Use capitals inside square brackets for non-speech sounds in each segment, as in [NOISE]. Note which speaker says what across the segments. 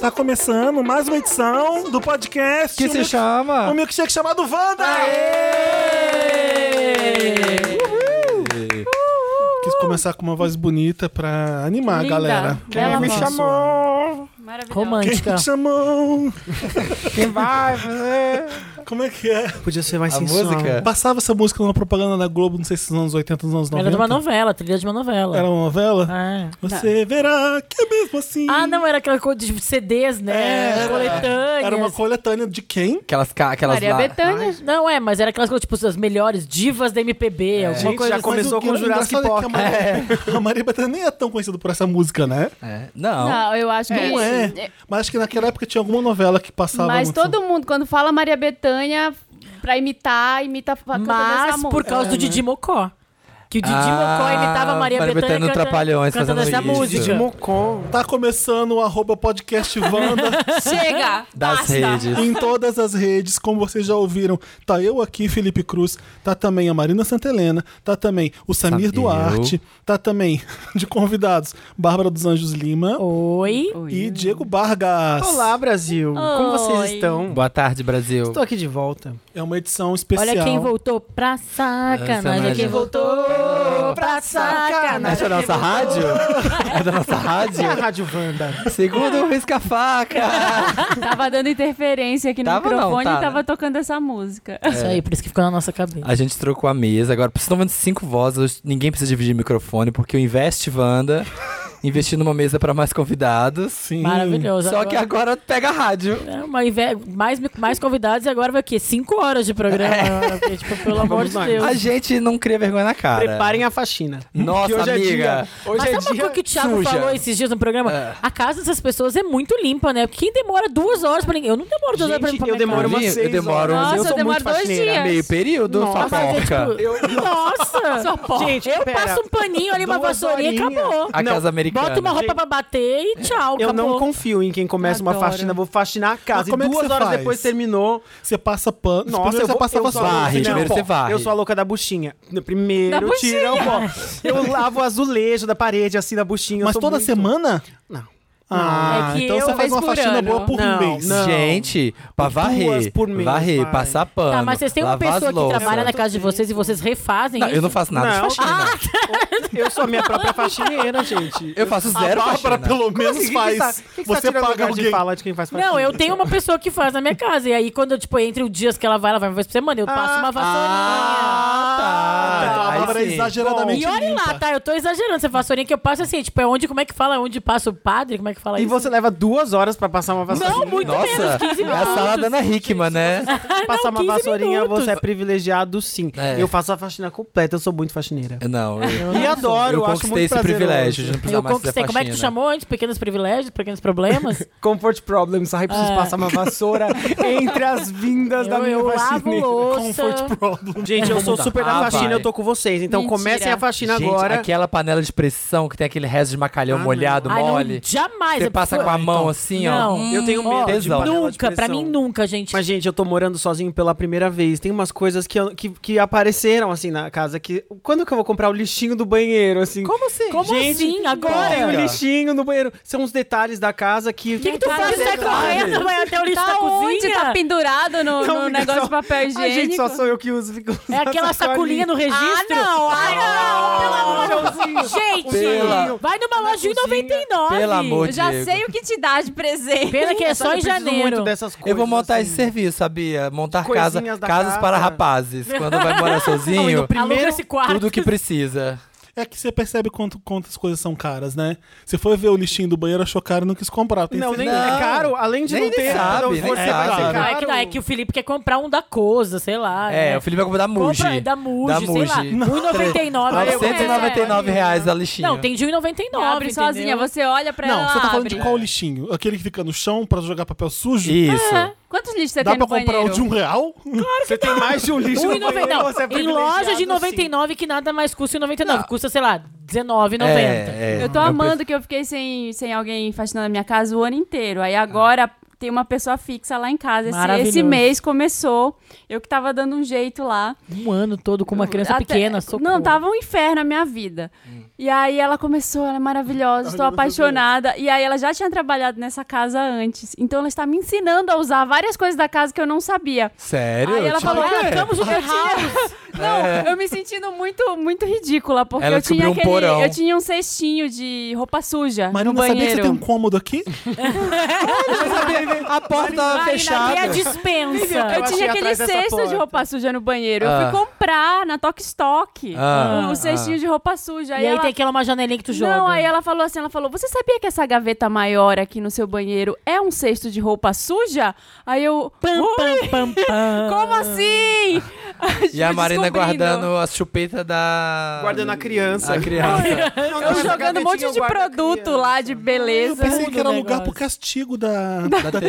Speaker 1: Tá começando mais uma edição do podcast.
Speaker 2: Que
Speaker 1: um
Speaker 2: se
Speaker 1: milk-
Speaker 2: chama?
Speaker 1: Um milkshake chamado Wanda! Quis começar com uma voz bonita pra animar
Speaker 3: Linda.
Speaker 1: a galera.
Speaker 3: Bela
Speaker 1: Quem
Speaker 3: voz.
Speaker 1: me chamou? Então.
Speaker 3: Maravilhoso.
Speaker 1: Quem
Speaker 4: Romântica.
Speaker 1: me chamou?
Speaker 2: Quem vai fazer?
Speaker 1: Como é que é?
Speaker 2: Podia ser mais
Speaker 5: A
Speaker 2: sensual.
Speaker 5: música?
Speaker 1: Passava essa música numa propaganda da Globo, não sei se nos anos 80, nos anos 90.
Speaker 4: Era é de uma novela, trilha de uma novela.
Speaker 1: Era uma novela?
Speaker 4: É.
Speaker 1: Você verá que é mesmo assim.
Speaker 4: Ah, não, era aquela coisa de CDs,
Speaker 5: É,
Speaker 4: né?
Speaker 1: Era.
Speaker 4: Coletâneas.
Speaker 1: Era uma coletânea de quem?
Speaker 5: Aquelas, ca- aquelas lá.
Speaker 3: Maria Bethânia.
Speaker 4: Não, é, mas era aquelas coisas, tipo, as melhores divas da MPB, alguma
Speaker 5: É. Gente,
Speaker 4: coisa assim.
Speaker 5: já começou
Speaker 1: Mas o
Speaker 5: com Jurassic
Speaker 1: engraçado é
Speaker 5: Park.
Speaker 1: que a Maria- [LAUGHS] A Maria Bethânia nem é tão conhecida por essa música, né?
Speaker 5: É. Não.
Speaker 3: Não, eu acho que
Speaker 1: Não é. Mas acho que naquela época tinha alguma novela que passava
Speaker 3: Mas
Speaker 1: muito.
Speaker 3: todo mundo, quando fala Maria Bethânia, pra imitar, imita a cantando essa
Speaker 4: Mas por
Speaker 3: música.
Speaker 5: É, né?
Speaker 4: causa do Didi Mocó. Que o Didi
Speaker 5: Ah,
Speaker 4: Mocó imitava a Maria,
Speaker 5: Maria
Speaker 4: Bethânia
Speaker 5: Bethânia no
Speaker 4: cantando-
Speaker 5: Trapalhões,
Speaker 4: cantando
Speaker 5: fazendo
Speaker 4: essa
Speaker 5: isso.
Speaker 4: música.
Speaker 5: Didi
Speaker 2: Mocó.
Speaker 1: Tá começando o arroba podcast Wanda
Speaker 3: Chega!
Speaker 5: Das
Speaker 3: basta.
Speaker 5: redes.
Speaker 1: em todas as redes, como vocês já ouviram. Tá eu aqui, Felipe Cruz, tá também a Marina Santelena, tá também o Samir
Speaker 5: Samir.
Speaker 1: Duarte, tá também [LAUGHS] de convidados Bárbara dos Anjos Lima
Speaker 4: Oi.
Speaker 1: e Diego Vargas.
Speaker 2: Olá, Brasil. Como vocês
Speaker 3: Oi.
Speaker 2: estão?
Speaker 5: Boa tarde, Brasil.
Speaker 2: Estou aqui de volta.
Speaker 1: É uma edição especial.
Speaker 4: Olha quem voltou pra sacanagem.
Speaker 5: Sacanagem.
Speaker 4: Olha quem voltou pra sacanagem.
Speaker 5: Essa é da nossa rádio? É da nossa
Speaker 2: E a
Speaker 5: rádio?
Speaker 2: Rádio Wanda?
Speaker 5: Segundo o Risca-Faca.
Speaker 3: [LAUGHS] Tava dando interferência aqui no
Speaker 5: Tava não,
Speaker 3: microfone
Speaker 5: tá.
Speaker 3: e tava tocando essa música.
Speaker 5: É.
Speaker 4: Isso aí, por isso que ficou na nossa cabeça.
Speaker 5: A gente trocou a mesa. Agora, estão vendo cinco vozes. Ninguém precisa dividir microfone, porque o Invest [LAUGHS] Wanda investiu numa mesa pra mais convidados.
Speaker 1: Sim.
Speaker 4: Maravilhoso.
Speaker 5: Só que agora pega a rádio.
Speaker 4: É uma inve- mais, mais convidados e agora vai o quê? Cinco horas de programa.
Speaker 5: É.
Speaker 4: Porque, tipo, pelo amor de
Speaker 2: nós.
Speaker 4: Deus.
Speaker 5: A gente não cria vergonha na cara.
Speaker 2: Preparem a faxina.
Speaker 5: Nossa,
Speaker 2: Que hoje É
Speaker 5: amiga.
Speaker 2: dia,
Speaker 4: Mas
Speaker 2: hoje é
Speaker 4: sabe uma
Speaker 2: dia
Speaker 4: coisa que o Thiago
Speaker 5: suja.
Speaker 4: falou esses dias no programa?
Speaker 5: É.
Speaker 4: A casa dessas pessoas é muito limpa, né? Porque quem demora duas horas pra ninguém. Eu não demoro duas horas pra
Speaker 2: Gente,
Speaker 4: limpar
Speaker 2: eu
Speaker 4: minha
Speaker 2: demoro
Speaker 4: casa.
Speaker 2: umas
Speaker 5: Eu
Speaker 2: seis
Speaker 5: demoro-
Speaker 2: horas.
Speaker 3: Nossa,
Speaker 2: eu sou
Speaker 3: eu
Speaker 2: muito
Speaker 3: demoro dois
Speaker 2: faxineira.
Speaker 3: dias.
Speaker 5: Meio período,
Speaker 2: Nossa,
Speaker 5: sua
Speaker 4: Mas é,
Speaker 5: porca.
Speaker 4: tipo,
Speaker 2: [LAUGHS]
Speaker 4: Nossa!
Speaker 2: Gente,
Speaker 4: eu
Speaker 2: pera.
Speaker 4: passo um paninho ali, uma
Speaker 2: Duas
Speaker 4: vassourinha e
Speaker 2: horinhas.
Speaker 4: acabou.
Speaker 5: A
Speaker 2: Não,
Speaker 5: casa americana.
Speaker 4: Bota uma roupa
Speaker 2: Gente,
Speaker 4: pra bater e tchau,
Speaker 2: Eu
Speaker 4: acabou.
Speaker 2: não confio em quem começa uma
Speaker 3: Adoro.
Speaker 2: faxina. Vou faxinar a
Speaker 1: Mas
Speaker 2: casa. E
Speaker 1: como é que
Speaker 2: duas
Speaker 1: você
Speaker 2: horas
Speaker 1: faz?
Speaker 2: depois terminou.
Speaker 1: Você passa pano.
Speaker 2: Nossa,
Speaker 1: Primeiro
Speaker 2: eu vou Ah,
Speaker 1: você passa
Speaker 2: eu sou a
Speaker 1: vassoura,
Speaker 5: varre,
Speaker 2: louca-
Speaker 1: tira o
Speaker 5: primeiro
Speaker 1: pó.
Speaker 5: você varre.
Speaker 2: Eu sou a louca da buchinha. No Primeiro
Speaker 3: Da
Speaker 2: tira o pó. Eu lavo o azulejo da parede, assim, da buchinha. eu
Speaker 1: Mas
Speaker 2: sou
Speaker 1: toda
Speaker 2: muito-
Speaker 1: semana?
Speaker 2: Não.
Speaker 1: Ah,
Speaker 4: É que
Speaker 1: então
Speaker 4: eu
Speaker 1: você faz
Speaker 3: vez
Speaker 1: uma
Speaker 3: por
Speaker 1: faxina
Speaker 3: ano.
Speaker 1: boa por
Speaker 2: Não,
Speaker 1: mês.
Speaker 2: não.
Speaker 5: Gente, pra varrer,
Speaker 2: por mês,
Speaker 5: varrer,
Speaker 2: vai.
Speaker 5: passar pano,
Speaker 4: Tá, mas vocês têm uma
Speaker 5: lavar as
Speaker 4: pessoa que
Speaker 5: louças.
Speaker 4: trabalha Ah, na casa de vocês e vocês refazem
Speaker 5: Não,
Speaker 4: isso?
Speaker 5: eu não faço nada de
Speaker 2: Não.
Speaker 5: faxina.
Speaker 4: tá.
Speaker 2: Eu sou a minha própria faxineira, gente.
Speaker 5: Eu faço
Speaker 1: A
Speaker 5: zero
Speaker 1: Bárbara
Speaker 5: faxina.
Speaker 1: pelo menos
Speaker 2: que
Speaker 1: faz.
Speaker 2: que tá- que que tá
Speaker 1: você
Speaker 2: tirando
Speaker 1: paga
Speaker 2: lugar de
Speaker 1: alguém.
Speaker 2: fala de quem faz faxina?
Speaker 4: Não, eu tenho uma pessoa que faz na minha casa. E aí, quando eu, tipo, entre o dias que ela vai, ela vai uma vez por semana, eu passo uma vassourinha.
Speaker 1: Ah,
Speaker 2: tá.
Speaker 1: então a
Speaker 5: Aí
Speaker 1: Bárbara é
Speaker 5: sim.
Speaker 1: exageradamente
Speaker 4: E olha
Speaker 1: limpa.
Speaker 4: lá, tá? Eu tô exagerando. Essa vassourinha que eu passo assim, tipo, é onde, como é que fala? Onde passa o padre? Como é que fala
Speaker 2: E
Speaker 4: isso?
Speaker 2: você leva duas horas pra passar uma vassourinha.
Speaker 4: Não, muito
Speaker 5: Nossa,
Speaker 4: menos, 15
Speaker 5: é a sala
Speaker 4: minutos.
Speaker 5: da Ana Hickman, né?
Speaker 2: Passar uma
Speaker 4: 15
Speaker 2: vassourinha,
Speaker 4: ah, minutos.
Speaker 2: você é privilegiado sim.
Speaker 5: É.
Speaker 2: Eu faço a faxina completa, eu sou muito faxineira.
Speaker 5: Não, eu,
Speaker 2: E adoro,
Speaker 5: eu
Speaker 2: acho
Speaker 5: conquistei
Speaker 2: muito
Speaker 5: esse
Speaker 2: prazeroso.
Speaker 5: privilégio de não precisar
Speaker 4: Eu
Speaker 5: mais
Speaker 4: conquistei.
Speaker 5: fazer
Speaker 4: Como é que tu
Speaker 5: faxina.
Speaker 4: chamou antes? Pequenos privilégios, pequenos problemas?
Speaker 2: Comfort problems, ai, preciso
Speaker 4: É.
Speaker 2: passar
Speaker 4: [LAUGHS]
Speaker 2: uma vassoura entre as vindas da
Speaker 4: eu
Speaker 2: minha
Speaker 4: eu lavo
Speaker 2: faxineira.
Speaker 4: louça.
Speaker 2: Gente, eu sou super da
Speaker 5: Ah,
Speaker 2: faxina,
Speaker 5: vai.
Speaker 2: eu tô com vocês. Então
Speaker 3: Mentira.
Speaker 2: comecem a faxina
Speaker 5: Gente, é
Speaker 2: agora.
Speaker 5: aquela panela de pressão que tem aquele resto de macalhão
Speaker 2: Ah,
Speaker 5: molhado,
Speaker 4: Ai,
Speaker 5: mole.
Speaker 4: não, jamais.
Speaker 5: Você
Speaker 4: Eu
Speaker 5: passa
Speaker 4: preciso-
Speaker 5: com a mão assim, ó.
Speaker 4: Não.
Speaker 5: Hum,
Speaker 2: Eu tenho medo de
Speaker 5: tesão.
Speaker 2: panela. de
Speaker 4: Nunca, pra
Speaker 2: pressão.
Speaker 4: mim nunca, gente.
Speaker 2: Mas, gente, eu tô morando sozinho pela primeira vez. Tem umas coisas que, eu- que, que apareceram, assim, na casa. que Quando que eu vou comprar o lixinho do banheiro, assim?
Speaker 5: Como assim?
Speaker 4: Como assim?
Speaker 2: Tem
Speaker 4: Agora?
Speaker 2: o Um lixinho no banheiro. São os detalhes da casa que...
Speaker 4: O que, que tu faz? Você
Speaker 1: é?
Speaker 4: sai
Speaker 2: Ah,
Speaker 4: correndo, vai até o lixo da
Speaker 3: Tá onde?
Speaker 4: cozinha?
Speaker 3: Tá pendurado no,
Speaker 2: Não,
Speaker 3: no
Speaker 2: amiga,
Speaker 3: negócio
Speaker 2: só-
Speaker 3: de papel
Speaker 2: Ai,
Speaker 3: higiênico?
Speaker 2: gente, só sou eu que uso. fico
Speaker 4: É
Speaker 2: usando
Speaker 4: aquela
Speaker 2: a
Speaker 4: sacolinha no registro?
Speaker 3: Ah, não, ah,
Speaker 4: não, pelo amor de Deus. Gente,
Speaker 5: Pela-
Speaker 4: vai numa loja de 99.
Speaker 5: Pelo amor
Speaker 3: Eu já
Speaker 5: Diego.
Speaker 3: sei o que te dá de presente.
Speaker 4: Pena que é
Speaker 2: Sabe,
Speaker 4: só em
Speaker 2: eu preciso muito
Speaker 4: janeiro.
Speaker 2: dessas coisas,
Speaker 5: Eu vou montar
Speaker 2: assim.
Speaker 5: esse serviço, sabia? Montar
Speaker 2: Coisinhas
Speaker 5: casa,
Speaker 2: da
Speaker 5: casas
Speaker 2: casa.
Speaker 5: para rapazes. Quando vai
Speaker 4: [LAUGHS]
Speaker 5: morar
Speaker 2: Não, e
Speaker 5: sozinho,
Speaker 2: no primeiro...
Speaker 4: esse quarto.
Speaker 5: tudo que precisa.
Speaker 1: É que você percebe quanto, quantas coisas são caras, né? Você foi ver o lixinho do banheiro, achou caro e não quis comprar. Tem né?
Speaker 2: Não,
Speaker 1: certeza.
Speaker 2: nem
Speaker 5: Não.
Speaker 2: é caro. Além de
Speaker 5: Nem
Speaker 2: não ter...
Speaker 5: sabe,
Speaker 2: não,
Speaker 5: nem
Speaker 2: você
Speaker 5: sabe.
Speaker 2: vai ser
Speaker 5: Não,
Speaker 4: Não, é, que,
Speaker 2: caro.
Speaker 4: não, é que o Felipe quer comprar um da Cosa, sei lá.
Speaker 5: É,
Speaker 4: né?
Speaker 5: o Felipe vai comprar da Muji.
Speaker 4: Compra da Muji,
Speaker 5: Da
Speaker 4: sei
Speaker 5: Muji.
Speaker 4: lá.
Speaker 5: Não,
Speaker 4: 1,99. eu-
Speaker 5: 999 reais a lixinha.
Speaker 4: Não, tem de 1,99.
Speaker 3: Abre
Speaker 4: entendeu?
Speaker 3: sozinha, você olha pra
Speaker 1: Não,
Speaker 3: ela,
Speaker 1: você tá falando
Speaker 3: abre.
Speaker 1: de qual lixinho? Aquele que fica no chão pra jogar papel sujo?
Speaker 5: Isso.
Speaker 3: Quantos lixos você
Speaker 1: Dá
Speaker 3: tem
Speaker 1: pra
Speaker 3: no
Speaker 1: comprar o
Speaker 3: banheiro?
Speaker 1: de um real?
Speaker 2: Você tem mais de um lixo no
Speaker 4: 1,99.
Speaker 2: banheiro,
Speaker 4: Não,
Speaker 2: você é
Speaker 4: em loja de
Speaker 2: privilegiado, sim.
Speaker 4: 99 que nada mais custa 1,99. Custa, sei lá, R$19,90.
Speaker 5: É, é.
Speaker 3: Eu tô
Speaker 5: prefiro-
Speaker 3: amando que eu fiquei sem, sem alguém faxinando a minha casa o ano inteiro. Aí agora tem uma pessoa fixa lá em casa. Esse,
Speaker 4: Maravilhoso.
Speaker 3: esse mês começou. Eu que tava dando um jeito lá.
Speaker 4: Um ano todo com uma criança
Speaker 3: Até-
Speaker 4: pequena, socorro.
Speaker 3: Não, tava um inferno a minha vida. E aí ela começou, ela é maravilhosa, estou apaixonada. E aí ela já tinha trabalhado nessa casa antes. Então ela está me ensinando a usar várias coisas da casa que eu não sabia.
Speaker 5: Sério?
Speaker 3: Aí ela
Speaker 5: Tipo,
Speaker 3: falou,
Speaker 5: o quê? É.
Speaker 3: "Ah,
Speaker 4: Estamos jogando
Speaker 3: Não, eu me sentindo muito, muito ridícula, porque
Speaker 5: Ela
Speaker 3: eu tinha
Speaker 5: descobriu um
Speaker 3: aquele.
Speaker 5: porão.
Speaker 3: eu tinha um cestinho de roupa suja
Speaker 1: Marina,
Speaker 3: no
Speaker 1: sabia que
Speaker 3: banheiro.
Speaker 1: você tem um cômodo aqui?
Speaker 5: [LAUGHS]
Speaker 2: A
Speaker 5: Tá
Speaker 2: porta
Speaker 4: E a
Speaker 2: fechada.
Speaker 4: dispensa.
Speaker 3: Eu tinha
Speaker 2: achei
Speaker 3: aquele
Speaker 2: atrás dessa
Speaker 3: cesto de
Speaker 2: porta.
Speaker 3: roupa suja no banheiro. Eu
Speaker 5: Ah.
Speaker 3: fui comprar na Tok Stock
Speaker 5: Ah,
Speaker 3: um cestinho de roupa suja.
Speaker 4: E aí
Speaker 3: ela...
Speaker 4: tem aquela uma janelinha que tu joga.
Speaker 3: Não, aí ela falou assim, ela falou, você sabia que essa gaveta maior aqui no seu banheiro é um cesto de roupa suja? Aí eu,
Speaker 4: Pam,
Speaker 3: "Ui,
Speaker 4: pam, pam, pam.
Speaker 3: como assim?
Speaker 5: E a
Speaker 3: Fui
Speaker 5: Marina
Speaker 3: descobrindo.
Speaker 5: guardando a chupeta da...
Speaker 2: Guardando a criança.
Speaker 5: A criança.
Speaker 3: Eu jogando um monte de produto lá de
Speaker 1: Eu
Speaker 3: beleza.
Speaker 1: pensei que era
Speaker 4: Negócio.
Speaker 1: lugar pro castigo da, da,
Speaker 5: Da
Speaker 1: Tereza.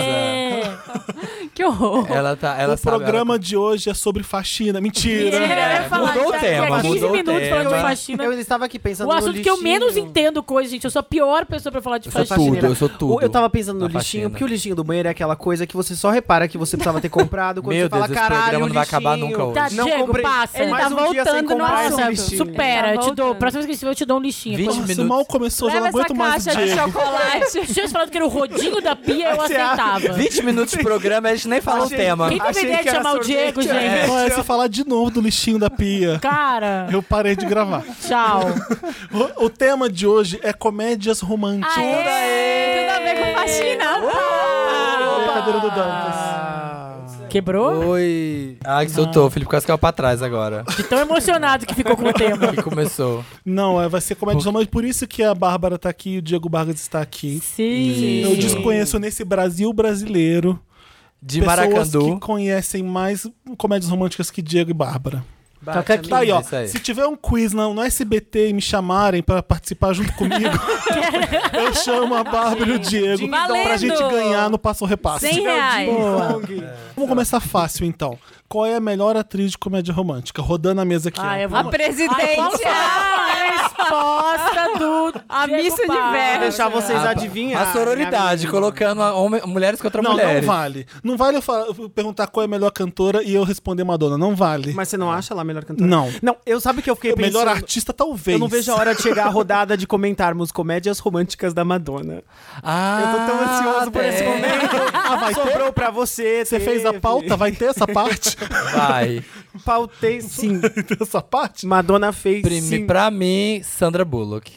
Speaker 5: Tereza.
Speaker 4: É.
Speaker 3: Que horror.
Speaker 5: Ela tá, ela
Speaker 1: o
Speaker 5: sabe,
Speaker 1: programa de hoje é sobre faxina. Mentira!
Speaker 4: Eu ia falar,
Speaker 5: Mudou o
Speaker 4: tá,
Speaker 5: tema,
Speaker 4: daqui a 15
Speaker 5: mudou o
Speaker 4: minutos falando de
Speaker 5: tema.
Speaker 4: faxina.
Speaker 2: Eu estava aqui pensando
Speaker 4: O
Speaker 2: no
Speaker 4: assunto que eu
Speaker 2: lixinho.
Speaker 4: menos entendo coisa, gente. Eu sou a pior pessoa pra falar de
Speaker 5: Eu sou
Speaker 4: faxina.
Speaker 5: tá tudo, eu sou tudo.
Speaker 2: Eu tava pensando no
Speaker 5: Na
Speaker 2: lixinho,
Speaker 5: faxina.
Speaker 2: porque o lixinho do banheiro é aquela coisa que você só repara que você precisava ter comprado quando
Speaker 5: Meu
Speaker 2: você fala,
Speaker 5: Deus, esse
Speaker 2: caralho,
Speaker 5: programa
Speaker 2: o
Speaker 5: não vai acabar
Speaker 2: lixinho.
Speaker 5: nunca hoje.
Speaker 4: Tá,
Speaker 2: Não
Speaker 4: Diego,
Speaker 2: comprei.
Speaker 4: passa.
Speaker 3: Ele
Speaker 4: Ele
Speaker 2: Mais
Speaker 3: tá
Speaker 2: um dia sem
Speaker 3: voltando no
Speaker 2: comprar esse
Speaker 3: assunto.
Speaker 2: lixinho.
Speaker 4: Supera,
Speaker 3: Tá
Speaker 4: eu te dou.
Speaker 3: voltando.
Speaker 4: Próxima vez que eu estiver, eu te dou um lixinho.
Speaker 5: 20
Speaker 1: Nossa,
Speaker 5: minutos.
Speaker 1: mal começou, já
Speaker 3: Leva
Speaker 1: não
Speaker 3: essa
Speaker 1: aguento mais o
Speaker 3: caixa de
Speaker 1: Diego.
Speaker 4: [LAUGHS]
Speaker 3: chocolate.
Speaker 4: Se tivesse falado que era o rodinho da pia, eu
Speaker 2: Você acha-
Speaker 4: aceitava.
Speaker 5: 20 minutos de programa, a gente nem fala o
Speaker 2: Achei-
Speaker 5: tema.
Speaker 4: Quem teve a
Speaker 2: Achei
Speaker 4: ideia
Speaker 2: que
Speaker 4: de
Speaker 2: era
Speaker 4: chamar o
Speaker 2: sorvete,
Speaker 4: Diego, gente?
Speaker 1: É, se falar de novo do lixinho da
Speaker 3: [LAUGHS]
Speaker 1: pia,
Speaker 4: Cara,
Speaker 1: eu parei de gravar.
Speaker 4: tchau.
Speaker 1: O, o tema de hoje é comédias
Speaker 3: Ah,
Speaker 1: românticas.
Speaker 3: é? Aê, tudo a
Speaker 4: É.
Speaker 3: ver com faxina.
Speaker 1: A cadeira do Dantas.
Speaker 4: Quebrou?
Speaker 5: Oi. Ah, que soltou. O Felipe quase caiu pra trás agora.
Speaker 4: De tão emocionado que ficou com o tema.
Speaker 5: Que começou.
Speaker 1: Não, é, vai ser comédias românticas, por isso que a Bárbara tá aqui e o Diego Vargas está aqui.
Speaker 4: Sim.
Speaker 1: Eu desconheço nesse Brasil brasileiro
Speaker 5: De
Speaker 1: pessoas
Speaker 5: Maracandu.
Speaker 1: que conhecem mais comédias românticas que Diego e Bárbara.
Speaker 5: Bate a
Speaker 4: aqui.
Speaker 1: Tá aí, ó.
Speaker 5: isso aí.
Speaker 1: Se tiver um quiz no, no SBT e me chamarem pra participar junto
Speaker 4: [LAUGHS]
Speaker 1: comigo, eu chamo a Bárbara e o Diego pra
Speaker 3: Valendo!
Speaker 1: gente ganhar no Passo Repasse.
Speaker 3: 100 reais.
Speaker 2: É.
Speaker 1: Vamos começar fácil, então. Qual é a melhor atriz de comédia romântica? Rodando a mesa aqui.
Speaker 4: Ah,
Speaker 1: ó.
Speaker 4: eu vou...
Speaker 3: A presidente.
Speaker 4: resposta do
Speaker 3: A
Speaker 4: Diego
Speaker 3: Miss
Speaker 4: Barros.
Speaker 2: Vou
Speaker 3: Universo.
Speaker 2: deixar vocês
Speaker 5: A-
Speaker 2: adivinhar.
Speaker 5: A Ah, tá. sororidade,
Speaker 2: minha
Speaker 5: colocando a homem- mulheres contra
Speaker 1: Não,
Speaker 5: mulheres.
Speaker 1: não vale. Não vale eu, fa- eu perguntar qual é a melhor cantora e eu responder Madonna. Não vale.
Speaker 2: Mas você não
Speaker 5: É.
Speaker 2: acha lá a melhor cantora?
Speaker 1: Não.
Speaker 2: Não, eu sabe que eu fiquei pensando...
Speaker 1: melhor artista, talvez.
Speaker 2: Eu não vejo a hora de chegar a rodada de comentarmos comédias românticas da Madonna.
Speaker 5: Ah, é,
Speaker 2: eu tô tão ansioso por esse
Speaker 5: tem.
Speaker 2: momento. Sobrou pra você.
Speaker 1: Você fez a pauta? Vai ter essa parte? [LAUGHS]
Speaker 5: Vai.
Speaker 2: Pautei sim.
Speaker 1: Vai ter essa parte?
Speaker 2: Madonna fez
Speaker 5: Prime,
Speaker 2: sim.
Speaker 5: pra mim, Sandra Bullock.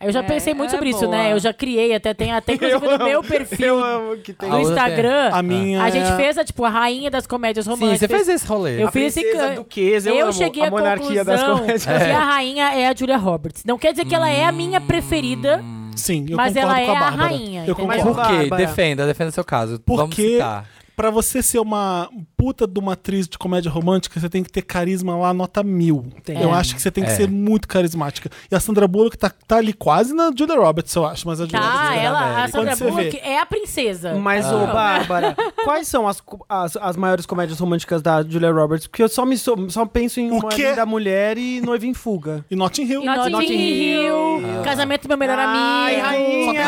Speaker 4: Eu já
Speaker 3: É,
Speaker 4: pensei muito sobre isso,
Speaker 3: boa.
Speaker 4: né? Eu já criei, até tem até inclusive no meu perfil
Speaker 2: Eu amo que tem...
Speaker 5: Ah,
Speaker 4: do Instagram.
Speaker 1: A
Speaker 4: A,
Speaker 1: minha. é-
Speaker 4: gente fez a tipo a rainha das comédias
Speaker 5: Sim,
Speaker 4: românticas.
Speaker 5: você fez esse rolê.
Speaker 4: é Eu fiz esse
Speaker 2: princesa,
Speaker 4: can-
Speaker 2: duquesa, eu
Speaker 4: Eu
Speaker 2: amo.
Speaker 4: cheguei
Speaker 2: A
Speaker 4: à
Speaker 2: monarquia das
Speaker 4: conclusão
Speaker 2: comédias.
Speaker 4: que a rainha é a Julia Roberts. Não quer dizer que ela é a minha preferida,
Speaker 1: Sim, eu
Speaker 4: mas
Speaker 1: concordo
Speaker 4: ela
Speaker 1: com
Speaker 4: é
Speaker 1: a
Speaker 4: a,
Speaker 1: Bárbara.
Speaker 4: rainha.
Speaker 1: Eu
Speaker 4: entendeu?
Speaker 2: Mas
Speaker 5: Por quê?
Speaker 2: Bárbara-
Speaker 5: Defenda, defenda seu caso. Vamos
Speaker 1: Porque
Speaker 5: citar.
Speaker 1: pra você ser uma puta de uma atriz de comédia romântica, você tem que ter carisma lá, nota mil. Eu acho que você tem que
Speaker 5: É.
Speaker 1: ser muito carismática. E a Sandra Bullock tá, tá ali quase na Julia Roberts, eu acho, mas a Julia Roberts
Speaker 4: Tá,
Speaker 1: é
Speaker 4: ela,
Speaker 5: América.
Speaker 4: a Sandra
Speaker 1: Quando você
Speaker 4: Bullock é a princesa.
Speaker 2: [LAUGHS] Mas, ô,
Speaker 4: Ah.
Speaker 2: Bárbara, quais são as, co- as, as maiores comédias românticas da Julia Roberts? Porque eu só, me, so- só penso em
Speaker 1: O
Speaker 2: Uma
Speaker 1: quê?
Speaker 2: da Mulher e Noiva em Fuga.
Speaker 1: E Notting Hill.
Speaker 3: Notting
Speaker 4: Notting Hill, Casamento do Meu Melhor
Speaker 2: Ai,
Speaker 4: Amigo.
Speaker 2: rainha!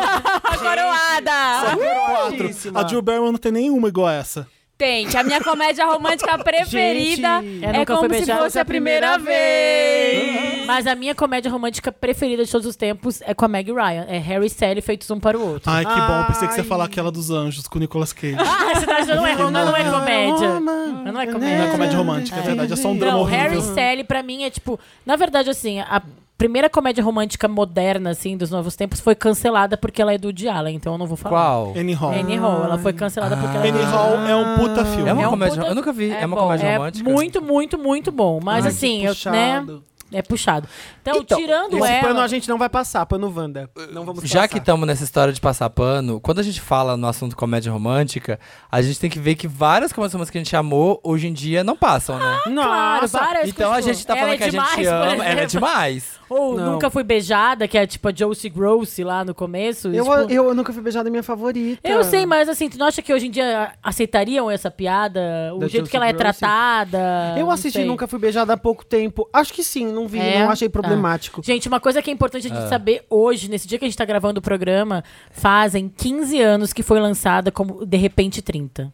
Speaker 2: [LAUGHS]
Speaker 3: Coroada.
Speaker 1: Quatro. A Drew Barrymore não tem nenhuma igual a essa.
Speaker 3: Tem, que a minha comédia romântica preferida
Speaker 2: Gente,
Speaker 4: eu
Speaker 3: é
Speaker 4: nunca
Speaker 3: como
Speaker 4: fui
Speaker 3: se
Speaker 4: beijada
Speaker 3: fosse a primeira vez.
Speaker 4: Mas a minha comédia romântica preferida de todos os tempos é com a Meg Ryan. É Harry e Sally feitos um para o outro.
Speaker 1: Ai, que bom. Eu pensei que você ia
Speaker 2: Ai.
Speaker 1: falar aquela dos anjos com o Nicolas Cage.
Speaker 4: [LAUGHS] Ah, essa daí já não é, não, não é comédia. Mas não é comédia.
Speaker 1: Não é comédia romântica, é verdade. É só um drama
Speaker 4: Não,
Speaker 1: horrível.
Speaker 4: Harry e Sally pra mim é tipo... Na verdade, assim, a primeira comédia romântica moderna, assim, dos novos tempos foi cancelada porque ela é do Woody Allen, então eu não vou falar.
Speaker 5: Qual?
Speaker 1: Annie Hall.
Speaker 4: Annie Hall. Ela foi cancelada porque ela é do
Speaker 1: Annie
Speaker 4: Woody
Speaker 1: Hall é um puta filme.
Speaker 5: É uma
Speaker 4: É um
Speaker 5: comédia.
Speaker 4: puta-
Speaker 5: Eu nunca vi.
Speaker 3: é
Speaker 5: É, uma
Speaker 3: bom.
Speaker 5: comédia
Speaker 4: Allen. É
Speaker 5: romântica.
Speaker 4: muito, muito, muito bom. Mas
Speaker 2: Ai, que
Speaker 4: assim, eu, né...
Speaker 2: puxado.
Speaker 4: É puxado. Então,
Speaker 5: Então,
Speaker 4: tirando
Speaker 2: Esse pano a
Speaker 4: ela...
Speaker 2: gente não vai passar, pano Wanda. Não vamos
Speaker 5: Já
Speaker 2: passar.
Speaker 5: que tá- estamos nessa história de passar pano, quando a gente fala no assunto comédia romântica, a gente tem que ver que várias comédias românticas que a gente amou hoje em dia não passam,
Speaker 2: Ah,
Speaker 5: né?
Speaker 4: Claro,
Speaker 2: Nossa,
Speaker 4: várias
Speaker 5: Então a
Speaker 4: coisas.
Speaker 5: gente tá
Speaker 4: Ela
Speaker 5: falando
Speaker 4: é
Speaker 5: que a gente
Speaker 4: demais, por
Speaker 5: ama. Ela é
Speaker 4: exemplo.
Speaker 5: demais.
Speaker 4: Ou
Speaker 2: Não.
Speaker 4: Nunca Fui Beijada, que é tipo a Josie Gross lá no começo.
Speaker 2: eu,
Speaker 4: tipo-
Speaker 2: eu nunca fui beijada, é minha favorita.
Speaker 4: Eu sei, mas assim, tu não acha que hoje em dia aceitariam essa piada? O
Speaker 2: Da
Speaker 4: jeito
Speaker 2: Josie
Speaker 4: que ela é
Speaker 2: Gross?
Speaker 4: tratada?
Speaker 2: Eu
Speaker 4: Não
Speaker 2: assisti
Speaker 4: sei.
Speaker 2: Nunca Fui Beijada há pouco tempo. Acho que sim, não vi,
Speaker 4: É?
Speaker 2: não achei
Speaker 4: Tá.
Speaker 2: problemático.
Speaker 4: Gente, uma coisa que é importante a gente saber hoje, nesse dia que a gente tá gravando o programa, fazem 15 anos que foi lançada como De Repente 30.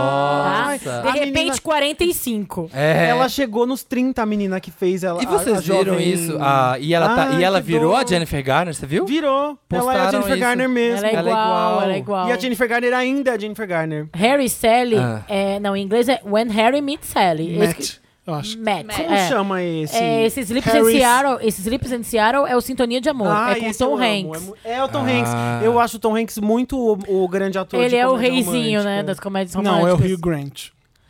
Speaker 5: Nossa.
Speaker 4: De
Speaker 2: Ah, A
Speaker 4: repente,
Speaker 2: menina-
Speaker 4: 45.
Speaker 5: É.
Speaker 2: Ela chegou nos 30, a menina que fez ela.
Speaker 5: E
Speaker 2: a-
Speaker 5: vocês
Speaker 2: a
Speaker 5: viram
Speaker 2: jovem-
Speaker 5: isso? Ah, e ela, tá-
Speaker 2: Ai,
Speaker 5: e ela
Speaker 2: que
Speaker 5: virou
Speaker 2: dor.
Speaker 5: a Jennifer Garner, você viu?
Speaker 2: Virou. ela é a
Speaker 5: Postaram
Speaker 2: Jennifer
Speaker 5: isso.
Speaker 2: Garner mesmo.
Speaker 4: Ela é
Speaker 5: Ela é
Speaker 4: igual,
Speaker 5: igual.
Speaker 4: ela é igual.
Speaker 2: E a Jennifer Garner ainda é a Jennifer Garner.
Speaker 4: Harry e Sally,
Speaker 5: Ah.
Speaker 4: é, não, em inglês é When Harry Meets Sally. Esse
Speaker 1: Matt, eu acho.
Speaker 4: que- Matt.
Speaker 2: Como
Speaker 4: é.
Speaker 2: chama esse?
Speaker 4: É, esse Sleeps in
Speaker 2: Harry's-
Speaker 4: Seattle, esse Sleeps in Seattle é o Sintonia de Amor,
Speaker 2: Ah,
Speaker 4: é com
Speaker 2: esse
Speaker 4: Tom
Speaker 2: eu amo.
Speaker 4: Hanks.
Speaker 2: É mu- É, o Tom
Speaker 5: Ah.
Speaker 2: Hanks. Eu acho o Tom Hanks muito o, o grande ator de
Speaker 4: Ele é o
Speaker 2: tipo comédia
Speaker 4: reizinho, né,
Speaker 2: romântica.
Speaker 4: das comédias românticas.
Speaker 1: Não, é o Hugh Grant.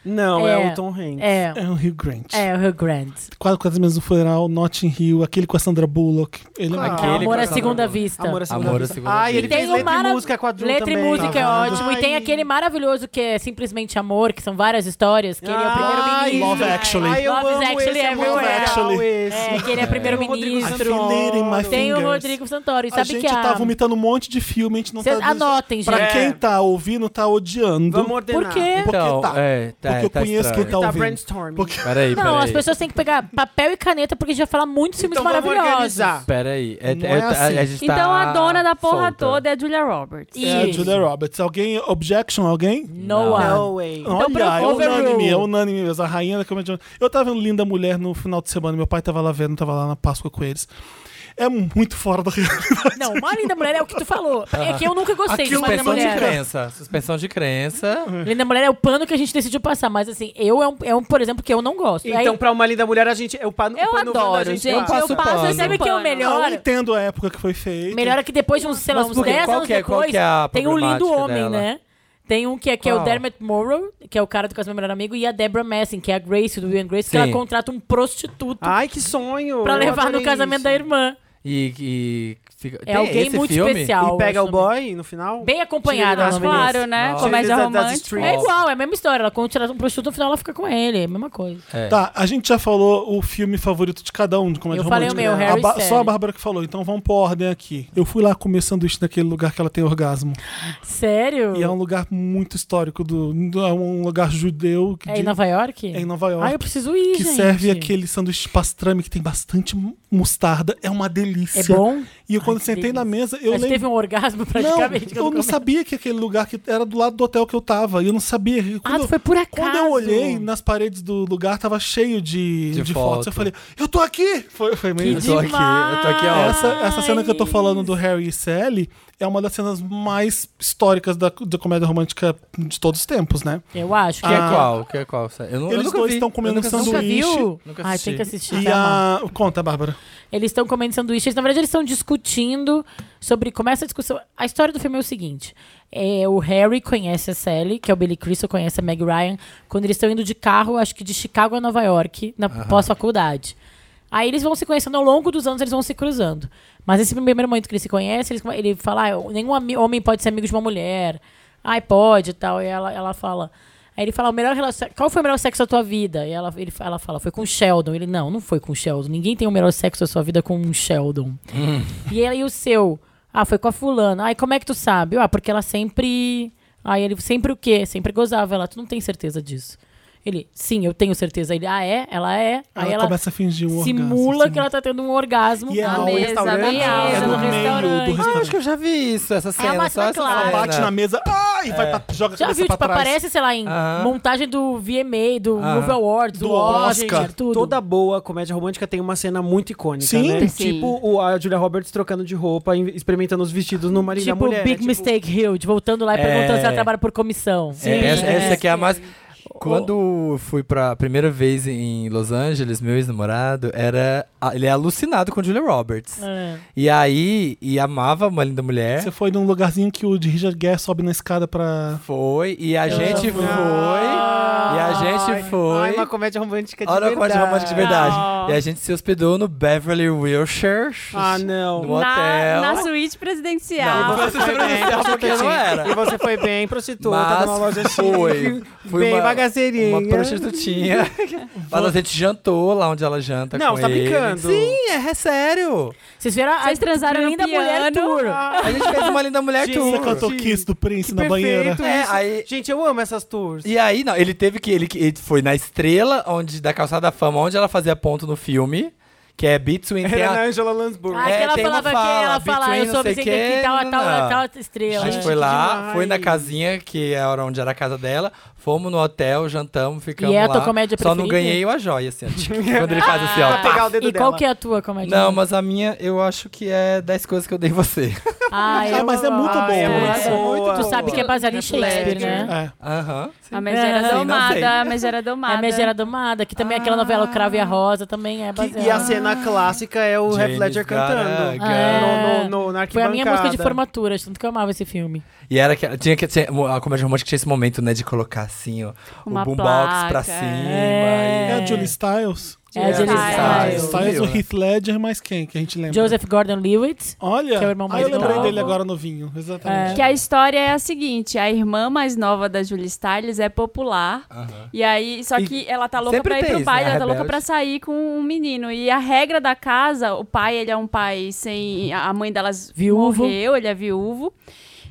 Speaker 2: Não, é.
Speaker 4: É.
Speaker 2: o Tom Hanks.
Speaker 4: É,
Speaker 1: É o Hugh Grant.
Speaker 4: é o Hugh Grant.
Speaker 1: Quatro Quatro Meses no Funeral, Notting Hill, aquele com a Sandra Bullock. Ele é
Speaker 2: Ah,
Speaker 1: aquele-
Speaker 2: Ele
Speaker 4: Amor
Speaker 2: com
Speaker 4: à
Speaker 2: essa
Speaker 4: Segunda
Speaker 2: novela.
Speaker 4: Vista.
Speaker 2: Amor à segunda
Speaker 1: né?
Speaker 5: Amor à
Speaker 2: vista.
Speaker 5: segunda
Speaker 2: Ah,
Speaker 5: vista.
Speaker 2: ele
Speaker 4: E
Speaker 2: fez
Speaker 4: tem o
Speaker 2: letra
Speaker 4: mara-
Speaker 2: e música com a Drew
Speaker 4: Letra
Speaker 2: também. Tá
Speaker 4: e música é
Speaker 2: Ai.
Speaker 4: ótimo. E tem aquele maravilhoso que é simplesmente amor, que são várias histórias, que ele é o primeiro
Speaker 2: Ai,
Speaker 4: ministro.
Speaker 1: Love Actually.
Speaker 2: Ai, eu
Speaker 4: Love
Speaker 2: amo
Speaker 4: Actually
Speaker 2: esse,
Speaker 4: é
Speaker 2: muito
Speaker 4: muito
Speaker 2: legal
Speaker 1: Actually.
Speaker 2: esse.
Speaker 4: É, que ele é primeiro-ministro.
Speaker 1: I feel it in my
Speaker 4: um Tem o
Speaker 1: fingers.
Speaker 4: Rodrigo Santoro. E
Speaker 1: A
Speaker 4: sabe
Speaker 1: gente
Speaker 4: que é a...
Speaker 1: tá vomitando um monte de filme, a gente não
Speaker 4: Cês
Speaker 1: tá...
Speaker 4: anotem, gente.
Speaker 1: Pra
Speaker 2: É.
Speaker 1: quem tá ouvindo, tá odiando.
Speaker 2: Vamos ordenar.
Speaker 4: É. Por quê?
Speaker 1: Porque
Speaker 5: Então,
Speaker 1: tá.
Speaker 5: é, tá,
Speaker 1: Porque eu
Speaker 5: tá
Speaker 1: conheço
Speaker 5: estranho.
Speaker 1: quem tá
Speaker 2: Tá
Speaker 1: ouvindo.
Speaker 2: brainstorming.
Speaker 1: Porque-
Speaker 5: Peraí, peraí.
Speaker 4: Não, as pessoas têm que pegar papel e caneta porque a gente vai falar muitos filmes
Speaker 2: Então vamos
Speaker 4: maravilhosos.
Speaker 2: organizar.
Speaker 5: Peraí. É,
Speaker 1: Não
Speaker 5: é-
Speaker 1: é assim.
Speaker 5: a, a gente tá
Speaker 3: Então a dona da porra
Speaker 5: solta.
Speaker 3: toda é a Julia Roberts.
Speaker 4: E-
Speaker 1: É a Julia Roberts. Alguém... Objection, alguém?
Speaker 4: No one.
Speaker 2: No way.
Speaker 1: Olha, é
Speaker 4: Então pronto,
Speaker 1: unânime,
Speaker 4: overrule.
Speaker 1: é unânime mesmo. A rainha da comédia. Eu tava vendo Linda Mulher no final de semana, meu pai tava lá vendo, tava lá na Páscoa com eles. É muito fora da realidade.
Speaker 4: Não, uma linda mulher é o que tu falou. É que eu nunca gostei de
Speaker 1: Aquilo
Speaker 4: uma linda
Speaker 5: Suspensão de
Speaker 4: mulher.
Speaker 5: crença. Suspensão de crença.
Speaker 4: Linda mulher é o pano que a gente decidiu passar, mas assim, eu é um, é um por exemplo, que eu não gosto. Aí-
Speaker 2: Então, pra uma linda mulher, a gente. Eu, pano,
Speaker 3: Eu
Speaker 2: o pano
Speaker 3: adoro,
Speaker 2: da
Speaker 3: gente.
Speaker 2: gente.
Speaker 3: Eu
Speaker 2: passa.
Speaker 3: passo,
Speaker 5: passo pano.
Speaker 3: sempre
Speaker 4: Sabe que é o melhor?
Speaker 1: Eu
Speaker 4: Olha.
Speaker 1: entendo a época que foi feita.
Speaker 4: Melhor é que depois de uns, sei lá,
Speaker 5: Mas
Speaker 4: uns
Speaker 5: por quê?
Speaker 4: 10
Speaker 5: Qual
Speaker 4: anos
Speaker 5: que é- qual
Speaker 4: depois,
Speaker 5: que é a
Speaker 4: tem um lindo
Speaker 5: problemática
Speaker 4: homem,
Speaker 5: dela?
Speaker 4: né? Tem um que é, que é o
Speaker 5: Qual?
Speaker 4: Dermot Morrow, que é o cara do Caso do Meu Melhor Amigo, e a Deborah Messing, que é a Grace do Will and Grace, que
Speaker 5: Sim.
Speaker 4: ela contrata um prostituto
Speaker 2: Ai, que sonho.
Speaker 4: pra
Speaker 2: eu
Speaker 4: levar no
Speaker 2: adorei
Speaker 4: casamento
Speaker 2: isso.
Speaker 4: da irmã.
Speaker 5: E. e fica-
Speaker 4: É
Speaker 5: tem
Speaker 4: alguém
Speaker 5: esse
Speaker 4: muito
Speaker 5: filme?
Speaker 4: especial.
Speaker 2: E pega
Speaker 4: eu
Speaker 2: o
Speaker 4: acho
Speaker 2: boy no final?
Speaker 4: Bem acompanhada,
Speaker 2: Tira
Speaker 4: o
Speaker 2: as
Speaker 4: nome
Speaker 2: claras.
Speaker 4: dele.
Speaker 3: Claro, né?
Speaker 5: Nossa.
Speaker 3: Comédia
Speaker 2: Tira das
Speaker 3: romântica.
Speaker 2: streets.
Speaker 4: É igual, é a mesma história. Ela contrata um prostituto, no final ela fica com ele. É a mesma coisa.
Speaker 5: É.
Speaker 1: Tá, a gente já falou o filme favorito de cada um de comédia
Speaker 4: Eu falei
Speaker 1: romântica.
Speaker 4: o meu,
Speaker 1: A
Speaker 4: Harry
Speaker 1: Ba-
Speaker 4: Sally.
Speaker 1: Só a Bárbara que falou, então vamos por ordem aqui. Eu fui lá comer sanduíche naquele lugar que ela tem orgasmo.
Speaker 4: Sério?
Speaker 1: E é um lugar muito histórico do. É um lugar judeu que
Speaker 4: É
Speaker 1: de-
Speaker 4: em Nova York?
Speaker 1: é em Nova York.
Speaker 4: Ah, eu preciso ir,
Speaker 1: que
Speaker 4: gente.
Speaker 1: serve aquele sanduíche pastrame que tem bastante mu- mostarda. É uma delícia.
Speaker 4: É bom?
Speaker 1: E eu, quando
Speaker 4: Ai, que
Speaker 1: sentei na mesa, eu
Speaker 4: Mas
Speaker 1: lembro.
Speaker 4: teve um orgasmo
Speaker 1: Não,
Speaker 4: praticamente.
Speaker 1: eu não sabia que aquele lugar que era do lado do hotel que eu tava. E eu não sabia. E
Speaker 4: Ah,
Speaker 1: Quando,
Speaker 4: tu
Speaker 1: eu-
Speaker 4: foi por acaso.
Speaker 1: quando eu olhei né? nas paredes do lugar, tava cheio de, de,
Speaker 5: De
Speaker 1: fotos.
Speaker 5: foto.
Speaker 1: Eu falei, eu tô aqui! Foi, foi meio.
Speaker 5: Eu tô aqui, eu tô aqui, ó.
Speaker 1: Essa, essa cena que eu tô falando do Harry e Sally é uma das cenas mais históricas da, da comédia romântica de todos os tempos, né?
Speaker 4: Eu acho que
Speaker 5: Que é
Speaker 4: é
Speaker 5: qual? Que é qual? Eu não, eu
Speaker 1: Eles
Speaker 5: nunca
Speaker 1: dois
Speaker 5: vi.
Speaker 1: estão
Speaker 5: Eu
Speaker 1: comendo
Speaker 5: nunca assisti.
Speaker 4: Nunca
Speaker 1: sanduíche.
Speaker 4: viu?
Speaker 5: Nunca
Speaker 4: Ai,
Speaker 5: assisti.
Speaker 4: tem que assistir.
Speaker 1: E
Speaker 4: vai amar.
Speaker 1: a. Conta, Bárbara.
Speaker 4: Eles estão comendo sanduíches. Na verdade, eles estão discutindo sobre. Começa a discussão. A história do filme é o seguinte: é, o Harry conhece a Sally, que é o Billy Crystal, conhece a Meg Ryan, quando eles estão indo de carro, acho que de Chicago a Nova York, na pós-faculdade. Aí eles vão se conhecendo ao longo dos anos, eles vão se cruzando. Mas esse primeiro momento que eles se conhecem, eles come- ele fala: ah, eu- nenhum ami- homem pode ser amigo de uma mulher. Ai, pode e tal. E ela, ela fala. Aí ele fala, o melhor relacion... qual foi o melhor sexo da tua vida? E ela, ele, ela fala, foi com o Sheldon. Ele, não, não foi com o Sheldon. Ninguém tem o melhor sexo da sua vida com um Sheldon. E aí o seu? Ah, foi com a fulana. Ai, como é que tu sabe? Eu, Ah, porque ela sempre... Aí ele, sempre o quê? Sempre gozava. Ela, tu não tem certeza disso. Ele, sim, eu tenho certeza. Ele, ah, é? Ela é?
Speaker 1: Ela,
Speaker 4: Aí ela,
Speaker 1: começa a fingir um
Speaker 4: simula
Speaker 1: orgasmo. assim, né?
Speaker 4: que ela tá tendo um orgasmo.
Speaker 1: E é ela
Speaker 4: na
Speaker 1: ao
Speaker 4: mesa,
Speaker 2: restaurante?
Speaker 4: na mesa,
Speaker 2: É do
Speaker 4: no
Speaker 2: meio do
Speaker 4: restaurante.
Speaker 1: restaurante.
Speaker 5: Ah, acho que eu já vi isso, essa cena.
Speaker 4: É uma
Speaker 5: só essa
Speaker 4: claro.
Speaker 1: Ela
Speaker 5: cena.
Speaker 1: bate na mesa ah, e vai pra, joga a
Speaker 4: Já
Speaker 1: cabeça
Speaker 4: viu, tipo,
Speaker 1: pra trás.
Speaker 4: aparece, sei lá, em
Speaker 5: Aham.
Speaker 4: montagem do VMA, do
Speaker 5: Aham.
Speaker 4: Movie Awards, do,
Speaker 1: Do
Speaker 4: Oscar,
Speaker 1: Oscar.
Speaker 4: tudo.
Speaker 2: Toda boa comédia romântica tem uma cena muito icônica,
Speaker 1: Sim.
Speaker 2: né?
Speaker 3: Sim.
Speaker 2: Tipo o, a Julia Roberts trocando de roupa, em- experimentando os vestidos no marido
Speaker 4: Tipo,
Speaker 2: da mulher.
Speaker 4: Big
Speaker 2: tipo,
Speaker 4: Mistake Huge, voltando lá e perguntando
Speaker 5: É.
Speaker 4: se ela trabalha por comissão.
Speaker 5: É, essa,
Speaker 4: É.
Speaker 5: essa aqui é a mais. Quando eu fui pra primeira vez em Los Angeles, meu ex-namorado era. a- Ele é alucinado com Julia Roberts.
Speaker 4: É.
Speaker 5: E aí, e amava uma linda mulher.
Speaker 1: Você foi num lugarzinho que o de Richard Gere sobe na escada pra.
Speaker 5: Foi, e a gente
Speaker 4: amo.
Speaker 5: foi. E a
Speaker 2: ai,
Speaker 5: gente
Speaker 2: Ai,
Speaker 5: foi.
Speaker 2: uma comédia romântica de
Speaker 5: Olha a
Speaker 2: verdade.
Speaker 5: comédia romântica de verdade.
Speaker 3: Ah.
Speaker 5: E a gente se hospedou no Beverly Wilshire.
Speaker 2: Ah, não.
Speaker 5: No hotel.
Speaker 3: Na, na suíte
Speaker 5: Não,
Speaker 3: presidencial.
Speaker 5: não
Speaker 2: Você foi bem
Speaker 5: porque não era.
Speaker 2: E você foi bem prostituta numa loja
Speaker 5: Mas foi.
Speaker 2: chique,
Speaker 5: Foi
Speaker 2: bem
Speaker 5: uma,
Speaker 2: bagaceirinha.
Speaker 5: Uma prostitutinha.
Speaker 2: [LAUGHS]
Speaker 5: Mas a gente jantou lá onde ela janta
Speaker 2: Não,
Speaker 5: com
Speaker 2: você tá
Speaker 5: ele.
Speaker 2: brincando.
Speaker 5: Sim, é, é sério.
Speaker 4: Vocês viram a
Speaker 3: Vocês transaram no
Speaker 4: linda mulher
Speaker 3: piano?
Speaker 4: tour.
Speaker 2: É, Ah,
Speaker 5: A gente fez uma linda mulher
Speaker 2: Gente,
Speaker 1: Você
Speaker 5: tour.
Speaker 1: cantou
Speaker 2: Sim.
Speaker 1: Kiss do Prince
Speaker 2: Que
Speaker 1: na banheira.
Speaker 2: perfeito
Speaker 5: É,
Speaker 2: isso.
Speaker 5: aí-
Speaker 2: Gente, eu amo essas tours.
Speaker 5: E aí, não, ele teve que. Ele, ele foi na estrela onde, da calçada da fama, onde ela fazia ponto no filme. que é Between. tem
Speaker 2: Era na
Speaker 5: a-
Speaker 2: Angela Lansbury.
Speaker 4: Ah,
Speaker 5: É,
Speaker 4: que ela
Speaker 5: tem uma
Speaker 4: falava que
Speaker 5: fala,
Speaker 4: ela fala,
Speaker 5: between
Speaker 4: eu sou
Speaker 5: não sei
Speaker 4: Vicente aqui,
Speaker 5: quem,
Speaker 4: tal, tal,
Speaker 5: nanana.
Speaker 4: tal, estrela.
Speaker 5: A gente
Speaker 2: Gente,
Speaker 5: foi lá,
Speaker 2: demais.
Speaker 5: foi na casinha, que era onde era a casa dela, fomos no hotel, jantamos, ficamos
Speaker 4: E é a
Speaker 5: lá.
Speaker 4: tua comédia
Speaker 5: Só não
Speaker 4: preferida?
Speaker 5: ganhei a joia, assim, ó,
Speaker 2: [LAUGHS]
Speaker 5: tic, quando ele faz assim,
Speaker 2: Pra
Speaker 5: ó.
Speaker 2: pegar o dedo
Speaker 4: E qual
Speaker 2: dela.
Speaker 4: que é a tua comédia?
Speaker 5: Não, mas a minha, eu acho que é 10 coisas que eu dei você.
Speaker 4: Ah,
Speaker 1: Ah,
Speaker 4: eu...
Speaker 1: mas é muito
Speaker 2: Ah,
Speaker 1: bom.
Speaker 2: é
Speaker 1: né?
Speaker 2: muito boa.
Speaker 4: Tu sabe que é baseado em Shakespeare, né?
Speaker 1: É.
Speaker 5: Aham.
Speaker 3: A Megera
Speaker 4: Não, não
Speaker 5: sei.
Speaker 3: Domada, a Megera Domada.
Speaker 4: É Megera Domada, que também é aquela novela O
Speaker 3: Ah.
Speaker 4: Cravo e a Rosa, também é
Speaker 2: Que-
Speaker 4: baseada.
Speaker 2: e a cena clássica é o Heath
Speaker 5: James
Speaker 2: Ledger cantando.
Speaker 5: Gallagher.
Speaker 4: Ah,
Speaker 2: No, no, no, na
Speaker 4: Foi é. a minha música de
Speaker 2: arquibancada.
Speaker 4: formatura, tanto que eu amava esse filme.
Speaker 5: E era que tinha que tinha, a comédia romântica tinha esse momento, né, de colocar assim, ó,
Speaker 3: Uma
Speaker 5: o boombox pra
Speaker 3: placa,
Speaker 5: cima.
Speaker 1: É
Speaker 4: é.
Speaker 5: e-
Speaker 1: a Julie Styles.
Speaker 4: É a Julie
Speaker 5: Ah,
Speaker 1: Styles,
Speaker 5: eu
Speaker 4: Stiles.
Speaker 1: Styles, o
Speaker 5: vi, né?
Speaker 1: Heath Ledger, mais quem que a gente lembra?
Speaker 4: Joseph Gordon-Lewitt.
Speaker 1: Olha,
Speaker 4: que é o irmão
Speaker 1: ah, eu
Speaker 4: mais
Speaker 1: lembrei
Speaker 4: novo.
Speaker 1: dele agora novinho, exatamente.
Speaker 3: Que a história é a seguinte: a irmã mais nova da Julie Stiles é popular.
Speaker 5: Aham.
Speaker 3: E aí, só
Speaker 5: E
Speaker 3: que ela tá louca
Speaker 5: sempre
Speaker 3: pra ir
Speaker 5: tem
Speaker 3: pro
Speaker 5: isso,
Speaker 3: baile,
Speaker 5: né,
Speaker 3: ela tá louca
Speaker 5: rebelde.
Speaker 3: pra sair com um menino. E a regra da casa, o pai, ele é um pai sem. A mãe delas
Speaker 4: Viúvo.
Speaker 3: morreu, ele é viúvo.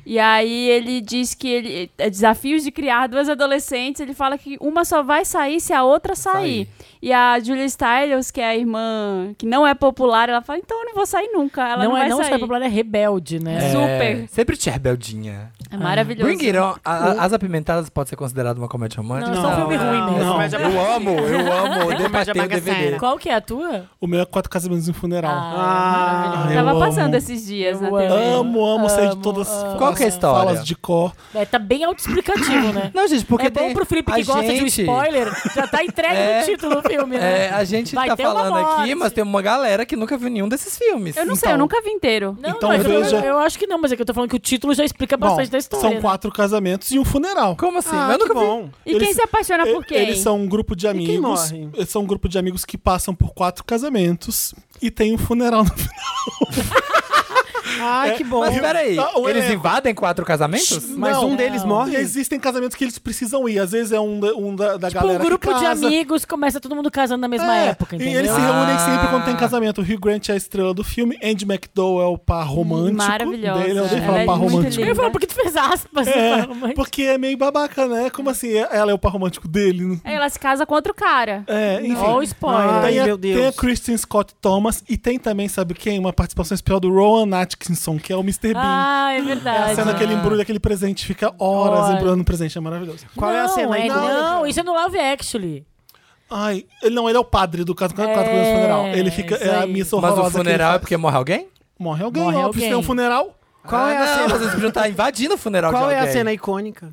Speaker 3: E aí ele diz que ele. é Desafios de criar duas adolescentes, ele fala que uma só vai sair se a outra sair.
Speaker 5: Sair.
Speaker 3: E a Julie Stiles, que é a irmã que não é popular, ela fala, então eu não vou sair nunca. Ela não,
Speaker 4: não
Speaker 3: vai
Speaker 4: é não
Speaker 3: sair.
Speaker 4: Sky Popular, é rebelde, né?
Speaker 5: É,
Speaker 3: Super.
Speaker 5: sempre tinha rebeldinha.
Speaker 3: É maravilhoso.
Speaker 5: Bring It On, a- a- As Apimentadas pode ser considerado uma comédia romântica?
Speaker 4: Não, é só um filme ruim mesmo.
Speaker 1: Não.
Speaker 2: Comédia
Speaker 5: Eu amo, eu amo. Eu
Speaker 2: Comédia
Speaker 5: debatei o DVD.
Speaker 2: bagaceira.
Speaker 4: Qual que é a tua?
Speaker 1: O meu é Quatro Casamentos e um Funeral.
Speaker 4: Ah,
Speaker 1: Eu
Speaker 3: Tava
Speaker 1: amo.
Speaker 3: passando esses dias
Speaker 4: Eu
Speaker 3: na TV.
Speaker 1: Amo, amo sair de
Speaker 4: Amo,
Speaker 1: todas
Speaker 4: amo.
Speaker 1: as
Speaker 5: Qual que é a
Speaker 1: as
Speaker 5: história?
Speaker 1: falas de cor.
Speaker 4: é, tá bem
Speaker 1: [LAUGHS]
Speaker 4: autoexplicativo, né?
Speaker 5: Não, gente, porque
Speaker 4: é bom
Speaker 5: tem-
Speaker 4: pro Felipe que
Speaker 5: a
Speaker 4: gosta de um
Speaker 5: gente-
Speaker 4: spoiler, já
Speaker 1: [LAUGHS]
Speaker 4: tá entregue
Speaker 5: É.
Speaker 4: no título do filme, né?
Speaker 5: É, a gente
Speaker 4: Vai
Speaker 5: tá
Speaker 4: ter uma
Speaker 5: falando aqui,
Speaker 4: morte.
Speaker 5: mas tem uma galera que nunca viu nenhum desses filmes.
Speaker 3: Eu não sei, eu
Speaker 5: Então,
Speaker 3: nunca vi inteiro.
Speaker 4: Não,
Speaker 1: Então
Speaker 4: mas eu,
Speaker 1: veja-
Speaker 4: eu acho que não, mas é que eu tô falando que o título já explica
Speaker 1: Bom,
Speaker 4: bastante da história. né?
Speaker 1: são quatro casamentos e um funeral.
Speaker 5: Como assim?
Speaker 2: Ah,
Speaker 5: eu
Speaker 2: que
Speaker 5: nunca vi.
Speaker 2: bom.
Speaker 3: E
Speaker 1: Eles-
Speaker 3: quem se apaixona
Speaker 4: é
Speaker 3: por
Speaker 1: E-
Speaker 3: quem?
Speaker 1: Eles são um grupo de
Speaker 2: quem
Speaker 1: amigos.
Speaker 2: morre?
Speaker 1: Eles são um grupo de amigos que passam por quatro casamentos e tem um funeral no final.
Speaker 2: Ai, que bom.
Speaker 5: É, Mas peraí,
Speaker 1: Ah, o
Speaker 5: eles
Speaker 1: elenco.
Speaker 5: invadem quatro casamentos?
Speaker 2: Mas
Speaker 1: Não.
Speaker 2: um deles morre?
Speaker 1: Existem casamentos que eles precisam ir. Às vezes é um da, um da, da
Speaker 4: Tipo,
Speaker 1: galera.
Speaker 4: um grupo
Speaker 1: que
Speaker 4: de
Speaker 1: casa.
Speaker 4: amigos começa todo mundo casando na mesma
Speaker 1: É,
Speaker 4: época,
Speaker 1: E
Speaker 4: entendeu?
Speaker 1: eles se
Speaker 5: Ah.
Speaker 1: reúnem sempre quando tem casamento. O Hugh Grant é a estrela do filme, Andy McDowell é o par romântico.
Speaker 3: Maravilhosa.
Speaker 1: Dele, eu odeio
Speaker 3: Ela
Speaker 1: falar
Speaker 3: é
Speaker 1: par
Speaker 3: muito
Speaker 1: romântico.
Speaker 4: Eu ia falar, um por que tu fez
Speaker 1: É,
Speaker 4: aspas? [LAUGHS] Mas-
Speaker 1: porque é meio babaca, né? Como assim? Ela é o par romântico dele?
Speaker 3: Aí ela se casa com outro cara.
Speaker 1: É, enfim. é
Speaker 4: Ó, o spoiler.
Speaker 2: Ai,
Speaker 1: tem,
Speaker 2: meu
Speaker 1: a,
Speaker 2: Deus.
Speaker 1: tem a Kristen Scott Thomas e tem também, sabe quem? Uma participação especial do Rowan Atkinson, que é o Mr. Bean.
Speaker 4: Ah, é
Speaker 1: a
Speaker 4: verdade.
Speaker 1: cena que ele embrulha aquele presente, fica horas
Speaker 4: Olha.
Speaker 1: embrulhando o presente, é maravilhoso.
Speaker 2: Qual é a
Speaker 4: Não,
Speaker 2: cena?
Speaker 4: é-
Speaker 2: Então,
Speaker 4: não, isso é no Love Actually.
Speaker 1: Ai, ele não, ele é o padre do caso quatro
Speaker 4: É,
Speaker 1: Coisas do funeral. Ele fica,
Speaker 4: isso
Speaker 1: é a
Speaker 4: aí.
Speaker 1: missa
Speaker 5: Mas
Speaker 1: horrorosa.
Speaker 5: o
Speaker 1: que ele
Speaker 5: funeral é
Speaker 1: faz.
Speaker 5: porque morre alguém?
Speaker 1: morre alguém,
Speaker 4: Morre
Speaker 1: óbvio, se tem um
Speaker 4: alguém.
Speaker 1: funeral
Speaker 2: Qual é a
Speaker 5: ah, não,
Speaker 2: cena?
Speaker 5: Mas eles podiam estar invadindo o funeral de
Speaker 2: Qual é
Speaker 5: alguém.
Speaker 2: a cena icônica?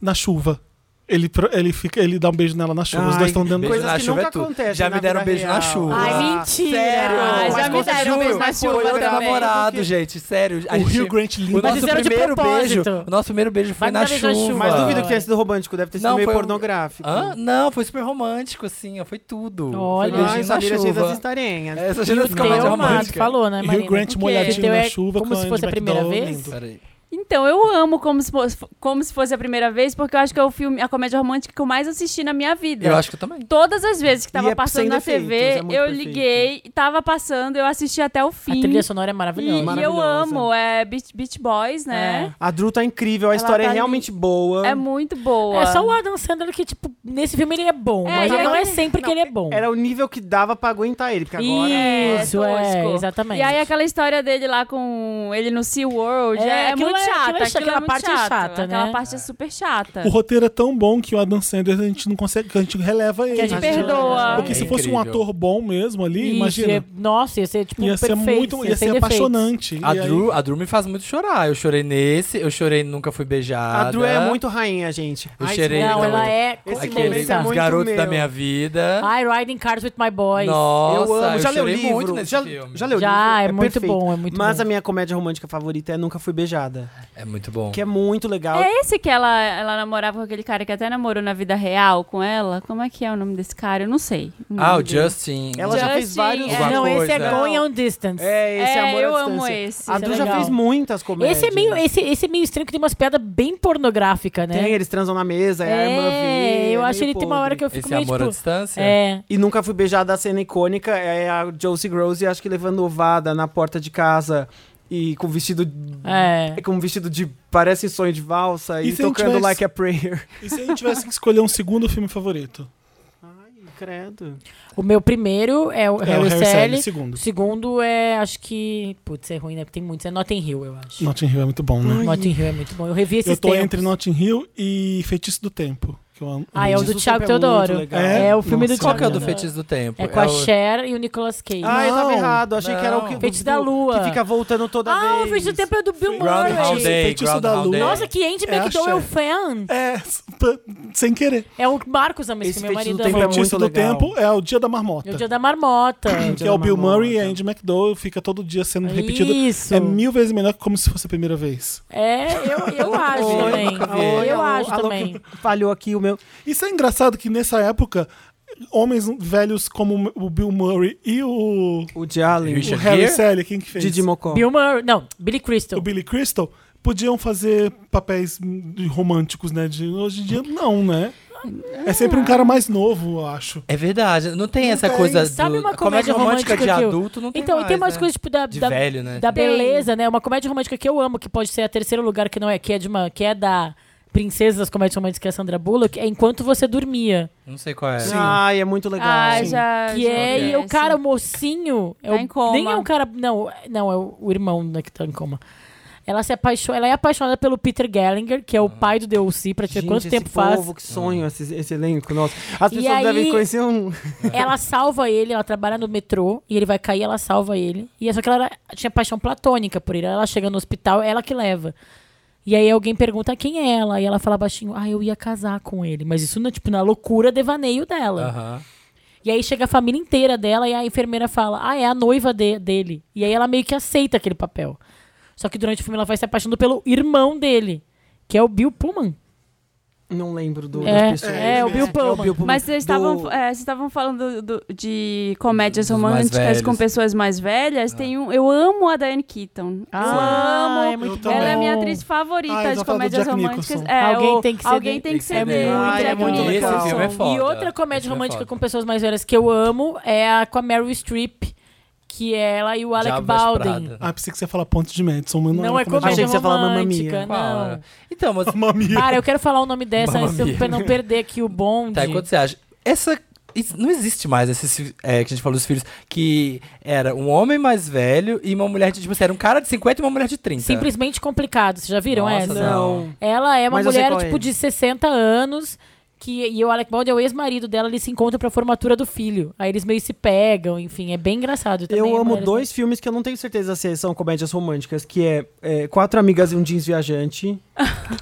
Speaker 1: na chuva. Ele, pro- ele, fica, ele dá um beijo nela na chuva. Os
Speaker 2: Ai,
Speaker 1: dois estão dentro do
Speaker 5: beijo
Speaker 2: Coisas
Speaker 5: na
Speaker 2: que
Speaker 5: chuva
Speaker 2: nunca
Speaker 5: é tudo.
Speaker 2: acontecem
Speaker 5: Já
Speaker 2: na
Speaker 5: me deram
Speaker 2: vida
Speaker 5: beijo na
Speaker 2: real.
Speaker 5: chuva.
Speaker 4: Ai,
Speaker 2: Ah,
Speaker 4: mentira.
Speaker 5: Sério?
Speaker 3: Ai, já
Speaker 5: Mas
Speaker 3: me deram
Speaker 5: juro,
Speaker 3: beijo na
Speaker 5: Foi
Speaker 3: chuva
Speaker 5: meu
Speaker 2: é
Speaker 3: também.
Speaker 5: namorado, gente, sério. A
Speaker 1: O
Speaker 5: gente-
Speaker 1: Hugh Grant
Speaker 5: O
Speaker 1: lindo.
Speaker 4: Mas
Speaker 5: nosso
Speaker 4: isso era de
Speaker 5: primeiro beijo,
Speaker 4: propósito.
Speaker 5: o nosso primeiro beijo foi
Speaker 4: Vai
Speaker 5: na
Speaker 4: dar beijo na
Speaker 5: chuva.
Speaker 4: chuva.
Speaker 2: Mas duvido que
Speaker 4: Ah.
Speaker 2: tenha sido romântico, deve ter sido
Speaker 5: Não,
Speaker 2: meio
Speaker 5: foi um-
Speaker 2: pornográfico.
Speaker 5: Hã? Não, foi super romântico, assim, ó, foi tudo.
Speaker 4: Olha.
Speaker 5: foi
Speaker 2: Ai,
Speaker 5: beijinho na
Speaker 2: Samira cheia das
Speaker 5: chuva.
Speaker 2: historinhas.
Speaker 5: É, Essa geração
Speaker 4: Teu
Speaker 5: de
Speaker 2: um
Speaker 5: comédia
Speaker 4: amado,
Speaker 5: romântica.
Speaker 4: falou, né,
Speaker 1: Hugh
Speaker 4: Marina?
Speaker 1: Grant
Speaker 4: Por quê?
Speaker 1: molhadinho
Speaker 4: Teu
Speaker 1: na
Speaker 4: é
Speaker 1: chuva
Speaker 4: Como
Speaker 1: com
Speaker 4: se
Speaker 1: a
Speaker 4: fosse a
Speaker 1: Andy
Speaker 4: primeira
Speaker 1: McDowell,
Speaker 4: vez?
Speaker 1: lindo.
Speaker 5: Peraí.
Speaker 3: Então, eu amo como se, fosse, como se fosse a primeira vez, porque eu acho que é o filme, a comédia romântica que eu mais assisti na minha vida.
Speaker 5: Eu acho que eu também.
Speaker 3: Todas as vezes que tava
Speaker 2: é
Speaker 3: passando
Speaker 2: sem
Speaker 3: na
Speaker 2: defeitos,
Speaker 3: TV,
Speaker 2: é muito
Speaker 3: eu
Speaker 2: perfeito.
Speaker 3: liguei, tava passando, eu assisti até o
Speaker 4: A
Speaker 3: fim.
Speaker 4: trilha sonora é
Speaker 3: e,
Speaker 4: maravilhosa. É.
Speaker 3: e eu
Speaker 2: Maravilhosa.
Speaker 3: amo, é Beach, Beach Boys, né?
Speaker 2: A Drew tá incrível, a
Speaker 3: Ela
Speaker 2: história
Speaker 3: tá
Speaker 2: é
Speaker 3: ali.
Speaker 2: realmente boa.
Speaker 3: É. muito boa.
Speaker 4: É só o Adam Sandler que, tipo, nesse filme ele é bom,
Speaker 3: É,
Speaker 4: mas
Speaker 3: e
Speaker 4: não
Speaker 3: aí-
Speaker 4: é sempre que ele é bom.
Speaker 2: Era o nível que dava pra aguentar ele, porque agora...
Speaker 3: É,
Speaker 4: Isso, é,
Speaker 3: tosco.
Speaker 4: exatamente.
Speaker 3: E aí aquela história dele lá com ele no Sea World
Speaker 4: É,
Speaker 3: é,
Speaker 4: aquilo
Speaker 3: muito
Speaker 4: é-
Speaker 3: chata.
Speaker 4: aquilo é-
Speaker 3: aquilo é
Speaker 4: aquela
Speaker 3: muito
Speaker 4: parte é
Speaker 3: chato.
Speaker 4: chata,
Speaker 3: Aquela
Speaker 4: né?
Speaker 3: parte é super chata.
Speaker 1: O roteiro é tão bom que o Adam Sandler a gente não consegue, que a gente releva ele.
Speaker 4: Que a gente
Speaker 3: gente perdoa.
Speaker 1: Porque se
Speaker 5: É
Speaker 1: fosse um
Speaker 5: incrível.
Speaker 1: ator bom mesmo ali,
Speaker 4: Isso, ia-
Speaker 1: imagina.
Speaker 4: nossa, ia ser, tipo,
Speaker 1: Ia ser
Speaker 4: perfeito,
Speaker 1: muito, ia
Speaker 4: sem
Speaker 1: ser
Speaker 4: defeitos.
Speaker 1: apaixonante.
Speaker 5: A
Speaker 1: E aí-
Speaker 5: Drew, a Drew me faz muito chorar. Eu chorei nesse, eu chorei no Nunca Fui Beijada.
Speaker 2: A Drew é muito rainha, gente.
Speaker 5: Eu
Speaker 2: Ai,
Speaker 5: cheirei
Speaker 2: isso-
Speaker 4: Não,
Speaker 5: Ele
Speaker 4: ela
Speaker 5: tá
Speaker 4: é
Speaker 2: Esse
Speaker 5: Aquele,
Speaker 2: momento é
Speaker 4: complexa.
Speaker 5: os
Speaker 2: muito
Speaker 5: garotos
Speaker 2: meu.
Speaker 5: da minha vida.
Speaker 4: I Riding Cars With My Boys.
Speaker 5: Nossa,
Speaker 2: eu amo.
Speaker 5: eu
Speaker 2: já leu o
Speaker 5: chorei
Speaker 2: livro?
Speaker 5: muito nesse
Speaker 2: já,
Speaker 5: filme.
Speaker 2: já leu o
Speaker 4: Já,
Speaker 2: livro?
Speaker 4: é muito
Speaker 2: perfeito.
Speaker 4: bom, é muito
Speaker 2: Mas
Speaker 4: bom.
Speaker 2: a minha comédia romântica favorita é Nunca Fui Beijada,
Speaker 5: É muito bom.
Speaker 2: que é muito legal.
Speaker 3: É esse que ela, ela namorava com aquele cara que até namorou na vida real com ela? Como é que é o nome desse cara? Eu não sei. Hum. nome
Speaker 5: Ah, o
Speaker 3: dele.
Speaker 5: Justin.
Speaker 2: Ela já fez
Speaker 3: Justin,
Speaker 2: vários...
Speaker 3: é.
Speaker 4: Não, esse é
Speaker 5: coisa.
Speaker 4: Going on Distance.
Speaker 2: É, esse
Speaker 3: É,
Speaker 2: amor
Speaker 3: eu
Speaker 2: à
Speaker 3: amo
Speaker 2: distância.
Speaker 3: esse.
Speaker 2: A
Speaker 4: Esse é
Speaker 2: Drew já
Speaker 4: legal.
Speaker 2: fez muitas comédias.
Speaker 4: Esse é, meio, esse, esse é meio estranho que tem umas piadas bem pornográficas, né?
Speaker 2: Tem, eles transam na mesa, é, a irmã vê,
Speaker 4: eu
Speaker 2: é
Speaker 4: acho
Speaker 2: meio
Speaker 4: ele tem uma hora
Speaker 2: podre.
Speaker 4: que eu fico
Speaker 5: Esse
Speaker 4: meio,
Speaker 5: amor à
Speaker 4: tipo...
Speaker 5: distância?
Speaker 4: É.
Speaker 2: E nunca fui beijada a cena icônica é a Josie Grosse, acho que levando ovada na porta de casa e com vestido
Speaker 4: É.
Speaker 2: com um vestido de parece sonho de valsa e,
Speaker 1: E se a gente
Speaker 2: tocando
Speaker 1: tivesse-
Speaker 2: Like a Prayer.
Speaker 1: E se a gente tivesse que escolher um segundo filme favorito?
Speaker 2: Credo.
Speaker 4: O meu primeiro é o
Speaker 1: É,
Speaker 4: Harry
Speaker 1: o Harry Sally,
Speaker 4: Sally.
Speaker 1: segundo.
Speaker 4: O segundo é, acho que. Putz, é ruim, né? Porque tem muitos. É Notting Hill, eu acho.
Speaker 1: Notting Hill é muito bom, né?
Speaker 4: Notting Hill é muito bom. Eu revi esses
Speaker 1: Eu tô
Speaker 4: tempos.
Speaker 1: entre Notting Hill e Feitiço do Tempo. Que eu amo.
Speaker 4: Ah, é o
Speaker 2: Isso
Speaker 4: do
Speaker 2: sempre
Speaker 4: Thiago
Speaker 2: é muito
Speaker 4: Teodoro.
Speaker 2: legal.
Speaker 4: É? o filme
Speaker 1: Nossa,
Speaker 4: do
Speaker 5: Qual
Speaker 4: Thiago
Speaker 5: que é o do
Speaker 4: Teodoro.
Speaker 5: Feitiço do Tempo?
Speaker 4: É com a
Speaker 5: o-
Speaker 4: Cher e o Nicolas Cage.
Speaker 1: Ah,
Speaker 2: Ah, eu tava
Speaker 1: não.
Speaker 2: errado. Achei que era o que.
Speaker 1: Não.
Speaker 4: Feitiço da Lua.
Speaker 2: Que fica voltando toda
Speaker 4: ah, o
Speaker 2: vez.
Speaker 4: Feitiço do Tempo é do Bill
Speaker 5: Groundhog
Speaker 4: Murray.
Speaker 5: Day,
Speaker 1: Feitiço da
Speaker 5: Groundhog
Speaker 1: Lua.
Speaker 5: Day.
Speaker 4: Nossa, que Andy
Speaker 1: É a
Speaker 4: McDowell
Speaker 1: Cher.
Speaker 4: fan.
Speaker 1: É, [LAUGHS] p- sem querer.
Speaker 4: É o Marcos ama esse
Speaker 2: Esse
Speaker 4: meu
Speaker 2: Feitiço
Speaker 4: marido.
Speaker 2: do
Speaker 4: ama.
Speaker 2: Tempo é muito
Speaker 1: Feitiço do
Speaker 2: legal.
Speaker 1: Tempo é o Dia da
Speaker 4: É o
Speaker 1: Marmota.
Speaker 4: dia da marmota.
Speaker 1: Que é o Bill
Speaker 2: Marmota.
Speaker 1: Murray e a Andy McDowell fica todo dia sendo repetido.
Speaker 4: Isso.
Speaker 1: É mil vezes melhor que como se fosse a primeira vez.
Speaker 4: É, eu, eu acho
Speaker 5: Oi,
Speaker 4: também.
Speaker 5: nunca vi ele.
Speaker 4: Eu
Speaker 2: Alô,
Speaker 4: acho
Speaker 2: alô,
Speaker 4: também.
Speaker 2: que Falhou aqui o meu.
Speaker 1: Isso é engraçado que nessa época, homens velhos como o Bill Murray e o,
Speaker 2: O Jalen.
Speaker 1: o
Speaker 5: Richard
Speaker 1: Harry
Speaker 5: Gere?
Speaker 1: Sally, quem que fez?
Speaker 2: Didi Mocó.
Speaker 4: Bill Murray. Não, Billy Crystal.
Speaker 1: o Billy Crystal, podiam fazer papéis de românticos, né? De, hoje em dia, não, né? É sempre um cara mais novo, eu acho.
Speaker 5: É verdade, não tem essa
Speaker 1: tem.
Speaker 5: coisa.
Speaker 4: Sabe
Speaker 5: do-
Speaker 4: uma
Speaker 5: a
Speaker 4: comédia romântica
Speaker 5: de
Speaker 4: que eu-
Speaker 5: adulto não tem
Speaker 4: Então,
Speaker 5: mais,
Speaker 4: e tem umas
Speaker 5: né?
Speaker 4: coisas tipo da,
Speaker 5: De
Speaker 4: da,
Speaker 5: velho, né?
Speaker 4: da
Speaker 3: Tem.
Speaker 4: beleza, né? Uma comédia romântica que eu amo, que pode ser a terceiro lugar que não é, que é de uma, que é da princesa das comédias românticas, que é a Sandra Bullock, é Enquanto Você Dormia.
Speaker 5: Não sei qual é.
Speaker 2: Ai, é muito legal.
Speaker 3: Ah,
Speaker 2: Sim.
Speaker 3: já.
Speaker 4: Que
Speaker 3: já
Speaker 4: é, e
Speaker 3: conheço.
Speaker 4: o cara, o mocinho. É
Speaker 3: Tá
Speaker 4: o,
Speaker 3: em coma.
Speaker 4: Nem é o cara. Não, não, é o, o irmão né, que tá em coma. Ela se apaixona, ela é apaixonada pelo Peter Gallagher, que é o pai do DLC, pra te ver
Speaker 2: Gente,
Speaker 4: quanto
Speaker 2: esse
Speaker 4: tempo faz.
Speaker 2: povo, que sonho esse, esse elenco, nossa. As
Speaker 4: E
Speaker 2: pessoas devem
Speaker 4: aí-
Speaker 2: conhecer um. [LAUGHS]
Speaker 4: Ela salva ele, ela trabalha no metrô e ele vai cair, ela salva ele. E é só que ela era- tinha paixão platônica por ele. Ela chega no hospital, ela que leva. E aí alguém pergunta quem é ela, e ela fala baixinho: "Ah, eu ia casar com ele". Mas isso na tipo na loucura devaneio dela.
Speaker 5: Aham.
Speaker 4: E aí chega a família inteira dela e a enfermeira fala: "Ah, é a noiva de- dele". E aí ela meio que aceita aquele papel. Só que durante o filme ela vai se apaixonando pelo irmão dele, que é o Bill Pullman.
Speaker 2: Não lembro do, das
Speaker 4: É,
Speaker 2: pessoas.
Speaker 4: é, o Bill Pullman.
Speaker 3: Mas vocês
Speaker 2: do-
Speaker 3: estavam é, vocês estavam falando do- de comédias
Speaker 5: Dos mais
Speaker 3: românticas
Speaker 5: velhos.
Speaker 3: com pessoas mais velhas. Tem um, eu amo a Diane Keaton. eu amo.
Speaker 4: é
Speaker 1: Eu
Speaker 4: muito bom.
Speaker 3: Ela é a minha atriz
Speaker 1: Ah,
Speaker 3: favorita
Speaker 1: então
Speaker 3: de
Speaker 1: fala do
Speaker 3: comédias
Speaker 1: Jack
Speaker 3: românticas.
Speaker 1: Nicholson.
Speaker 3: É,
Speaker 4: Alguém
Speaker 3: o-
Speaker 4: tem que ser
Speaker 3: alguém
Speaker 4: dele.
Speaker 3: tem que ser
Speaker 5: Tem que ser
Speaker 3: dele.
Speaker 5: dele.
Speaker 2: Ah,
Speaker 3: Jack
Speaker 2: é muito
Speaker 3: Nicholson.
Speaker 2: legal.
Speaker 5: Esse filme é foda.
Speaker 4: E outra
Speaker 5: Esse
Speaker 4: comédia
Speaker 5: filme é
Speaker 4: romântica
Speaker 5: foda.
Speaker 4: com pessoas mais velhas que eu amo é a com a Meryl Streep, que é ela e o Alec
Speaker 5: Diabas
Speaker 4: Baldwin.
Speaker 5: Prada.
Speaker 1: Ah, pensei que você ia falar ponto de Madison, mas não,
Speaker 4: Não, é comédia
Speaker 2: Achei que você ia falar Mamma
Speaker 4: romântica,
Speaker 2: Mia.
Speaker 5: Qual
Speaker 4: não.
Speaker 5: era? Então, mas
Speaker 1: Mamia.
Speaker 4: Cara, eu quero falar o nome dessa
Speaker 5: Mamma
Speaker 4: antes de eu-
Speaker 5: Mia.
Speaker 4: pra não perder aqui o bonde.
Speaker 5: Tá, e quando você acha? Essa. isso não existe mais esses é, que a gente falou dos filhos. Que era um homem mais velho e uma mulher de. Tipo assim, era um cara de 50 e uma mulher de 30.
Speaker 4: Simplesmente complicado, vocês já viram
Speaker 5: Nossa,
Speaker 4: essa?
Speaker 5: Não.
Speaker 2: Não.
Speaker 4: Ela é uma
Speaker 2: Mas eu sei
Speaker 4: mulher,
Speaker 2: qual é.
Speaker 4: tipo, de 60 anos. Que, e o Alec Baldwin é o ex-marido dela, eles se encontram pra formatura do filho. Aí eles meio se pegam, enfim, é bem engraçado. também,
Speaker 2: Eu
Speaker 4: a
Speaker 2: amo
Speaker 4: mulher- é
Speaker 2: dois filmes que eu não tenho certeza se são comédias românticas, que é, é, Quatro Amigas e um Jeans Viajante.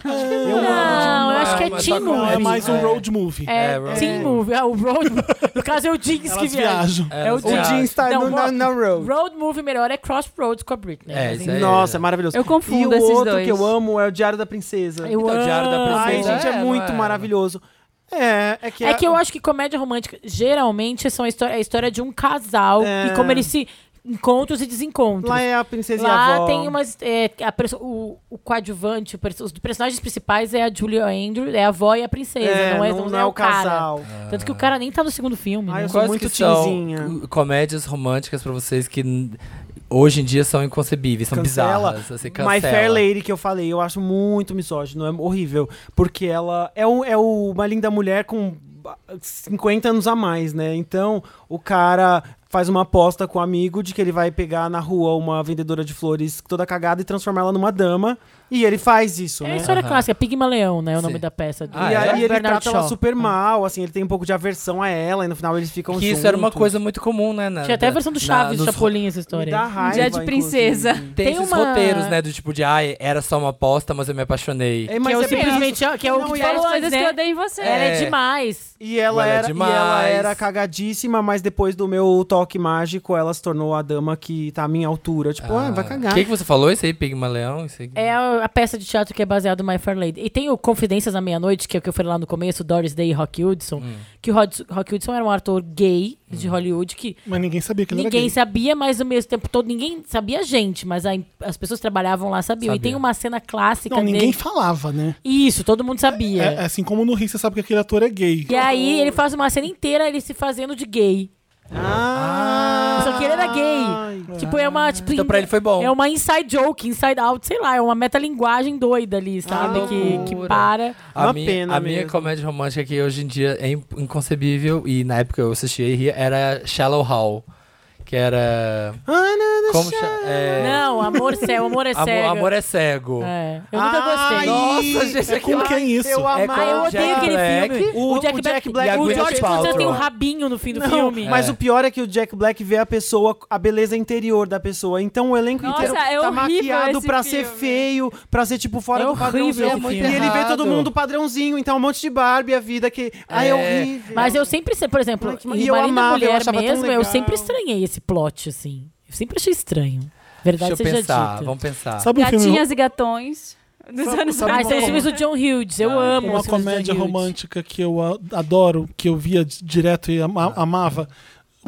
Speaker 2: eu
Speaker 4: Não, eu acho que é
Speaker 5: mas
Speaker 4: Teen
Speaker 5: só com-
Speaker 1: Não, é
Speaker 4: Movie.
Speaker 1: mais um
Speaker 5: É.
Speaker 1: road movie.
Speaker 4: É,
Speaker 5: É, Road
Speaker 4: Teen
Speaker 5: Movie.
Speaker 4: Movie. Ah, o Road No caso, é o Jeans que
Speaker 1: Elas
Speaker 4: viaja.
Speaker 1: viajam.
Speaker 5: Era
Speaker 4: É o
Speaker 5: um
Speaker 2: O
Speaker 4: Jeans.
Speaker 5: teatro.
Speaker 2: Jeans tá
Speaker 4: Não,
Speaker 2: no, na, na road.
Speaker 4: Road Movie melhor é Crossroads com a Britney.
Speaker 5: É,
Speaker 4: assim.
Speaker 5: isso aí.
Speaker 2: Nossa, é maravilhoso.
Speaker 3: Eu
Speaker 2: e o
Speaker 3: confundo esses
Speaker 2: outro
Speaker 3: dois.
Speaker 2: que eu amo é o Diário da Princesa.
Speaker 4: Eu
Speaker 5: Então, Diário da
Speaker 4: amo.
Speaker 2: Ai,
Speaker 5: Princesa.
Speaker 2: gente, é,
Speaker 5: é,
Speaker 2: muito
Speaker 5: não é?
Speaker 2: maravilhoso. É, é que
Speaker 4: É que eu acho que comédia romântica, geralmente, são a história, é a história de um casal
Speaker 2: É.
Speaker 4: e como eles se encontram e desencontram.
Speaker 2: Lá é a princesa e a
Speaker 4: Lá
Speaker 2: avó.
Speaker 4: tem umas. é, a perso- o, o coadjuvante, o perso- os personagens principais é a Julia Andrews, é a avó e a princesa.
Speaker 2: É,
Speaker 4: não, é, não, é o cara.
Speaker 2: casal.
Speaker 4: Tanto que o cara nem tá no segundo filme.
Speaker 2: Ai,
Speaker 4: né?
Speaker 2: eu sou
Speaker 5: Quais
Speaker 2: muito
Speaker 5: que são
Speaker 2: teenzinha.
Speaker 5: co- comédias românticas pra vocês que n- hoje em dia são inconcebíveis, são
Speaker 2: Cancela.
Speaker 5: bizarras. Assim,
Speaker 2: My
Speaker 5: cancela.
Speaker 2: Fair Lady, que eu falei, eu acho muito misógino, é horrível. Porque ela é, um, é o- uma linda mulher com 50 anos a mais, né? Então, o cara faz uma aposta com o amigo de que ele vai pegar na rua uma vendedora de flores toda cagada e transformar ela numa dama. E ele faz isso,
Speaker 4: É
Speaker 2: né?
Speaker 4: a história
Speaker 5: Aham.
Speaker 4: clássica, Pigma Leão, né? É o
Speaker 5: Sim.
Speaker 4: nome da peça. Do
Speaker 5: Ah,
Speaker 2: e
Speaker 5: é?
Speaker 2: aí ele
Speaker 4: Bernard
Speaker 2: trata ela
Speaker 4: Shaw.
Speaker 2: super mal, assim, ele tem um pouco de aversão a ela e no final eles ficam
Speaker 5: Que isso era uma coisa muito comum, né? na-
Speaker 4: Tinha até a versão do Chaves,
Speaker 5: nos-
Speaker 4: Chapolin, essa
Speaker 2: Me
Speaker 4: história.
Speaker 2: dá raiva,
Speaker 3: Dia de princesa.
Speaker 2: inclusive.
Speaker 5: Tem,
Speaker 4: Tem
Speaker 5: esses
Speaker 4: uma-
Speaker 5: roteiros, né? Do tipo de, ah, era só uma aposta, mas eu me apaixonei.
Speaker 2: É, mas
Speaker 4: que é o
Speaker 2: é bem
Speaker 4: simplesmente. Que é o
Speaker 2: Não,
Speaker 4: que
Speaker 2: e
Speaker 4: tu
Speaker 3: As
Speaker 4: falou
Speaker 3: coisas
Speaker 4: antes,
Speaker 3: que eu
Speaker 4: né?
Speaker 3: odeio em você.
Speaker 4: Ela é
Speaker 5: É.
Speaker 4: demais.
Speaker 2: E ela,
Speaker 5: Ela é
Speaker 2: era, e ela
Speaker 5: demais.
Speaker 2: era cagadíssima, mas depois do meu toque mágico, ela se tornou a dama que tá à minha altura. Tipo, ah, vai cagar.
Speaker 5: O que, que você falou? Isso aí, Pigmaleão? Isso aí...
Speaker 4: É a a peça de teatro que é baseada no My Fair Lady. E tem o Confidências à Meia-Noite, que é o que eu falei lá no começo, Doris Day e Rock Hudson.
Speaker 5: Hum.
Speaker 4: Que o Rod- Rock Hudson era um ator gay de Hollywood que
Speaker 1: Mas ninguém sabia que ele
Speaker 4: ninguém
Speaker 1: era gay.
Speaker 4: sabia, mas ao mesmo tempo todo ninguém sabia a gente, mas a im- as pessoas que trabalhavam lá sabiam. E
Speaker 5: Sabia.
Speaker 4: tem uma cena clássica
Speaker 1: Não, ninguém
Speaker 4: dele.
Speaker 1: falava, né?
Speaker 4: Isso, todo mundo sabia.
Speaker 1: É, assim como no Rio você sabe que aquele ator é gay.
Speaker 4: E aí ele faz uma cena inteira ele se fazendo de gay.
Speaker 2: Ah,
Speaker 4: Só que ele era
Speaker 1: Ah.
Speaker 4: gay.
Speaker 2: Ai,
Speaker 4: Tipo, é uma. Tipo,
Speaker 5: Então pra ele foi bom.
Speaker 4: É uma inside joke, inside out, sei lá, é uma metalinguagem doida ali, sabe?
Speaker 2: Ah,
Speaker 4: que, que
Speaker 5: loucura.
Speaker 4: para.
Speaker 5: A
Speaker 2: Uma
Speaker 5: minha,
Speaker 2: pena
Speaker 5: a minha
Speaker 2: mesmo.
Speaker 5: comédia romântica que hoje em dia é in- inconcebível e na época eu assistia e ria era Shallow Hall. Que era.
Speaker 2: Ah, não, não,
Speaker 5: Como
Speaker 2: xa-
Speaker 5: cha- é,
Speaker 4: Não, amor céu, amor é
Speaker 5: amor,
Speaker 4: cego.
Speaker 5: amor é cego.
Speaker 4: É, Eu nunca
Speaker 2: Ai,
Speaker 4: gostei.
Speaker 5: Nossa, gente,
Speaker 1: É como
Speaker 5: aquilo-
Speaker 1: que é isso?
Speaker 2: Eu
Speaker 5: É
Speaker 2: amava.
Speaker 5: com
Speaker 4: eu odeio
Speaker 5: Jack
Speaker 4: aquele
Speaker 5: Black.
Speaker 4: filme.
Speaker 2: O- o Jack Black
Speaker 5: e a
Speaker 4: o
Speaker 5: Gwyneth
Speaker 4: George Clooney
Speaker 5: Paltrow.
Speaker 4: tem um rabinho no fim do
Speaker 2: Não,
Speaker 4: filme.
Speaker 2: Mas
Speaker 5: É.
Speaker 2: o pior é que o Jack Black vê a pessoa, a beleza interior da pessoa. Então o elenco
Speaker 3: Nossa,
Speaker 2: inteiro
Speaker 3: é
Speaker 2: tá
Speaker 3: horrível
Speaker 2: maquiado
Speaker 3: esse
Speaker 2: pra ser
Speaker 3: filme.
Speaker 2: feio, pra ser tipo fora
Speaker 4: É
Speaker 2: do
Speaker 4: horrível
Speaker 2: padrãozinho.
Speaker 4: esse
Speaker 2: e
Speaker 4: filme.
Speaker 2: ele vê todo
Speaker 5: Errado.
Speaker 2: mundo padrãozinho, então um monte de Barbie, a vida que. Ai, é
Speaker 5: É.
Speaker 2: horrível.
Speaker 4: Mas eu sempre, por exemplo,
Speaker 2: Ai, que-
Speaker 4: em
Speaker 2: e eu
Speaker 4: Marido da
Speaker 2: amava, eu
Speaker 4: Mulher
Speaker 2: achava tão
Speaker 4: mesmo, eu
Speaker 2: legal.
Speaker 4: sempre estranhei esse plot, assim. Eu sempre achei estranho. Verdade
Speaker 5: Deixa eu
Speaker 4: seja
Speaker 5: pensar,
Speaker 4: dita.
Speaker 5: vamos pensar.
Speaker 2: é
Speaker 1: Sabe um filme
Speaker 3: Gatinhas e gatões. Dos
Speaker 1: Sabe-
Speaker 3: anos
Speaker 1: sabe
Speaker 2: Tá
Speaker 4: Ah,
Speaker 1: uma
Speaker 4: são os
Speaker 1: com-
Speaker 4: filmes do John Hughes. Eu amo
Speaker 1: uma
Speaker 4: os filmes do John
Speaker 1: comédia
Speaker 4: Hughes.
Speaker 1: romântica que eu a- adoro, que eu via d- direto e ama- amava,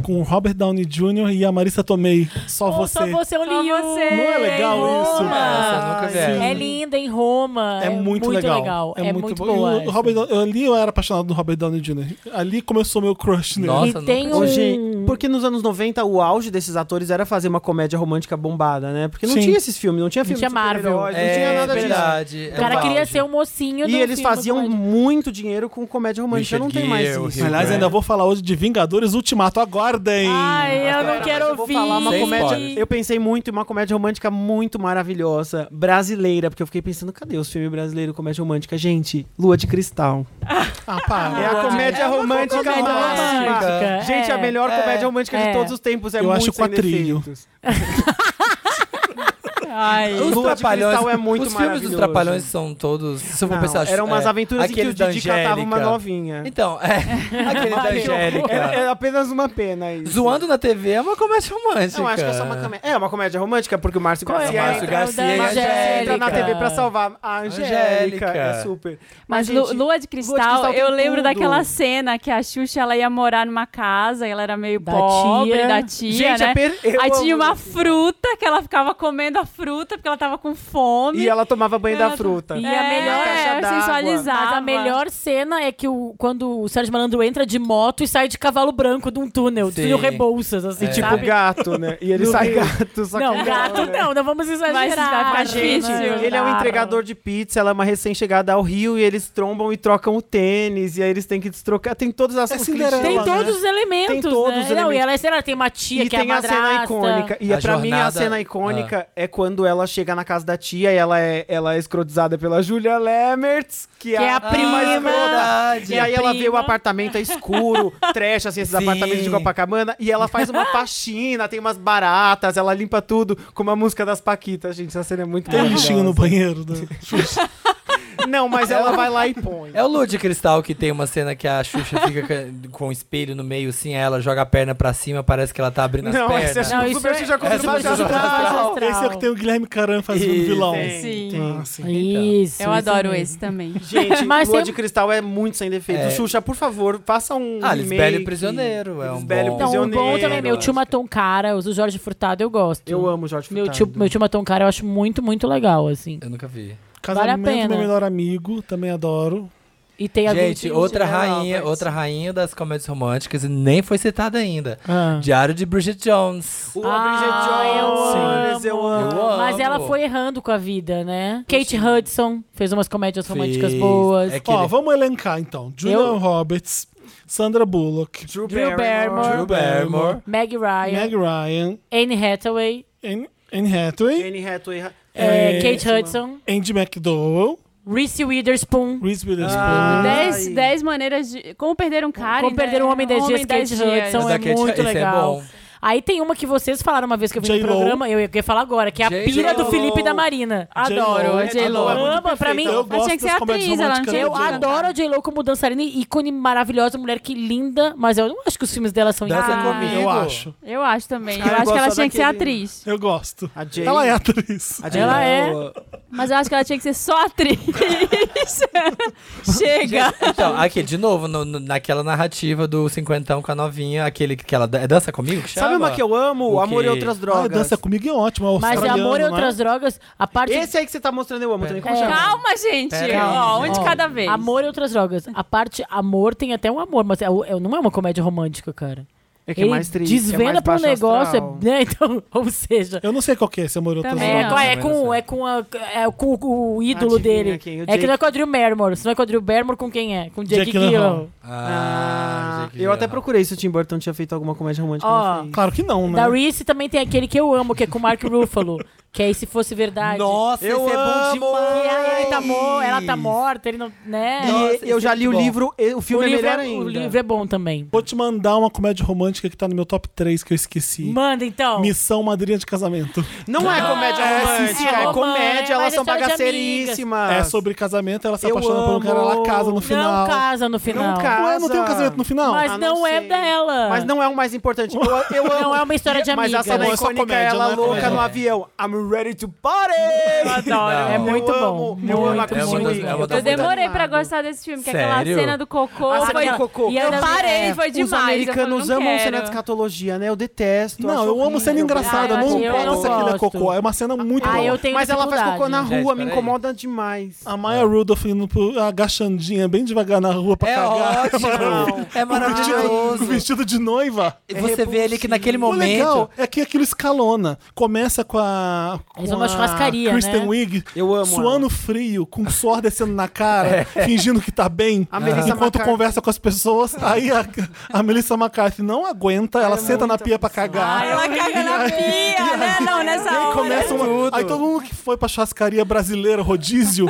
Speaker 1: com o Robert Downey Jr. e a Marissa Tomei. Só
Speaker 4: Ou
Speaker 1: você.
Speaker 4: Só você, um.
Speaker 3: Só
Speaker 4: Leon.
Speaker 3: você. Não
Speaker 1: é legal
Speaker 4: Em
Speaker 1: isso?
Speaker 4: Roma.
Speaker 5: Essa eu nunca vi.
Speaker 1: Ai,
Speaker 4: É
Speaker 1: sim.
Speaker 4: linda em Roma.
Speaker 1: É muito, legal.
Speaker 4: É, muito,
Speaker 1: bom. E
Speaker 4: boa.
Speaker 1: o- o Robert Down- eu, ali eu era apaixonado do Robert Downey Jr. Ali começou meu crush nele.
Speaker 5: Nossa,
Speaker 4: e
Speaker 5: nunca
Speaker 4: tem
Speaker 5: vi.
Speaker 4: um...
Speaker 2: Hoje, porque nos anos 90 o auge desses atores era fazer uma comédia romântica bombada, né? Porque não
Speaker 1: Sim.
Speaker 2: tinha esses filmes, não tinha
Speaker 4: Não
Speaker 2: filme
Speaker 4: tinha
Speaker 2: de super-herói, não
Speaker 5: É,
Speaker 2: tinha nada disso.
Speaker 5: verdade, É
Speaker 4: O cara queria ser um mocinho do
Speaker 2: E eles
Speaker 4: filme
Speaker 2: faziam
Speaker 4: comédia.
Speaker 2: muito dinheiro com comédia romântica,
Speaker 5: Richard
Speaker 2: não tem mais
Speaker 5: Gere, o
Speaker 2: isso.
Speaker 5: Hugh
Speaker 1: Aliás,
Speaker 5: Grant.
Speaker 1: ainda vou falar hoje de Vingadores Ultimato. Aguardem!
Speaker 4: Ai, eu não
Speaker 2: Mas
Speaker 4: quero
Speaker 2: vou
Speaker 4: ouvir.
Speaker 2: falar uma
Speaker 5: Sem
Speaker 2: comédia.
Speaker 5: spoilers.
Speaker 2: Eu pensei muito em uma comédia romântica muito maravilhosa, brasileira, porque eu fiquei pensando, cadê os filmes brasileiros comédia romântica? Gente, Lua de
Speaker 4: [LAUGHS]
Speaker 2: Cristal.
Speaker 1: Ah, para.
Speaker 2: é a comédia
Speaker 5: é uma
Speaker 2: romântica
Speaker 5: comédia
Speaker 2: máxima.
Speaker 4: romântica,
Speaker 2: Gente,
Speaker 4: é.
Speaker 2: a melhor
Speaker 5: É.
Speaker 2: comédia romântica
Speaker 4: É.
Speaker 2: de todos os tempos. É
Speaker 1: Eu
Speaker 2: muito
Speaker 1: acho
Speaker 2: sem
Speaker 1: quatrilho.
Speaker 2: defeitos.
Speaker 5: Os
Speaker 4: Ai.
Speaker 2: Lua de Cristal
Speaker 5: Trapalhões.
Speaker 2: é muito
Speaker 5: os filmes dos
Speaker 2: maravilhoso.
Speaker 5: Trapalhões são todos. Se eu for
Speaker 2: Não,
Speaker 5: pensar,
Speaker 2: eram umas
Speaker 5: é,
Speaker 2: aventuras em que o
Speaker 5: aquele da
Speaker 2: Didi catava uma
Speaker 5: Angélica.
Speaker 2: novinha.
Speaker 5: Então,
Speaker 2: [LAUGHS]
Speaker 5: é. Aquele da
Speaker 3: [LAUGHS]
Speaker 5: Angélica.
Speaker 2: Era, era apenas uma pena isso.
Speaker 5: Zoando na TV é uma comédia romântica.
Speaker 2: Não, acho que é só uma comédia. É uma comédia romântica, porque o Márcio
Speaker 4: Qual é?
Speaker 2: Garcia
Speaker 5: Márcio
Speaker 2: entra-
Speaker 5: Garcia
Speaker 4: É o da
Speaker 2: Mas você entra na
Speaker 4: Angélica.
Speaker 2: TV pra salvar a Angélica.
Speaker 5: Angélica.
Speaker 2: É super.
Speaker 3: Mas
Speaker 2: gente,
Speaker 3: Lu- Lua de Cristal,
Speaker 2: tem
Speaker 3: eu lembro
Speaker 2: tudo.
Speaker 3: daquela cena que a Xuxa ela ia morar numa casa, e ela era meio
Speaker 4: Da
Speaker 3: pobre,
Speaker 4: tia.
Speaker 3: da tia,
Speaker 2: Gente,
Speaker 3: né?
Speaker 2: é per... eu
Speaker 3: Aí tinha
Speaker 2: amo
Speaker 3: uma
Speaker 2: isso.
Speaker 3: fruta que ela ficava comendo a fruta porque ela tava com fome.
Speaker 2: E ela tomava banho
Speaker 3: Ela-
Speaker 2: da fruta.
Speaker 4: E a melhor-
Speaker 2: caixa d'água.
Speaker 3: sensualizava.
Speaker 4: Mas a melhor cena é que o, quando o Sérgio Malandro entra de moto e sai de cavalo branco de um túnel, de
Speaker 5: Sim.
Speaker 4: túnel Rebouças, assim,
Speaker 5: E
Speaker 2: Tipo
Speaker 4: sabe?
Speaker 2: gato, né? E ele sai gato, só que
Speaker 4: Não,
Speaker 2: ele
Speaker 4: gato
Speaker 2: né?
Speaker 4: não, não vamos
Speaker 3: Mas
Speaker 4: exagerar.
Speaker 3: vai ficar
Speaker 4: gente.
Speaker 3: tá difícil. tá.
Speaker 2: Ele é um entregador de pizza, ela é uma recém-chegada ao Rio e eles trombam e trocam o tênis. E aí eles têm que destrocar. Tem todas as
Speaker 1: É
Speaker 2: os
Speaker 1: Cinderela,
Speaker 4: Tem
Speaker 1: Ela,
Speaker 2: clichês.
Speaker 4: todos os elementos,
Speaker 2: Tem todos
Speaker 4: né?
Speaker 2: os
Speaker 4: Não, e
Speaker 2: elementos.
Speaker 4: ela, sei lá, tem uma tia
Speaker 2: E
Speaker 4: que
Speaker 2: tem
Speaker 4: é a
Speaker 2: a cena
Speaker 4: madrasta.
Speaker 2: icônica. E é,
Speaker 5: A
Speaker 2: pra mim, a
Speaker 5: jornada- ah.
Speaker 2: cena icônica é quando ela chega na casa da tia e ela é, ela é escrotizada pela Julia Lemertz, que,
Speaker 4: é a
Speaker 2: mais
Speaker 4: prima.
Speaker 2: escrota.
Speaker 5: Verdade.
Speaker 2: E aí ela vê o
Speaker 4: prima.
Speaker 2: apartamento é
Speaker 4: [LAUGHS]
Speaker 2: escuro, trash, assim, esses
Speaker 5: Sim.
Speaker 2: apartamentos de Copacabana, e ela faz uma faxina, tem umas baratas, ela limpa tudo com uma música das Paquitas, gente. Essa cena é muito
Speaker 1: Tem um lixinho no
Speaker 2: maravilhosa.
Speaker 1: banheiro. né?
Speaker 2: Não, mas ela vai
Speaker 5: [LAUGHS]
Speaker 2: lá e põe.
Speaker 5: É o Lua de Cristal que tem uma cena que a Xuxa fica ca- com o espelho no meio, assim, aí ela joga a perna pra cima, parece que ela tá abrindo
Speaker 2: Não,
Speaker 5: as
Speaker 2: esse é
Speaker 5: pernas.
Speaker 4: Não,
Speaker 2: super
Speaker 4: isso
Speaker 2: Xuxa
Speaker 4: é-
Speaker 2: contra
Speaker 5: é
Speaker 2: Baixo
Speaker 5: super Xuxa
Speaker 2: Astral.
Speaker 5: contra Baixo
Speaker 1: Esse é o que tem o Guilherme Caran fazendo um
Speaker 5: Isso.
Speaker 1: vilão.
Speaker 2: Tem,
Speaker 3: Sim.
Speaker 2: tem.
Speaker 4: Isso.
Speaker 3: Eu adoro
Speaker 4: isso.
Speaker 3: esse também.
Speaker 2: Gente,
Speaker 4: Mas
Speaker 2: Lua
Speaker 4: tem-
Speaker 2: de Cristal é muito sem defeito.
Speaker 5: É.
Speaker 2: Xuxa, por favor, faça um
Speaker 5: Ah,
Speaker 2: remake.
Speaker 5: Lisbelo e o Prisioneiro é um
Speaker 2: Lisbelo e o
Speaker 5: bom.
Speaker 4: Não, Então, o bom
Speaker 2: Prisioneiro.
Speaker 4: também, é meu tio Maton Cara, os do Jorge Furtado eu gosto.
Speaker 2: Eu amo Jorge
Speaker 4: Meu
Speaker 2: Furtado.
Speaker 4: tio, meu tio Maton Cara eu acho muito, muito legal, assim.
Speaker 5: Eu nunca vi.
Speaker 1: Casamento do
Speaker 4: pena.
Speaker 1: meu melhor amigo, também adoro.
Speaker 4: E tem algum-
Speaker 5: Gente, outra
Speaker 2: é,
Speaker 5: rainha,
Speaker 2: Albert.
Speaker 5: outra rainha das comédias românticas e nem foi citada ainda.
Speaker 4: Ah.
Speaker 5: Diário de Bridget Jones.
Speaker 2: O
Speaker 4: Ah,
Speaker 2: Bridget Jones,
Speaker 4: eu
Speaker 2: eu
Speaker 4: amo.
Speaker 2: amo.
Speaker 5: Eu amo.
Speaker 4: Ah, Mas ela foi errando com a vida, né? Kate Hudson fez umas comédias românticas
Speaker 5: Fez.
Speaker 4: boas.
Speaker 5: É que
Speaker 1: Ó,
Speaker 5: ele-
Speaker 1: vamos elencar então. Julian Roberts, Sandra Bullock,
Speaker 2: Drew
Speaker 4: Drew Barrymore.
Speaker 5: é Drew Barrymore.
Speaker 4: Meg Ryan,
Speaker 1: Meg Ryan,
Speaker 4: Anne Hathaway,
Speaker 1: Anne- Anne Hathaway,
Speaker 2: Anne Hathaway.
Speaker 4: é,
Speaker 1: É,
Speaker 4: Kate Hudson,
Speaker 1: Andy McDowell,
Speaker 4: Reese Witherspoon.
Speaker 1: Reese Witherspoon.
Speaker 2: Ah.
Speaker 3: Dez,
Speaker 2: Ai.
Speaker 3: dez maneiras de. Como perder um cara.
Speaker 4: Como
Speaker 3: né?
Speaker 4: perder um homem em 10 dias,
Speaker 3: em 10
Speaker 4: Kate
Speaker 3: dias.
Speaker 4: Hudson.
Speaker 5: Mas a
Speaker 4: é muito
Speaker 5: esse
Speaker 4: legal.
Speaker 5: É bom.
Speaker 4: Aí tem uma que vocês falaram uma vez que eu vi no
Speaker 1: J.Lo.
Speaker 4: programa, eu ia falar agora, que é a
Speaker 5: J.Lo.
Speaker 4: pira do Felipe e da Marina.
Speaker 3: Adoro,
Speaker 1: J-Lo. É
Speaker 3: a J-Lo.
Speaker 5: Adoro.
Speaker 4: Ama, pra mim,
Speaker 1: Eu
Speaker 3: Mas
Speaker 1: gosto
Speaker 3: tinha que ser
Speaker 1: das comédias
Speaker 3: atriz, ela não
Speaker 1: românticas.
Speaker 3: tinha
Speaker 4: eu
Speaker 3: Entendi.
Speaker 4: adoro a J-Lo como dançarina, e ícone maravilhosa, mulher que linda, mas eu não acho que os filmes dela são
Speaker 5: Dança
Speaker 4: incríveis.
Speaker 5: comigo.
Speaker 1: Eu acho.
Speaker 3: Eu acho também. Eu,
Speaker 2: Ah, eu
Speaker 3: acho que ela
Speaker 2: gosto
Speaker 3: tinha que ser
Speaker 2: daquele-
Speaker 3: atriz.
Speaker 1: Eu gosto.
Speaker 2: A Jane.
Speaker 1: Ela é atriz.
Speaker 2: A
Speaker 4: Ela é.
Speaker 3: Mas eu acho que ela tinha que ser só
Speaker 2: [LAUGHS]
Speaker 3: atriz. [LAUGHS] Chega.
Speaker 5: Então, aqui, de novo, no- no- naquela narrativa do cinquentão com a novinha, aquele que ela... dan- É Dança Comigo que chama?
Speaker 2: Sabe uma que eu amo?
Speaker 5: O
Speaker 2: Amor e
Speaker 5: quê?
Speaker 2: Outras
Speaker 1: Ah,
Speaker 2: Drogas.
Speaker 1: dança comigo é ótima. é
Speaker 4: Mas
Speaker 1: australiano,
Speaker 4: Amor e
Speaker 1: não é?
Speaker 4: Outras Drogas, a parte...
Speaker 2: Esse aí que você tá mostrando eu amo também. Como
Speaker 4: É.
Speaker 2: chama?
Speaker 3: Calma, gente.
Speaker 5: Pera aí.
Speaker 3: Ó, um de
Speaker 4: Ó,
Speaker 3: cada vez.
Speaker 4: Amor e Outras Drogas. A parte amor tem até um amor, mas é, o- é- não é uma comédia romântica, cara.
Speaker 2: É que é
Speaker 4: ele
Speaker 2: mais triste. é
Speaker 4: desvenda
Speaker 2: mais
Speaker 4: pra um
Speaker 2: baixo
Speaker 4: negócio,
Speaker 2: astral.
Speaker 4: né? Então, [LAUGHS] ou seja,
Speaker 1: Eu não sei qual que é esse amor, eu tô
Speaker 3: Também
Speaker 4: é,
Speaker 3: não.
Speaker 4: qual é,
Speaker 5: Também não
Speaker 4: com,
Speaker 5: sei.
Speaker 4: é com, a- é com o, o ídolo
Speaker 2: Adivinha
Speaker 4: dele.
Speaker 2: quem? O
Speaker 4: É que
Speaker 2: Jake-
Speaker 4: não é com o Drew Barrymore. Se não é com o Drew Barrymore, com quem é? Com o Jake,
Speaker 1: Jake Gyllenhaal.
Speaker 4: Gyllenhaal.
Speaker 2: Ah,
Speaker 5: Ah,
Speaker 2: eu até procurei se o Tim Burton tinha feito alguma comédia romântica.
Speaker 4: Ó,
Speaker 2: não fez.
Speaker 1: Claro que não, né?
Speaker 4: Da Reese também tem aquele que eu amo, que é com o Mark Ruffalo. [LAUGHS] que é E Se Fosse Verdade.
Speaker 5: Nossa,
Speaker 2: Eu
Speaker 5: esse
Speaker 2: amo!
Speaker 5: é bom demais!
Speaker 4: E aí ele tá mo ela tá morta, ele não. Né?
Speaker 2: E
Speaker 5: Nossa,
Speaker 2: eu
Speaker 5: esse
Speaker 2: já
Speaker 5: é
Speaker 2: li o
Speaker 5: muito bom.
Speaker 2: livro, e o filme
Speaker 4: o,
Speaker 2: é
Speaker 4: livro
Speaker 2: melhor
Speaker 4: é,
Speaker 2: ainda.
Speaker 4: o livro é bom também.
Speaker 1: Vou te mandar uma comédia romântica que tá no meu top 3 que eu esqueci.
Speaker 4: Manda então.
Speaker 1: Missão Madrinha de Casamento.
Speaker 2: Não é comédia
Speaker 4: Ah,
Speaker 2: romântica,
Speaker 4: é
Speaker 2: é,
Speaker 4: romance,
Speaker 2: comédia,
Speaker 4: mas
Speaker 2: elas são
Speaker 4: história de
Speaker 2: bagaceiríssimas.
Speaker 1: É sobre casamento, ela se
Speaker 2: Ah. Eu
Speaker 1: apaixona por um cara,
Speaker 2: amo.
Speaker 1: ela casa no
Speaker 2: Não
Speaker 1: final.
Speaker 4: Não casa no final.
Speaker 2: Não casa.
Speaker 1: Ué, não tem um casamento no final?
Speaker 4: Mas
Speaker 2: Ah,
Speaker 4: não,
Speaker 2: não
Speaker 4: é
Speaker 2: sei.
Speaker 4: dela.
Speaker 2: Mas não é o mais importante.
Speaker 1: [LAUGHS]
Speaker 2: Eu, eu amo.
Speaker 4: Não é uma história de
Speaker 2: Mas
Speaker 4: amiga. né?
Speaker 2: a cena
Speaker 1: Não é só
Speaker 2: icônica é
Speaker 1: comédia,
Speaker 2: ela
Speaker 1: não é
Speaker 2: louca
Speaker 1: comédia.
Speaker 2: no avião. I'm ready to party!
Speaker 4: Adoro. É
Speaker 5: Não.
Speaker 4: muito
Speaker 2: Eu
Speaker 4: bom.
Speaker 2: amo, eu amo a
Speaker 4: Muito,
Speaker 5: É uma
Speaker 2: Christine
Speaker 4: muito.
Speaker 5: das- é uma
Speaker 2: Lee.
Speaker 5: das
Speaker 3: Eu demorei
Speaker 2: tá animado.
Speaker 3: pra gostar desse filme, que é aquela
Speaker 5: Sério?
Speaker 3: cena do cocô.
Speaker 2: A
Speaker 3: foi-
Speaker 2: cena do cocô.
Speaker 4: e a
Speaker 3: Eu
Speaker 4: da-
Speaker 3: parei,
Speaker 4: é,
Speaker 3: foi demais.
Speaker 2: Os americanos
Speaker 3: eu falei, não
Speaker 2: amam
Speaker 3: quero.
Speaker 2: cena de escatologia, né? Eu detesto.
Speaker 1: Não, eu amo cena engraçada.
Speaker 4: Ah, eu
Speaker 1: não
Speaker 4: achei- eu
Speaker 1: importa
Speaker 4: não
Speaker 1: se aquilo é
Speaker 4: gosto.
Speaker 1: cocô. É uma cena muito
Speaker 4: Ah,
Speaker 1: boa.
Speaker 4: eu tenho
Speaker 2: Mas ela faz cocô na
Speaker 4: dificuldade.
Speaker 2: rua, me
Speaker 5: peraí.
Speaker 2: incomoda demais.
Speaker 1: A Maya Rudolph indo pro, agachandinha bem devagar na rua pra
Speaker 5: É
Speaker 1: cagar.
Speaker 4: [LAUGHS]
Speaker 5: ótimo! é
Speaker 1: O
Speaker 5: maravilhoso!
Speaker 1: vestido de noiva.
Speaker 5: E você vê ele que naquele
Speaker 1: O legal
Speaker 5: momento.
Speaker 1: é que aquilo escalona. Começa com a. Com
Speaker 4: Eles vão numa
Speaker 1: a
Speaker 4: churrascaria,
Speaker 1: Kristen
Speaker 4: né?
Speaker 1: Wiig
Speaker 2: Eu amo
Speaker 1: suando frio, com suor descendo na cara, fingindo que tá bem,
Speaker 2: A Melissa
Speaker 1: enquanto
Speaker 2: McCarthy.
Speaker 1: conversa com as pessoas. Aí a, a Melissa McCarthy não aguenta, ela senta na pia pra cagar.
Speaker 3: Ah, ela caga na pia, né? Não, nessa hora.
Speaker 1: Começa uma-
Speaker 5: Tudo.
Speaker 1: Aí todo mundo que foi pra churrascaria brasileira, rodízio,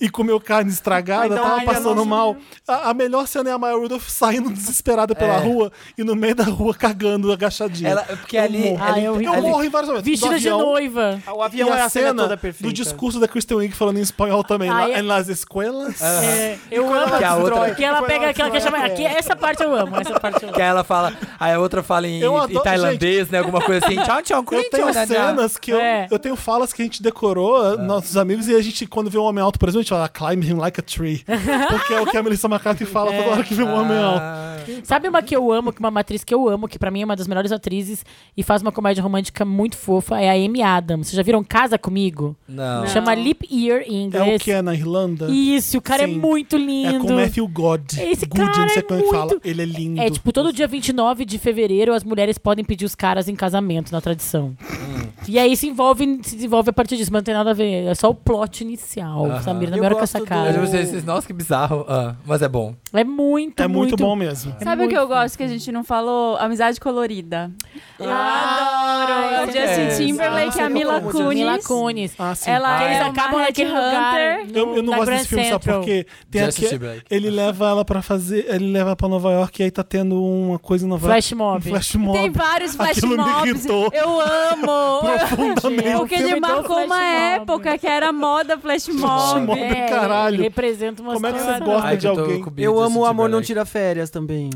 Speaker 1: e comeu carne estragada,
Speaker 2: Então,
Speaker 1: tava
Speaker 2: olha, nossa.
Speaker 1: passando mal. A, a melhor cena é a Maya Rudolph saindo desesperada pela rua e no meio da rua cagando, agachadinha.
Speaker 5: Ela, porque ali.
Speaker 1: morro.
Speaker 5: ali-
Speaker 4: Ah, eu-
Speaker 1: Eu
Speaker 5: ali-
Speaker 1: morro em vários momentos.
Speaker 4: Vestida
Speaker 1: Do
Speaker 4: de
Speaker 1: avião,
Speaker 4: noiva.
Speaker 1: E
Speaker 2: O avião é
Speaker 1: a
Speaker 2: a cena
Speaker 1: cena
Speaker 2: toda perfeita.
Speaker 1: do discurso da Kristen Wiig falando em espanhol também.
Speaker 4: Ah,
Speaker 1: lá,
Speaker 4: é-
Speaker 1: En las escuelas.
Speaker 4: É, eu
Speaker 2: Ah. quando
Speaker 4: amo
Speaker 2: ela
Speaker 5: Que a
Speaker 2: destrói-
Speaker 5: outra-
Speaker 4: que ela
Speaker 2: quando
Speaker 4: pega aquela que
Speaker 2: destrói
Speaker 4: chama.
Speaker 2: a
Speaker 4: Aqui,
Speaker 2: terra.
Speaker 4: essa parte eu amo. Essa
Speaker 2: [LAUGHS]
Speaker 4: parte eu amo.
Speaker 5: Que aí ela fala, aí a outra fala em,
Speaker 1: Eu
Speaker 5: em
Speaker 1: adoro-
Speaker 5: tailandês, né? Alguma coisa assim. Tchau, tchau,
Speaker 1: Eu tenho cenas que eu,
Speaker 4: né? É.
Speaker 1: eu tenho falas que a gente decorou, ah, nossos amigos, e a gente, quando vê um homem alto, por exemplo, a gente fala, climb him like a
Speaker 4: [LAUGHS]
Speaker 1: tree. Porque é o que a Melissa McCarthy fala toda hora que vê um homem
Speaker 4: Ah.
Speaker 1: alto.
Speaker 4: Sabe uma que eu amo, que uma matriz que eu amo, que pra mim é uma das melhores atrizes e faz uma comédia romântica muito fofa, é a Amy Adams. Vocês já viram Casa Comigo?
Speaker 5: Não.
Speaker 3: Não.
Speaker 4: Chama Lip Year em
Speaker 1: É
Speaker 4: inglês.
Speaker 1: o que é na Irlanda?
Speaker 4: Isso, o cara é
Speaker 1: Sim.
Speaker 4: muito
Speaker 1: É com
Speaker 4: lindo.
Speaker 1: Matthew God.
Speaker 4: Esse
Speaker 1: Good,
Speaker 4: cara
Speaker 1: não sei
Speaker 4: é
Speaker 1: como é que fala.
Speaker 4: muito-
Speaker 1: Ele é lindo.
Speaker 4: É tipo, todo dia 29 de fevereiro as mulheres podem pedir os caras em casamento, na tradição. E aí se envolve, se desenvolve a partir disso, mas não tem nada a ver. É só o plot inicial.
Speaker 5: Aham.
Speaker 4: Samir, não
Speaker 2: Eu
Speaker 4: me olha com
Speaker 2: gosto
Speaker 4: essa
Speaker 2: do-
Speaker 5: Mas
Speaker 4: cara.
Speaker 5: vocês- vocês- nossa, que bizarro. Ah, mas é bom.
Speaker 4: É muito,
Speaker 1: É muito bom mesmo.
Speaker 4: É
Speaker 3: Sabe o que eu
Speaker 4: muito
Speaker 3: gosto que a gente não falou? Amizade colorida. Eu
Speaker 4: Ah,
Speaker 3: adoro! É o
Speaker 5: é.
Speaker 3: Justin Timberlake e a Mila
Speaker 2: como
Speaker 3: Kunis.
Speaker 4: Mila Kunis.
Speaker 1: Ah, sim.
Speaker 3: Ela
Speaker 5: Ah,
Speaker 3: é
Speaker 5: eles
Speaker 3: uma
Speaker 4: acabam
Speaker 3: Red
Speaker 4: naquele lugar.
Speaker 3: Hunter.
Speaker 1: Eu, eu não
Speaker 4: na
Speaker 1: gosto
Speaker 4: Grand
Speaker 1: desse filme, sabe
Speaker 4: Central.
Speaker 1: por quê? Tem
Speaker 5: Justin
Speaker 1: aqui-
Speaker 5: Timberlake.
Speaker 1: ele leva ela pra fazer. Ele leva pra Nova York e aí tá tendo uma coisa em Nova York.
Speaker 4: Flash
Speaker 1: Um
Speaker 4: mob.
Speaker 1: flash mob.
Speaker 3: Tem vários flash
Speaker 1: Aquilo me
Speaker 3: mobs.
Speaker 1: irritou.
Speaker 3: Eu amo!
Speaker 1: Profundamente.
Speaker 3: Porque ele
Speaker 4: Filme do
Speaker 3: marcou
Speaker 4: flash
Speaker 3: uma
Speaker 4: mob.
Speaker 3: época que era moda flash
Speaker 1: Flash
Speaker 3: mob.
Speaker 1: mob,
Speaker 4: É,
Speaker 1: caralho.
Speaker 4: ele representa uma
Speaker 1: Como é que você
Speaker 4: situação.
Speaker 1: gosta
Speaker 5: Ai,
Speaker 1: de
Speaker 5: que eu tô
Speaker 1: alguém?
Speaker 5: com o
Speaker 2: Eu
Speaker 5: Justin
Speaker 2: amo o Amor Não
Speaker 5: Timberlake.
Speaker 2: Tira Férias também.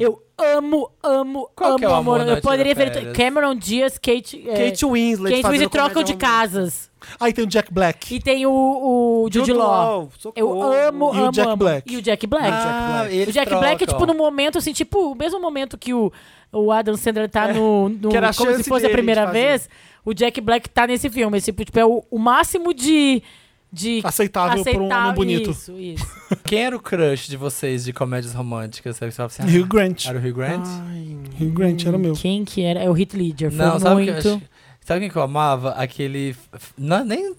Speaker 4: Eu amo, amo,
Speaker 5: Qual que
Speaker 4: amo
Speaker 5: é o
Speaker 4: amor.
Speaker 5: amor da
Speaker 4: Eu poderia
Speaker 5: Tira
Speaker 4: ver
Speaker 5: Férias?
Speaker 4: Cameron Diaz, Kate. é,
Speaker 2: Kate Winslet
Speaker 4: Kate
Speaker 2: fazendo
Speaker 4: Winslet trocam
Speaker 2: comédia
Speaker 4: de
Speaker 2: romântica.
Speaker 4: casas.
Speaker 1: Aí tem o Jack Black.
Speaker 4: E tem o, o Jude Law. Eu amo,
Speaker 1: E o
Speaker 4: amo,
Speaker 1: Jack
Speaker 4: amo.
Speaker 1: Black.
Speaker 4: E o Jack Black.
Speaker 5: Ah,
Speaker 4: o
Speaker 5: eles
Speaker 4: Jack Black é
Speaker 5: trocam.
Speaker 4: tipo no momento, assim, tipo, o mesmo momento que o, o Adam Sandler
Speaker 1: É,
Speaker 4: tá no. no
Speaker 2: que era a
Speaker 4: como se
Speaker 2: chance
Speaker 4: fosse a
Speaker 2: dele
Speaker 4: primeira
Speaker 2: de fazer.
Speaker 4: vez, o Jack Black tá nesse filme. Esse, tipo, tipo, é o, o máximo de. de
Speaker 1: Aceitável por um homem
Speaker 4: aceitar-
Speaker 1: bonito.
Speaker 4: Isso, isso.
Speaker 5: Quem era o crush de vocês de comédias românticas? Sabe, você fala assim,
Speaker 1: Hugh Grant.
Speaker 5: ah, era o Hugh Grant?
Speaker 1: Hugh Grant era o meu.
Speaker 4: Quem que era? É o Heath Ledger. Foi
Speaker 5: não, sabe, o que eu
Speaker 4: muito.
Speaker 5: acho- sabe quem que eu amava? Aquele. f- Não, nem,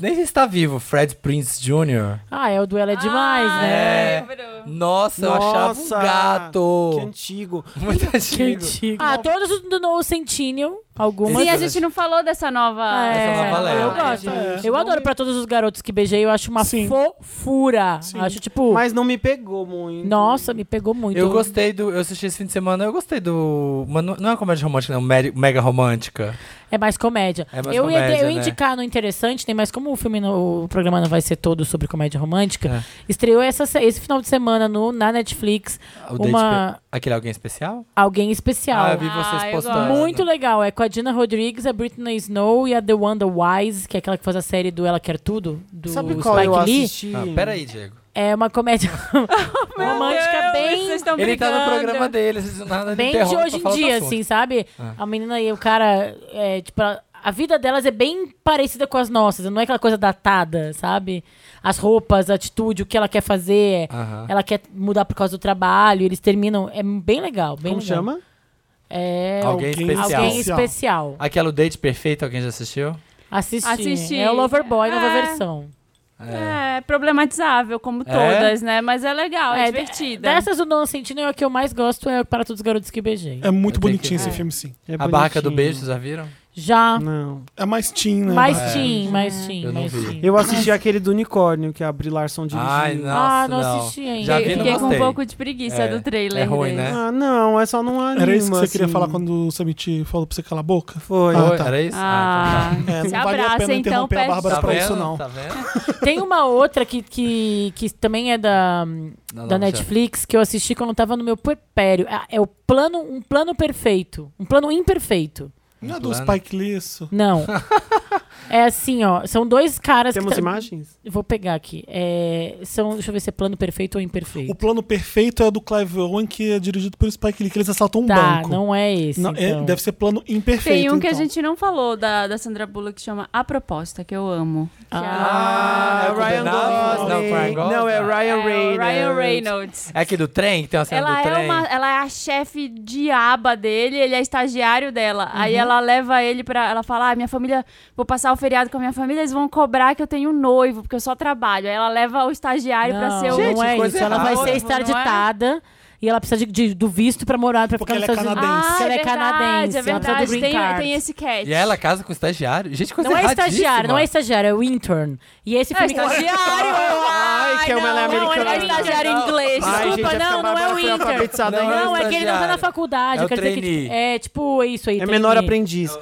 Speaker 5: nem sei se tá vivo, Fred Prince Jr.
Speaker 4: Ah, é o duelo é demais,
Speaker 3: Ah,
Speaker 4: né?
Speaker 5: É.
Speaker 3: lembro.
Speaker 5: Nossa, eu achava um
Speaker 2: Nossa, Que
Speaker 5: gato.
Speaker 2: antigo.
Speaker 5: Muito
Speaker 4: Que
Speaker 5: antigo.
Speaker 4: antigo. Ah, todos os do No Centennial, algumas.
Speaker 3: Sim, a gente não falou dessa nova.
Speaker 4: É,
Speaker 5: é. Essa nova leva.
Speaker 4: eu gosto. Eu adoro pra todos os garotos que beijei, eu acho uma
Speaker 1: é. Sim.
Speaker 4: fofura. Acho tipo,
Speaker 2: Mas não me pegou muito.
Speaker 4: nossa, me pegou muito.
Speaker 5: Eu gostei do. Eu assisti esse fim de semana, eu gostei do. Mas não, não é comédia romântica, não. me- Mega romântica.
Speaker 4: É mais comédia.
Speaker 5: É mais
Speaker 4: eu, ia,
Speaker 5: comédia,
Speaker 4: eu ia
Speaker 5: né?
Speaker 4: indicar no Interessante, né? Mas como o filme, no- o programa não vai ser todo sobre comédia romântica,
Speaker 5: É.
Speaker 4: estreou essa, se- esse final de semana no, na Netflix
Speaker 5: O
Speaker 4: Uma-
Speaker 5: date- Aquele alguém especial?
Speaker 4: Alguém
Speaker 5: Ah,
Speaker 4: Especial.
Speaker 5: eu vi
Speaker 3: Ah,
Speaker 5: vocês
Speaker 3: eu
Speaker 5: postando.
Speaker 4: Muito legal. É com a Gina Rodrigues, a Britney Snow e a The Wanda Wise, que é aquela que faz a série do Ela Quer Tudo, do
Speaker 2: Sabe qual
Speaker 4: Spike
Speaker 2: eu
Speaker 4: Lee.
Speaker 2: assisti? Oh,
Speaker 5: Ah, peraí, Diego.
Speaker 4: É uma
Speaker 2: [LAUGHS]
Speaker 4: comédia romântica
Speaker 3: Meu Deus,
Speaker 4: bem,
Speaker 3: Vocês estão
Speaker 5: Ele
Speaker 3: brigando.
Speaker 5: tá no programa dele, vocês nada
Speaker 4: bem de hoje em dia, assim, sabe?
Speaker 5: Ah.
Speaker 4: A menina e o cara, é, tipo, a, a vida delas é bem parecida com as nossas. Não é aquela coisa datada, sabe? As roupas, a atitude, o que ela quer fazer.
Speaker 5: Aham.
Speaker 4: Ela quer mudar por causa do trabalho. Eles terminam. É bem legal, bem
Speaker 2: Como
Speaker 4: legal.
Speaker 2: chama?
Speaker 4: É
Speaker 5: Alguém
Speaker 1: alguém-
Speaker 5: especial.
Speaker 4: alguém especial.
Speaker 5: Aquela O Date Perfeito, alguém já assistiu?
Speaker 4: Assisti.
Speaker 3: Assisti.
Speaker 4: É o Loverboy, nova
Speaker 3: É.
Speaker 4: versão.
Speaker 3: É, problematizável, como
Speaker 5: É?
Speaker 3: todas, né? Mas é legal, é,
Speaker 4: É,
Speaker 3: divertida.
Speaker 4: Dessas, o Nolan Centineo, a que eu mais gosto é Para Todos os Garotos que Beijei.
Speaker 1: É muito
Speaker 5: Eu tenho
Speaker 1: bonitinho
Speaker 5: que-
Speaker 1: esse
Speaker 4: É.
Speaker 1: filme, sim.
Speaker 2: É
Speaker 5: a Barca do
Speaker 2: bonitinho.
Speaker 5: Beijo, vocês já viram?
Speaker 4: Já,
Speaker 2: Não.
Speaker 1: É mais teen, né?
Speaker 4: mais
Speaker 1: Bárbara?
Speaker 4: teen, mais teen,
Speaker 5: é. Eu não
Speaker 4: mais
Speaker 5: vi.
Speaker 4: teen.
Speaker 2: Eu assisti aquele do unicórnio que a Brie Larson dirigiu.
Speaker 5: Ai, não.
Speaker 4: ah, não
Speaker 5: Nossa, não.
Speaker 4: assisti ainda.
Speaker 5: Já
Speaker 3: Fiquei-
Speaker 5: vi, não
Speaker 3: Fiquei com um
Speaker 5: gostei.
Speaker 4: pouco.
Speaker 3: pouco de preguiça
Speaker 5: É,
Speaker 3: do trailer.
Speaker 5: é ruim,
Speaker 3: dele.
Speaker 5: né?
Speaker 2: Ah, não, é só não anima.
Speaker 1: Era isso que você queria
Speaker 2: assim.
Speaker 1: falar quando o Samit falou pra você calar a boca?
Speaker 2: Foi.
Speaker 1: Ah,
Speaker 5: Oi,
Speaker 1: tá.
Speaker 5: Era isso?
Speaker 3: Ah, [LAUGHS]
Speaker 5: então
Speaker 1: É,
Speaker 3: se
Speaker 1: não valia a
Speaker 3: abraça
Speaker 1: pena
Speaker 3: então,
Speaker 1: interromper a
Speaker 3: pede
Speaker 1: Bárbara
Speaker 5: tá. Tá
Speaker 1: pra
Speaker 5: vendo?
Speaker 1: isso, não.
Speaker 5: Tá vendo?
Speaker 4: Tem uma outra que, que, que também é da,
Speaker 5: Não, não, já.
Speaker 4: da Netflix que eu assisti quando eu tava no meu puerpério. É, é o plano, um plano perfeito. Um plano imperfeito.
Speaker 1: Não é do
Speaker 5: Plano.
Speaker 1: Spike Lee isso.
Speaker 5: [LAUGHS]
Speaker 4: Não. é assim, ó. São dois caras que.
Speaker 2: Temos
Speaker 4: tra-
Speaker 2: imagens?
Speaker 4: Vou pegar aqui. É, são, deixa eu ver se é plano perfeito ou imperfeito.
Speaker 1: O plano perfeito é o do Clive Owen, que é dirigido pelo Spike Lee, que eles assaltam um
Speaker 4: Tá,
Speaker 1: banco.
Speaker 4: não é esse.
Speaker 1: Não, é-
Speaker 4: então.
Speaker 1: deve ser plano imperfeito.
Speaker 3: Tem um que a
Speaker 1: então.
Speaker 3: gente não falou da, da Sandra Bullock que chama A Proposta, que eu amo. Que é
Speaker 5: Ah, é o Ryan Gosling. Não, Ryan Gosling.
Speaker 2: Não, é
Speaker 3: a- é
Speaker 2: Ryan
Speaker 3: o
Speaker 2: Reynolds.
Speaker 3: Ryan Reynolds.
Speaker 5: É aqui do trem, que tem uma cena
Speaker 3: Ela
Speaker 5: do
Speaker 3: é,
Speaker 5: trem.
Speaker 3: uma, ela é a chefe diaba dele, ele é estagiário dela. Aí ela leva ele pra. Ela fala: ah, minha família, vou passar o feriado com a minha família, eles vão cobrar que eu tenho um noivo, porque eu só trabalho. Aí ela leva o estagiário
Speaker 4: não,
Speaker 3: pra ser
Speaker 4: não
Speaker 3: o.
Speaker 5: Gente,
Speaker 4: é
Speaker 5: coisa
Speaker 4: isso. Ela vai
Speaker 5: errada.
Speaker 4: ser
Speaker 3: Não é?
Speaker 4: extraditada e ela precisa de, de- do visto pra morar, pra
Speaker 1: Porque
Speaker 4: ficar nos
Speaker 1: ela é
Speaker 4: Estados Unidos.
Speaker 1: canadense.
Speaker 4: Porque
Speaker 3: é
Speaker 4: ela é
Speaker 3: verdade,
Speaker 4: canadense.
Speaker 3: é
Speaker 4: ela precisa do
Speaker 3: verdade.
Speaker 4: green
Speaker 3: Tem,
Speaker 4: card.
Speaker 3: tem esse catch.
Speaker 5: E ela casa com estagiário? Gente, coisa
Speaker 4: Não é
Speaker 5: erradíssima.
Speaker 4: estagiário, não é estagiário, é o intern. E esse
Speaker 3: É
Speaker 4: filme que-
Speaker 3: estagiário!
Speaker 2: Ai, que é uma
Speaker 3: não,
Speaker 2: mulher
Speaker 3: não, ele é
Speaker 2: americana.
Speaker 3: estagiário inglês. desculpa.
Speaker 2: Ai,
Speaker 4: é Desculpa,
Speaker 2: gente,
Speaker 4: não,
Speaker 2: essa
Speaker 4: não é
Speaker 2: Bárbara
Speaker 4: o
Speaker 2: foi
Speaker 4: Inter.
Speaker 2: alfabetizada,
Speaker 4: Não,
Speaker 5: não é
Speaker 4: é que ele não tá
Speaker 5: estagiário.
Speaker 4: na faculdade.
Speaker 5: É
Speaker 4: eu
Speaker 5: o
Speaker 4: quero dizer que-
Speaker 5: trainee.
Speaker 4: é tipo isso aí.
Speaker 2: É
Speaker 4: trainee.
Speaker 2: menor aprendiz.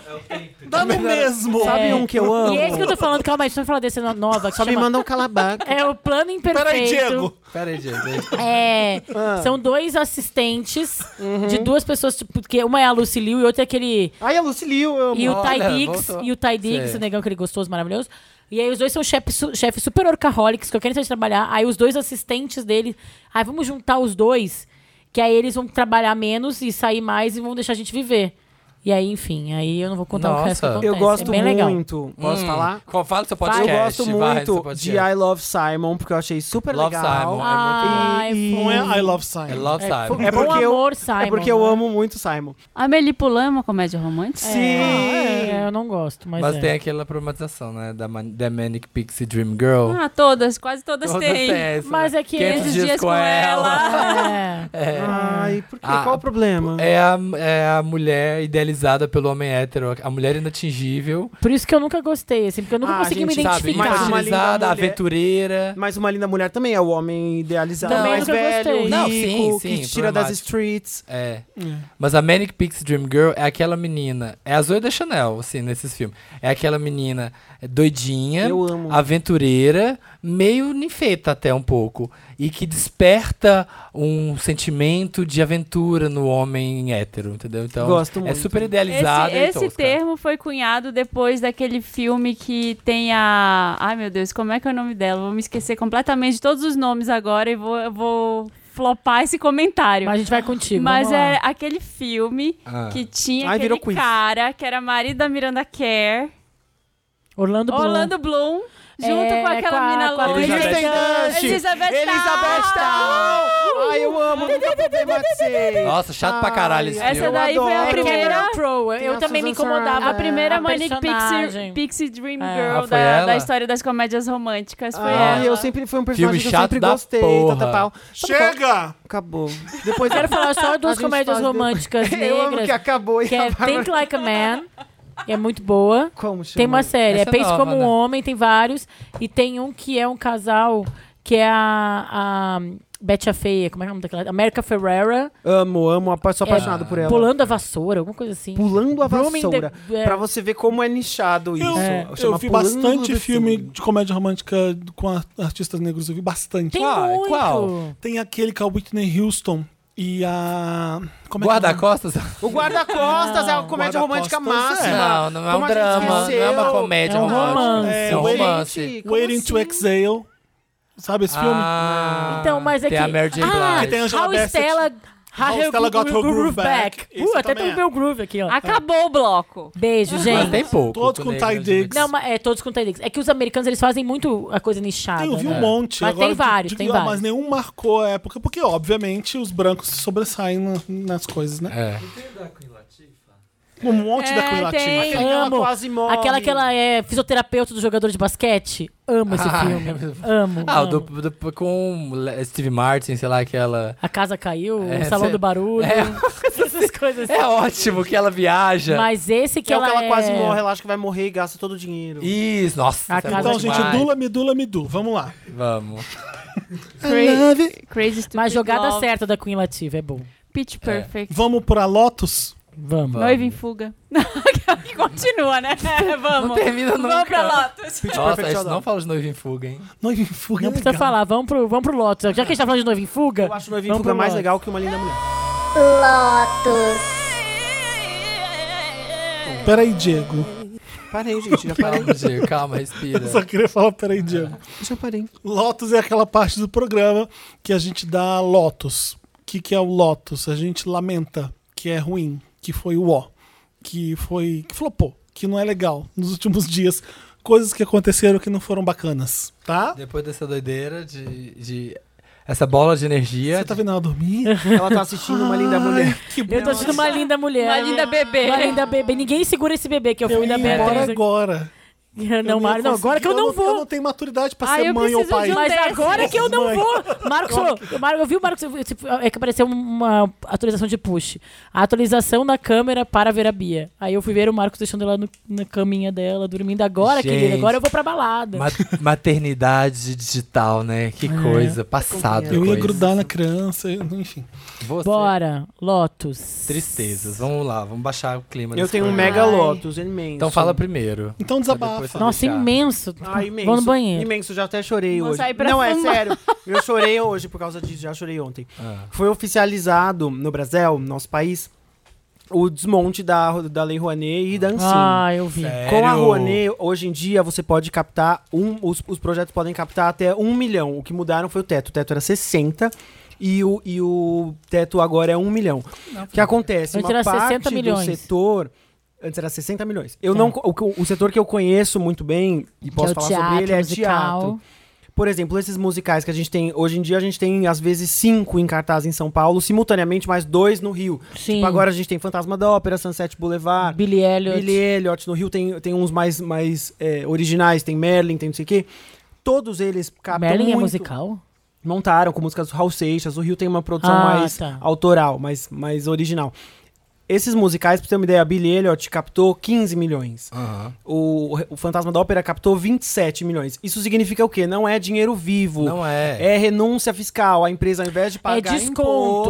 Speaker 1: Dá no mesmo.
Speaker 2: Sabe
Speaker 4: É.
Speaker 2: um que eu amo?
Speaker 4: E esse que eu tô falando, calma aí, deixa eu falar desse no- nova. Que
Speaker 2: Só me
Speaker 4: chama-
Speaker 2: mandam calar a boca.
Speaker 4: [LAUGHS] É o plano imperfeito.
Speaker 1: Peraí, Diego.
Speaker 5: Pera aí, gente.
Speaker 4: É,
Speaker 2: Ah.
Speaker 4: são dois assistentes de duas pessoas, tipo, que uma é a Lucy Liu e outra é aquele.
Speaker 2: Ai, a Lucilio, eu amo.
Speaker 4: E o Ty
Speaker 5: Olha,
Speaker 4: Diggs,
Speaker 5: voltou.
Speaker 4: e o Ty Diggs,
Speaker 5: Sei.
Speaker 4: o negão aquele gostoso, maravilhoso. E aí os dois são chefes su chefes super orcaholics, que eu quero sair de trabalhar. Aí os dois assistentes dele, aí vamos juntar os dois, que aí eles vão trabalhar menos e sair mais e vão deixar a gente viver. E aí, enfim, aí eu não vou contar o resto que
Speaker 5: Nossa.
Speaker 4: acontece.
Speaker 2: Eu gosto
Speaker 4: é bem legal.
Speaker 2: muito. Posso
Speaker 5: Hum,
Speaker 2: falar?
Speaker 5: qual- Fala do seu
Speaker 2: Eu
Speaker 5: podcast.
Speaker 2: gosto
Speaker 5: vai,
Speaker 2: muito
Speaker 5: seu podcast.
Speaker 2: de I Love Simon, porque eu achei super
Speaker 5: Love
Speaker 2: legal.
Speaker 5: Simon.
Speaker 4: Ai,
Speaker 2: É E-
Speaker 1: Não é I Love
Speaker 5: É
Speaker 1: Sign.
Speaker 5: Love Simon.
Speaker 4: É
Speaker 2: É
Speaker 4: porque
Speaker 2: porque eu-
Speaker 4: amor, Simon,
Speaker 2: É porque eu
Speaker 4: né?
Speaker 2: amo muito Simon.
Speaker 3: Amélie Poulain é uma comédia romântica?
Speaker 2: Sim!
Speaker 4: É, eu não gosto, mas,
Speaker 5: Mas
Speaker 2: né?
Speaker 4: é.
Speaker 5: tem aquela problematização, né? Da, Man da Manic Pixie Dream Girl.
Speaker 3: Ah, todas, quase todas,
Speaker 5: Todas
Speaker 3: têm.
Speaker 5: têm essa,
Speaker 4: Mas
Speaker 5: né?
Speaker 4: é que
Speaker 5: 500
Speaker 4: esses [LAUGHS]
Speaker 5: dias, com ela.
Speaker 4: É.
Speaker 5: É.
Speaker 2: Ai, por quê?
Speaker 5: Ah,
Speaker 2: Qual o problema?
Speaker 5: É a, é a mulher idealizada pelo homem hétero, a mulher inatingível,
Speaker 4: Por isso que eu nunca gostei, assim, porque eu nunca
Speaker 2: Ah,
Speaker 4: consegui me
Speaker 2: gente,
Speaker 5: sabe?
Speaker 2: Mas
Speaker 4: identificar.
Speaker 2: uma linda
Speaker 5: Infantilizada,
Speaker 2: mulher-
Speaker 5: aventureira.
Speaker 2: Mas uma linda mulher também é o homem idealizado,
Speaker 4: Também
Speaker 2: mais
Speaker 4: nunca
Speaker 2: velho,
Speaker 4: gostei.
Speaker 2: rico,
Speaker 5: Não, sim, sim,
Speaker 2: que te tira das
Speaker 5: problemático.
Speaker 2: streets.
Speaker 5: É. Mas a Manic Pixie Dream Girl é aquela menina, é a Zoe da Chanel, assim, nesses filmes. É aquela menina doidinha,
Speaker 2: Eu amo.
Speaker 5: aventureira, meio ninfeta até um pouco, e que desperta um sentimento de aventura no homem hétero, entendeu? Então,
Speaker 2: Gosto
Speaker 5: é
Speaker 2: muito.
Speaker 5: super
Speaker 3: Esse,
Speaker 5: idealizada e
Speaker 3: esse
Speaker 5: tosca.
Speaker 3: termo foi cunhado depois daquele filme que tem a. Ai, meu Deus, como é que é o nome dela? Vou me esquecer completamente de todos os nomes agora e vou, eu vou flopar esse comentário.
Speaker 4: Mas a gente vai contigo.
Speaker 3: Mas
Speaker 4: vamos lá.
Speaker 3: é aquele filme
Speaker 5: Ah.
Speaker 3: que tinha
Speaker 2: Ai, virou
Speaker 3: aquele
Speaker 2: quiz.
Speaker 3: cara que era marido da Miranda Kerr,
Speaker 4: Orlando Bloom.
Speaker 3: Orlando Bloom, junto
Speaker 4: É,
Speaker 3: com aquela
Speaker 4: com a-
Speaker 3: mina
Speaker 4: com a
Speaker 3: loira.
Speaker 5: Elizabeth
Speaker 2: Dunst.
Speaker 3: Elizabeth
Speaker 4: Ah,
Speaker 3: Dunst.
Speaker 2: Ai, eu amo, nunca problematizei.
Speaker 5: Nossa, chato
Speaker 4: Ah,
Speaker 5: pra caralho esse
Speaker 2: Ai,
Speaker 5: filme.
Speaker 4: é
Speaker 3: Essa daí foi é a
Speaker 2: adoro.
Speaker 3: primeira.
Speaker 4: Cameron Crowe.
Speaker 2: Tem
Speaker 4: Eu
Speaker 2: a
Speaker 4: também me
Speaker 2: Susan
Speaker 4: incomodava.
Speaker 2: Sarandon.
Speaker 3: A primeira
Speaker 4: a
Speaker 3: Manic Pixie,
Speaker 4: é um personagem.
Speaker 3: Pixie Dream
Speaker 4: É.
Speaker 5: Ah,
Speaker 3: Girl
Speaker 5: foi
Speaker 3: da,
Speaker 5: ela?
Speaker 3: da história das comédias românticas foi
Speaker 2: Ah,
Speaker 3: ela.
Speaker 2: eu sempre fui um personagem
Speaker 5: Filme
Speaker 2: que eu
Speaker 5: chato
Speaker 2: sempre
Speaker 5: da
Speaker 2: gostei.
Speaker 5: porra.
Speaker 2: Tata pau. Sabe qual-
Speaker 1: Chega!
Speaker 2: Acabou. Depois
Speaker 4: Quero falar só
Speaker 2: A
Speaker 4: duas
Speaker 2: gente
Speaker 4: comédias
Speaker 2: faz depois.
Speaker 4: românticas
Speaker 2: [LAUGHS] Eu amo que
Speaker 4: negras.
Speaker 2: acabou e
Speaker 4: Que é
Speaker 2: a Bárbara-
Speaker 4: Think Like a Man, que é muito boa.
Speaker 2: Como chama?
Speaker 4: Tem uma série,
Speaker 5: Essa
Speaker 4: é
Speaker 5: é
Speaker 4: Pense
Speaker 5: nova,
Speaker 4: Como um
Speaker 5: né?
Speaker 4: Homem, tem vários. E tem um que é um casal, que é a, a Betty a Feia, como é o nome daquela? América Ferrera,
Speaker 2: Amo, amo, apa- sou
Speaker 4: É,
Speaker 2: apaixonado por ela.
Speaker 4: Pulando a Vassoura, alguma coisa assim.
Speaker 2: Pulando a
Speaker 4: Blooming
Speaker 2: vassoura.
Speaker 4: the- é.
Speaker 2: Pra você ver como é nichado isso.
Speaker 1: Eu,
Speaker 4: É.
Speaker 1: eu
Speaker 2: Chama
Speaker 1: vi
Speaker 2: Pulando
Speaker 1: bastante
Speaker 2: a
Speaker 1: filme
Speaker 2: Vassoura.
Speaker 1: de comédia romântica com ar- artistas negros, eu vi bastante.
Speaker 4: Tem
Speaker 5: Qual?
Speaker 4: muito.
Speaker 5: Qual?
Speaker 1: Tem aquele com a Whitney Houston e a. Como é que é o nome?
Speaker 5: Guarda-costas?
Speaker 2: O Guarda-Costas é uma
Speaker 1: Guarda-costas,
Speaker 2: comédia romântica máxima.
Speaker 5: Não, não é um
Speaker 2: Como a gente
Speaker 5: drama, não é uma
Speaker 2: esqueceu?
Speaker 5: comédia
Speaker 4: É um
Speaker 5: romântica.
Speaker 4: romance.
Speaker 5: É, um
Speaker 1: Waiting-
Speaker 5: romance.
Speaker 2: Como
Speaker 1: Waiting to
Speaker 2: assim?
Speaker 1: Exhale. Sabe esse filme?
Speaker 5: Ah,
Speaker 4: Então, mas é
Speaker 5: tem
Speaker 4: que...
Speaker 5: a Mary J.
Speaker 4: Ah,
Speaker 5: Blige.
Speaker 1: tem a Angela
Speaker 4: How
Speaker 1: Bassett.
Speaker 4: Stella... How,
Speaker 1: How Stella Got Her Groove Back. Esse
Speaker 4: Uh, até
Speaker 1: também
Speaker 4: tem
Speaker 1: é.
Speaker 4: o meu groove aqui, ó.
Speaker 3: Acabou o bloco.
Speaker 4: Beijo,
Speaker 5: Mas
Speaker 4: gente.
Speaker 5: tem pouco.
Speaker 1: Todos com
Speaker 5: negro,
Speaker 1: Ty
Speaker 5: né?
Speaker 1: Diggs.
Speaker 4: Não, mas é todos com Tidix. É que os americanos, eles fazem muito a coisa nichada.
Speaker 1: Eu vi um
Speaker 4: né?
Speaker 1: monte.
Speaker 4: Mas
Speaker 1: agora
Speaker 4: tem
Speaker 1: de-
Speaker 4: vários,
Speaker 1: de-
Speaker 4: tem
Speaker 1: ah,
Speaker 4: vários.
Speaker 1: Mas nenhum marcou a época, porque, obviamente, os brancos se sobressaem na- nas coisas, né?
Speaker 5: É.
Speaker 1: um monte da
Speaker 3: É,
Speaker 1: coisa
Speaker 3: tem.
Speaker 1: latina.
Speaker 2: Aquele que ela
Speaker 4: Amo.
Speaker 2: quase morre.
Speaker 4: Aquela que ela é fisioterapeuta do jogador de basquete. Amo
Speaker 5: [LAUGHS]
Speaker 4: esse
Speaker 5: Ah,
Speaker 4: filme.
Speaker 5: é-
Speaker 4: Amo.
Speaker 5: Ah, o
Speaker 4: amo.
Speaker 5: do, do- com Le- Steve Martin, sei lá, aquela.
Speaker 4: A casa caiu,
Speaker 5: É,
Speaker 4: o salão
Speaker 5: cê-
Speaker 4: do barulho.
Speaker 5: É.
Speaker 4: [LAUGHS] Essas coisas.
Speaker 5: É ótimo que ela viaja.
Speaker 4: Mas esse que
Speaker 2: Que é o
Speaker 4: ela
Speaker 2: que ela
Speaker 4: é-
Speaker 2: quase morre, ela acha que vai morrer e gasta todo o dinheiro.
Speaker 5: Isso, nossa.
Speaker 4: A
Speaker 5: isso é
Speaker 4: casa
Speaker 1: Então,
Speaker 5: bom
Speaker 1: gente,
Speaker 5: demais.
Speaker 1: dula, me dula, me du. Vamos lá.
Speaker 5: Vamos.
Speaker 3: Cra Crazy Stupid
Speaker 4: Mas jogada
Speaker 3: Love,
Speaker 4: certa da Queen Latifah é bom.
Speaker 3: Pitch Perfect.
Speaker 1: Vamos pra Lotus.
Speaker 4: Vamos.
Speaker 3: Noiva em fuga. [LAUGHS] que continua, né? É, vamos.
Speaker 5: Não termina nunca.
Speaker 3: Vamos pra
Speaker 5: Nossa,
Speaker 3: Lotus.
Speaker 2: Perfect
Speaker 5: a gente
Speaker 2: Showdown.
Speaker 5: não fala de noiva em fuga, hein?
Speaker 1: Noiva em fuga.
Speaker 4: Não
Speaker 1: é
Speaker 4: precisa
Speaker 1: legal.
Speaker 4: falar, vamos pro, vamos pro Lotus. Já que a gente tá falando de noiva em fuga,
Speaker 2: Eu acho Noiva em
Speaker 4: vamos
Speaker 2: Fuga
Speaker 4: pro
Speaker 2: mais
Speaker 4: Lotus.
Speaker 2: legal que Uma Linda Mulher.
Speaker 1: Peraí, Diego.
Speaker 2: Parei, gente, já parei.
Speaker 5: Calma, Diego, calma, respira.
Speaker 1: Eu só queria falar, peraí,
Speaker 4: É.
Speaker 1: Diego.
Speaker 2: já parei.
Speaker 1: Lotus é aquela parte do programa que a gente dá Lotus. O que, que é o Lotus? A gente lamenta que é ruim, que foi o ó, que foi. que flopou, que não é legal nos últimos dias. Coisas que aconteceram que não foram bacanas, tá?
Speaker 5: Depois dessa doideira de. de- Essa bola de energia.
Speaker 1: Você tá vendo ela dormir?
Speaker 2: Ela tá assistindo Uma Linda Mulher.
Speaker 1: Que bom.
Speaker 4: Eu tô assistindo uma linda mulher.
Speaker 3: É. Uma linda bebê.
Speaker 4: Uma linda bebê. Ninguém segura esse bebê, que é o
Speaker 1: Eu
Speaker 4: filho
Speaker 1: ia
Speaker 4: da
Speaker 1: embora
Speaker 4: Beatriz.
Speaker 1: agora.
Speaker 4: Não,
Speaker 1: Eu
Speaker 4: Mário, não, agora que eu não
Speaker 1: consegui, Eu
Speaker 4: vou.
Speaker 1: não tenho maturidade pra
Speaker 3: Ah,
Speaker 1: ser
Speaker 3: eu
Speaker 1: mãe ou
Speaker 3: preciso
Speaker 1: pai.
Speaker 3: de um
Speaker 4: Mas
Speaker 3: acontece.
Speaker 4: agora que eu não
Speaker 1: Mãe.
Speaker 4: vou. Marcos, falou- Mar- eu vi o Marcos. É que apareceu uma atualização de push. A atualização na câmera para ver a Bia. Aí eu fui ver o Marcos deixando ela no- na caminha dela, dormindo. Agora,
Speaker 5: Gente.
Speaker 4: querida, agora eu vou pra balada.
Speaker 5: Ma- maternidade digital, né? Que coisa. Passado.
Speaker 1: Eu ia
Speaker 5: coisa.
Speaker 1: grudar na criança, eu- enfim.
Speaker 5: Você-
Speaker 4: Bora, Lotus.
Speaker 5: Tristezas. Vamos lá, vamos baixar o clima.
Speaker 2: Eu
Speaker 5: desse
Speaker 2: tenho um
Speaker 5: programa.
Speaker 2: Mega
Speaker 3: Ai.
Speaker 2: Lotus, é imenso.
Speaker 5: Então fala primeiro.
Speaker 1: Então
Speaker 5: Depois
Speaker 1: desabafa.
Speaker 5: você-
Speaker 4: Nossa,
Speaker 5: deixar.
Speaker 4: imenso.
Speaker 2: Ah, imenso.
Speaker 4: Vou no banheiro.
Speaker 2: Imenso, já até chorei
Speaker 3: Vou
Speaker 2: hoje.
Speaker 3: sair pra
Speaker 2: não, é
Speaker 3: fumar.
Speaker 2: sério. Eu chorei hoje por causa disso, já chorei ontem.
Speaker 5: Ah.
Speaker 2: Foi oficializado no Brasil, no nosso país, o desmonte da, da Lei Rouanet e da Ancine.
Speaker 4: Ah, eu vi.
Speaker 5: Sério?
Speaker 2: Com a Rouanet, hoje em dia, você pode captar um. Os, os projetos podem captar até um milhão. O que mudaram foi o teto. O teto era 60 e o, e o teto agora é um milhão. O que acontece?
Speaker 4: Antes
Speaker 2: Uma
Speaker 4: era
Speaker 2: parte
Speaker 4: 60 milhões.
Speaker 2: do setor. Antes era 60 milhões. Eu
Speaker 4: Tá.
Speaker 2: não, co- o, que eu- o setor que eu conheço muito bem, e
Speaker 4: Que é
Speaker 2: posso
Speaker 4: o
Speaker 2: falar
Speaker 4: teatro,
Speaker 2: sobre ele, é
Speaker 4: musical.
Speaker 2: teatro. Por exemplo, esses musicais que a gente tem. Hoje em dia a gente tem, às vezes, cinco em cartaz em São Paulo, simultaneamente, mais dois no Rio.
Speaker 4: Sim.
Speaker 2: Tipo, agora a gente tem Fantasma da Ópera, Sunset Boulevard.
Speaker 4: Billy Elliot.
Speaker 2: Billy Elliot, no Rio tem, tem uns mais, mais é, originais, tem Merlin, tem não sei o quê. Todos eles
Speaker 1: tá
Speaker 2: captam
Speaker 4: Merlin é
Speaker 2: muito-
Speaker 4: musical?
Speaker 2: Montaram com músicas do Raul Seixas, o Rio tem uma produção
Speaker 4: Ah,
Speaker 2: mais
Speaker 4: tá.
Speaker 2: autoral, mais, mais original. Esses musicais, pra você ter uma ideia, Billy Elliot captou 15 milhões.
Speaker 5: Aham.
Speaker 2: O, o Fantasma da Ópera captou 27 milhões. Isso significa o quê? Não é dinheiro vivo.
Speaker 5: Não é.
Speaker 2: É renúncia fiscal. A empresa, ao invés de pagar
Speaker 4: É desconto,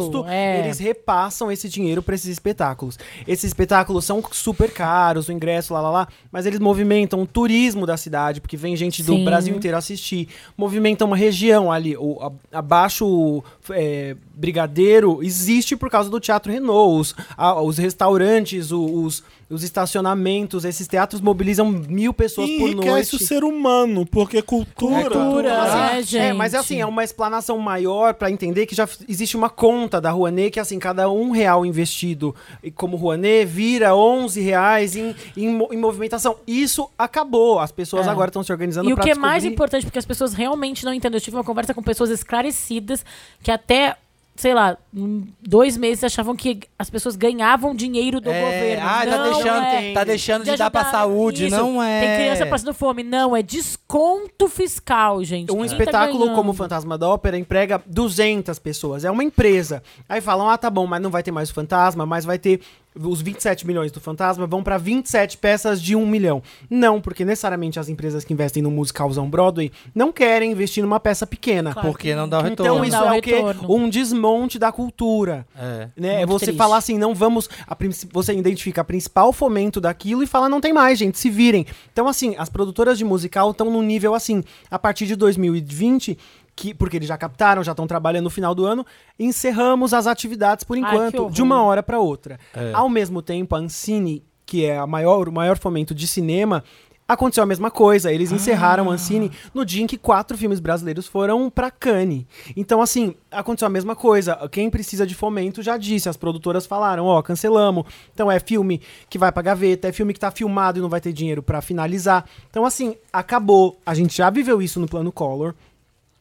Speaker 2: imposto,
Speaker 4: é.
Speaker 2: eles repassam esse dinheiro para esses espetáculos. Esses espetáculos são super caros, o ingresso, lá, lá, lá. Mas eles movimentam o turismo da cidade, porque vem gente do
Speaker 4: Sim.
Speaker 2: Brasil inteiro assistir. Movimentam uma região ali. O, a- abaixo é, Brigadeiro existe por causa do Teatro Renault. Os, a- os restaurantes, o- os, os estacionamentos. Esses teatros mobilizam mil pessoas por noite.
Speaker 1: Enriquece o ser humano, porque cultura.
Speaker 4: cultura,
Speaker 2: Mas,
Speaker 4: é.
Speaker 2: assim,
Speaker 4: gente.
Speaker 2: mas é assim, é uma explanação maior pra entender que já f- existe uma conta da Rouanet que, assim, cada um real investido e como Rouanet vira 11 reais em, em, mo- em movimentação. Isso acabou. As pessoas
Speaker 4: É.
Speaker 2: agora estão se organizando
Speaker 4: E o
Speaker 2: pra
Speaker 4: que é mais
Speaker 2: descobrir-
Speaker 4: importante, porque as pessoas realmente não entendem. Eu tive uma conversa com pessoas esclarecidas que até, sei lá, em dois meses achavam que as pessoas ganhavam dinheiro do
Speaker 5: É,
Speaker 4: governo.
Speaker 5: ah, tá
Speaker 4: não
Speaker 5: deixando,
Speaker 4: é.
Speaker 5: tá deixando de, dar
Speaker 4: ajudar-
Speaker 5: pra saúde,
Speaker 4: Isso.
Speaker 5: não é.
Speaker 4: Tem criança passando fome. Não, é desconto fiscal, gente.
Speaker 2: Um
Speaker 5: é.
Speaker 4: Quem tá
Speaker 2: espetáculo
Speaker 4: ganhando?
Speaker 2: como o Fantasma da Ópera emprega 200 pessoas. É uma empresa. Aí falam, ah, tá bom, mas não vai ter mais o Fantasma, mas vai ter os 27 milhões do Fantasma, vão pra 27 peças de 1 milhão. Não, porque necessariamente as empresas que investem no musicalzão Broadway não querem investir numa peça pequena.
Speaker 4: Claro.
Speaker 5: Porque não dá o retorno.
Speaker 2: Então isso
Speaker 4: Não dá o
Speaker 2: é o quê?
Speaker 4: retorno.
Speaker 2: Um desmonte da cultura.
Speaker 5: É.
Speaker 2: Né? É
Speaker 4: Muito
Speaker 2: você
Speaker 4: triste.
Speaker 2: falar assim, não vamos. a princi- você identifica a principal fomento daquilo e fala, não tem mais, gente, se virem. Então, assim, as produtoras de musical estão num nível assim. A partir de 2020, que, porque eles já captaram, já estão trabalhando no final do ano, encerramos as atividades por
Speaker 4: Ai, que
Speaker 2: enquanto,
Speaker 4: horror.
Speaker 2: de uma hora para outra.
Speaker 5: É.
Speaker 2: Ao mesmo tempo, a Ancine, que é a maior, o maior fomento de cinema. Aconteceu a mesma coisa, eles
Speaker 4: Ah.
Speaker 2: encerraram a Ancine no dia em que quatro filmes brasileiros foram pra Cannes. Então, assim, aconteceu a mesma coisa. Quem precisa de fomento já disse, as produtoras falaram, ó, cancelamos. Então é filme que vai pra gaveta, é filme que tá filmado e não vai ter dinheiro pra finalizar. Então, assim, acabou. A gente já viveu isso no plano Collor.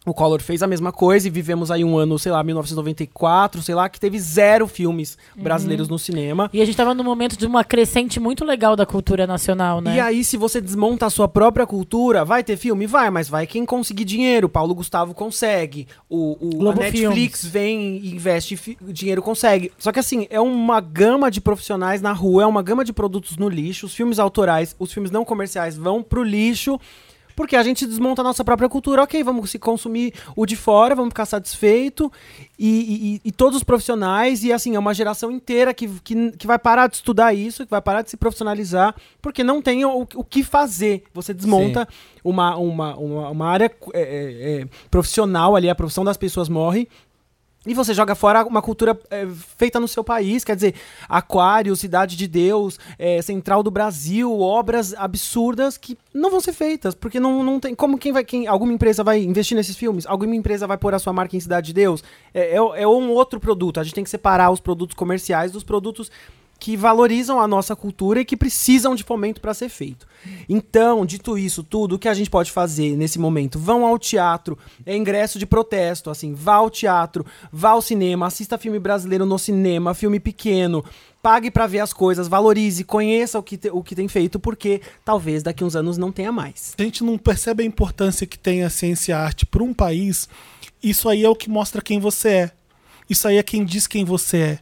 Speaker 2: O Collor fez a mesma coisa e vivemos aí um ano, sei lá, 1994, sei lá, que teve zero filmes
Speaker 4: Uhum.
Speaker 2: brasileiros no cinema.
Speaker 4: E a gente tava num momento de uma crescente muito legal da cultura nacional, né?
Speaker 2: E aí, se você desmonta a sua própria cultura, vai ter filme? Vai, mas vai quem conseguir dinheiro. Paulo Gustavo consegue. O, o- a
Speaker 4: Globo
Speaker 2: Netflix vem e investe fi- dinheiro, consegue. Só que assim, é uma gama de profissionais na rua, é uma gama de produtos no lixo. Os filmes autorais, os filmes não comerciais vão pro lixo. Porque a gente desmonta a nossa própria cultura. Ok, vamos se consumir o de fora, vamos ficar satisfeito. E, e- e todos os profissionais, e assim, é uma geração inteira que, que, que vai parar de estudar isso, que vai parar de se profissionalizar, porque não tem o, o que fazer. Você desmonta uma, uma, uma, uma área é, é, é, profissional ali, a profissão das pessoas morre. E você joga fora uma cultura é, feita no seu país, quer dizer, Aquário, Cidade de Deus, é, Central do Brasil, obras absurdas que não vão ser feitas, porque não, não tem. Como quem vai. Quem, alguma empresa vai investir nesses filmes? Alguma empresa vai pôr a sua marca em Cidade de Deus? É, é, é um outro produto. A gente tem que separar os produtos comerciais dos produtos que valorizam a nossa cultura e que precisam de fomento para ser feito. Então, dito isso tudo, o que a gente pode fazer nesse momento? Vão ao teatro, é ingresso de protesto, assim, vá ao teatro, vá ao cinema, assista filme brasileiro no cinema, filme pequeno, pague para ver as coisas, valorize, conheça o que, te- o que tem feito, porque talvez daqui uns anos não tenha mais.
Speaker 1: a gente não percebe a importância que tem a ciência e a arte para um país, isso aí é o que mostra quem você é. Isso aí é quem diz quem você é.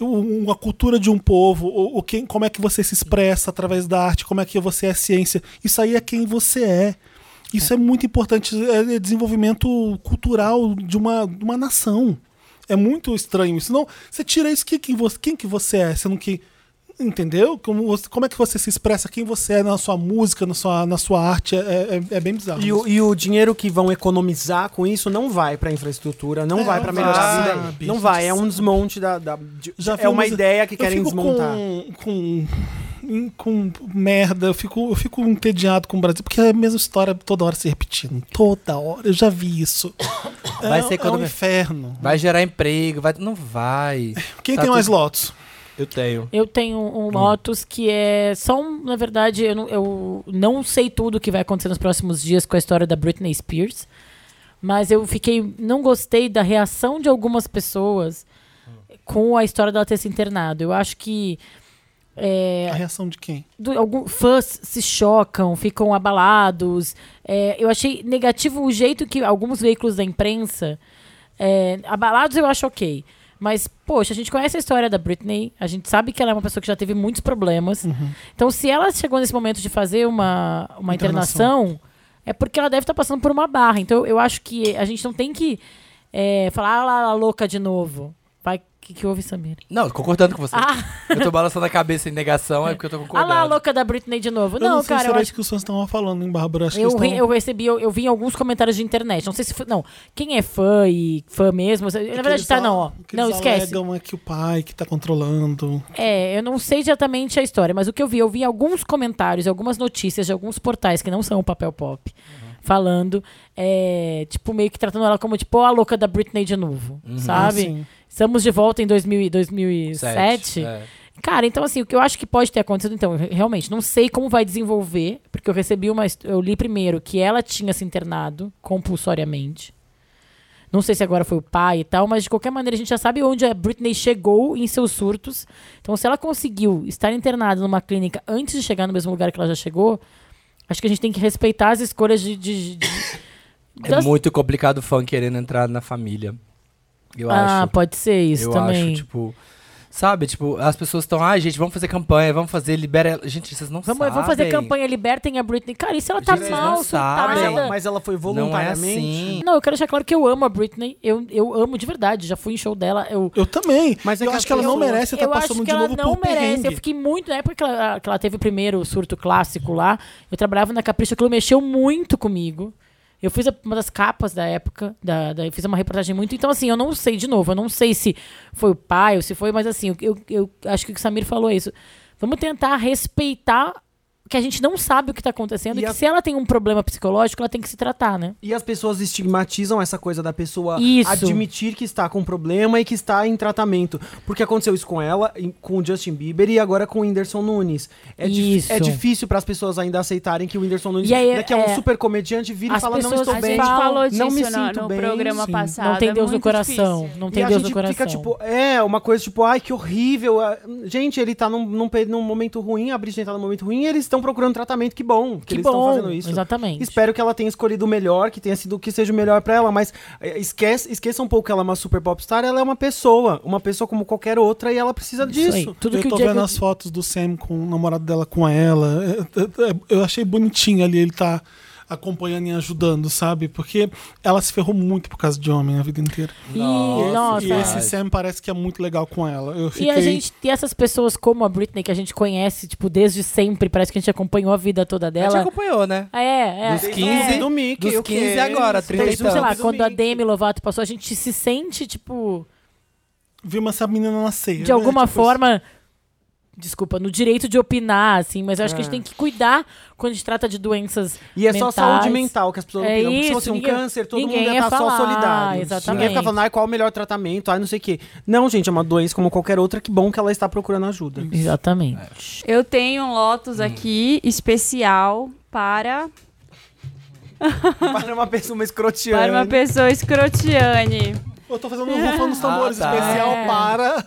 Speaker 1: O- A cultura de um povo, o, o quem, como é que você se expressa através da arte, como é que você é a ciência. Isso aí é quem você é. Isso é, muito importante, é é desenvolvimento cultural de uma, de uma nação. É muito estranho isso. Não, você tira isso, que, que você, quem que você é? Você não que, Entendeu? Como, você- como é que você se expressa, quem você é na sua música, na sua, na sua arte, é, é- é bem bizarro.
Speaker 2: E o, e o dinheiro que vão economizar com isso não vai para infraestrutura, não
Speaker 1: É,
Speaker 2: vai para
Speaker 1: não
Speaker 2: melhorar
Speaker 1: vai,
Speaker 2: a vida,
Speaker 1: bicho.
Speaker 2: não vai. É um desmonte da, da- de- é uma
Speaker 1: vimos-
Speaker 2: ideia que
Speaker 1: eu
Speaker 2: querem
Speaker 1: fico
Speaker 2: desmontar.
Speaker 1: Com, com, com merda, eu fico, eu fico entediado com o Brasil, porque é a mesma história toda hora se repetindo. Toda hora, eu já vi isso.
Speaker 5: Vai
Speaker 1: é,
Speaker 5: ser
Speaker 1: é um
Speaker 5: economia.
Speaker 1: inferno.
Speaker 5: Vai gerar emprego, vai... não vai.
Speaker 1: Quem
Speaker 5: Tá
Speaker 1: tem
Speaker 5: tudo-
Speaker 1: mais lotos?
Speaker 5: Eu tenho.
Speaker 4: Eu tenho um Lotus que é só um, na verdade, eu não, eu não sei tudo o que vai acontecer nos próximos dias com a história da Britney Spears, mas eu fiquei, não gostei da reação de algumas pessoas com a história dela ter se internado. Eu acho que é,
Speaker 1: A reação de quem?
Speaker 4: do- algum- fãs se chocam, ficam abalados. É, eu achei negativo o jeito que alguns veículos da imprensa. é, abalados eu acho ok. Mas, poxa, a gente conhece a história da Britney, a gente sabe que ela é uma pessoa que já teve muitos problemas.
Speaker 1: Uhum.
Speaker 4: Então, se ela chegou nesse momento de fazer uma, uma
Speaker 1: Internação.
Speaker 4: internação. é porque ela deve estar passando por uma barra. Então, eu acho que a gente não tem que é, falar, ah lá, ela é louca de novo. Vai, o que, que houve, Samir?
Speaker 5: Não, concordando com você.
Speaker 4: Ah,
Speaker 5: Eu tô balançando a cabeça em negação, é porque eu tô
Speaker 4: ah
Speaker 5: concordando.
Speaker 4: lá, a louca da Britney de novo.
Speaker 1: Eu
Speaker 4: não,
Speaker 1: não sei se
Speaker 4: cara, eu
Speaker 1: era
Speaker 4: acho
Speaker 1: isso que os fãs estavam falando, hein, Bárbara? Acho que
Speaker 4: Eu,
Speaker 1: eles
Speaker 4: ri-
Speaker 1: tavam-
Speaker 4: eu recebi, eu, eu vi em alguns comentários de internet. Não sei se foi. Não, quem é fã e fã mesmo. você-
Speaker 1: o
Speaker 4: Na
Speaker 1: que
Speaker 4: verdade,
Speaker 1: eles
Speaker 4: tá,
Speaker 1: al-
Speaker 4: não, ó.
Speaker 1: o que
Speaker 4: Não,
Speaker 1: eles
Speaker 4: esquece.
Speaker 1: alegam é que o pai que tá controlando.
Speaker 4: É, eu não sei exatamente a história, mas o que eu vi, eu vi alguns comentários, algumas notícias de alguns portais que não são o papel pop,
Speaker 1: Uhum.
Speaker 4: falando, é, tipo, meio que tratando ela como, tipo, ó, a louca da Britney de novo, sabe?
Speaker 1: Assim.
Speaker 4: Estamos de volta em 2000, e 2007.
Speaker 5: Sete, é.
Speaker 4: Cara, então assim, o que eu acho que pode ter acontecido, então, eu re- realmente, não sei como vai desenvolver, porque eu recebi uma. his- Eu li primeiro que ela tinha se internado compulsoriamente. Não sei se agora foi o pai e tal, mas de qualquer maneira a gente já sabe onde a Britney chegou em seus surtos. Então, se ela conseguiu estar internada numa clínica antes de chegar no mesmo lugar que ela já chegou, acho que a gente tem que respeitar as escolhas de. de- de-
Speaker 5: É
Speaker 4: das-
Speaker 5: muito complicado o fã querendo entrar na família. Eu
Speaker 4: ah,
Speaker 5: acho.
Speaker 4: pode ser isso
Speaker 5: eu
Speaker 4: também.
Speaker 5: acho, tipo. Sabe, tipo, as pessoas estão, ai, gente, vamos fazer campanha, vamos fazer, libera. ela." Gente, vocês não
Speaker 4: Vamos,
Speaker 5: sabem.
Speaker 4: vamos fazer campanha, libertem a Britney. Cara, e se ela tá
Speaker 5: Gente, vocês não
Speaker 4: mal,
Speaker 5: sabem.
Speaker 2: Mas
Speaker 4: surtada?
Speaker 2: ela, mas ela foi
Speaker 5: Não é
Speaker 2: voluntariamente.
Speaker 5: assim.
Speaker 4: Não, eu quero deixar claro que eu amo a Britney. Eu, eu amo de verdade. Já fui em show dela. Eu,
Speaker 1: Eu também.
Speaker 2: Mas
Speaker 1: Mas
Speaker 2: é
Speaker 1: eu
Speaker 2: que
Speaker 1: acho que ela
Speaker 2: as
Speaker 1: não
Speaker 2: pessoas-
Speaker 1: merece estar
Speaker 4: eu acho
Speaker 1: passando
Speaker 4: que
Speaker 1: de
Speaker 4: ela
Speaker 1: novo
Speaker 4: não
Speaker 1: por
Speaker 4: merece. Eu
Speaker 1: perrengue.
Speaker 4: fiquei muito. Na época que ela, que ela teve o primeiro surto clássico lá, eu trabalhava na Capricho, aquilo mexeu muito comigo. Eu fiz a- uma das capas da época, da, da- eu fiz uma reportagem muito. Então, assim, eu não sei, de novo, eu não sei se foi o pai ou se foi, mas assim, eu, eu, eu acho que o que o Samir falou é isso. Vamos tentar respeitar que a gente não sabe o que tá acontecendo
Speaker 2: E
Speaker 4: e,
Speaker 2: a-
Speaker 4: que se ela tem um problema psicológico, ela tem que se tratar, né?
Speaker 2: E as pessoas estigmatizam essa coisa da pessoa
Speaker 4: Isso.
Speaker 2: admitir que está com problema e que está em tratamento. Porque aconteceu isso com ela, e com o Justin Bieber e agora com o Whindersson Nunes. É, dif-
Speaker 4: Isso.
Speaker 2: é difícil para as pessoas ainda aceitarem que o Whindersson Nunes,
Speaker 4: E aí,
Speaker 2: daqui a um
Speaker 4: é,
Speaker 2: super comediante, vira e
Speaker 4: as
Speaker 2: fala: Não
Speaker 4: pessoas-
Speaker 2: estou
Speaker 3: a
Speaker 2: bem.
Speaker 3: gente falou disso
Speaker 2: não me
Speaker 3: no,
Speaker 2: sinto
Speaker 3: no
Speaker 2: bem.
Speaker 3: programa
Speaker 1: Sim.
Speaker 3: passado.
Speaker 4: não tem
Speaker 3: é
Speaker 4: Deus no
Speaker 3: muito
Speaker 4: coração.
Speaker 3: difícil.
Speaker 4: Não
Speaker 2: E
Speaker 4: tem
Speaker 2: a
Speaker 4: Deus
Speaker 2: gente
Speaker 4: no coração.
Speaker 2: fica tipo, é, uma coisa tipo, ai que horrível. ah, Gente, ele tá num, num, pe- num momento ruim, a Britney tá num momento ruim e eles estão procurando tratamento. Que bom que,
Speaker 4: que
Speaker 2: eles estão
Speaker 4: bom.
Speaker 2: fazendo isso.
Speaker 4: Exatamente.
Speaker 2: Espero que ela tenha escolhido o melhor, que tenha sido que seja o melhor pra ela, mas eh, esquece, esqueça um pouco que ela é uma super popstar, ela é uma pessoa, uma pessoa como qualquer outra e ela precisa
Speaker 4: Isso aí.
Speaker 2: disso.
Speaker 4: Tudo
Speaker 1: eu
Speaker 4: que
Speaker 1: tô
Speaker 4: o Diego...
Speaker 1: vendo as fotos do Sam com o namorado dela com ela. Eu- eu- Eu achei bonitinho ali ele tá acompanhando e ajudando, sabe? Porque ela se ferrou muito por causa de homem a vida inteira.
Speaker 4: Ih,
Speaker 5: Nossa.
Speaker 4: nossa.
Speaker 1: E esse Sam parece que é muito legal com ela. Eu fiquei...
Speaker 4: E a gente, e essas pessoas como a Britney, que a gente conhece, tipo, desde sempre, parece que a gente acompanhou a vida toda
Speaker 5: A gente
Speaker 4: dela.
Speaker 5: acompanhou, né?
Speaker 4: Ah, É, é.
Speaker 5: Dos
Speaker 4: é.
Speaker 5: 15,
Speaker 2: do Mickey,
Speaker 5: dos
Speaker 2: o quê?
Speaker 5: 15 agora,
Speaker 2: Desde,
Speaker 5: 30 e
Speaker 4: Sei lá,
Speaker 5: tantos.
Speaker 4: quando a Demi Lovato passou, a gente se sente, tipo,
Speaker 1: Vi uma essa menina nascer.
Speaker 4: de
Speaker 1: né?
Speaker 4: alguma
Speaker 1: Tipo,
Speaker 4: forma. Desculpa, no direito de opinar, assim, mas eu acho que a gente
Speaker 2: É.
Speaker 4: tem que cuidar quando a gente trata de doenças.
Speaker 2: E é só
Speaker 4: mentais.
Speaker 2: saúde mental que as pessoas
Speaker 4: É
Speaker 2: opinam. Porque se
Speaker 4: isso,
Speaker 2: fosse um
Speaker 4: ninguém-
Speaker 2: câncer, todo mundo
Speaker 4: ninguém
Speaker 2: ia
Speaker 4: ia
Speaker 2: estar só
Speaker 4: falar,
Speaker 2: solidário. Ninguém ia ficar
Speaker 4: exatamente.
Speaker 2: falando, ai, qual é o melhor tratamento, ai, não sei o quê. Não, gente, é uma doença como qualquer outra, que bom que ela está procurando ajuda.
Speaker 4: Exatamente.
Speaker 3: Eu tenho um Lotus aqui especial para,
Speaker 4: Uhum.
Speaker 2: [LAUGHS] Para uma pessoa, uma escrotiana.
Speaker 3: para uma pessoa escrotiane.
Speaker 1: Eu tô fazendo um rufão nos tambores
Speaker 5: Ah, tá.
Speaker 1: especial
Speaker 4: É.
Speaker 1: para...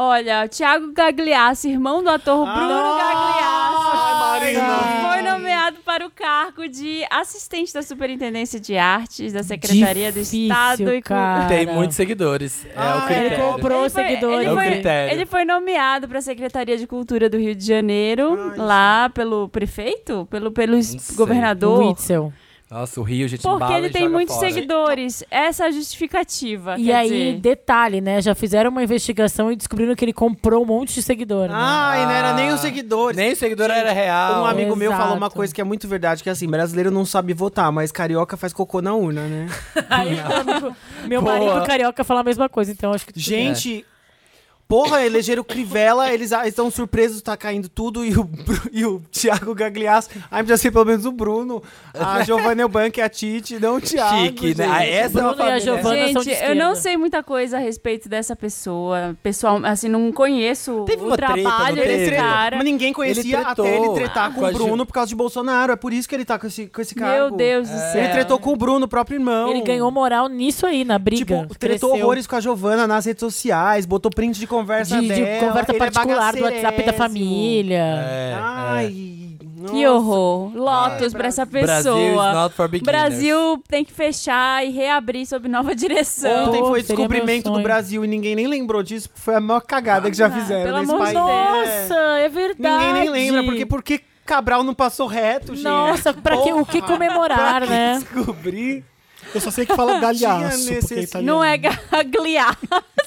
Speaker 3: Olha, Thiago Gagliasso, irmão do ator
Speaker 2: Ah,
Speaker 3: Bruno Gagliasso.
Speaker 1: Marina.
Speaker 3: Foi nomeado para o cargo de assistente da Superintendência de Artes da Secretaria
Speaker 4: Difícil,
Speaker 3: É. do Estado e
Speaker 4: cara.
Speaker 5: Tem
Speaker 4: Cara.
Speaker 5: muitos seguidores. É
Speaker 2: Ah,
Speaker 5: o
Speaker 4: Ele
Speaker 5: critério.
Speaker 4: comprou os seguidores.
Speaker 5: É o
Speaker 3: Ele foi,
Speaker 5: critério.
Speaker 3: ele foi nomeado para a Secretaria de Cultura do Rio de Janeiro,
Speaker 2: Ai,
Speaker 3: lá pelo prefeito, pelo, pelo es-
Speaker 5: Não sei.
Speaker 4: O
Speaker 3: governador.
Speaker 4: Witzel.
Speaker 5: Nossa, o Rio, gente,
Speaker 3: Porque
Speaker 5: bala
Speaker 3: ele
Speaker 5: e
Speaker 3: tem
Speaker 5: joga
Speaker 3: muitos
Speaker 5: fora.
Speaker 3: seguidores. Essa é a justificativa.
Speaker 4: E
Speaker 3: quer
Speaker 4: aí,
Speaker 3: dizer.
Speaker 4: detalhe, né? Já fizeram uma investigação e descobriram que ele comprou um monte de seguidor. né?
Speaker 2: Ai, não era nem os seguidores.
Speaker 5: Nem seguidor era real.
Speaker 2: Um amigo meu
Speaker 4: Exato.
Speaker 2: falou uma coisa que é muito verdade, que é assim, brasileiro não sabe votar, mas carioca faz cocô na urna, né?
Speaker 4: Aí, meu amigo- meu
Speaker 5: Boa.
Speaker 4: marido carioca fala a mesma coisa, então acho que. tudo bem.
Speaker 2: Gente, É. porra, elegeram o Crivella, eles ah, estão surpresos, tá caindo tudo, e o, Bru- [LAUGHS] e o Thiago Gagliasso, Ah, ai, precisa ser pelo menos o Bruno, [LAUGHS] a Giovanna Eubank, a Tite, não o Thiago.
Speaker 5: Chique, né?
Speaker 2: gente.
Speaker 5: Ah, Essa é uma
Speaker 4: Bruno e
Speaker 5: família.
Speaker 4: a Giovana são de
Speaker 3: Gente, eu não
Speaker 4: esquerda.
Speaker 3: sei muita coisa a respeito dessa pessoa. Pessoal, assim, não conheço
Speaker 5: Teve
Speaker 3: o
Speaker 5: uma treta, não
Speaker 3: trabalho
Speaker 5: teve?
Speaker 3: desse cara.
Speaker 2: Mas ninguém conhecia
Speaker 5: Ele tretou
Speaker 2: até ele tretar
Speaker 5: com
Speaker 2: com o
Speaker 5: a Gil-
Speaker 2: Bruno por causa de Bolsonaro, é por isso que ele tá com esse, com esse cargo.
Speaker 3: Meu Deus do céu.
Speaker 2: Ele tretou com o Bruno, o próprio irmão.
Speaker 4: Ele ganhou moral nisso aí, na briga.
Speaker 2: Tipo, tretou
Speaker 4: Cresceu.
Speaker 2: horrores com a Giovana nas redes sociais, botou print de conversa
Speaker 4: de, de
Speaker 2: dela.
Speaker 4: conversa
Speaker 2: ele é
Speaker 4: particular do WhatsApp da
Speaker 2: bagaceirésimo.
Speaker 4: família.
Speaker 5: É, é.
Speaker 2: Ai,
Speaker 3: Que
Speaker 2: nossa.
Speaker 3: horror. Lotus pra essa
Speaker 5: Ah, Brasil is
Speaker 3: pessoa.
Speaker 5: not for beginners.
Speaker 3: Brasil tem que fechar e reabrir sob nova direção.
Speaker 2: Ontem
Speaker 4: Pô,
Speaker 2: foi o
Speaker 4: seria
Speaker 2: descobrimento
Speaker 4: meu
Speaker 2: do
Speaker 4: sonho.
Speaker 2: Brasil e ninguém nem lembrou disso, porque foi a maior cagada que já fizeram
Speaker 3: Ah, pelo
Speaker 2: nesse
Speaker 3: amor de
Speaker 2: país.
Speaker 4: Nossa, é verdade.
Speaker 2: Ninguém nem lembra, porque por que Cabral não passou reto, gente?
Speaker 4: Nossa, pra que, o que comemorar, né?
Speaker 3: [LAUGHS]
Speaker 2: Descobri.
Speaker 1: Eu só sei que
Speaker 4: [LAUGHS]
Speaker 1: fala galhaço, porque é
Speaker 2: necessidade.
Speaker 1: italiano.
Speaker 3: Não é gagliaço.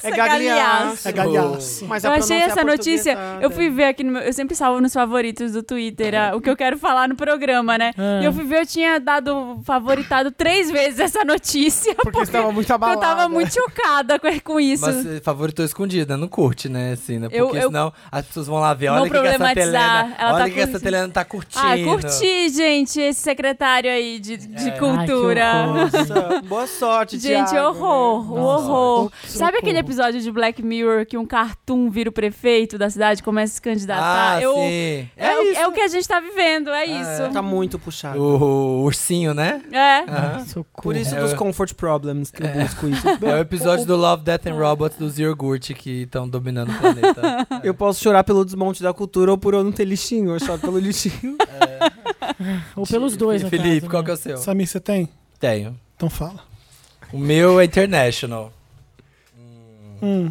Speaker 2: É gagliaço.
Speaker 3: gagliaço.
Speaker 1: É galhaço.
Speaker 2: Mas a é
Speaker 3: Eu achei
Speaker 2: pronúncia é
Speaker 3: essa notícia,
Speaker 2: aportuguesada.
Speaker 3: eu
Speaker 5: é.
Speaker 3: fui ver aqui no meu, eu sempre salvo nos favoritos do Twitter ah, o que eu quero falar no programa, né?
Speaker 5: Ah.
Speaker 3: E eu fui ver, eu tinha dado favoritado três vezes essa notícia.
Speaker 2: Porque estava muito abalado.
Speaker 3: Eu tava muito chocada com, com isso.
Speaker 5: Mas eh, favoritou escondida, não curte, né, assim, né? Porque
Speaker 3: Eu- eu-
Speaker 5: senão as pessoas vão lá ver, olha
Speaker 3: Vão
Speaker 5: o que que essa
Speaker 3: problematizar,
Speaker 5: Telena,
Speaker 3: ela
Speaker 5: olha
Speaker 3: tá
Speaker 5: o que que essa
Speaker 3: curtindo.
Speaker 5: Telena tá curtindo.
Speaker 3: ah, curti, gente, esse secretário aí de, de
Speaker 4: É. Ai, que
Speaker 3: cultura.
Speaker 4: horror.
Speaker 2: Nossa, boa sorte,
Speaker 3: Gente,
Speaker 2: Thiago,
Speaker 3: horror,
Speaker 2: né?
Speaker 3: o horror. Sabe aquele episódio de Black Mirror que um cartoon vira o prefeito da cidade e começa a se candidatar?
Speaker 5: Ah,
Speaker 3: Eu-
Speaker 5: sim.
Speaker 3: é, o- é o que a gente tá vivendo, é isso.
Speaker 2: Tá muito puxado.
Speaker 5: O ursinho, né?
Speaker 3: É.
Speaker 5: Aham.
Speaker 2: Por
Speaker 4: Socorro.
Speaker 2: isso
Speaker 5: É,
Speaker 2: dos
Speaker 5: eu-
Speaker 2: comfort problems que eu busco [LAUGHS] isso.
Speaker 5: É o episódio do Love, Death and Robots dos Yogurt que estão dominando o planeta.
Speaker 2: Eu posso chorar pelo desmonte da cultura ou por eu não ter lixinho. Eu choro pelo lixinho.
Speaker 4: [LAUGHS] Ou pelos dois, no
Speaker 5: Felipe,
Speaker 4: caso,
Speaker 5: qual
Speaker 4: né?
Speaker 5: que é o seu?
Speaker 1: Samir, você tem?
Speaker 5: Tenho.
Speaker 1: Então fala.
Speaker 5: O meu é International.
Speaker 1: Hum.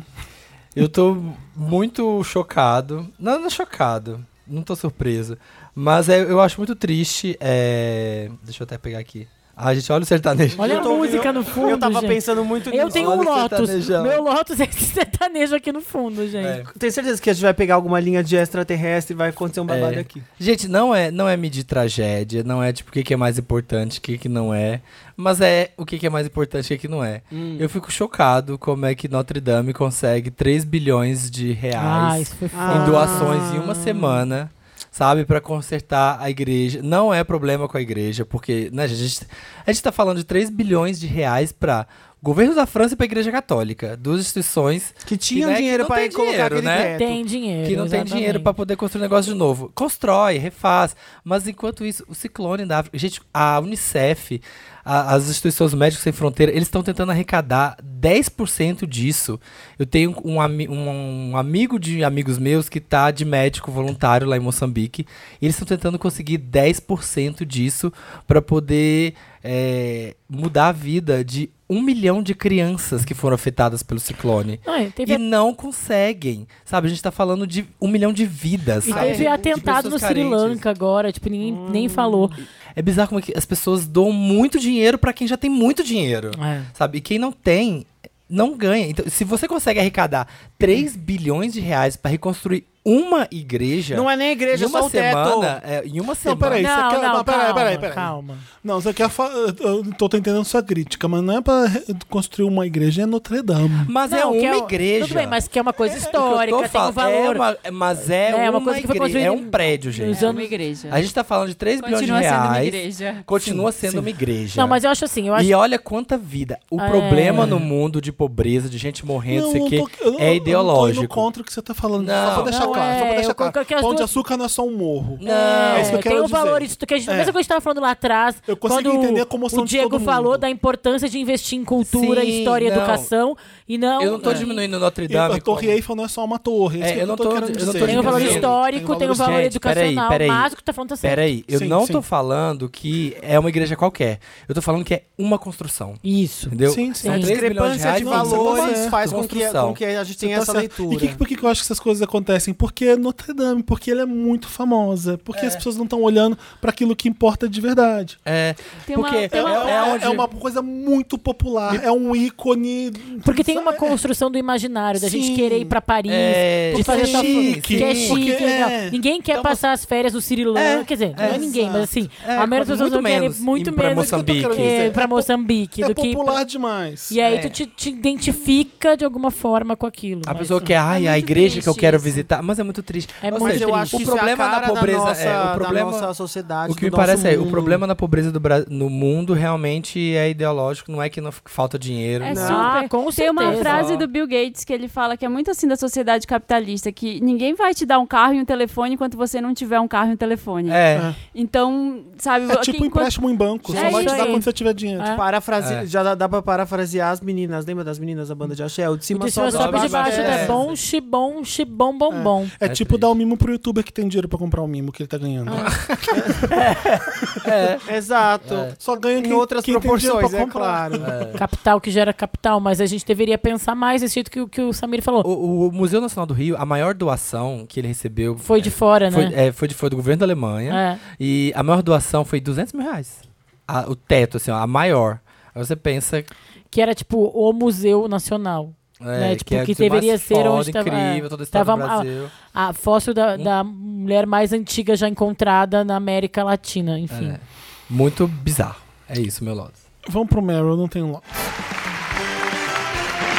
Speaker 5: Eu tô muito chocado. Não, não chocado. Não tô surpreso. Mas é- eu acho muito triste. é, Deixa eu até pegar aqui. Ah, gente, olha o sertanejo.
Speaker 4: Olha
Speaker 2: Eu
Speaker 4: a
Speaker 2: tô-
Speaker 4: música no fundo.
Speaker 2: eu tava
Speaker 4: gente.
Speaker 2: pensando muito nisso.
Speaker 4: Eu tenho
Speaker 5: Olha
Speaker 4: um
Speaker 5: o
Speaker 4: Lotus.
Speaker 5: sertanejão.
Speaker 4: Meu Lotus é esse sertanejo aqui no fundo, gente.
Speaker 5: É.
Speaker 2: Tenho certeza que a gente vai pegar alguma linha de extraterrestre e vai acontecer um babado
Speaker 5: É.
Speaker 2: aqui.
Speaker 5: Gente, não é, não é medir tragédia, não é tipo o que, que é mais importante, o que, que não é. Mas é o que, que é mais importante, o que, que não é. Eu fico chocado como é que Notre Dame consegue 3 bilhões de
Speaker 4: Ah,
Speaker 5: reais
Speaker 4: isso foi
Speaker 2: Ah.
Speaker 5: em
Speaker 4: foda.
Speaker 5: doações em uma semana. sabe, Pra consertar a igreja. Não é problema com a igreja, porque né, a, gente, a gente tá falando de 3 bilhões de reais pra governo da França e pra igreja católica, duas instituições
Speaker 2: Que tinha
Speaker 5: né, que
Speaker 2: dinheiro
Speaker 5: não
Speaker 2: pra
Speaker 5: tem
Speaker 2: colocar
Speaker 5: dinheiro,
Speaker 2: aquele
Speaker 5: né?
Speaker 2: teto.
Speaker 4: Tem dinheiro.
Speaker 5: que não tem
Speaker 4: exatamente.
Speaker 5: dinheiro pra poder construir um negócio de novo. Constrói, refaz. Mas enquanto isso, o ciclone da África. Gente, a Unicef, a- as instituições Médicos Sem Fronteira, eles estão tentando arrecadar 10% disso. Eu tenho um, ami- um- um amigo de amigos meus que tá de médico voluntário lá em Moçambique. E eles estão tentando conseguir 10% disso pra poder é, mudar a vida de um milhão de crianças que foram afetadas pelo ciclone.
Speaker 4: Não, é, teve
Speaker 5: E não conseguem, sabe? A gente tá falando de um milhão de vidas,
Speaker 4: E
Speaker 5: sabe?
Speaker 4: teve
Speaker 5: De
Speaker 4: atentado
Speaker 5: pessoas
Speaker 4: no Sri
Speaker 5: carentes.
Speaker 4: Lanka agora, tipo, ninguém
Speaker 1: Hum.
Speaker 4: nem falou.
Speaker 5: É bizarro como é que as pessoas dão muito dinheiro pra quem já tem muito dinheiro,
Speaker 4: É.
Speaker 5: sabe? E quem não tem, não ganha. Então, se você consegue arrecadar 3 bilhões de reais pra reconstruir uma igreja...
Speaker 2: Não é nem igreja,
Speaker 5: em
Speaker 2: é
Speaker 5: uma
Speaker 2: só o teto.
Speaker 5: semana, é, em uma
Speaker 1: Não,
Speaker 5: semana...
Speaker 1: peraí,
Speaker 4: Não,
Speaker 1: você quer.
Speaker 4: não,
Speaker 1: mas peraí,
Speaker 4: calma,
Speaker 1: peraí, peraí.
Speaker 4: calma.
Speaker 1: Não, você quer. Fa... Eu não tô entendendo sua crítica, mas não é pra re- construir uma igreja, é Notre Dame.
Speaker 5: Mas é
Speaker 4: Não,
Speaker 5: uma
Speaker 4: que o-
Speaker 5: igreja.
Speaker 4: Tudo bem, mas que é uma coisa
Speaker 5: O que eu tô
Speaker 4: histórica, tem um
Speaker 5: falando- é
Speaker 4: valor.
Speaker 5: uma- mas é,
Speaker 4: É, uma
Speaker 5: uma
Speaker 4: coisa que foi
Speaker 5: igreja,
Speaker 4: construída
Speaker 5: É
Speaker 4: em-
Speaker 5: um prédio, gente.
Speaker 4: nos anos-
Speaker 6: uma igreja.
Speaker 5: A gente tá falando de 3 bilhões de
Speaker 6: Continua sendo uma
Speaker 5: reais.
Speaker 6: igreja.
Speaker 5: Continua
Speaker 1: Sim,
Speaker 5: sendo
Speaker 1: sim.
Speaker 5: uma igreja.
Speaker 4: Não, mas eu acho assim, eu
Speaker 1: é
Speaker 4: acho
Speaker 5: E olha quanta vida. O
Speaker 4: É.
Speaker 5: problema no mundo de pobreza, de gente morrendo,
Speaker 1: Não,
Speaker 5: sei
Speaker 1: não
Speaker 5: que,
Speaker 1: tô- eu não- eu Não
Speaker 5: é
Speaker 1: tô indo
Speaker 5: ideológico.
Speaker 1: contra o que você tá falando.
Speaker 5: Não.
Speaker 1: só pra deixar
Speaker 4: Não,
Speaker 1: claro. só pra
Speaker 4: é,
Speaker 1: deixar
Speaker 4: eu
Speaker 1: claro.
Speaker 4: coloquei aqui as
Speaker 1: Pão de
Speaker 4: duas-
Speaker 1: açúcar não é só um morro.
Speaker 5: Não.
Speaker 1: isso que eu
Speaker 4: é, tem
Speaker 1: quero
Speaker 4: o
Speaker 1: dizer.
Speaker 4: valor isso que a gente,
Speaker 1: É.
Speaker 4: mesma coisa que a gente tava falando lá atrás.
Speaker 1: Eu consigo
Speaker 4: quando
Speaker 1: entender como são
Speaker 4: o
Speaker 1: de
Speaker 4: Diego
Speaker 1: todo mundo.
Speaker 4: falou da importância de investir em cultura,
Speaker 5: Sim,
Speaker 4: história e
Speaker 5: não.
Speaker 4: educação e não
Speaker 5: Eu não tô
Speaker 4: É.
Speaker 5: diminuindo Notre
Speaker 1: E a
Speaker 5: Dame.
Speaker 1: Torre
Speaker 5: como-
Speaker 1: Eiffel não é só uma torre. é isso
Speaker 5: É,
Speaker 1: que
Speaker 5: eu não tô-
Speaker 1: querendo
Speaker 5: eu não tô
Speaker 1: dizer.
Speaker 5: Tem
Speaker 4: Tem um valor
Speaker 5: valor-
Speaker 4: histórico, tem um valor
Speaker 5: Gente, peraí,
Speaker 4: educacional,
Speaker 5: peraí.
Speaker 4: mas o que tu tá falando tá certo.
Speaker 5: Peraí, eu
Speaker 1: Sim,
Speaker 5: não
Speaker 1: sim.
Speaker 5: tô falando que é uma igreja qualquer. Eu tô falando que é uma construção.
Speaker 4: Isso.
Speaker 5: Entendeu?
Speaker 1: Sim, sim.
Speaker 5: São
Speaker 4: Sim.
Speaker 5: três bilhões
Speaker 2: discrepância de
Speaker 5: reais, não, você tá
Speaker 2: valores
Speaker 5: certo.
Speaker 2: faz com que,
Speaker 5: Construção. Então, assim,
Speaker 2: com que a gente
Speaker 1: Você
Speaker 2: tenha
Speaker 1: tá
Speaker 2: essa
Speaker 1: certo.
Speaker 2: leitura.
Speaker 1: E que- por que que eu acho que essas coisas acontecem? Porque é Notre Dame, porque ele é muito famosa, porque as pessoas não estão olhando para aquilo que importa de verdade.
Speaker 5: É,
Speaker 3: Tem uma-
Speaker 5: porque
Speaker 3: tem uma-
Speaker 5: é, é onde...
Speaker 1: é uma coisa muito popular, é um ícone.
Speaker 4: Porque tem
Speaker 1: sabe?
Speaker 4: uma construção do imaginário, da
Speaker 1: Sim.
Speaker 4: gente querer ir pra Paris,
Speaker 5: É,
Speaker 4: de fazer
Speaker 1: porque é
Speaker 4: essa
Speaker 1: chique,
Speaker 4: que é
Speaker 1: sim.
Speaker 4: chique,
Speaker 1: Porque
Speaker 4: legal.
Speaker 1: é.
Speaker 4: Ninguém quer
Speaker 1: Dá uma-
Speaker 4: passar as férias no Siri Lanka,
Speaker 5: É,
Speaker 4: quer dizer, não
Speaker 5: é,
Speaker 4: é ninguém, mas assim,
Speaker 5: é,
Speaker 4: a maioria das pessoas
Speaker 5: muito
Speaker 4: não querem
Speaker 5: menos
Speaker 4: muito
Speaker 5: ir pra
Speaker 4: menos
Speaker 5: Moçambique.
Speaker 4: do que
Speaker 1: É,
Speaker 4: pra Moçambique,
Speaker 1: É
Speaker 4: do que
Speaker 1: popular demais.
Speaker 4: E aí
Speaker 5: É.
Speaker 4: tu te, te identifica de alguma forma com aquilo. né?
Speaker 5: A
Speaker 4: mas-
Speaker 5: pessoa quer, ai, a
Speaker 6: muito
Speaker 5: igreja que eu
Speaker 6: triste
Speaker 5: quero
Speaker 6: isso.
Speaker 5: visitar, mas é muito triste.
Speaker 4: É
Speaker 5: Ou
Speaker 4: muito
Speaker 5: seja,
Speaker 2: Mas eu acho
Speaker 5: o
Speaker 2: que isso é a
Speaker 5: problema
Speaker 2: cara
Speaker 5: da pobreza
Speaker 2: nossa,
Speaker 5: é o problema
Speaker 2: da nossa sociedade,
Speaker 5: O que me
Speaker 2: do nosso
Speaker 5: parece é, o
Speaker 2: mundo.
Speaker 5: problema na pobreza do Bra- no mundo realmente é ideológico, não é que não f- falta dinheiro.
Speaker 3: É
Speaker 5: não.
Speaker 3: super.
Speaker 4: Ah, com
Speaker 3: Tem
Speaker 4: certeza.
Speaker 3: uma frase do Bill Gates que ele fala que é muito assim da sociedade capitalista, que ninguém vai te dar um carro e um telefone enquanto você não tiver um carro e um telefone.
Speaker 5: É.
Speaker 3: Então, sabe...
Speaker 1: É tipo
Speaker 3: quem-
Speaker 1: um empréstimo em banco, só
Speaker 4: É
Speaker 1: vai te
Speaker 4: isso
Speaker 1: dar
Speaker 4: aí.
Speaker 1: quando você tiver dinheiro.
Speaker 4: É.
Speaker 2: Parafrase...
Speaker 5: É.
Speaker 2: Já dá, dá pra parafrasear as meninas. Lembra das meninas da banda de axé? O de cima,
Speaker 4: De cima sobe de baixo,
Speaker 5: baixo,
Speaker 4: é
Speaker 5: é.
Speaker 4: bom, xibom, xibom, bom, bom.
Speaker 1: É,
Speaker 5: É
Speaker 1: tipo
Speaker 5: triste.
Speaker 1: dar um mimo pro youtuber que tem dinheiro pra comprar um mimo que ele tá ganhando.
Speaker 2: Exato.
Speaker 5: É.
Speaker 1: Só ganha
Speaker 2: Em
Speaker 1: quem,
Speaker 2: outras
Speaker 1: quem tem dinheiro
Speaker 2: proporções,
Speaker 1: pra
Speaker 2: é
Speaker 1: comprar.
Speaker 2: claro.
Speaker 5: [LAUGHS]
Speaker 4: Capital que gera capital, mas a gente deveria pensar mais nesse jeito que, o- que o Samir falou.
Speaker 5: O, o Museu Nacional do Rio, a maior doação que ele recebeu
Speaker 4: Foi de fora,
Speaker 5: foi,
Speaker 4: né?
Speaker 5: é, foi de- foi do governo da Alemanha.
Speaker 4: É.
Speaker 5: E a maior doação foi 200 mil reais. A- o teto, assim, ó, a maior. Aí você pensa é,
Speaker 4: Que era tipo o Museu Nacional. Né, tipo,
Speaker 5: que, é
Speaker 4: que
Speaker 5: o museu
Speaker 4: deveria
Speaker 5: mais
Speaker 4: ser
Speaker 5: foda,
Speaker 4: onde tava-
Speaker 5: incrível,
Speaker 4: é,
Speaker 5: todo o estado
Speaker 4: tava-
Speaker 5: do Brasil.
Speaker 4: A fóssil da, da mulher mais antiga já encontrada na América Latina, enfim.
Speaker 5: É. Muito bizarro. É isso, meu Lotus.
Speaker 1: Vamos pro Meryl, não tem um lote.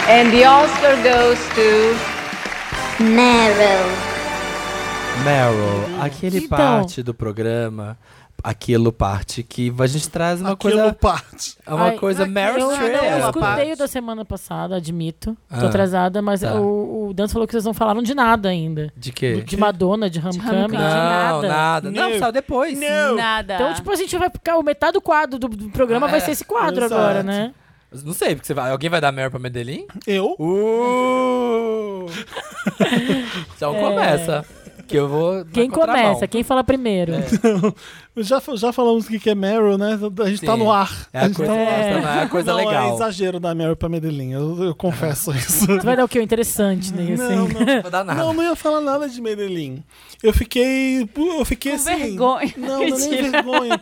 Speaker 7: And the Oscar goes to
Speaker 8: Meryl.
Speaker 5: Meryl, aquele
Speaker 4: Então.
Speaker 5: parte do programa, aquilo parte que a gente traz uma coisa,
Speaker 1: parte.
Speaker 5: é uma
Speaker 4: Ai,
Speaker 5: coisa Meryl
Speaker 4: Eu, eu
Speaker 5: Streep.
Speaker 4: escutei o da semana passada, admito.
Speaker 5: Ah,
Speaker 4: Tô atrasada, mas
Speaker 5: tá.
Speaker 4: o, o Dan falou que vocês não falaram de nada ainda.
Speaker 5: De quê?
Speaker 4: De Madonna, de Homecoming, de
Speaker 5: Não,
Speaker 4: nada.
Speaker 5: nada.
Speaker 1: Não.
Speaker 5: Não, saiu depois.
Speaker 6: Nada.
Speaker 4: Então, tipo, a gente vai ficar. O metade do quadro do, do programa vai ser esse quadro
Speaker 1: exato.
Speaker 4: agora, né?
Speaker 5: Não sei, porque você vai- alguém vai dar Meryl pra Medellín?
Speaker 1: Eu?
Speaker 5: Uh! [LAUGHS] então começa. Que eu vou. na
Speaker 4: Quem
Speaker 5: contramão.
Speaker 4: começa? Quem fala primeiro?
Speaker 1: Já, fa- já falamos o que que é Meryl, né? A gente tá
Speaker 5: Sim.
Speaker 1: no ar.
Speaker 5: É a coisa,
Speaker 1: no ar.
Speaker 5: nossa, não é a coisa
Speaker 1: Não, É
Speaker 5: legal.
Speaker 1: exagero da Meryl pra Medellín, eu, eu confesso isso.
Speaker 4: Tu vai dar o que? O interessante, né? Assim.
Speaker 1: Não, não.
Speaker 5: Não vou dar [LAUGHS] nada.
Speaker 1: Não, não ia falar nada de Medellín. Eu fiquei. Eu fiquei
Speaker 6: Com
Speaker 1: assim.
Speaker 3: [LAUGHS]
Speaker 6: vergonha.
Speaker 1: Não, não é
Speaker 3: tipo,
Speaker 1: nem vergonha.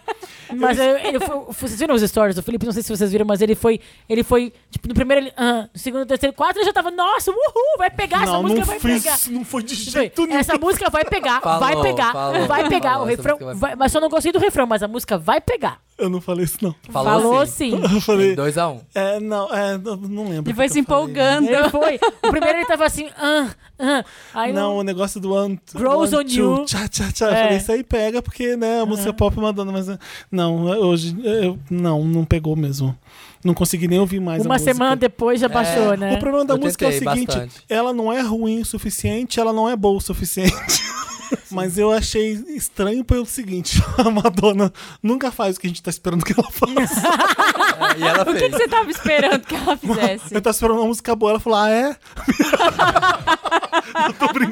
Speaker 4: Mas eu, ele foi- vocês viram os stories do Felipe? Não sei se vocês viram, mas ele foi. Ele foi. Tipo, no primeiro. Ele, ah, no segundo, terceiro, quarto, ele já tava. Nossa, uhul! Vai pegar, essa
Speaker 1: não,
Speaker 4: música
Speaker 1: não
Speaker 4: vai
Speaker 1: fiz.
Speaker 4: pegar. Tipo, é.
Speaker 1: Não foi de
Speaker 4: Foi,
Speaker 1: jeito nenhum.
Speaker 4: Essa música vai pegar,
Speaker 5: Falou,
Speaker 4: vai pegar,
Speaker 5: falou,
Speaker 4: vai pegar.
Speaker 5: falou,
Speaker 4: o
Speaker 5: essa
Speaker 4: refrão.
Speaker 5: música vai
Speaker 4: vai- mas só não gostei do refrão, mas a música vai pegar.
Speaker 1: Eu não falei isso, não.
Speaker 5: Falou, sim.
Speaker 4: sim.
Speaker 1: Eu falei.
Speaker 5: 2x1. Um.
Speaker 1: É, não, é, não- não lembro.
Speaker 3: Ele
Speaker 1: o
Speaker 3: foi
Speaker 1: que
Speaker 3: se
Speaker 1: eu falei. né?
Speaker 3: empolgando.
Speaker 4: Ele foi. O primeiro ele tava assim, ah, ah. Aí
Speaker 1: Não, é
Speaker 4: não.
Speaker 1: o negócio do one,
Speaker 4: Grows
Speaker 1: one,
Speaker 4: on
Speaker 1: two,
Speaker 4: you.
Speaker 1: Tchá, tchá, tchá. Eu
Speaker 4: É.
Speaker 1: falei, isso aí pega, porque, né, a música pop é Madonna, mas. né, Não, hoje. eh, eu- não, não pegou mesmo. Não consegui nem ouvir mais a
Speaker 4: uma
Speaker 1: música.
Speaker 4: semana
Speaker 5: É.
Speaker 4: depois já baixou, né?
Speaker 1: O problema da
Speaker 5: Eu
Speaker 1: música é o
Speaker 5: tentei
Speaker 1: seguinte:
Speaker 5: bastante.
Speaker 1: ela não é ruim o suficiente, ela não é boa o suficiente.
Speaker 5: [LAUGHS]
Speaker 1: Mas eu achei estranho pelo seguinte: [LAUGHS] a Madonna nunca faz o que a gente tá esperando que ela faça.
Speaker 5: É, e
Speaker 4: [LAUGHS]
Speaker 5: ela
Speaker 3: O que,
Speaker 5: fez.
Speaker 3: que você tava
Speaker 1: [LAUGHS]
Speaker 3: esperando que ela
Speaker 1: Eu
Speaker 3: fizesse?
Speaker 1: tava esperando uma música boa, ela falou: ah, é?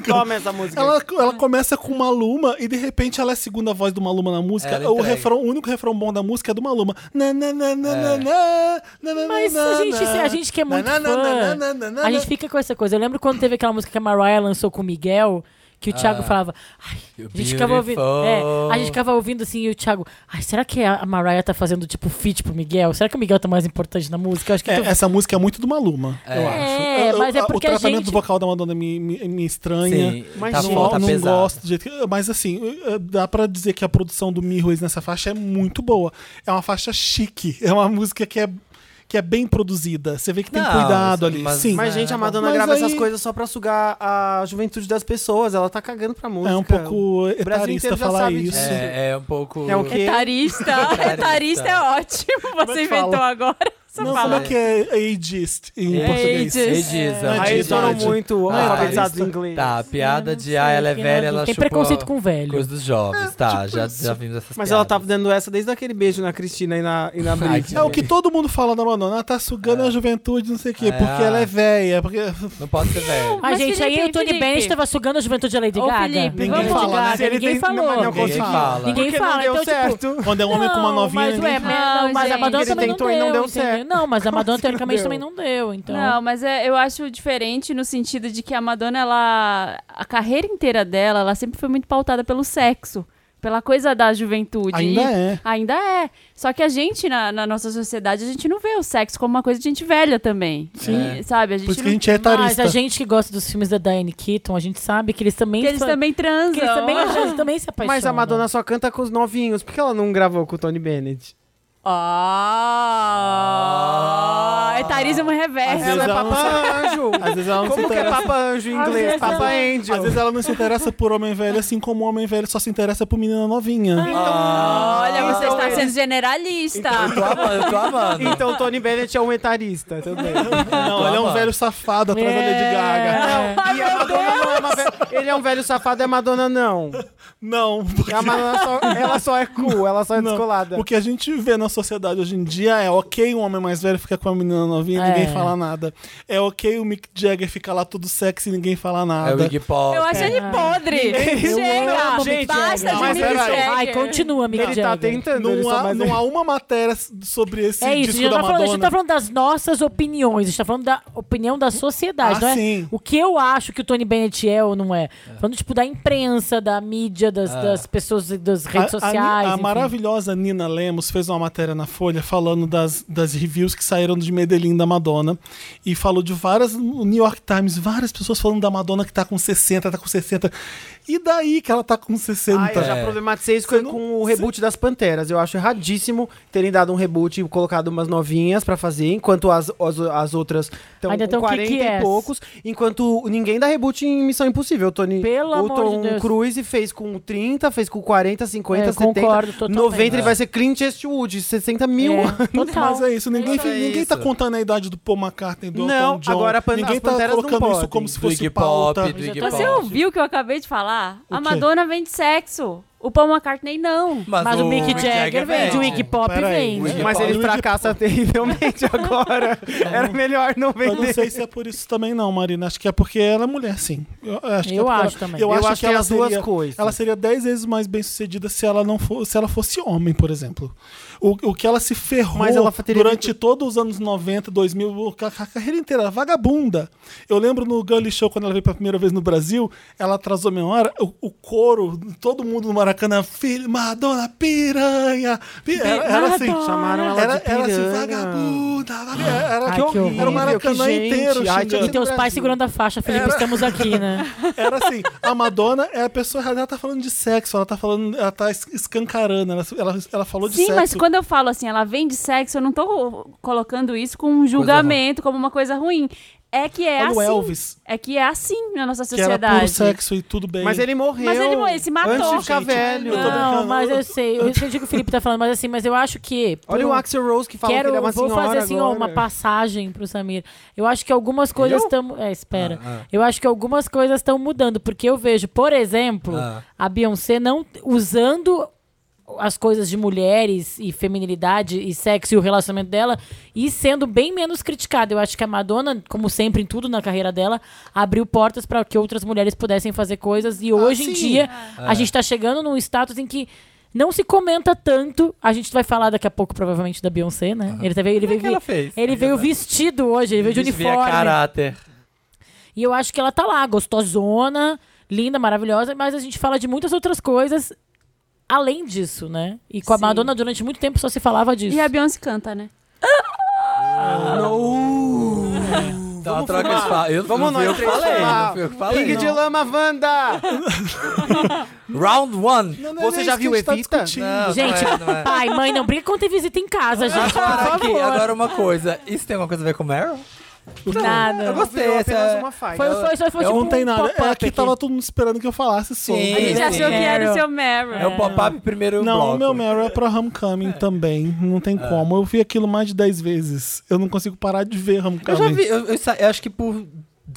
Speaker 2: Toma essa música.
Speaker 1: Ela,
Speaker 5: é.
Speaker 1: ela começa com Maluma e de repente ela é a segunda voz do Maluma na música.
Speaker 5: É, Ela
Speaker 1: o,
Speaker 5: entrega.
Speaker 1: refrão, o único refrão bom da música é do Maluma. Na, na, na, na, na,
Speaker 5: É.
Speaker 1: na, na, na,
Speaker 4: Mas
Speaker 1: na,
Speaker 4: a gente,
Speaker 1: na.
Speaker 4: a gente que é muito
Speaker 1: Na, na, na, na, na, na,
Speaker 4: fã,
Speaker 1: na,
Speaker 4: a gente fica com essa coisa. Eu lembro quando teve aquela música que a Mariah lançou com o Miguel, que o Thiago
Speaker 5: Ah.
Speaker 4: falava... Ai, a gente ficava ouvindo, é, a gente ficava ouvindo assim e o Thiago, ai, será que a Mariah tá fazendo tipo feat pro Miguel? Será que o Miguel tá mais importante na música? Eu acho que
Speaker 1: É,
Speaker 4: tu-
Speaker 1: essa música é muito do Maluma,
Speaker 5: É.
Speaker 1: eu acho.
Speaker 4: É,
Speaker 1: Eu-
Speaker 4: mas é
Speaker 1: a-
Speaker 4: porque
Speaker 1: o
Speaker 4: a
Speaker 1: tratamento
Speaker 4: gente-
Speaker 1: do vocal da Madonna é me, me, me estranha.
Speaker 5: Sim,
Speaker 2: Mas
Speaker 5: tá
Speaker 1: não,
Speaker 5: foda, tá
Speaker 1: não
Speaker 5: pesado.
Speaker 1: gosto do jeito que. Mas assim, eh, eh, dá pra dizer que a produção do Mirrors nessa faixa é muito boa. É uma faixa chique. É uma música que é, que é bem produzida. Você vê que tem
Speaker 5: Não,
Speaker 1: cuidado ali.
Speaker 5: mas-
Speaker 1: Sim.
Speaker 2: Mas, gente, a Madonna
Speaker 1: Né, Mas
Speaker 2: grava essas
Speaker 1: aí-
Speaker 2: coisas só pra sugar a juventude das pessoas. Ela tá cagando pra música.
Speaker 1: É um pouco
Speaker 2: O Brasil
Speaker 1: etarista
Speaker 2: inteiro já
Speaker 1: falar
Speaker 2: sabe
Speaker 1: isso.
Speaker 2: disso.
Speaker 5: É, é um pouco.
Speaker 2: É o quê?
Speaker 1: [LAUGHS]
Speaker 3: Etarista. Etarista é ótimo. Você
Speaker 1: que fala?
Speaker 3: inventou agora. Só
Speaker 1: Não, como
Speaker 3: fala.
Speaker 1: é que é ageist em
Speaker 5: É.
Speaker 1: português?
Speaker 3: Ageist.
Speaker 5: Ele diz,
Speaker 1: É.
Speaker 5: ó.
Speaker 2: Aí
Speaker 1: Aí
Speaker 2: eles foram
Speaker 1: verdade.
Speaker 2: muito
Speaker 5: Ah,
Speaker 2: alfabetizados em
Speaker 1: isso-
Speaker 2: inglês.
Speaker 5: Tá, a piada
Speaker 4: Eu não
Speaker 5: de
Speaker 4: sei,
Speaker 5: ah, ela é
Speaker 4: que
Speaker 5: velha,
Speaker 4: não-
Speaker 5: ela
Speaker 4: Tem
Speaker 5: chupou
Speaker 4: preconceito com velho.
Speaker 5: coisa dos jovens, tá? já, já vimos essas
Speaker 2: Mas ela tava
Speaker 5: piadas.
Speaker 2: dando essa desde aquele beijo na Cristina e na, e na
Speaker 5: Ai,
Speaker 2: Brit.
Speaker 5: que
Speaker 1: É o que todo mundo fala da Madonna. Ela tá
Speaker 2: É.
Speaker 1: sugando a juventude, não sei o quê,
Speaker 5: É.
Speaker 1: porque ela é velha.
Speaker 2: [LAUGHS]
Speaker 1: Porque...
Speaker 5: Não pode ser velha.
Speaker 4: Ai,
Speaker 3: Mas,
Speaker 4: gente, aí
Speaker 3: Felipe,
Speaker 4: o Tony
Speaker 3: Felipe.
Speaker 4: Bennett tava sugando a juventude da Lady
Speaker 3: Ô,
Speaker 4: Gaga.
Speaker 3: Felipe,
Speaker 4: ninguém
Speaker 1: vamos
Speaker 4: fala,
Speaker 1: falar,
Speaker 4: Gaga,
Speaker 2: se ele
Speaker 4: ninguém
Speaker 2: tem-
Speaker 4: falou.
Speaker 2: não, não
Speaker 4: ninguém
Speaker 5: Ninguém fala.
Speaker 4: ninguém
Speaker 2: Porque
Speaker 4: fala.
Speaker 2: não deu
Speaker 4: então, tipo,
Speaker 2: certo.
Speaker 1: Quando é um homem com uma
Speaker 4: Não,
Speaker 1: novinha.
Speaker 4: Mas, é, ué,
Speaker 1: ninguém-
Speaker 4: mas,
Speaker 3: Não,
Speaker 4: não, mas a
Speaker 3: gente,
Speaker 4: Madonna
Speaker 2: ele
Speaker 4: também não
Speaker 2: tentou
Speaker 4: deu,
Speaker 2: e não deu
Speaker 4: entendeu?
Speaker 2: certo.
Speaker 4: Não, mas a Madonna teoricamente
Speaker 2: deu?
Speaker 4: também não deu, então.
Speaker 3: Não, mas é- eu acho diferente no sentido de que a Madonna, ela, a carreira inteira dela, ela sempre foi muito pautada pelo sexo, pela coisa da juventude.
Speaker 1: Ainda
Speaker 3: E-
Speaker 1: é.
Speaker 3: Ainda é. Só que a gente, na, na nossa sociedade, a gente não vê o sexo como uma coisa de gente velha também.
Speaker 5: Sim.
Speaker 3: E, sabe? A gente
Speaker 1: Por isso que
Speaker 3: não-
Speaker 1: a gente é
Speaker 4: Mas
Speaker 1: etarista.
Speaker 4: a gente que gosta dos filmes da Diane Keaton, a gente sabe que eles também
Speaker 3: que eles
Speaker 4: fa-
Speaker 3: também transam. Ah.
Speaker 4: que eles também, eles também se apaixonam.
Speaker 2: [LAUGHS] Mas a Madonna só canta com os novinhos. Por que ela não gravou com o Tony Bennett?
Speaker 3: Ah! Etarismo
Speaker 1: Às
Speaker 3: reverso.
Speaker 1: vezes
Speaker 2: Ela é
Speaker 1: ela não se-
Speaker 2: Papa Anjo.
Speaker 1: Às vezes ela não se
Speaker 2: Como que é
Speaker 1: interessa.
Speaker 2: Papa Anjo em
Speaker 4: Às
Speaker 2: inglês?
Speaker 4: vezes
Speaker 2: Papa
Speaker 4: ela- é um
Speaker 2: Angel.
Speaker 1: Às vezes ela não se interessa por homem velho, assim como homem velho só se interessa por menina
Speaker 4: [LAUGHS]
Speaker 1: novinha.
Speaker 3: um,
Speaker 1: Ah.
Speaker 3: Olha, você
Speaker 2: Então
Speaker 3: está
Speaker 2: eles-
Speaker 1: é.
Speaker 3: sendo generalista.
Speaker 1: Então,
Speaker 5: Eu tô amando, eu tô amando.
Speaker 2: Então Tony Bennett é um etarista também.
Speaker 1: Não, ele é um
Speaker 5: Toma.
Speaker 1: velho safado atrás da Lady
Speaker 4: É.
Speaker 1: Gaga.
Speaker 2: Não, e a Madonna não é uma ve- Ele é um velho safado e a Madonna não.
Speaker 1: Não, porque...
Speaker 2: E a Madonna só, ela só é cool, ela só é
Speaker 1: Não,
Speaker 2: descolada.
Speaker 1: o que a gente vê na sociedade hoje em dia é ok um homem mais velho ficar com uma menina novinha e
Speaker 4: É.
Speaker 1: ninguém fala nada. É ok o Mick Jagger ficar lá todo sexy e ninguém fala
Speaker 5: É o
Speaker 1: nada.
Speaker 5: Iggy Pop.
Speaker 3: Eu acho ele podre. Chega!
Speaker 4: amo Mick
Speaker 3: basta
Speaker 4: Jagger.
Speaker 3: de
Speaker 2: Mas
Speaker 3: Mick
Speaker 2: peraí.
Speaker 3: Jagger.
Speaker 4: Ai, continua, Mick
Speaker 2: Ele tá
Speaker 4: Jagger.
Speaker 2: tentando, ele
Speaker 1: Não
Speaker 2: só um-
Speaker 1: há,
Speaker 2: mais
Speaker 1: não há uma matéria s- sobre esse
Speaker 4: É isso, a
Speaker 1: disco
Speaker 4: gente, não
Speaker 1: da
Speaker 4: tá falando, a gente não
Speaker 1: Madonna.
Speaker 4: tá falando das nossas opiniões, a gente tá falando da opinião da sociedade,
Speaker 1: Ah,
Speaker 4: não é?
Speaker 1: sim.
Speaker 4: O que eu acho que o Tony Bennett é ou não é. Falando, tipo, da imprensa, da mídia, das, das pessoas, das redes
Speaker 1: A- a Ni-
Speaker 4: sociais.
Speaker 1: A,
Speaker 4: enfim.
Speaker 1: maravilhosa Nina Lemos fez uma matéria na Folha falando das, das reviews que saíram de Medellín da Madonna. E falou de várias. No New York Times, várias pessoas falando da Madonna que tá com 60, tá com 60. E daí que ela tá com 60?
Speaker 2: Ah, eu já
Speaker 5: É.
Speaker 2: problematizei isso com,
Speaker 1: não-
Speaker 2: com o reboot das Panteras. Eu acho erradíssimo terem dado um reboot e colocado umas novinhas pra fazer, enquanto as, as, as outras estão
Speaker 4: Ainda
Speaker 2: com
Speaker 4: tão é?
Speaker 2: 40 e
Speaker 4: kick-ass.
Speaker 2: poucos. Enquanto ninguém dá reboot em Missão Impossível. O Tony,
Speaker 4: Pelo
Speaker 2: o
Speaker 4: amor de
Speaker 2: Tom
Speaker 4: Deus.
Speaker 2: Cruise fez com 30, fez com 40, 50,
Speaker 4: É,
Speaker 2: 70.
Speaker 4: concordo totalmente.
Speaker 2: 90 ele
Speaker 4: É.
Speaker 2: vai ser Clint Eastwood, 60 mil.
Speaker 4: É, total.
Speaker 1: Mas é isso, ninguém,
Speaker 5: Mas é
Speaker 1: ninguém tá
Speaker 5: isso.
Speaker 1: contando a idade do Paul McCartney, do
Speaker 2: Não,
Speaker 1: Elton John.
Speaker 2: agora a pan-
Speaker 1: ninguém
Speaker 2: as Panteras
Speaker 1: tá
Speaker 2: não
Speaker 1: colocando isso
Speaker 2: podem.
Speaker 1: como se
Speaker 5: Do
Speaker 1: fosse
Speaker 5: Iggy Pop,
Speaker 1: pauta.
Speaker 5: do Iggy
Speaker 4: Mas
Speaker 5: Pop.
Speaker 3: Você ouviu o que eu acabei de falar?
Speaker 1: é O
Speaker 3: A
Speaker 1: quê?
Speaker 3: Madonna vende sexo. O Paul McCartney não.
Speaker 4: Mas o Mick Jagger vende, o Iggy Pop
Speaker 1: Pera aí,
Speaker 4: vende.
Speaker 5: o Iggy
Speaker 2: [LAUGHS] Mas
Speaker 5: Pop.
Speaker 2: ele
Speaker 1: Hollywood- [LAUGHS]
Speaker 2: fracassa terrivelmente agora. Era melhor não
Speaker 1: Eu
Speaker 2: vender.
Speaker 1: não sei se é por isso também não, Marina. Acho que é porque ela é mulher, sim. Eu acho, que é
Speaker 4: Eu
Speaker 1: porque
Speaker 4: acho
Speaker 1: ela-
Speaker 4: também.
Speaker 1: Eu,
Speaker 2: Eu
Speaker 1: acho,
Speaker 2: acho
Speaker 1: que
Speaker 2: que é
Speaker 1: ela
Speaker 2: as duas
Speaker 1: seria,
Speaker 2: coisas.
Speaker 1: Ela seria dez vezes mais bem sucedida se ela não for, se ela fosse homem, por exemplo. O, o que ela se ferrou
Speaker 2: Mas ela teria
Speaker 1: durante todos os anos 90, 2000, o ca- a carreira inteira, é vagabunda. Eu lembro no Gully Show, quando ela veio pela primeira vez no Brasil, ela atrasou meia hora, o, o coro, todo mundo no Maracanã, filho, Madonna Piranha. Pi- Era, era assim.
Speaker 3: Piranha.
Speaker 2: Chamaram ela
Speaker 1: Era,
Speaker 2: de
Speaker 1: era
Speaker 2: piranha. Ah.
Speaker 1: assim, vagabunda, vagabunda. Era,
Speaker 4: Ai, que horrível,
Speaker 1: era o
Speaker 2: que
Speaker 1: Maracanã
Speaker 2: gente.
Speaker 1: inteiro assim,
Speaker 2: Ai,
Speaker 1: xingando.
Speaker 4: E teus pais segurando a faixa, Felipe, estamos aqui, né?
Speaker 1: Era assim, a Madonna é a pessoa errada, ela tá falando de sexo, ela tá falando, ela tá es- escancarando, ela, ela, ela falou de
Speaker 3: Sim,
Speaker 1: sexo.
Speaker 3: mas quando eu falo assim, ela vem de sexo, eu não tô colocando isso com um julgamento, como uma coisa ruim. É que é
Speaker 1: Olha o
Speaker 3: assim.
Speaker 1: Elvis,
Speaker 3: É que é assim na nossa
Speaker 1: que era
Speaker 3: sociedade.
Speaker 1: puro sexo e tudo bem.
Speaker 2: Mas ele morreu.
Speaker 3: Mas ele morreu, ele se matou.
Speaker 2: Antes de ficar
Speaker 1: Gente,
Speaker 2: velho.
Speaker 1: eu tô
Speaker 4: Não,
Speaker 1: brincando.
Speaker 4: mas eu sei. Eu entendi o que o Felipe tá falando, mas assim, mas eu acho que.
Speaker 2: Olha o Axel Rose que fala
Speaker 4: Quero,
Speaker 2: que ele é uma
Speaker 4: vou
Speaker 2: senhora
Speaker 4: fazer assim, ó,
Speaker 2: agora.
Speaker 4: uma passagem pro Samir. Eu acho que algumas coisas estão. É, espera.
Speaker 5: Ah, ah.
Speaker 4: Eu acho que algumas coisas estão mudando, porque eu vejo, por exemplo,
Speaker 5: Ah.
Speaker 4: a Beyoncé não usando as coisas de mulheres e feminilidade e sexo e o relacionamento dela e sendo bem menos criticada. Eu acho que a Madonna, como sempre em tudo na carreira dela, abriu portas para que outras mulheres pudessem fazer coisas e hoje em
Speaker 1: sim.
Speaker 4: dia a gente tá chegando num status em que não se comenta tanto. A gente vai falar daqui a pouco provavelmente da Beyoncé, né? Ele tá- ele
Speaker 5: O que,
Speaker 4: veio,
Speaker 5: que ela fez?
Speaker 4: ele veio vestido hoje, ele veio de
Speaker 5: Desvia
Speaker 4: uniforme.
Speaker 5: caráter.
Speaker 4: E eu acho que ela tá lá, gostosona, linda, maravilhosa, mas a gente fala de muitas outras coisas além disso, né? E com a
Speaker 3: Sim.
Speaker 4: Madonna durante muito tempo só se falava disso.
Speaker 3: E a Beyoncé canta, né?
Speaker 5: Então, a troca de fa- Eu,
Speaker 2: Vamos
Speaker 5: não fui
Speaker 2: nós
Speaker 5: eu que
Speaker 2: três
Speaker 5: falei,
Speaker 2: fumar.
Speaker 5: não fui eu que falei.
Speaker 2: Big de
Speaker 5: não.
Speaker 2: Lama Wanda!
Speaker 5: Round one.
Speaker 1: Não, não é
Speaker 2: Você
Speaker 1: nem
Speaker 2: já
Speaker 1: isso que
Speaker 2: viu
Speaker 1: a gente tá
Speaker 2: Evita?
Speaker 1: discutindo.
Speaker 5: Não,
Speaker 4: Gente,
Speaker 5: não é, não é.
Speaker 4: pai, mãe, não briga quando tem visita em casa, gente. por
Speaker 5: Agora
Speaker 4: favor.
Speaker 5: aqui, agora uma coisa. Isso tem alguma coisa a ver com Meryl?
Speaker 4: Nada.
Speaker 5: Eu
Speaker 1: é
Speaker 5: gostei.
Speaker 2: Virou
Speaker 5: essa-
Speaker 2: apenas uma fight.
Speaker 4: Foi, foi, foi, foi
Speaker 5: Eu
Speaker 4: tipo
Speaker 1: Não tem
Speaker 4: um
Speaker 1: nada.
Speaker 4: pop-up
Speaker 1: É que
Speaker 4: aqui.
Speaker 1: tava todo mundo esperando que eu falasse sobre.
Speaker 3: A
Speaker 5: Sim.
Speaker 2: é
Speaker 3: gente achou que era o seu Meryl.
Speaker 5: É um pop-up primeiro
Speaker 1: Não,
Speaker 5: bloco.
Speaker 1: o meu Meryl é pro Homecoming também. Não tem
Speaker 2: É.
Speaker 1: como. Eu vi aquilo mais de 10 vezes. Eu não consigo parar de ver Homecoming.
Speaker 5: Eu já vi, eu, eu sa- eu acho que por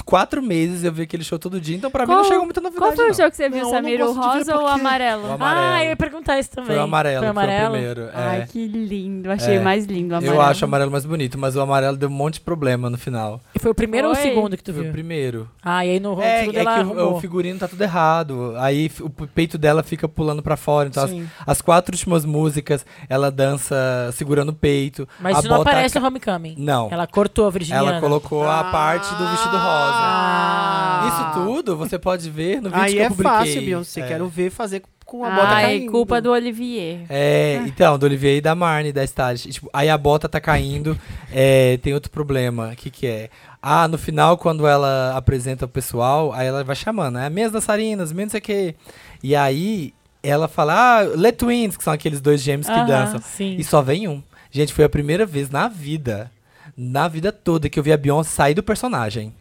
Speaker 5: quatro meses eu vi aquele show todo dia, então pra mim não chegou muita novidade.
Speaker 3: Qual foi
Speaker 5: não.
Speaker 3: o show que você viu,
Speaker 1: Não, eu não
Speaker 3: Samir? O
Speaker 1: gosto de ver
Speaker 3: rosa ou o
Speaker 1: porque-
Speaker 3: amarelo?
Speaker 5: O é amarelo.
Speaker 4: Ah, eu ia perguntar isso também.
Speaker 5: Foi o amarelo,
Speaker 4: Foi o
Speaker 5: Foi o
Speaker 4: amarelo?
Speaker 5: primeiro. é.
Speaker 3: Ai, que lindo. Achei
Speaker 5: É.
Speaker 3: mais lindo o amarelo.
Speaker 5: Eu acho o amarelo mais bonito, mas o amarelo deu um monte de problema no final.
Speaker 4: Foi o primeiro ou o
Speaker 3: Foi.
Speaker 4: segundo que tu
Speaker 5: Foi o
Speaker 4: viu?
Speaker 5: primeiro.
Speaker 4: Ah, e aí no
Speaker 5: É,
Speaker 4: segundo
Speaker 5: é
Speaker 4: ela
Speaker 5: que o,
Speaker 4: arrumou.
Speaker 5: o figurino tá tudo errado. Aí f- o peito dela fica pulando pra fora. Então, as,
Speaker 1: Sim.
Speaker 5: as quatro últimas músicas, ela dança segurando o peito.
Speaker 4: Mas
Speaker 5: a
Speaker 4: isso não
Speaker 5: bota-
Speaker 4: aparece no Homecoming.
Speaker 5: Não.
Speaker 4: Ela cortou a Virginiana.
Speaker 5: Ela colocou a parte do vestido rosa.
Speaker 2: Ah.
Speaker 5: Isso tudo você pode ver no vídeo
Speaker 2: Aí
Speaker 5: que eu
Speaker 2: é
Speaker 5: publiquei.
Speaker 2: fácil, Beyoncé.
Speaker 5: É.
Speaker 2: Quero ver fazer com a bota
Speaker 3: Ai,
Speaker 2: caindo.
Speaker 3: culpa do Olivier.
Speaker 5: É, então, do Olivier e da Marne, da Stylist. E, tipo, aí a bota tá caindo. é, tem outro problema. O que, que é? Ah, no final, quando ela apresenta o pessoal, aí ela vai chamando, né? Minhas dançarinas, menos sei o quê. E aí ela fala, ah, Le Twins, que são aqueles dois gêmeos que
Speaker 4: Aham,
Speaker 5: dançam.
Speaker 4: Sim.
Speaker 5: E só vem um. Gente, foi a primeira vez na vida, na vida toda, que eu vi a Beyoncé sair do personagem.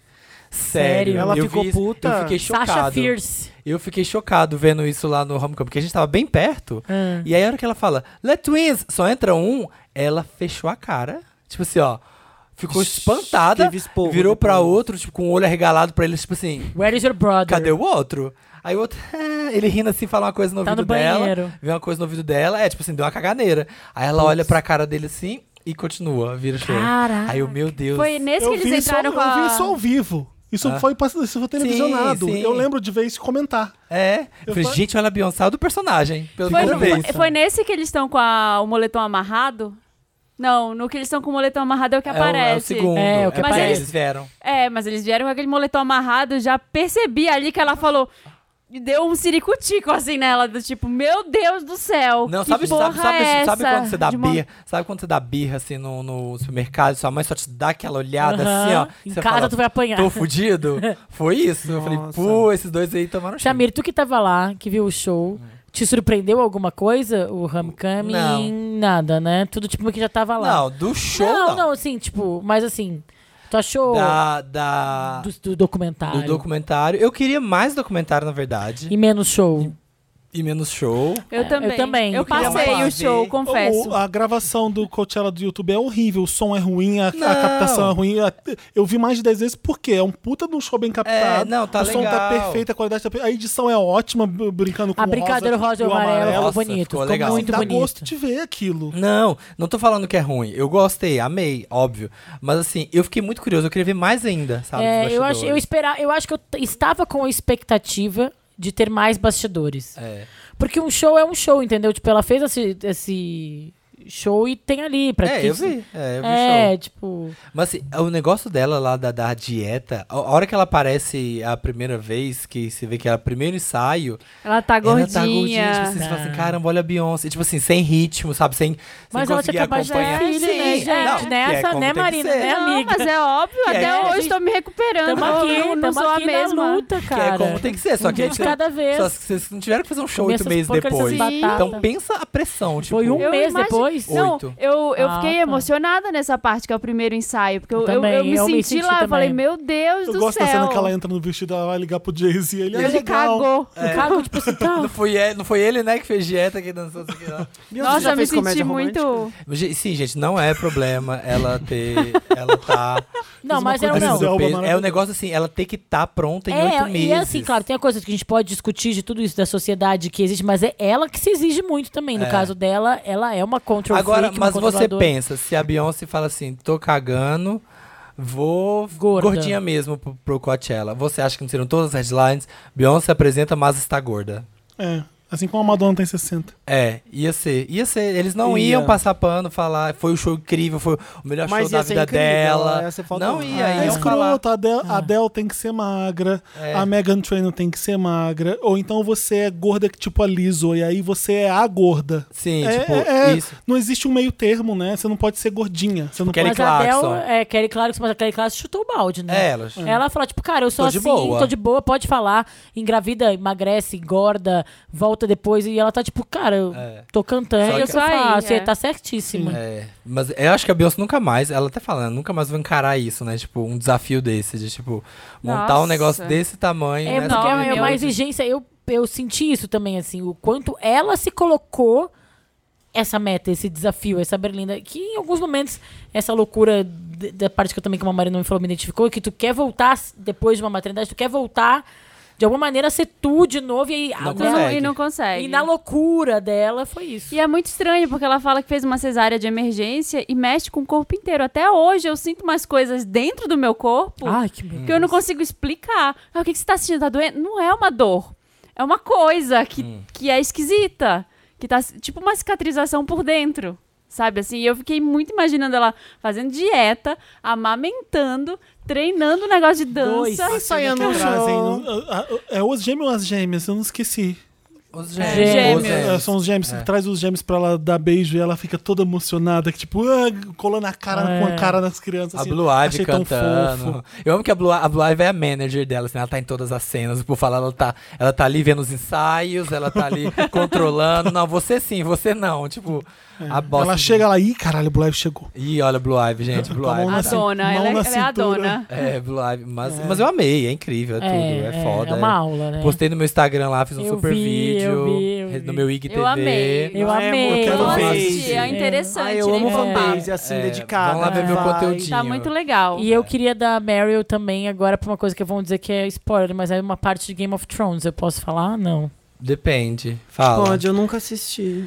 Speaker 5: Sério.
Speaker 4: Sério?
Speaker 2: Ela
Speaker 5: eu
Speaker 2: ficou
Speaker 5: vi isso-
Speaker 2: puta?
Speaker 5: Eu fiquei chocado.
Speaker 4: Sasha Fierce.
Speaker 5: Eu fiquei chocado vendo isso lá no Homecoming, porque a gente tava bem perto.
Speaker 4: Ah.
Speaker 5: E aí a hora que ela fala, Let Twins, só entra um, ela fechou a cara. Tipo assim, ó. Ficou espantada,
Speaker 2: Teve esporro
Speaker 5: virou pra
Speaker 2: depois.
Speaker 5: outro, tipo, com o olho arregalado pra ele, tipo assim,
Speaker 4: Where is your brother?
Speaker 5: cadê o outro? Aí o outro, [LAUGHS] ele rindo assim, fala uma coisa no
Speaker 4: Tá
Speaker 5: ouvido
Speaker 4: no
Speaker 5: dela.
Speaker 4: banheiro.
Speaker 5: Vê uma coisa no ouvido dela, é tipo assim, deu uma caganeira. Aí ela olha pra cara dele assim e continua, vira o show.
Speaker 4: Caraca.
Speaker 5: Aí eu, um- meu Deus.
Speaker 3: Foi nesse
Speaker 1: Eu
Speaker 3: que
Speaker 1: vi
Speaker 3: eles entraram
Speaker 1: só,
Speaker 3: com a...
Speaker 1: Eu vi isso ao vivo. Isso
Speaker 2: É.
Speaker 5: Ah.
Speaker 1: foi, pass- isso foi televisionado.
Speaker 5: sim.
Speaker 1: Eu lembro de ver isso e comentar.
Speaker 5: É.
Speaker 1: Eu
Speaker 5: Eu falei,
Speaker 1: fa-
Speaker 5: gente, olha a Beyoncé saiu do personagem. Pela
Speaker 3: Foi,
Speaker 5: primeira vez.
Speaker 3: foi- foi nesse que eles estão com a- o moletom amarrado? Não, no que eles estão com o moletom amarrado é o que
Speaker 5: É o- É o,
Speaker 3: aparece.
Speaker 5: segundo.
Speaker 4: É, o que
Speaker 5: porque
Speaker 3: aparece.
Speaker 5: Eles vieram.
Speaker 3: É, mas eles vieram com aquele moletom amarrado, já percebi ali que ela falou. Deu um ciricutico assim nela, do tipo, meu Deus do céu.
Speaker 5: Não,
Speaker 3: que
Speaker 5: sabe,
Speaker 3: porra
Speaker 5: sabe, sabe,
Speaker 3: é
Speaker 5: sabe
Speaker 3: essa
Speaker 5: quando você dá
Speaker 3: de uma-
Speaker 5: birra? Sabe quando você dá birra assim no, no supermercado e sua mãe só te dá aquela olhada
Speaker 4: Aham.
Speaker 5: assim, ó?
Speaker 4: Em
Speaker 5: você
Speaker 4: casa
Speaker 5: fala,
Speaker 4: tu vai apanhar.
Speaker 5: Tô fudido? Foi isso. Eu falei,
Speaker 2: Nossa.
Speaker 5: pô, esses dois aí tomaram chá.
Speaker 4: Samir, tu que tava lá, que viu o show,
Speaker 5: É.
Speaker 4: te surpreendeu alguma coisa? O Homecoming?
Speaker 5: Não.
Speaker 4: Nada, né? Tudo tipo que já tava lá.
Speaker 5: Não, do show.
Speaker 4: não,
Speaker 5: Não,
Speaker 4: não, assim, tipo, mas assim, tu achou
Speaker 5: Da, da,
Speaker 4: do, do documentário
Speaker 5: do documentário. Eu queria mais documentário, na verdade.
Speaker 4: e menos show?
Speaker 5: E, menos show.
Speaker 3: É, Eu também.
Speaker 4: eu também.
Speaker 3: Eu
Speaker 4: Eu queria
Speaker 3: passei
Speaker 5: falar,
Speaker 3: o show,
Speaker 5: ver.
Speaker 3: confesso.
Speaker 1: O- a gravação do Coachella do YouTube é horrível. O som é ruim, a, a
Speaker 5: Não.
Speaker 1: captação é ruim. A- Eu vi mais de 10 vezes porque é um puta de um show bem captado.
Speaker 5: É, não, tá
Speaker 1: o som tá
Speaker 5: legal.
Speaker 1: perfeito, a qualidade tá perfeita. A edição é ótima, b- brincando com
Speaker 4: A
Speaker 1: o
Speaker 4: Ah, brincadeira
Speaker 1: rosa,
Speaker 4: rosa e o
Speaker 5: amarelo.
Speaker 4: amarelo ficou
Speaker 5: Nossa,
Speaker 4: bonito.
Speaker 5: ficou
Speaker 4: Ficou,
Speaker 5: legal.
Speaker 4: muito
Speaker 1: Dá
Speaker 4: bonito.
Speaker 1: gosto de ver aquilo.
Speaker 5: Não, não tô falando que é ruim. Eu gostei, amei, óbvio. Mas assim, eu fiquei muito curioso. Eu queria ver mais ainda, sabe?
Speaker 4: É,
Speaker 5: dos
Speaker 4: eu acho, eu
Speaker 5: bastidores.
Speaker 4: esperava, eu acho que eu t- estava com a expectativa de ter mais bastidores.
Speaker 5: É.
Speaker 4: Porque um show é um show, entendeu? Tipo, ela fez esse, esse show e tem ali pra
Speaker 5: É,
Speaker 4: quem-
Speaker 5: eu vi. É, eu vi show.
Speaker 4: É, tipo.
Speaker 5: Mas assim, o negócio dela lá da, da dieta, a a hora que ela aparece a primeira vez, que se vê que é o primeiro ensaio,
Speaker 3: Ela tá
Speaker 5: ela tá
Speaker 3: gordinha.
Speaker 5: gordinha. Tipo assim, você fala assim,
Speaker 4: Tá.
Speaker 5: caramba, olha a Beyoncé. Tipo assim, sem ritmo, sabe? Sem, sem
Speaker 4: Mas ela
Speaker 5: conseguir
Speaker 4: tinha acabado de ter
Speaker 5: acompanhar.
Speaker 4: filho, né,
Speaker 5: Sim,
Speaker 4: gente?
Speaker 5: não, que é
Speaker 4: Nessa,
Speaker 5: como
Speaker 4: né,
Speaker 5: tem que
Speaker 4: Marina?
Speaker 5: ser.
Speaker 4: Né,
Speaker 3: não,
Speaker 4: amiga?
Speaker 3: mas é óbvio,
Speaker 5: Que
Speaker 3: até
Speaker 5: é,
Speaker 3: hoje
Speaker 4: gente,
Speaker 3: estou me recuperando.
Speaker 4: Tamo aqui,
Speaker 3: eu não
Speaker 4: tamo
Speaker 3: sou a
Speaker 4: aqui na
Speaker 3: mesma.
Speaker 4: luta,
Speaker 5: Que é
Speaker 4: cara.
Speaker 5: como tem que ser. Só
Speaker 4: Um
Speaker 5: que
Speaker 4: dia
Speaker 5: aí
Speaker 4: de
Speaker 5: você-
Speaker 4: cada
Speaker 5: Só
Speaker 4: vez.
Speaker 5: que vocês não tiveram que fazer um show
Speaker 4: Comer
Speaker 5: oito
Speaker 4: essas
Speaker 5: meses
Speaker 4: porcarias, essas
Speaker 5: depois.
Speaker 4: batatas.
Speaker 5: Então pensa a pressão, tipo...
Speaker 4: assim. Foi um
Speaker 3: Eu
Speaker 4: mês
Speaker 3: imagino-
Speaker 4: depois?
Speaker 3: Não,
Speaker 5: Oito.
Speaker 3: eu, eu
Speaker 4: Ah,
Speaker 3: fiquei
Speaker 4: tá.
Speaker 3: emocionada nessa parte, que é o primeiro ensaio. Porque eu,
Speaker 4: Eu
Speaker 3: eu,
Speaker 4: também,
Speaker 3: eu me
Speaker 4: eu me
Speaker 3: senti
Speaker 4: senti
Speaker 3: lá, eu
Speaker 4: também.
Speaker 3: falei, meu Deus
Speaker 1: Eu
Speaker 3: do
Speaker 1: gosto
Speaker 3: céu.
Speaker 1: da cena que ela entra no vestido, ela vai ligar pro Jay-Z e ele é
Speaker 3: Ele
Speaker 1: legal.
Speaker 3: cagou.
Speaker 4: O Cago, tipo assim, [LAUGHS] tá.
Speaker 5: Não foi, ele, não foi ele, né, que fez dieta, que dançou isso aqui, não.
Speaker 2: Beyoncé já
Speaker 3: Nossa, eu me
Speaker 2: fez comédia
Speaker 3: senti
Speaker 2: romântica?
Speaker 3: muito.
Speaker 5: Mas, gente, Sim, gente, não é problema ela ter... ela tá...
Speaker 4: Não, mas eu
Speaker 1: coisa
Speaker 4: não.
Speaker 1: Zelda
Speaker 5: do peso. É
Speaker 1: maravilhosa.
Speaker 5: um negócio assim, ela tem que estar pronta em
Speaker 4: É,
Speaker 5: oito meses.
Speaker 4: e assim, claro, tem coisas que a gente pode discutir de tudo isso da sociedade que existe, mas é ela que se exige muito também. No
Speaker 5: É.
Speaker 4: caso dela, ela é uma control
Speaker 5: Agora,
Speaker 4: freak, uma
Speaker 5: mas você
Speaker 4: controladora.
Speaker 5: pensa, se a Beyoncé fala assim, tô cagando, vou
Speaker 4: Gorda.
Speaker 5: gordinha mesmo pro, pro Coachella. Você acha que não seriam todas as headlines? Beyoncé apresenta, mas está gorda.
Speaker 1: É, assim como a Madonna tem 60.
Speaker 5: É, ia ser. Ia ser. Eles não
Speaker 2: Ia.
Speaker 5: iam passar pano, falar, foi um show incrível, foi o melhor
Speaker 2: Mas
Speaker 5: show da
Speaker 2: ia ser
Speaker 5: vida
Speaker 2: incrível,
Speaker 5: dela.
Speaker 2: ela ia ser fodona.
Speaker 5: não
Speaker 2: É,
Speaker 5: ia,
Speaker 1: É
Speaker 5: iam falar.
Speaker 1: escroto, a Adele, a Adele tem que ser magra,
Speaker 5: É.
Speaker 1: a Megan Trainor tem que ser magra, ou então você é gorda que tipo a Lizzo, e aí você é a gorda.
Speaker 5: Sim,
Speaker 1: É,
Speaker 5: tipo,
Speaker 1: é, é.
Speaker 5: isso.
Speaker 1: Não existe um meio termo, né? Você não pode ser gordinha. Você não
Speaker 5: Kelly
Speaker 4: mas
Speaker 5: Clarkson.
Speaker 4: a Adele, é, Kelly Clarkson, mas a Kelly Clarkson chutou o balde, né?
Speaker 5: É, ela.
Speaker 4: Ela fala, tipo, cara, eu sou
Speaker 5: Tô de
Speaker 4: assim,
Speaker 5: boa.
Speaker 4: tô de boa, pode falar. Engravida, emagrece, engorda, volta depois. E ela tá tipo, cara, eu
Speaker 5: É.
Speaker 4: tô cantando,
Speaker 5: Só
Speaker 4: eu
Speaker 5: que-
Speaker 4: sou
Speaker 3: Isso aí,
Speaker 4: a- você
Speaker 3: é.
Speaker 4: tá certíssima.
Speaker 5: É, mas eu acho que a Beyoncé nunca mais, ela até fala, "Eu nunca mais vou encarar isso, né? Tipo, um desafio desse, de tipo, montar um
Speaker 3: Nossa.
Speaker 5: negócio desse tamanho. né,
Speaker 4: É,
Speaker 5: nessa
Speaker 4: porque é uma- é
Speaker 5: caminhada.
Speaker 4: uma exigência. Eu, eu senti isso também, assim, o quanto ela se colocou essa meta, esse desafio, essa berlinda. Que em alguns momentos, essa loucura de- da parte que eu também, como a Marina me falou, me identificou, que tu quer voltar s- depois de uma maternidade, tu quer voltar de alguma maneira a ser tu de novo. E aí,
Speaker 5: Não
Speaker 4: a-
Speaker 3: E não,
Speaker 5: consegue.
Speaker 3: e não consegue.
Speaker 4: e na loucura dela, foi isso.
Speaker 3: E é muito estranho, porque ela fala que fez uma cesárea de emergência e mexe com o corpo inteiro. Até hoje eu sinto umas coisas dentro do meu corpo
Speaker 4: Ai, que medo.
Speaker 3: que eu não consigo explicar. Ah, o que, que você tá sentindo? Tá doendo? Não é uma dor. É uma coisa que, que é esquisita. Que tá tipo uma cicatrização por dentro. Sabe assim? E eu fiquei muito imaginando ela fazendo dieta, amamentando, treinando o negócio de
Speaker 4: Dois.
Speaker 3: dança.
Speaker 2: Ensaiando
Speaker 1: Não
Speaker 2: o
Speaker 1: trazem-
Speaker 2: show.
Speaker 1: ah, ah, É os gêmeos ou as gêmeas? Eu não esqueci.
Speaker 5: Os
Speaker 4: Gêmeos.
Speaker 5: gêmeos. Os
Speaker 1: É,
Speaker 5: gêmeos.
Speaker 1: são os gêmeos. Traz os gêmeos pra ela dar beijo e ela fica toda emocionada, que tipo, ah, colando a cara
Speaker 4: É.
Speaker 1: com a cara nas crianças.
Speaker 5: A
Speaker 1: assim.
Speaker 5: Blue Ivy
Speaker 1: Achei tão
Speaker 5: cantando.
Speaker 1: fofo.
Speaker 5: Eu amo que a Blue, a Blue Ivy é a manager dela, assim, ela tá em todas as cenas. Por falar, ela tá, ela tá ali vendo os ensaios, ela tá ali controlando. Não, você sim, você não. Tipo, a bosta.
Speaker 1: Ela chega lá, ih, caralho, o Blue Ivy chegou.
Speaker 5: Ih, olha, a Blue Ivy, gente. Blue
Speaker 1: Com a mão
Speaker 5: Ivy. tá-
Speaker 1: na
Speaker 3: A
Speaker 1: cin-
Speaker 3: dona,
Speaker 1: mão
Speaker 3: ela, é-
Speaker 1: na
Speaker 3: ela é a
Speaker 1: cintura.
Speaker 3: dona.
Speaker 5: É, Blue Ivy. Mas, mas eu amei, é incrível, é tudo. É, foda.
Speaker 4: É uma aula, né?
Speaker 5: Postei no meu Instagram lá, fiz um
Speaker 4: Eu
Speaker 5: super
Speaker 4: vi,
Speaker 5: vídeo.
Speaker 4: eu vi, eu vi.
Speaker 5: No meu IGTV.
Speaker 3: Eu amei.
Speaker 4: Eu
Speaker 2: Ai, amor,
Speaker 4: amei.
Speaker 1: quero
Speaker 3: Eu
Speaker 1: ver.
Speaker 3: assisti, é
Speaker 4: É.
Speaker 3: interessante.
Speaker 2: Ai, Ah, eu
Speaker 3: né,
Speaker 2: amo
Speaker 3: que tá-
Speaker 2: fanbase, assim,
Speaker 5: É,
Speaker 2: dedicada.
Speaker 5: vão lá ver meu
Speaker 2: Vai.
Speaker 5: conteúdinho.
Speaker 3: Tá muito legal.
Speaker 4: E eu queria dar Meryl também agora pra uma coisa que vão dizer que é spoiler, mas é uma parte de Game of Thrones. Eu posso falar? Não.
Speaker 5: Depende. Fala.
Speaker 2: Pode, eu nunca assisti.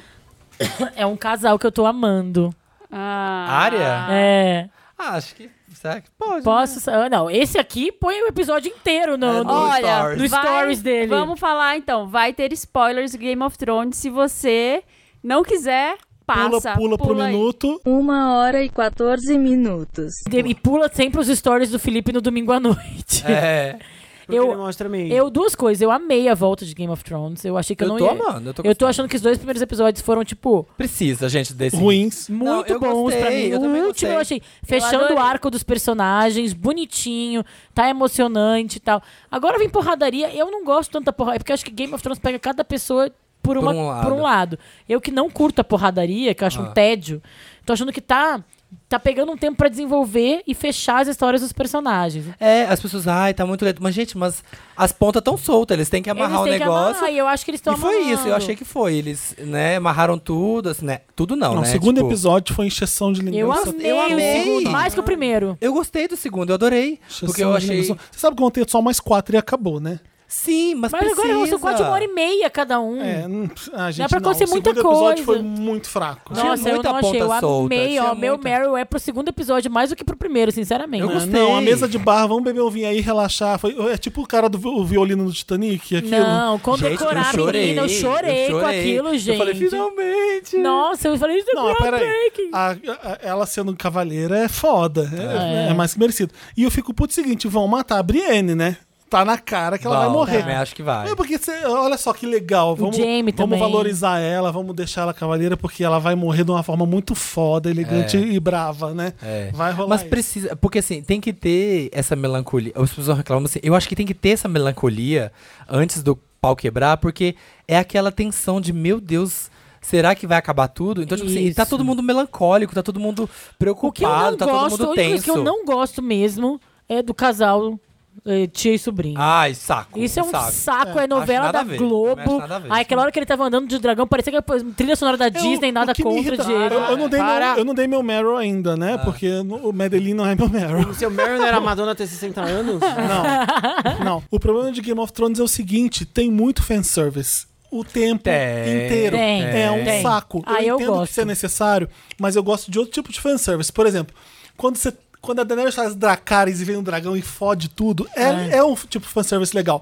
Speaker 4: É um casal que eu tô amando.
Speaker 3: Ah.
Speaker 5: Área?
Speaker 4: É.
Speaker 5: Ah, acho que. Será que pode?
Speaker 4: Posso. sa- ah, Não, esse aqui põe o episódio inteiro no.
Speaker 5: É,
Speaker 4: no-
Speaker 5: no
Speaker 3: Olha,
Speaker 5: stories.
Speaker 4: No
Speaker 3: vai-
Speaker 4: stories dele.
Speaker 3: Vamos falar então. Vai ter spoilers de Game of Thrones. Se você não quiser,
Speaker 1: Pula,
Speaker 3: passa.
Speaker 1: pula, pro
Speaker 3: aí.
Speaker 1: minuto.
Speaker 6: Uma hora e 14 minutos.
Speaker 4: De- E pula sempre os stories do Felipe no domingo à noite.
Speaker 5: É.
Speaker 2: Porque
Speaker 4: Eu-
Speaker 2: ele mostra
Speaker 4: [LAUGHS]
Speaker 2: meio.
Speaker 4: Eu, duas coisas. Eu amei a volta de Game of Thrones. Eu achei que eu,
Speaker 5: Eu,
Speaker 4: não
Speaker 5: tô
Speaker 4: ia.
Speaker 5: amando. Eu tô,
Speaker 4: Eu tô
Speaker 5: gostando.
Speaker 4: achando que os dois primeiros episódios foram, tipo,
Speaker 5: Precisa, gente, desse.
Speaker 1: Ruins.
Speaker 4: muito
Speaker 5: eu
Speaker 4: bons pra
Speaker 5: gostei,
Speaker 4: mim.
Speaker 5: eu
Speaker 4: o
Speaker 5: também
Speaker 4: último
Speaker 5: gostei.
Speaker 4: eu achei. Fechando o
Speaker 3: adorei.
Speaker 4: arco dos personagens, bonitinho, tá emocionante e tal. Agora vem porradaria. Eu não gosto tanto da porradaria, porque eu acho que Game of Thrones pega cada pessoa por, uma,
Speaker 5: um lado.
Speaker 4: por um lado. Eu que não curto a porradaria, que eu acho
Speaker 5: Ah.
Speaker 4: um tédio, tô achando que tá. Tá pegando um tempo pra desenvolver e fechar as histórias dos personagens.
Speaker 5: É, as pessoas, ai, tá muito lento. Mas, gente, mas as pontas tão soltas, eles têm que amarrar
Speaker 4: eles têm
Speaker 5: o negócio.
Speaker 4: que amar, e eu acho que eles estão
Speaker 5: e foi isso, eu achei que foi. Eles, né, amarraram tudo, assim, né? Tudo não,
Speaker 1: Não, o
Speaker 5: né?
Speaker 1: segundo
Speaker 5: tipo,
Speaker 1: episódio foi encheção de
Speaker 4: Eu
Speaker 1: linguiça.
Speaker 4: amei,
Speaker 5: eu amei.
Speaker 4: o segundo, mais que o primeiro.
Speaker 5: Eu gostei do segundo, eu adorei.
Speaker 1: Encheção
Speaker 5: Porque eu
Speaker 1: de
Speaker 5: achei.
Speaker 1: linguiça. Você sabe que ontem só mais quatro e acabou, né?
Speaker 5: Sim, mas,
Speaker 4: Mas agora
Speaker 5: precisa.
Speaker 4: são quase uma hora e meia cada um.
Speaker 1: É, não- a gente
Speaker 4: pra
Speaker 1: não.
Speaker 4: acontecer
Speaker 1: o
Speaker 4: muita
Speaker 1: segundo episódio
Speaker 4: coisa.
Speaker 1: foi muito fraco.
Speaker 5: Tinha
Speaker 4: Nossa, eu
Speaker 5: muita
Speaker 4: não achei. Eu
Speaker 5: ponta solta,
Speaker 4: amei,
Speaker 5: tinha
Speaker 4: ó. Meu
Speaker 5: muita-
Speaker 4: Meryl é pro segundo episódio mais do que pro primeiro, sinceramente.
Speaker 5: Eu
Speaker 1: Ah,
Speaker 5: gostei.
Speaker 1: Não, a mesa de bar, vamos beber um vinho aí e relaxar. Foi, é tipo o cara do vi- o violino do Titanic, aquilo.
Speaker 4: Não,
Speaker 5: Gente, eu
Speaker 4: condecorar,
Speaker 5: chorei,
Speaker 4: menina. Eu chorei,
Speaker 5: eu
Speaker 4: com
Speaker 5: chorei.
Speaker 4: aquilo, gente.
Speaker 5: Eu falei, finalmente.
Speaker 4: Nossa, eu falei, isso é
Speaker 1: Não, peraí.
Speaker 4: groundbreaking.
Speaker 1: A, a- ela sendo cavaleira é foda. É,
Speaker 4: É.
Speaker 1: é mais que merecido. E eu fico puto seguinte: vão matar a Brienne, né? Tá na cara que ela vai
Speaker 5: Bom,
Speaker 1: morrer.
Speaker 5: também acho que vai.
Speaker 1: É porque, cê- olha só que legal. Vamos,
Speaker 4: Jaime
Speaker 1: vamos
Speaker 4: também.
Speaker 1: valorizar ela, vamos deixar ela cavaleira, porque ela vai morrer de uma forma muito foda, elegante
Speaker 5: É.
Speaker 1: e brava, né?
Speaker 5: É.
Speaker 1: Vai rolar.
Speaker 5: Mas
Speaker 1: isso.
Speaker 5: precisa, porque assim, tem que ter essa melancolia. As pessoas reclamam assim, eu acho que tem que ter essa melancolia antes do pau quebrar, porque é aquela tensão de, meu Deus, será que vai acabar tudo? Então, tipo assim,
Speaker 4: Isso.
Speaker 5: tá todo mundo melancólico, tá todo mundo
Speaker 4: O que eu
Speaker 5: preocupado,
Speaker 4: não
Speaker 5: tá
Speaker 4: gosto,
Speaker 5: todo
Speaker 4: a
Speaker 5: mundo
Speaker 4: única coisa
Speaker 5: tenso.
Speaker 4: que eu não gosto mesmo é do casal eh, tia e sobrinho.
Speaker 5: Ai, saco.
Speaker 4: Isso é um saco,
Speaker 5: Ah, saco.
Speaker 4: é novela
Speaker 5: nada
Speaker 4: da
Speaker 5: a ver, também acho
Speaker 4: Globo.
Speaker 5: nada a ver,
Speaker 4: Ai,
Speaker 5: isso
Speaker 4: aquela hora que ele tava andando de dragão, parecia que era trilha sonora da
Speaker 1: Eu-
Speaker 4: Disney,
Speaker 1: o
Speaker 4: nada
Speaker 1: que me
Speaker 4: contra
Speaker 1: irrita-
Speaker 4: Diego.
Speaker 1: Eu,
Speaker 5: Ah,
Speaker 1: eu não dei
Speaker 2: Para.
Speaker 1: meu, eu não dei meu Meryl ainda, né? Porque no- o Medellín não é meu Meryl.
Speaker 2: Seu Meryl não era Madonna ter 60
Speaker 5: [LAUGHS]
Speaker 2: anos?
Speaker 1: Não, não. O problema de Game of Thrones é o seguinte: tem muito fanservice. O tempo
Speaker 5: Tem,
Speaker 1: inteiro
Speaker 4: tem,
Speaker 1: é um
Speaker 4: tem.
Speaker 1: saco.
Speaker 4: Ah, eu
Speaker 1: entendo que
Speaker 4: gosto.
Speaker 1: isso é necessário, mas eu gosto de outro tipo de fanservice. Por exemplo, quando você. Quando a Daenerys faz Dracarys e vem um dragão e fode tudo, é, é um tipo de fanservice legal.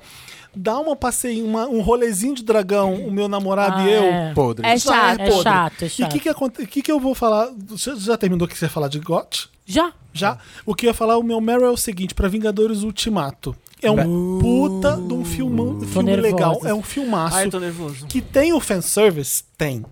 Speaker 1: Dá uma passeio, uma- um rolezinho de dragão, o meu namorado
Speaker 4: Ah,
Speaker 1: e eu.
Speaker 4: é.
Speaker 5: Podre.
Speaker 3: É
Speaker 1: isso aí
Speaker 3: chato.
Speaker 4: É
Speaker 1: podre.
Speaker 4: chato, é
Speaker 1: E o
Speaker 4: chato.
Speaker 1: que, que, aconte- que, que eu vou falar? Você já terminou o que você ia falar de GOT?
Speaker 4: Já?
Speaker 1: Já. O que eu ia falar, o meu Meryl é o seguinte, pra Vingadores Ultimato. É um puta de um filmão- filme
Speaker 4: nervosa.
Speaker 1: legal. É um filmaço.
Speaker 2: Ai, eu tô nervoso.
Speaker 1: Que tem o fanservice? Tem.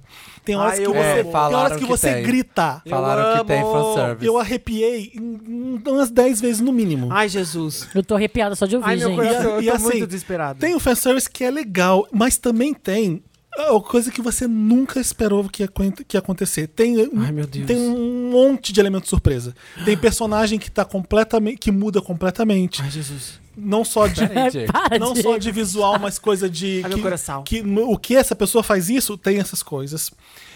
Speaker 1: Tem horas
Speaker 2: Ai,
Speaker 1: que
Speaker 2: eu
Speaker 1: você,
Speaker 2: amo.
Speaker 1: tem
Speaker 5: Falaram
Speaker 1: horas que
Speaker 5: que
Speaker 1: você
Speaker 5: tem.
Speaker 1: grita.
Speaker 5: Falaram que tem
Speaker 2: amo.
Speaker 5: fanservice.
Speaker 1: Eu arrepiei em- em umas 10 vezes no mínimo.
Speaker 2: Ai, Jesus.
Speaker 4: Eu tô arrepiada só de ouvir,
Speaker 2: Ai, meu
Speaker 4: gente. [LAUGHS]
Speaker 2: coração, eu
Speaker 1: E
Speaker 2: tô
Speaker 1: assim,
Speaker 2: muito desesperado.
Speaker 1: Tem o fanservice que é legal, mas também tem a coisa que você nunca esperou que ia, acon- que ia acontecer. Tem,
Speaker 2: Ai, meu Deus.
Speaker 1: tem um monte de elemento surpresa. Tem personagem que tá completamente. que muda completamente.
Speaker 2: Ai, Jesus.
Speaker 1: Não só de.
Speaker 5: Peraí, Diego.
Speaker 1: [LAUGHS]
Speaker 4: Para,
Speaker 1: Não
Speaker 4: Diego. [LAUGHS]
Speaker 1: só de visual, mas coisa de.
Speaker 2: Ai, meu
Speaker 1: que,
Speaker 2: coração.
Speaker 1: que no- o que essa pessoa faz isso, tem essas coisas.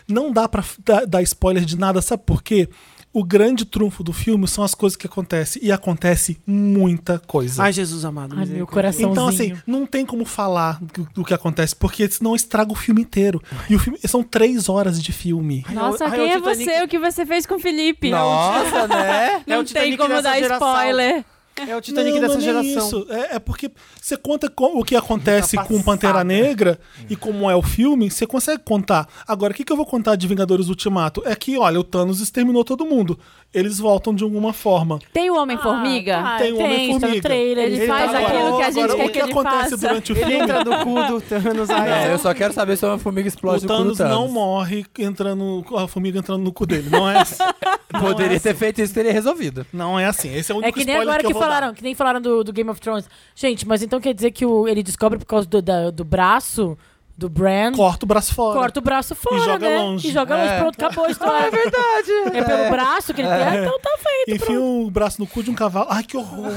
Speaker 1: Não dá pra f- dar, dar spoiler de nada, sabe por quê? O grande trunfo do filme são as coisas que acontecem. E acontece muita coisa.
Speaker 2: Ai, Jesus amado.
Speaker 4: Ai, meu
Speaker 2: misericórdia.
Speaker 4: coração.
Speaker 1: Então, assim, não tem como falar do, do que acontece, porque senão estraga o filme inteiro. E o filme. São três horas de filme.
Speaker 3: Nossa,
Speaker 2: Ai,
Speaker 3: quem
Speaker 2: o
Speaker 3: é
Speaker 2: Titanic-
Speaker 3: você? O que você fez com o Felipe?
Speaker 5: Nossa, né?
Speaker 2: É
Speaker 3: Não tem
Speaker 2: o Titanic
Speaker 3: como
Speaker 2: dessa
Speaker 3: dar
Speaker 2: geração.
Speaker 3: spoiler.
Speaker 2: É o Titanic
Speaker 1: Não,
Speaker 2: dessa
Speaker 1: não é nem
Speaker 2: geração.
Speaker 1: isso. É, é porque você conta com- o que acontece
Speaker 2: Tá
Speaker 1: com Pantera
Speaker 2: passada.
Speaker 1: Negra e como é o filme, você consegue contar. Agora, o que, que eu vou contar de Vingadores Ultimato? É que, olha, o Thanos exterminou todo mundo. Eles voltam de alguma forma.
Speaker 3: Tem o Homem-Formiga?
Speaker 4: Ah,
Speaker 1: Tem o
Speaker 4: tem, tá
Speaker 1: Homem-Formiga.
Speaker 4: no trailer.
Speaker 3: Ele
Speaker 4: gente.
Speaker 3: faz
Speaker 1: Agora,
Speaker 3: aquilo que
Speaker 4: é-
Speaker 3: a gente
Speaker 1: agora,
Speaker 3: quer
Speaker 1: tá o
Speaker 3: que ele
Speaker 1: acontece
Speaker 3: faça.
Speaker 1: durante o [LAUGHS]
Speaker 2: Ele
Speaker 1: filme?
Speaker 2: entra no cu do Thanos. Ai,
Speaker 5: É, eu
Speaker 2: eu...
Speaker 5: só quero saber se uma formiga
Speaker 1: O
Speaker 5: explode o cu do
Speaker 1: Thanos não
Speaker 5: Thanos.
Speaker 1: morre entrando, a formiga entrando no cu dele. Não é assim.
Speaker 5: Poderia ter feito isso, teria resolvido.
Speaker 1: Não é assim. Esse é o único
Speaker 4: É que nem
Speaker 1: spoiler
Speaker 4: agora que,
Speaker 1: eu vou dar.
Speaker 4: falaram, que nem falaram do, do Game of Thrones. Gente, mas então quer dizer que o- ele descobre por causa do, da- do braço, do Bran,
Speaker 1: Corta o braço fora.
Speaker 4: corta o braço fora,
Speaker 1: joga
Speaker 4: né?
Speaker 1: longe.
Speaker 4: E joga longe,
Speaker 5: É.
Speaker 4: pronto, acabou a
Speaker 1: [LAUGHS]
Speaker 4: história. É verdade. É pelo braço que ele tem, ah,
Speaker 1: É.
Speaker 4: então tá feito.
Speaker 1: Enfia o braço no cu de um cavalo. Ai, que horror!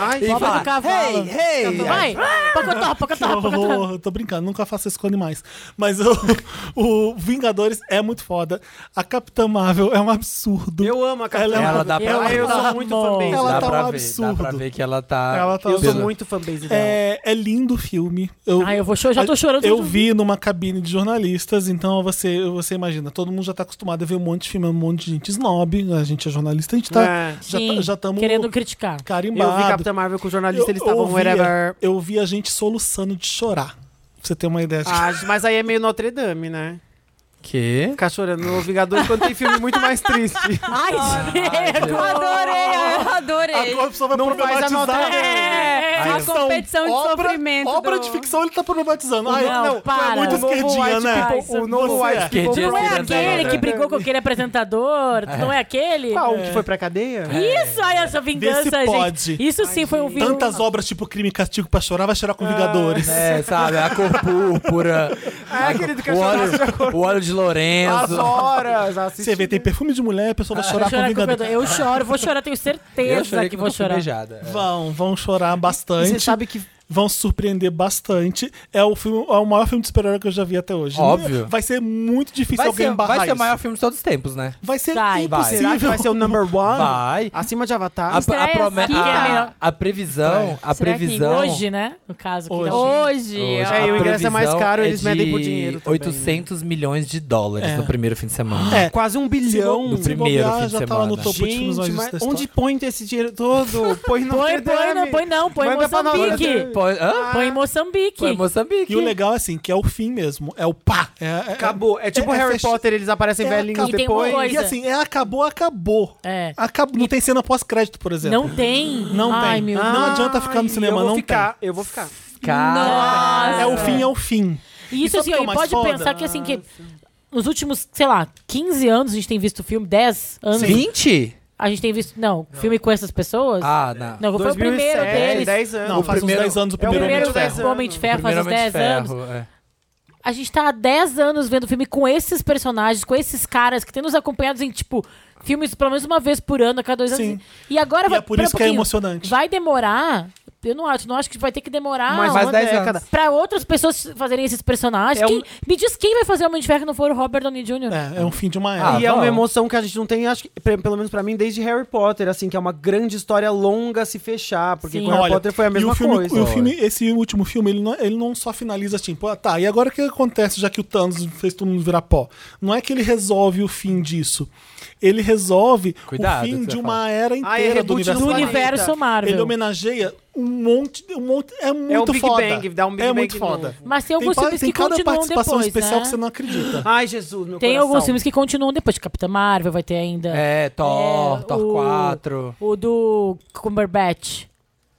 Speaker 2: Ai,
Speaker 5: E
Speaker 4: Boba
Speaker 5: fala,
Speaker 4: do cavalo.
Speaker 5: Hey, hey!
Speaker 4: Vai, pacotó,
Speaker 1: Que
Speaker 4: pacotó, pacotó.
Speaker 1: horror! Eu tô brincando, nunca faço isso com animais. Mas o, [LAUGHS] o Vingadores é muito foda. A Capitã Marvel é um absurdo.
Speaker 2: Eu amo a Capitã
Speaker 1: Ela é
Speaker 5: Ela dá pra
Speaker 2: Ai, eu sou
Speaker 4: amo.
Speaker 2: muito fanbase.
Speaker 1: Ela
Speaker 5: dá
Speaker 1: tá um
Speaker 5: pra ver,
Speaker 1: absurdo.
Speaker 5: Dá pra ver que ela tá.
Speaker 1: Ela tá-
Speaker 2: Eu sou
Speaker 1: Pena.
Speaker 2: muito fanbase dela.
Speaker 1: É, é lindo o filme. Eu,
Speaker 4: Ai, eu vou chorar, já tô chorando.
Speaker 1: eu vi numa cabine de jornalistas, então você, você imagina, todo mundo já tá acostumado a ver um monte de filme, um monte de gente snob, a gente é jornalista, a gente tá.
Speaker 2: É.
Speaker 1: Já
Speaker 4: Sim,
Speaker 1: tá- já estamos
Speaker 4: Querendo criticar.
Speaker 1: carimbado.
Speaker 2: Eu vi Capitã Marvel com o jornalista, eles estavam
Speaker 1: ouvia-
Speaker 2: wherever.
Speaker 1: eu vi a gente soluçando de chorar. Pra você ter uma ideia de
Speaker 2: Ah, mas aí é meio Notre Dame, né?
Speaker 5: Que?
Speaker 2: Ficar chorando no Vingadores quando tem filme muito mais triste.
Speaker 4: Ai, Diego!
Speaker 3: Eu adorei, eu adorei.
Speaker 1: Agora a pessoa vai
Speaker 2: Não faz a
Speaker 1: problematizar.
Speaker 2: nota-
Speaker 3: É,
Speaker 5: Aí,
Speaker 3: a
Speaker 5: ó.
Speaker 3: competição de
Speaker 1: então, obra,
Speaker 3: sofrimento.
Speaker 1: obra
Speaker 3: do-
Speaker 1: de ficção ele tá problematizando.
Speaker 4: Não,
Speaker 1: Ai, não,
Speaker 4: para.
Speaker 1: É muito
Speaker 4: O novo
Speaker 1: esquerdinha,
Speaker 2: White
Speaker 1: né?
Speaker 4: People-
Speaker 2: o
Speaker 1: [LAUGHS]
Speaker 2: novo
Speaker 1: Você é.
Speaker 2: White People
Speaker 5: Esquerdinha
Speaker 4: Não é
Speaker 5: Esse é
Speaker 4: aquele
Speaker 5: Notre
Speaker 4: que
Speaker 2: né?
Speaker 5: Dame.
Speaker 4: brigou com aquele apresentador? Não é aquele? É.
Speaker 2: Qual? O que foi pra cadeia?
Speaker 4: Isso, aí essa vingança,
Speaker 1: Desse pode.
Speaker 4: gente. Isso sim foi um filme.
Speaker 1: Tantas obras tipo Crime e Castigo pra chorar, vai chorar com Vingadores.
Speaker 5: É, sabe? A cor [LAUGHS] púrpura.
Speaker 2: Ah, aquele do
Speaker 5: o,
Speaker 2: cachorro
Speaker 5: óleo, o óleo de
Speaker 2: As
Speaker 5: Lorenzo.
Speaker 2: horas assistindo.
Speaker 1: Você vê, tem perfume de mulher, a pessoa vai
Speaker 4: Vou
Speaker 1: chorar com
Speaker 4: chorar com
Speaker 1: Vingadores.
Speaker 4: medo. Eu choro, vou chorar, tenho
Speaker 5: Eu
Speaker 4: certeza
Speaker 5: chorei
Speaker 4: que vou
Speaker 5: nunca fui
Speaker 4: chorar.
Speaker 5: beijada. É.
Speaker 1: Vão, vão chorar
Speaker 2: Você
Speaker 1: bastante.
Speaker 2: sabe que
Speaker 1: vão se surpreender bastante. É o, filme, é o maior filme de super-herói que eu já vi até hoje.
Speaker 5: Óbvio.
Speaker 1: Vai ser muito difícil
Speaker 5: Vai
Speaker 1: alguém
Speaker 2: um
Speaker 5: ser,
Speaker 1: barrar
Speaker 5: vai ser o
Speaker 1: isso.
Speaker 5: maior filme de todos os tempos, né?
Speaker 1: Vai ser
Speaker 4: Vai.
Speaker 1: impossível.
Speaker 2: Será que vai ser o number one?
Speaker 5: Vai.
Speaker 2: Acima de
Speaker 5: A,
Speaker 2: Avatar?
Speaker 5: a,
Speaker 3: Estreia
Speaker 5: prome-
Speaker 3: aqui,
Speaker 5: a-
Speaker 4: né?
Speaker 5: a previsão, a
Speaker 3: Será que
Speaker 5: previsão.
Speaker 4: Hoje, né? No caso. que
Speaker 1: Hoje.
Speaker 4: dá-
Speaker 5: hoje,
Speaker 3: Hoje. ó.
Speaker 2: É, e o
Speaker 5: a
Speaker 4: Ah,
Speaker 2: ingresso é mais
Speaker 5: previsão
Speaker 2: caro,
Speaker 5: é
Speaker 2: eles medem por
Speaker 5: de
Speaker 2: dinheiro também, né?
Speaker 5: 800 milhões de dólares
Speaker 1: É.
Speaker 5: no primeiro fim de semana.
Speaker 1: É.
Speaker 2: Quase um
Speaker 1: Se
Speaker 2: bilhão.
Speaker 1: bo-
Speaker 5: No
Speaker 1: se
Speaker 5: primeiro
Speaker 1: bobear,
Speaker 5: fim de
Speaker 1: já tá lá no
Speaker 5: semana.
Speaker 1: topo de
Speaker 2: Gente,
Speaker 1: ilusões
Speaker 2: mas
Speaker 1: da
Speaker 2: onde
Speaker 1: história.
Speaker 2: põe esse dinheiro todo? [LAUGHS] Põe no
Speaker 4: Põe, põe, não, põe não, põe em
Speaker 2: Manda pra
Speaker 4: Moçambique.
Speaker 2: Nova-
Speaker 5: Pô, hã?
Speaker 2: Ah.
Speaker 4: Põe em Moçambique.
Speaker 5: Foi em
Speaker 1: [LAUGHS]
Speaker 5: Moçambique.
Speaker 1: E o legal é assim, que é o fim mesmo. É o pá. É, é-
Speaker 2: Acabou. É tipo
Speaker 1: É- é
Speaker 2: Harry
Speaker 1: fecha-
Speaker 2: Potter, eles aparecem
Speaker 1: é,
Speaker 2: velhinhos
Speaker 1: acabou.
Speaker 4: E tem uma
Speaker 2: depois.
Speaker 1: E
Speaker 4: coisa.
Speaker 1: assim, é acabou, acabou.
Speaker 4: É.
Speaker 1: Acab- Não tem cena pós-crédito, por exemplo.
Speaker 4: Não tem.
Speaker 1: Não tem. Ah,
Speaker 4: Ai, meu
Speaker 1: Não
Speaker 4: Deus.
Speaker 1: adianta ficar no
Speaker 2: Ai,
Speaker 1: cinema,
Speaker 2: Ah, eu vou
Speaker 1: não
Speaker 2: ficar, Eu vou ficar.
Speaker 5: Cara.
Speaker 1: É o fim, é o fim.
Speaker 4: E isso,
Speaker 1: E sabe
Speaker 4: assim,
Speaker 1: o que é
Speaker 4: ó,
Speaker 1: o
Speaker 4: e
Speaker 1: mais
Speaker 4: pode
Speaker 1: foda? Ah,
Speaker 4: pensar que, assim, que nos últimos, sei lá, 15 anos a gente tem visto filme, 10 anos
Speaker 5: 20?
Speaker 4: a gente tem visto. Não, filme com essas pessoas?
Speaker 5: Ah, não.
Speaker 4: não, foi o primeiro
Speaker 2: 2007,
Speaker 4: deles.
Speaker 2: 10 é, anos.
Speaker 1: Não, faz
Speaker 5: primeiro-
Speaker 1: uns 10 anos o
Speaker 2: é o
Speaker 4: O
Speaker 1: é, primeiro Homem de
Speaker 4: primeiro
Speaker 1: Ferro.
Speaker 2: Ferro.
Speaker 4: o Homem de Ferro faz
Speaker 5: Primeiro
Speaker 4: uns
Speaker 5: Homem de
Speaker 4: 10 anos.
Speaker 5: Ferro, é.
Speaker 4: A gente tá há 10 anos vendo filme com esses personagens, com esses caras que tem nos acompanhados em, tipo, filmes pelo menos uma vez por ano, a cada dois
Speaker 1: Sim.
Speaker 4: anos. E agora
Speaker 1: E
Speaker 4: vai
Speaker 1: é por
Speaker 4: pera
Speaker 2: um
Speaker 1: isso que é
Speaker 4: pouquinho,
Speaker 1: emocionante.
Speaker 4: Vai demorar. Eu não acho, não acho que vai ter que demorar.
Speaker 2: Mais,
Speaker 5: Mais
Speaker 2: uma
Speaker 5: 10 anos.
Speaker 2: década.
Speaker 4: Pra outras pessoas fazerem esses personagens.
Speaker 2: É
Speaker 4: Quem-
Speaker 2: um-
Speaker 4: Me diz quem vai fazer o Homem de Ferro que não for o Robert Downey Jr.
Speaker 1: É, é um fim de uma
Speaker 5: Ah,
Speaker 1: era.
Speaker 2: e é uma
Speaker 5: bom.
Speaker 2: emoção que a gente não tem, acho que, pe- pelo menos pra mim, desde Harry Potter, assim, que é uma grande história longa a se fechar, porque
Speaker 4: Sim.
Speaker 2: com Harry
Speaker 1: Tipo, Olha,
Speaker 2: Potter foi a
Speaker 1: e
Speaker 2: mesma
Speaker 1: o filme,
Speaker 2: coisa.
Speaker 1: e o filme- esse último filme, ele não, ele não só finaliza assim, pô, tá, e agora o que acontece já que o Thanos fez todo mundo virar pó? Não é que ele resolve o fim disso. Ele resolve
Speaker 5: Cuidado,
Speaker 1: o fim
Speaker 5: você
Speaker 1: de
Speaker 5: vai
Speaker 1: uma
Speaker 5: falar.
Speaker 1: era
Speaker 2: Ah, é
Speaker 1: inteira do
Speaker 2: reboot
Speaker 1: universo.
Speaker 4: Do
Speaker 2: do
Speaker 1: Marvel.
Speaker 4: universo Marvel.
Speaker 1: Ele homenageia um monte, um monte é muito
Speaker 2: Big
Speaker 1: foda.
Speaker 2: Bang, dá um Big
Speaker 1: é
Speaker 2: Bang
Speaker 1: muito
Speaker 2: novo. Então
Speaker 1: foda.
Speaker 4: Mas tem alguns
Speaker 1: pa-
Speaker 4: filmes que
Speaker 1: cada
Speaker 4: continuam
Speaker 1: participação
Speaker 4: depois,
Speaker 1: especial
Speaker 4: né?
Speaker 1: que você não
Speaker 2: [LAUGHS]
Speaker 1: acredita.
Speaker 2: Ai, Jesus, meu
Speaker 4: Tem
Speaker 2: coração.
Speaker 4: alguns filmes que continuam depois. Capitã Marvel vai ter ainda.
Speaker 5: É, Thor,
Speaker 4: É,
Speaker 5: Thor
Speaker 4: o-
Speaker 5: 4.
Speaker 4: O do Cumberbatch.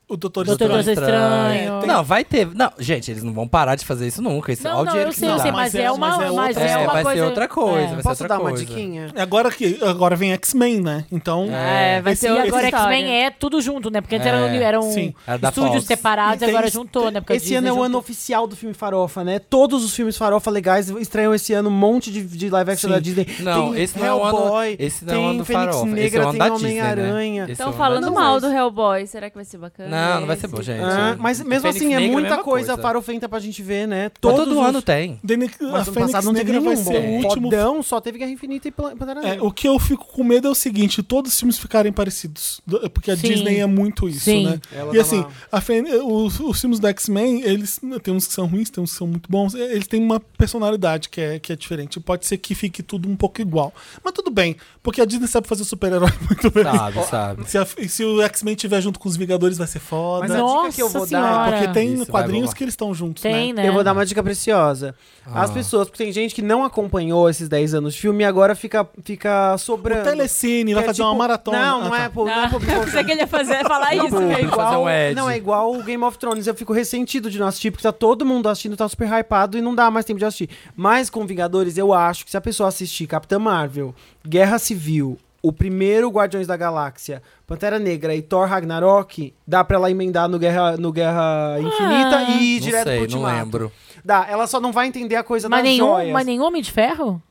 Speaker 1: O Doutor Estranho.
Speaker 4: Doutor Estranho. Estranho.
Speaker 1: É, tem-
Speaker 5: Não, vai ter. Não, gente, eles não vão parar de fazer isso nunca. Isso é
Speaker 4: Não,
Speaker 5: o
Speaker 4: não,
Speaker 5: dinheiro
Speaker 4: eu
Speaker 5: que
Speaker 4: sei, eu
Speaker 5: não dá.
Speaker 4: sei,
Speaker 1: Mas
Speaker 4: mas
Speaker 1: é-
Speaker 4: é uma,
Speaker 1: mas é
Speaker 4: mas
Speaker 1: outra-
Speaker 4: é
Speaker 5: É,
Speaker 4: uma
Speaker 5: vai
Speaker 4: coisa...
Speaker 5: ser outra coisa.
Speaker 4: É.
Speaker 5: Vai ser
Speaker 2: Posso
Speaker 5: outra
Speaker 2: dar uma
Speaker 5: coisa.
Speaker 2: diquinha?
Speaker 1: Agora que agora vem X-Men, né? Então,
Speaker 3: É, vai
Speaker 1: Esse-
Speaker 3: ser outra
Speaker 4: E agora
Speaker 3: história.
Speaker 4: X-Men é tudo junto, né? Porque antes
Speaker 5: É,
Speaker 4: eram, eram
Speaker 1: sim.
Speaker 5: Era da
Speaker 4: estúdios
Speaker 5: Fox.
Speaker 4: separados
Speaker 1: E
Speaker 4: É e
Speaker 1: tem-
Speaker 4: agora juntou, né? Porque a
Speaker 2: Esse
Speaker 4: Disney
Speaker 2: ano é o
Speaker 4: juntou.
Speaker 2: ano oficial do filme Farofa, né? Todos os filmes Farofa legais estreiam esse ano um monte de, de live action
Speaker 1: Sim.
Speaker 2: da Disney.
Speaker 5: Não,
Speaker 2: tem
Speaker 5: esse não é o ano-
Speaker 2: Hellboy,
Speaker 5: esse não é o
Speaker 2: tem
Speaker 5: ano do
Speaker 2: Fênix
Speaker 5: Farofa, esse é o
Speaker 2: Negra,
Speaker 5: ano
Speaker 2: tem
Speaker 5: da Disney, né?
Speaker 2: Homem-Aranha.
Speaker 5: Esse é o
Speaker 3: Estão
Speaker 5: ano
Speaker 3: falando
Speaker 5: da Disney.
Speaker 3: mal do Hellboy. Será que vai ser bacana?
Speaker 5: Não, não vai ser bom, gente.
Speaker 2: Ah, mas mesmo
Speaker 5: Fênix
Speaker 2: assim, é
Speaker 5: Negra a
Speaker 2: muita
Speaker 5: mesma
Speaker 2: coisa,
Speaker 5: coisa.
Speaker 2: farofenta pra gente ver, né?
Speaker 5: Mas
Speaker 2: Todos
Speaker 5: todo
Speaker 2: os-
Speaker 5: ano tem.
Speaker 1: Dene- a
Speaker 2: Mas ano
Speaker 1: Fênix
Speaker 2: passado não teve
Speaker 1: Negra vai
Speaker 2: nenhum
Speaker 1: ser o
Speaker 2: bom.
Speaker 1: último
Speaker 2: Fodão, só teve Guerra Infinita e Plan- Pantera
Speaker 1: É,
Speaker 2: Negra.
Speaker 1: o que eu fico com medo é o seguinte, todos os filmes ficarem parecidos. Do- Porque a
Speaker 4: Sim.
Speaker 1: Disney é muito isso,
Speaker 4: Sim.
Speaker 1: né?
Speaker 2: Ela
Speaker 1: e
Speaker 2: dá
Speaker 1: assim,
Speaker 2: uma-
Speaker 1: a Fen- os, os filmes do X-Men, eles tem uns que são ruins, tem uns que são muito bons. eh, Eles têm uma personalidade que é, que é diferente. Pode ser que fique tudo um pouco igual. Mas tudo bem, porque a Disney sabe fazer super-herói [LAUGHS] muito bem.
Speaker 2: Tá.
Speaker 5: Sabe, sabe.
Speaker 1: Se, a- se o X-Men tiver junto com os Vingadores, vai ser foda. É,
Speaker 2: Mas a
Speaker 4: Nossa
Speaker 2: dica que eu vou
Speaker 4: senhora.
Speaker 2: dar...
Speaker 1: Porque tem
Speaker 5: Isso, vai
Speaker 1: quadrinhos
Speaker 5: rolar.
Speaker 1: que eles estão juntos,
Speaker 4: é Tem,
Speaker 1: né?
Speaker 4: né? [LAUGHS]
Speaker 2: Eu vou dar uma dica preciosa. As
Speaker 5: É. Ah.
Speaker 2: pessoas, porque tem gente que não acompanhou esses 10 anos de filme e agora fica, fica sobrando.
Speaker 1: O Telecine vai
Speaker 2: Que é
Speaker 1: fazer uma
Speaker 2: tipo-
Speaker 1: maratona.
Speaker 2: Não, não
Speaker 1: Ah,
Speaker 2: é, pô, não é
Speaker 3: Não,
Speaker 2: pô-
Speaker 3: eu pensei que ele ia fazer, é falar isso
Speaker 5: pô.
Speaker 3: mesmo.
Speaker 5: fazer
Speaker 2: igual,
Speaker 5: um ad.
Speaker 2: não, é igual o Game of Thrones. Eu fico ressentido de não assistir, porque tá todo mundo assistindo, tá super hypado e não dá mais tempo de assistir. Mas com Vingadores, eu acho que se a pessoa assistir Capitã Marvel, Guerra Civil, o primeiro Guardiões da Galáxia, Pantera Negra e Thor Ragnarok, dá pra ela emendar no Guerra, no Guerra Infinita e ir
Speaker 5: Ah. Não
Speaker 2: direto pro
Speaker 5: sei, não
Speaker 2: Ultimato.
Speaker 5: lembro.
Speaker 2: Dá, ela só não vai entender a coisa
Speaker 4: Mas
Speaker 2: das
Speaker 4: nenhum,
Speaker 2: joias.
Speaker 4: mas nenhum Homem de Ferro?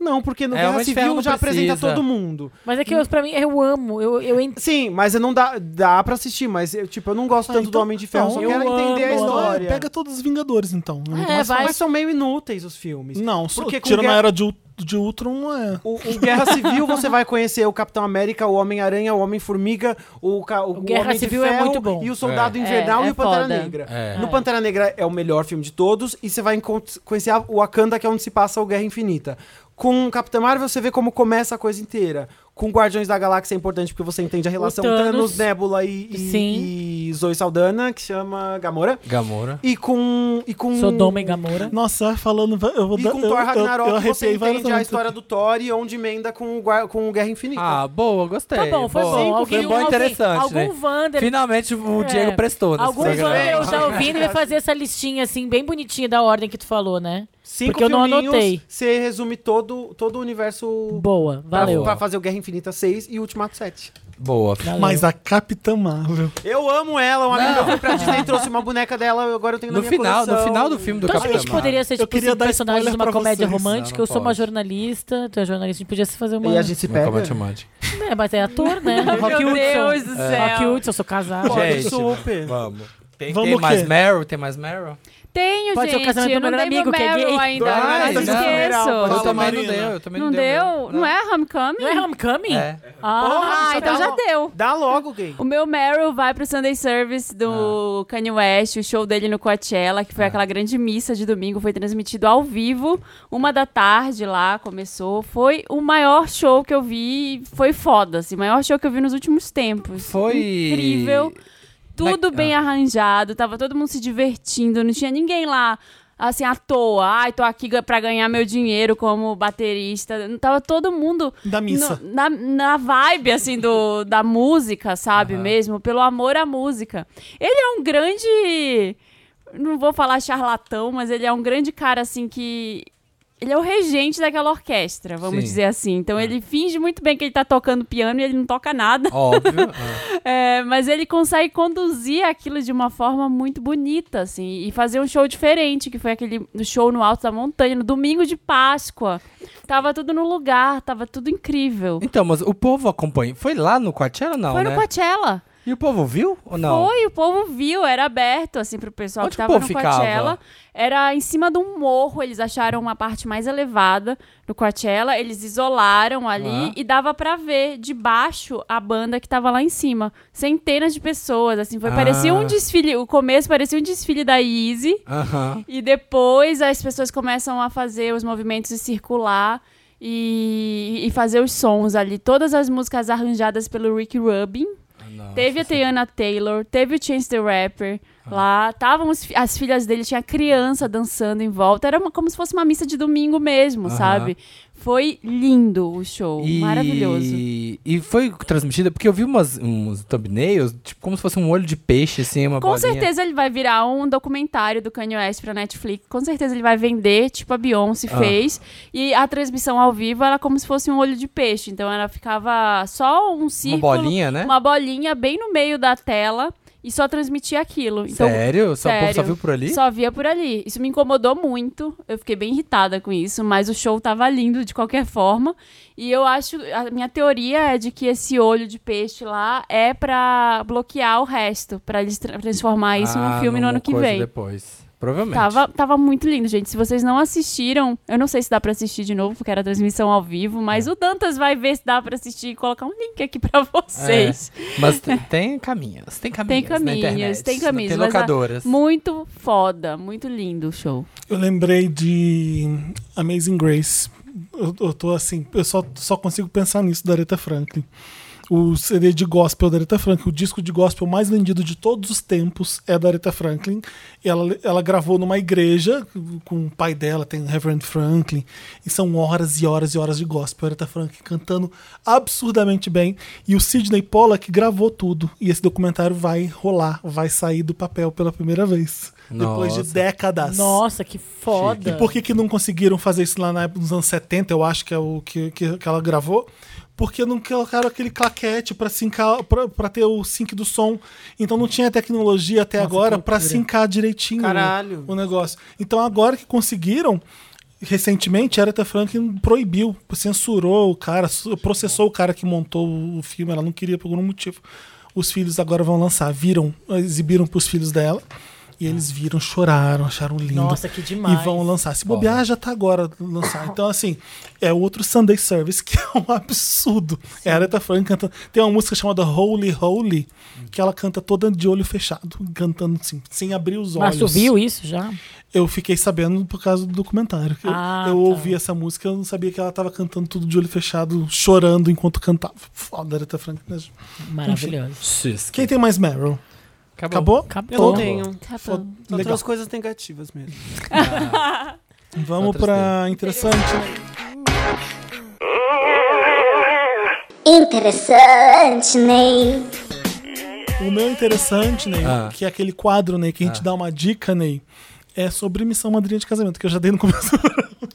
Speaker 2: Não, porque no
Speaker 5: É, Homem de
Speaker 2: Guerra
Speaker 5: Ferro
Speaker 2: Civil
Speaker 5: não
Speaker 2: já apresenta
Speaker 5: precisa.
Speaker 2: todo mundo.
Speaker 4: Mas é que eu, pra mim, eu amo. Eu, eu ent-
Speaker 2: Sim, mas eu não dá, dá pra assistir, mas eu, tipo, eu não gosto
Speaker 1: Ah,
Speaker 2: tanto
Speaker 1: então-
Speaker 2: do Homem de Ferro,
Speaker 1: então
Speaker 2: só
Speaker 4: eu
Speaker 2: quero entender a
Speaker 4: amo.
Speaker 2: história.
Speaker 1: Pega todos os Vingadores, então. É muito
Speaker 4: É,
Speaker 1: mais
Speaker 4: vai.
Speaker 2: Mas são meio inúteis os filmes.
Speaker 1: Não,
Speaker 2: Porque
Speaker 1: porque
Speaker 2: com
Speaker 1: tira na
Speaker 2: guerra-
Speaker 1: era de, Ul- de Ultron não é.
Speaker 2: O, o Guerra Civil você vai conhecer o Capitão América, o Homem-Aranha, o Homem-Formiga, o, ca- o,
Speaker 4: O Guerra
Speaker 2: Homem de
Speaker 4: Civil é
Speaker 2: Ferro
Speaker 4: muito bom.
Speaker 2: E o Soldado
Speaker 5: É.
Speaker 2: Invernal
Speaker 3: É,
Speaker 2: e
Speaker 3: é
Speaker 2: o Pantera
Speaker 3: foda.
Speaker 2: Negra.
Speaker 5: É.
Speaker 2: No Pantera Negra é o melhor filme de todos e você vai encon- conhecer a Wakanda, que é onde se passa o Guerra Infinita. Com Capitão Marvel você vê como começa a coisa inteira. Com Guardiões da Galáxia é importante porque você entende a relação
Speaker 4: Thanos.
Speaker 2: Thanos, Nebula e, e-
Speaker 4: Sim.
Speaker 2: e Zoe Saldana, que chama Gamora.
Speaker 5: Gamora.
Speaker 2: E com... E com
Speaker 4: Sodoma e Gamora.
Speaker 1: Nossa, falando, vai- eu vou
Speaker 2: e
Speaker 1: dar.
Speaker 2: com
Speaker 1: eu,
Speaker 2: Thor
Speaker 1: eu-
Speaker 2: Ragnarok
Speaker 1: eu
Speaker 2: você
Speaker 1: arrepiei várias
Speaker 2: entende a
Speaker 1: vezes.
Speaker 2: história do Thor e onde emenda com, o Guar- com o Guerra Infinita.
Speaker 5: Ah, boa, gostei.
Speaker 4: Tá bom, foi bom. Alguém,
Speaker 5: Foi bom e
Speaker 4: alguém-
Speaker 5: interessante.
Speaker 4: Algum
Speaker 5: né?
Speaker 4: Wander.
Speaker 5: Finalmente o
Speaker 4: É.
Speaker 5: Diego prestou. nesse
Speaker 4: Algum
Speaker 5: programa.
Speaker 4: Wander tá ouvindo e vai fazer essa listinha, assim, bem bonitinha da ordem que tu falou, né?
Speaker 2: Cinco
Speaker 4: porque eu não
Speaker 2: filminhos,
Speaker 4: anotei.
Speaker 2: Você resume todo, todo o universo
Speaker 4: Boa, valeu.
Speaker 2: pra fazer o Guerra Infinita 6 e o Ultimato 7.
Speaker 5: Boa.
Speaker 4: Valeu.
Speaker 1: Mas a Capitã Marvel.
Speaker 2: Eu amo ela, um amigo meu foi pra Disney e trouxe uma boneca dela, agora eu tenho na
Speaker 5: No
Speaker 2: minha
Speaker 5: final, no
Speaker 2: coleção.
Speaker 5: final do filme do
Speaker 4: Tu acha que a
Speaker 5: Capitão
Speaker 4: gente
Speaker 5: Marvel.
Speaker 4: poderia ser,
Speaker 1: Eu
Speaker 4: tipo,
Speaker 1: queria
Speaker 4: cinco
Speaker 1: dar
Speaker 4: personagens de
Speaker 1: spoiler
Speaker 4: uma
Speaker 1: pra
Speaker 4: comédia
Speaker 1: vocês.
Speaker 4: romântica?
Speaker 5: Não, não
Speaker 4: eu sou uma
Speaker 5: pode.
Speaker 4: jornalista, tu é jornalista, a gente podia se fazer uma...
Speaker 2: E a gente se
Speaker 5: Uma
Speaker 2: pega.
Speaker 5: comédia romântica.
Speaker 4: É, mas é ator, né? Rock
Speaker 3: Meu
Speaker 4: Hudson. É,
Speaker 3: Deus do
Speaker 4: Rock
Speaker 3: céu.
Speaker 4: Hudson, eu sou casada.
Speaker 5: Gente,
Speaker 2: super.
Speaker 5: Vamos. Tem,
Speaker 1: Vamos
Speaker 5: tem
Speaker 1: o
Speaker 5: mais
Speaker 1: quê?
Speaker 5: Meryl? Tem mais Meryl?
Speaker 3: Tenho,
Speaker 4: Pode ser o
Speaker 3: gente.
Speaker 4: casamento
Speaker 3: eu
Speaker 4: do
Speaker 3: não
Speaker 4: melhor
Speaker 3: dei meu
Speaker 4: amigo, que é
Speaker 3: Meryl
Speaker 4: gay.
Speaker 3: ainda.
Speaker 5: Ai,
Speaker 3: eu
Speaker 5: não.
Speaker 1: Fala,
Speaker 3: esqueço.
Speaker 5: eu também
Speaker 1: Marina.
Speaker 5: não deu, eu também
Speaker 3: Não
Speaker 5: não, dei o
Speaker 3: deu?
Speaker 5: meu.
Speaker 3: Não é Homecoming?
Speaker 4: Não é homecoming?
Speaker 5: É.
Speaker 4: Ah,
Speaker 3: Ah,
Speaker 2: Porra,
Speaker 3: então
Speaker 2: tá
Speaker 3: já
Speaker 2: bom.
Speaker 3: deu.
Speaker 2: Dá logo, gay.
Speaker 3: O meu Meryl vai pro Sunday Service do Kanye West, o show dele no Coachella, que foi aquela grande missa de domingo, foi transmitido ao vivo, uma da tarde lá, começou. Foi o maior show que eu vi, foi foda, assim, o maior show que eu vi nos últimos tempos.
Speaker 5: Foi.
Speaker 3: Incrível. Tudo
Speaker 5: Na-
Speaker 3: bem
Speaker 5: ah.
Speaker 3: arranjado, tava todo mundo se divertindo, não tinha ninguém lá assim à toa. Ai, tô aqui ga- pra ganhar meu dinheiro como baterista. Não Tava todo mundo
Speaker 1: Da missa.
Speaker 3: no- na, na vibe assim do da música, sabe mesmo, pelo amor à música. Ele é um grande não vou falar charlatão, mas ele é um grande cara assim que ele é o regente daquela orquestra, vamos
Speaker 5: Sim.
Speaker 3: dizer assim. Então ele finge muito bem que ele tá tocando piano e ele não toca nada.
Speaker 5: Óbvio. ah.
Speaker 3: [LAUGHS] É, mas ele consegue conduzir aquilo de uma forma muito bonita, assim, e fazer um show diferente, que foi aquele show no alto da montanha, no domingo de Páscoa. Tava tudo no lugar, tava tudo incrível.
Speaker 5: Então, mas o povo acompanha. Foi lá no Coachella, não,
Speaker 3: foi
Speaker 5: né?
Speaker 3: no Coachella.
Speaker 5: E o povo viu ou não?
Speaker 3: Foi, o povo viu, era aberto, assim, pro pessoal
Speaker 5: Onde que
Speaker 3: que
Speaker 5: o
Speaker 3: tava
Speaker 5: povo
Speaker 3: no
Speaker 5: ficava?
Speaker 3: Coachella. Era em cima de um morro, eles acharam uma parte mais elevada no Coachella, eles isolaram ali
Speaker 5: Ah.
Speaker 3: e dava pra ver de baixo a banda que tava lá em cima. Centenas de pessoas, assim, foi,
Speaker 5: Ah.
Speaker 3: parecia um desfile, o começo parecia um desfile da Easy.
Speaker 5: Aham.
Speaker 3: E depois as pessoas começam a fazer os movimentos de circular e, e fazer os sons ali. Todas as músicas arranjadas pelo Rick Rubin. Teve a Teyana Taylor, teve o Chance the Rapper lá. Estavam os fi- as filhas dele, tinha criança dançando em volta. Era uma- como se fosse uma missa de domingo mesmo,
Speaker 5: Aham.
Speaker 3: sabe? Foi lindo o show, maravilhoso.
Speaker 5: E foi transmitida porque eu vi umas, uns thumbnails, tipo, como se fosse um olho de peixe, assim, uma
Speaker 3: Com
Speaker 5: bolinha.
Speaker 3: certeza ele vai virar um documentário do Kanye West pra Netflix. Com certeza ele vai vender, tipo a Beyoncé
Speaker 5: Ah.
Speaker 3: fez. E a transmissão ao vivo era como se fosse um olho de peixe. Então ela ficava só um
Speaker 5: Uma
Speaker 3: círculo,
Speaker 5: bolinha, né?
Speaker 3: uma bolinha bem no meio da tela e só transmitia aquilo. Então
Speaker 5: sério? Só, o povo só
Speaker 3: sério.
Speaker 5: viu por ali?
Speaker 3: Só via por ali. Isso me incomodou muito. Eu fiquei bem irritada com isso, mas o show tava lindo de qualquer forma. E eu acho. A minha teoria é de que esse olho de peixe lá é pra bloquear o resto, pra eles tra- transformar isso
Speaker 5: Ah,
Speaker 3: num filme no
Speaker 5: numa
Speaker 3: ano que
Speaker 5: coisa
Speaker 3: vem.
Speaker 5: depois. Provavelmente.
Speaker 3: Tava, tava muito lindo, gente. Se vocês não assistiram, eu não sei se dá pra assistir de novo, porque era transmissão ao vivo,
Speaker 5: É.
Speaker 3: mas o Dantas vai ver se dá pra assistir e colocar um link aqui pra [LAUGHS] vocês.
Speaker 5: Mas tem, tem caminhos, tem caminhos na
Speaker 3: caminhos,
Speaker 5: internet,
Speaker 3: tem caminhos,
Speaker 5: Tem
Speaker 3: mas a-
Speaker 5: locadoras.
Speaker 3: Muito foda, muito lindo o show.
Speaker 1: Eu lembrei de Amazing Grace. Eu, eu tô assim, eu só, só consigo pensar nisso da Aretha Franklin. O CD de gospel da Aretha Franklin, o disco de gospel mais vendido de todos os tempos é da Aretha Franklin. Ela, ela gravou numa igreja com o pai dela, tem Reverend Franklin, e são horas e horas e horas de gospel. A Aretha Franklin cantando absurdamente bem. E o Sidney Pollack gravou tudo. E esse documentário vai rolar, vai sair do papel pela primeira vez. Depois de
Speaker 5: Nossa.
Speaker 1: décadas.
Speaker 4: Nossa, que foda.
Speaker 1: E por que, que não conseguiram fazer isso lá na época dos anos 70, eu acho que é o que, que, que ela gravou? Porque não colocaram aquele claquete pra sincar- pra- pra ter o sync do som. Então não tinha tecnologia até agora pra sincar direitinho o-
Speaker 2: Caralho.
Speaker 1: o negócio. Então agora que conseguiram, recentemente, a Aretha Franklin proibiu, censurou o cara, su- processou o cara que montou o filme. Ela não queria por algum motivo. Os filhos agora vão lançar. Viram, exibiram pros filhos dela. E eles viram, choraram, acharam lindo.
Speaker 4: Nossa, que demais.
Speaker 1: E vão lançar. Se bobear, já tá agora lançar. Então, assim, é outro Sunday Service [LAUGHS] que é um absurdo. É a Aretha Franklin cantando. Tem uma música chamada Holy Holy, que ela canta toda de olho fechado, cantando assim, sem abrir os olhos.
Speaker 4: Mas tu viu isso já?
Speaker 1: Eu fiquei sabendo por causa do documentário. Eu,
Speaker 4: Ah,
Speaker 1: eu
Speaker 4: tá.
Speaker 1: ouvi essa música, eu não sabia que ela tava cantando tudo de olho fechado, chorando enquanto cantava. Foda, Aretha Franklin. né,
Speaker 4: Maravilhoso.
Speaker 5: Cis.
Speaker 1: Quem tem mais Meryl? Acabou?
Speaker 4: Acabou.
Speaker 2: Eu não tenho.
Speaker 1: Foda-
Speaker 2: Só
Speaker 1: Legal.
Speaker 2: trouxe coisas negativas mesmo.
Speaker 1: Vamos
Speaker 5: Outras
Speaker 1: pra interessante. né?
Speaker 8: Interessante, Ney.
Speaker 1: O meu interessante, Ney,
Speaker 5: Ah.
Speaker 1: que é aquele quadro, Ney, que a gente
Speaker 2: Ah.
Speaker 1: dá uma dica, Ney, é sobre missão madrinha de casamento, que eu já dei no começo.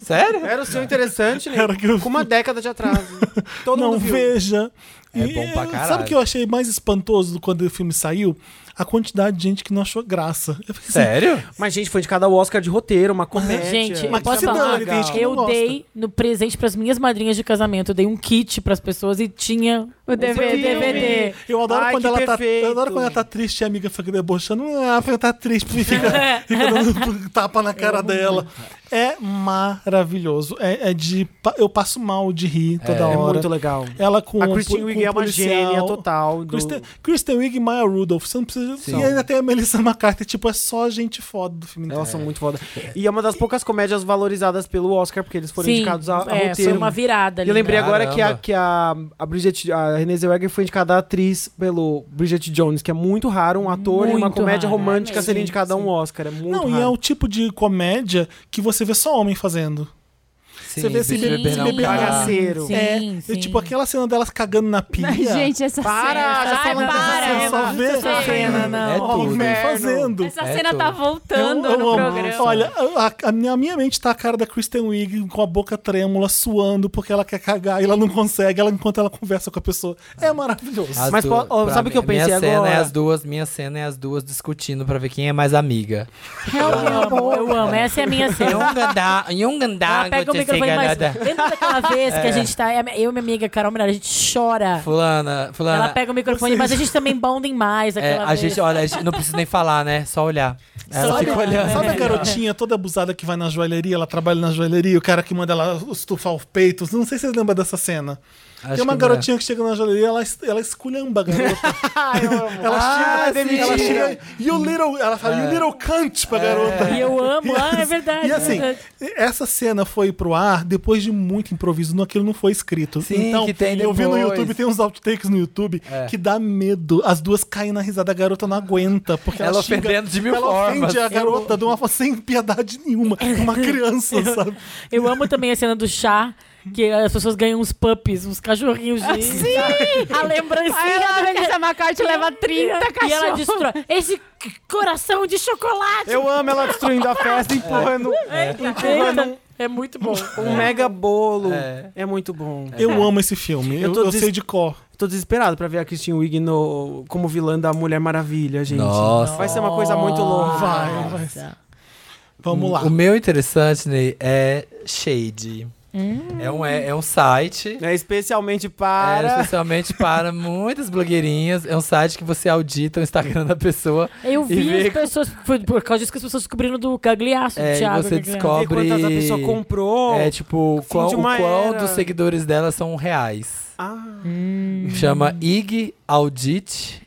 Speaker 5: Sério?
Speaker 2: Era o seu interessante, né?
Speaker 1: Era que eu-
Speaker 2: Com [LAUGHS] uma década de atraso. [LAUGHS] Todo
Speaker 1: não
Speaker 2: mundo viu.
Speaker 1: veja.
Speaker 5: É bom pra
Speaker 1: Sabe o
Speaker 5: caralho.
Speaker 1: que eu achei mais espantoso quando o filme saiu? a quantidade de gente que não achou graça. Eu fiquei assim,
Speaker 5: Sério?
Speaker 2: Mas, gente, foi indicada ao Oscar de roteiro, uma comédia.
Speaker 4: Gente,
Speaker 1: Mas
Speaker 4: posso
Speaker 1: se dane,
Speaker 4: falar?
Speaker 1: tem gente que não
Speaker 4: eu
Speaker 1: gosta.
Speaker 4: dei no presente pras minhas madrinhas de casamento. Eu dei um kit pras pessoas e tinha
Speaker 3: O DVD.
Speaker 4: DVD.
Speaker 1: assim, Eu adoro,
Speaker 2: Ai,
Speaker 1: quando
Speaker 2: que
Speaker 1: ela tá,
Speaker 2: perfeito.
Speaker 1: eu adoro quando ela tá triste e a amiga fica debochando. Ah, ela tá triste e fica, fica dando um tapa na cara dela. É maravilhoso. É, é de. pa- Eu passo mal de rir toda
Speaker 2: É
Speaker 1: hora.
Speaker 2: muito legal.
Speaker 1: Ela com
Speaker 2: A
Speaker 1: o
Speaker 2: Kristen
Speaker 1: po-
Speaker 2: Wiig
Speaker 1: com o
Speaker 2: é uma
Speaker 1: policial.
Speaker 2: gênia total do-
Speaker 1: Kristen, Kristen Wiig e Maya Rudolph. Você não precisa.
Speaker 5: Sim.
Speaker 1: E ainda tem a Melissa McCarthy. Tipo, é só gente foda do filme. inteiro.
Speaker 2: Elas são muito foda. E é uma das poucas comédias valorizadas pelo Oscar, porque eles foram
Speaker 4: Sim,
Speaker 2: indicados a, a
Speaker 4: é,
Speaker 2: roteiro.
Speaker 4: Foi uma virada ali.
Speaker 2: E eu lembrei
Speaker 4: né?
Speaker 2: agora que a,
Speaker 5: Caramba.
Speaker 2: que a, a Bridget, a Renée Zellweger foi indicada a atriz pelo Bridget Jones, que é muito raro um ator em uma
Speaker 4: Muito
Speaker 2: comédia
Speaker 4: raro,
Speaker 2: romântica
Speaker 4: é
Speaker 2: ser
Speaker 4: mesmo,
Speaker 2: indicada a um
Speaker 4: sim.
Speaker 2: Oscar. É muito
Speaker 1: Não, e
Speaker 2: raro.
Speaker 1: é o tipo de comédia que você vê só homem fazendo.
Speaker 5: Sim,
Speaker 1: vê se
Speaker 5: Bibi
Speaker 1: be-
Speaker 5: Bernal
Speaker 1: se beber
Speaker 5: tá.
Speaker 1: água-
Speaker 2: Bagaceiro.
Speaker 4: Sim,
Speaker 1: é,
Speaker 4: sim.
Speaker 1: é tipo aquela cena delas cagando na pia.
Speaker 3: Ai, gente, essa
Speaker 2: Para,
Speaker 3: cena.
Speaker 2: já
Speaker 3: Ai,
Speaker 2: falando dessa
Speaker 3: para,
Speaker 2: cena,
Speaker 1: Você tá só
Speaker 3: Eva.
Speaker 1: vê essa
Speaker 3: Essa
Speaker 1: cena,
Speaker 3: cena,
Speaker 1: não.
Speaker 5: É tudo.
Speaker 1: homem fazendo.
Speaker 3: Essa
Speaker 5: É
Speaker 3: cena tá
Speaker 5: tudo.
Speaker 3: voltando
Speaker 1: Eu- eu
Speaker 3: no
Speaker 1: amo.
Speaker 3: programa.
Speaker 1: Olha, a, a minha, a minha mente tá a cara da Kristen Wiig com a boca trêmula, suando, porque ela quer cagar e ela não consegue, ela, enquanto ela conversa com a pessoa. É maravilhoso.
Speaker 5: As
Speaker 2: Mas,
Speaker 5: duas-
Speaker 2: pô, ó,
Speaker 5: pra
Speaker 2: sabe o que eu
Speaker 5: mim, minha
Speaker 2: pensei
Speaker 5: cena
Speaker 2: agora?
Speaker 5: É as duas, minha cena é as duas discutindo pra ver quem é mais [LAUGHS] amiga.
Speaker 4: Eu amo, eu amo. Essa é a minha cena. Ela pega o microfone mais.
Speaker 5: tá-
Speaker 4: Lembra daquela
Speaker 5: [LAUGHS]
Speaker 4: vez
Speaker 5: É.
Speaker 4: que a gente tá. Eu e minha amiga Carol Miranda, a gente chora.
Speaker 5: Fulana, fulana.
Speaker 4: Ela pega o microfone, mas a gente também bondem mais
Speaker 5: É,
Speaker 4: aquela
Speaker 5: a
Speaker 4: vez.
Speaker 5: gente, olha, a gente não precisa nem falar, né? Só olhar. Ela
Speaker 1: Sabe-
Speaker 5: fica
Speaker 4: né?
Speaker 5: olhando.
Speaker 1: Sabe a garotinha toda abusada que vai na joalheria, ela trabalha na joalheria, o cara que manda ela estufar os peitos? Não sei se vocês lembram dessa cena.
Speaker 5: Acho
Speaker 1: Tem uma
Speaker 5: que não é.
Speaker 1: garotinha que chega na joalheria, ela, es- ela esculhamba a
Speaker 5: [LAUGHS]
Speaker 1: garota. ela
Speaker 5: Ah,
Speaker 1: chega,
Speaker 5: sim. É.
Speaker 1: ela chega, you little, ela fala, you little cunt pra garota.
Speaker 4: E eu amo. Ah, é verdade.
Speaker 1: E assim,
Speaker 4: é verdade.
Speaker 1: essa cena foi pro ar depois de muito improviso, não- aquilo não foi escrito.
Speaker 5: Sim,
Speaker 1: então,
Speaker 5: que tem
Speaker 1: eu vi no
Speaker 5: depois. É.
Speaker 1: YouTube, tem uns outtakes no YouTube que dá medo. As duas caem na risada, a garota não aguenta, porque ela,
Speaker 5: Ela
Speaker 1: xinga-
Speaker 5: ofendendo de mil
Speaker 1: ela
Speaker 5: formas.
Speaker 1: ofende É. a garota de uma forma sem piedade nenhuma, uma criança, sabe?
Speaker 4: Eu amo também a cena do chá, que as pessoas ganham uns puppies, uns
Speaker 5: [LAUGHS]
Speaker 4: cachorrinhos de. Sim! A lembrancinha.
Speaker 3: Aí ela,
Speaker 4: do-
Speaker 3: Melissa McCarthy, leva 30 cachorros.
Speaker 4: E ela destrói. Esse c- coração de chocolate!
Speaker 2: Eu amo ela destruindo
Speaker 4: [LAUGHS]
Speaker 2: a festa,
Speaker 4: É.
Speaker 2: empurrando
Speaker 4: Eita, É muito bom.
Speaker 2: um mega bolo. É,
Speaker 5: É.
Speaker 2: muito bom.
Speaker 1: Eu amo esse filme, eu,
Speaker 2: tô
Speaker 1: eu
Speaker 2: des-
Speaker 1: sei de cor.
Speaker 2: Tô desesperado pra ver a Christine Wiig no, como vilã da Mulher Maravilha, gente.
Speaker 5: Nossa.
Speaker 2: Vai ser uma coisa muito louca.
Speaker 1: Vai, vai. Vamos lá.
Speaker 5: O meu interessante, Ney, é Shade. É, um, é, é um site.
Speaker 2: É especialmente
Speaker 5: É,
Speaker 2: para...
Speaker 5: especialmente para muitas blogueirinhas. É um site que você audita o Instagram da pessoa.
Speaker 4: Eu
Speaker 5: E
Speaker 4: vi
Speaker 5: ver-
Speaker 4: as pessoas. Foi por causa disso que as pessoas descobriram do Gagliasso,
Speaker 5: É,
Speaker 4: do
Speaker 5: e
Speaker 4: Thiago.
Speaker 5: você
Speaker 4: Gagliasso.
Speaker 5: descobre-
Speaker 2: ver quantas a pessoa comprou.
Speaker 5: É tipo,
Speaker 2: Fim
Speaker 5: qual,
Speaker 2: de
Speaker 5: o
Speaker 2: uma
Speaker 5: qual
Speaker 2: era.
Speaker 5: dos seguidores dela são reais.
Speaker 2: Ah.
Speaker 5: Chama IG Audit,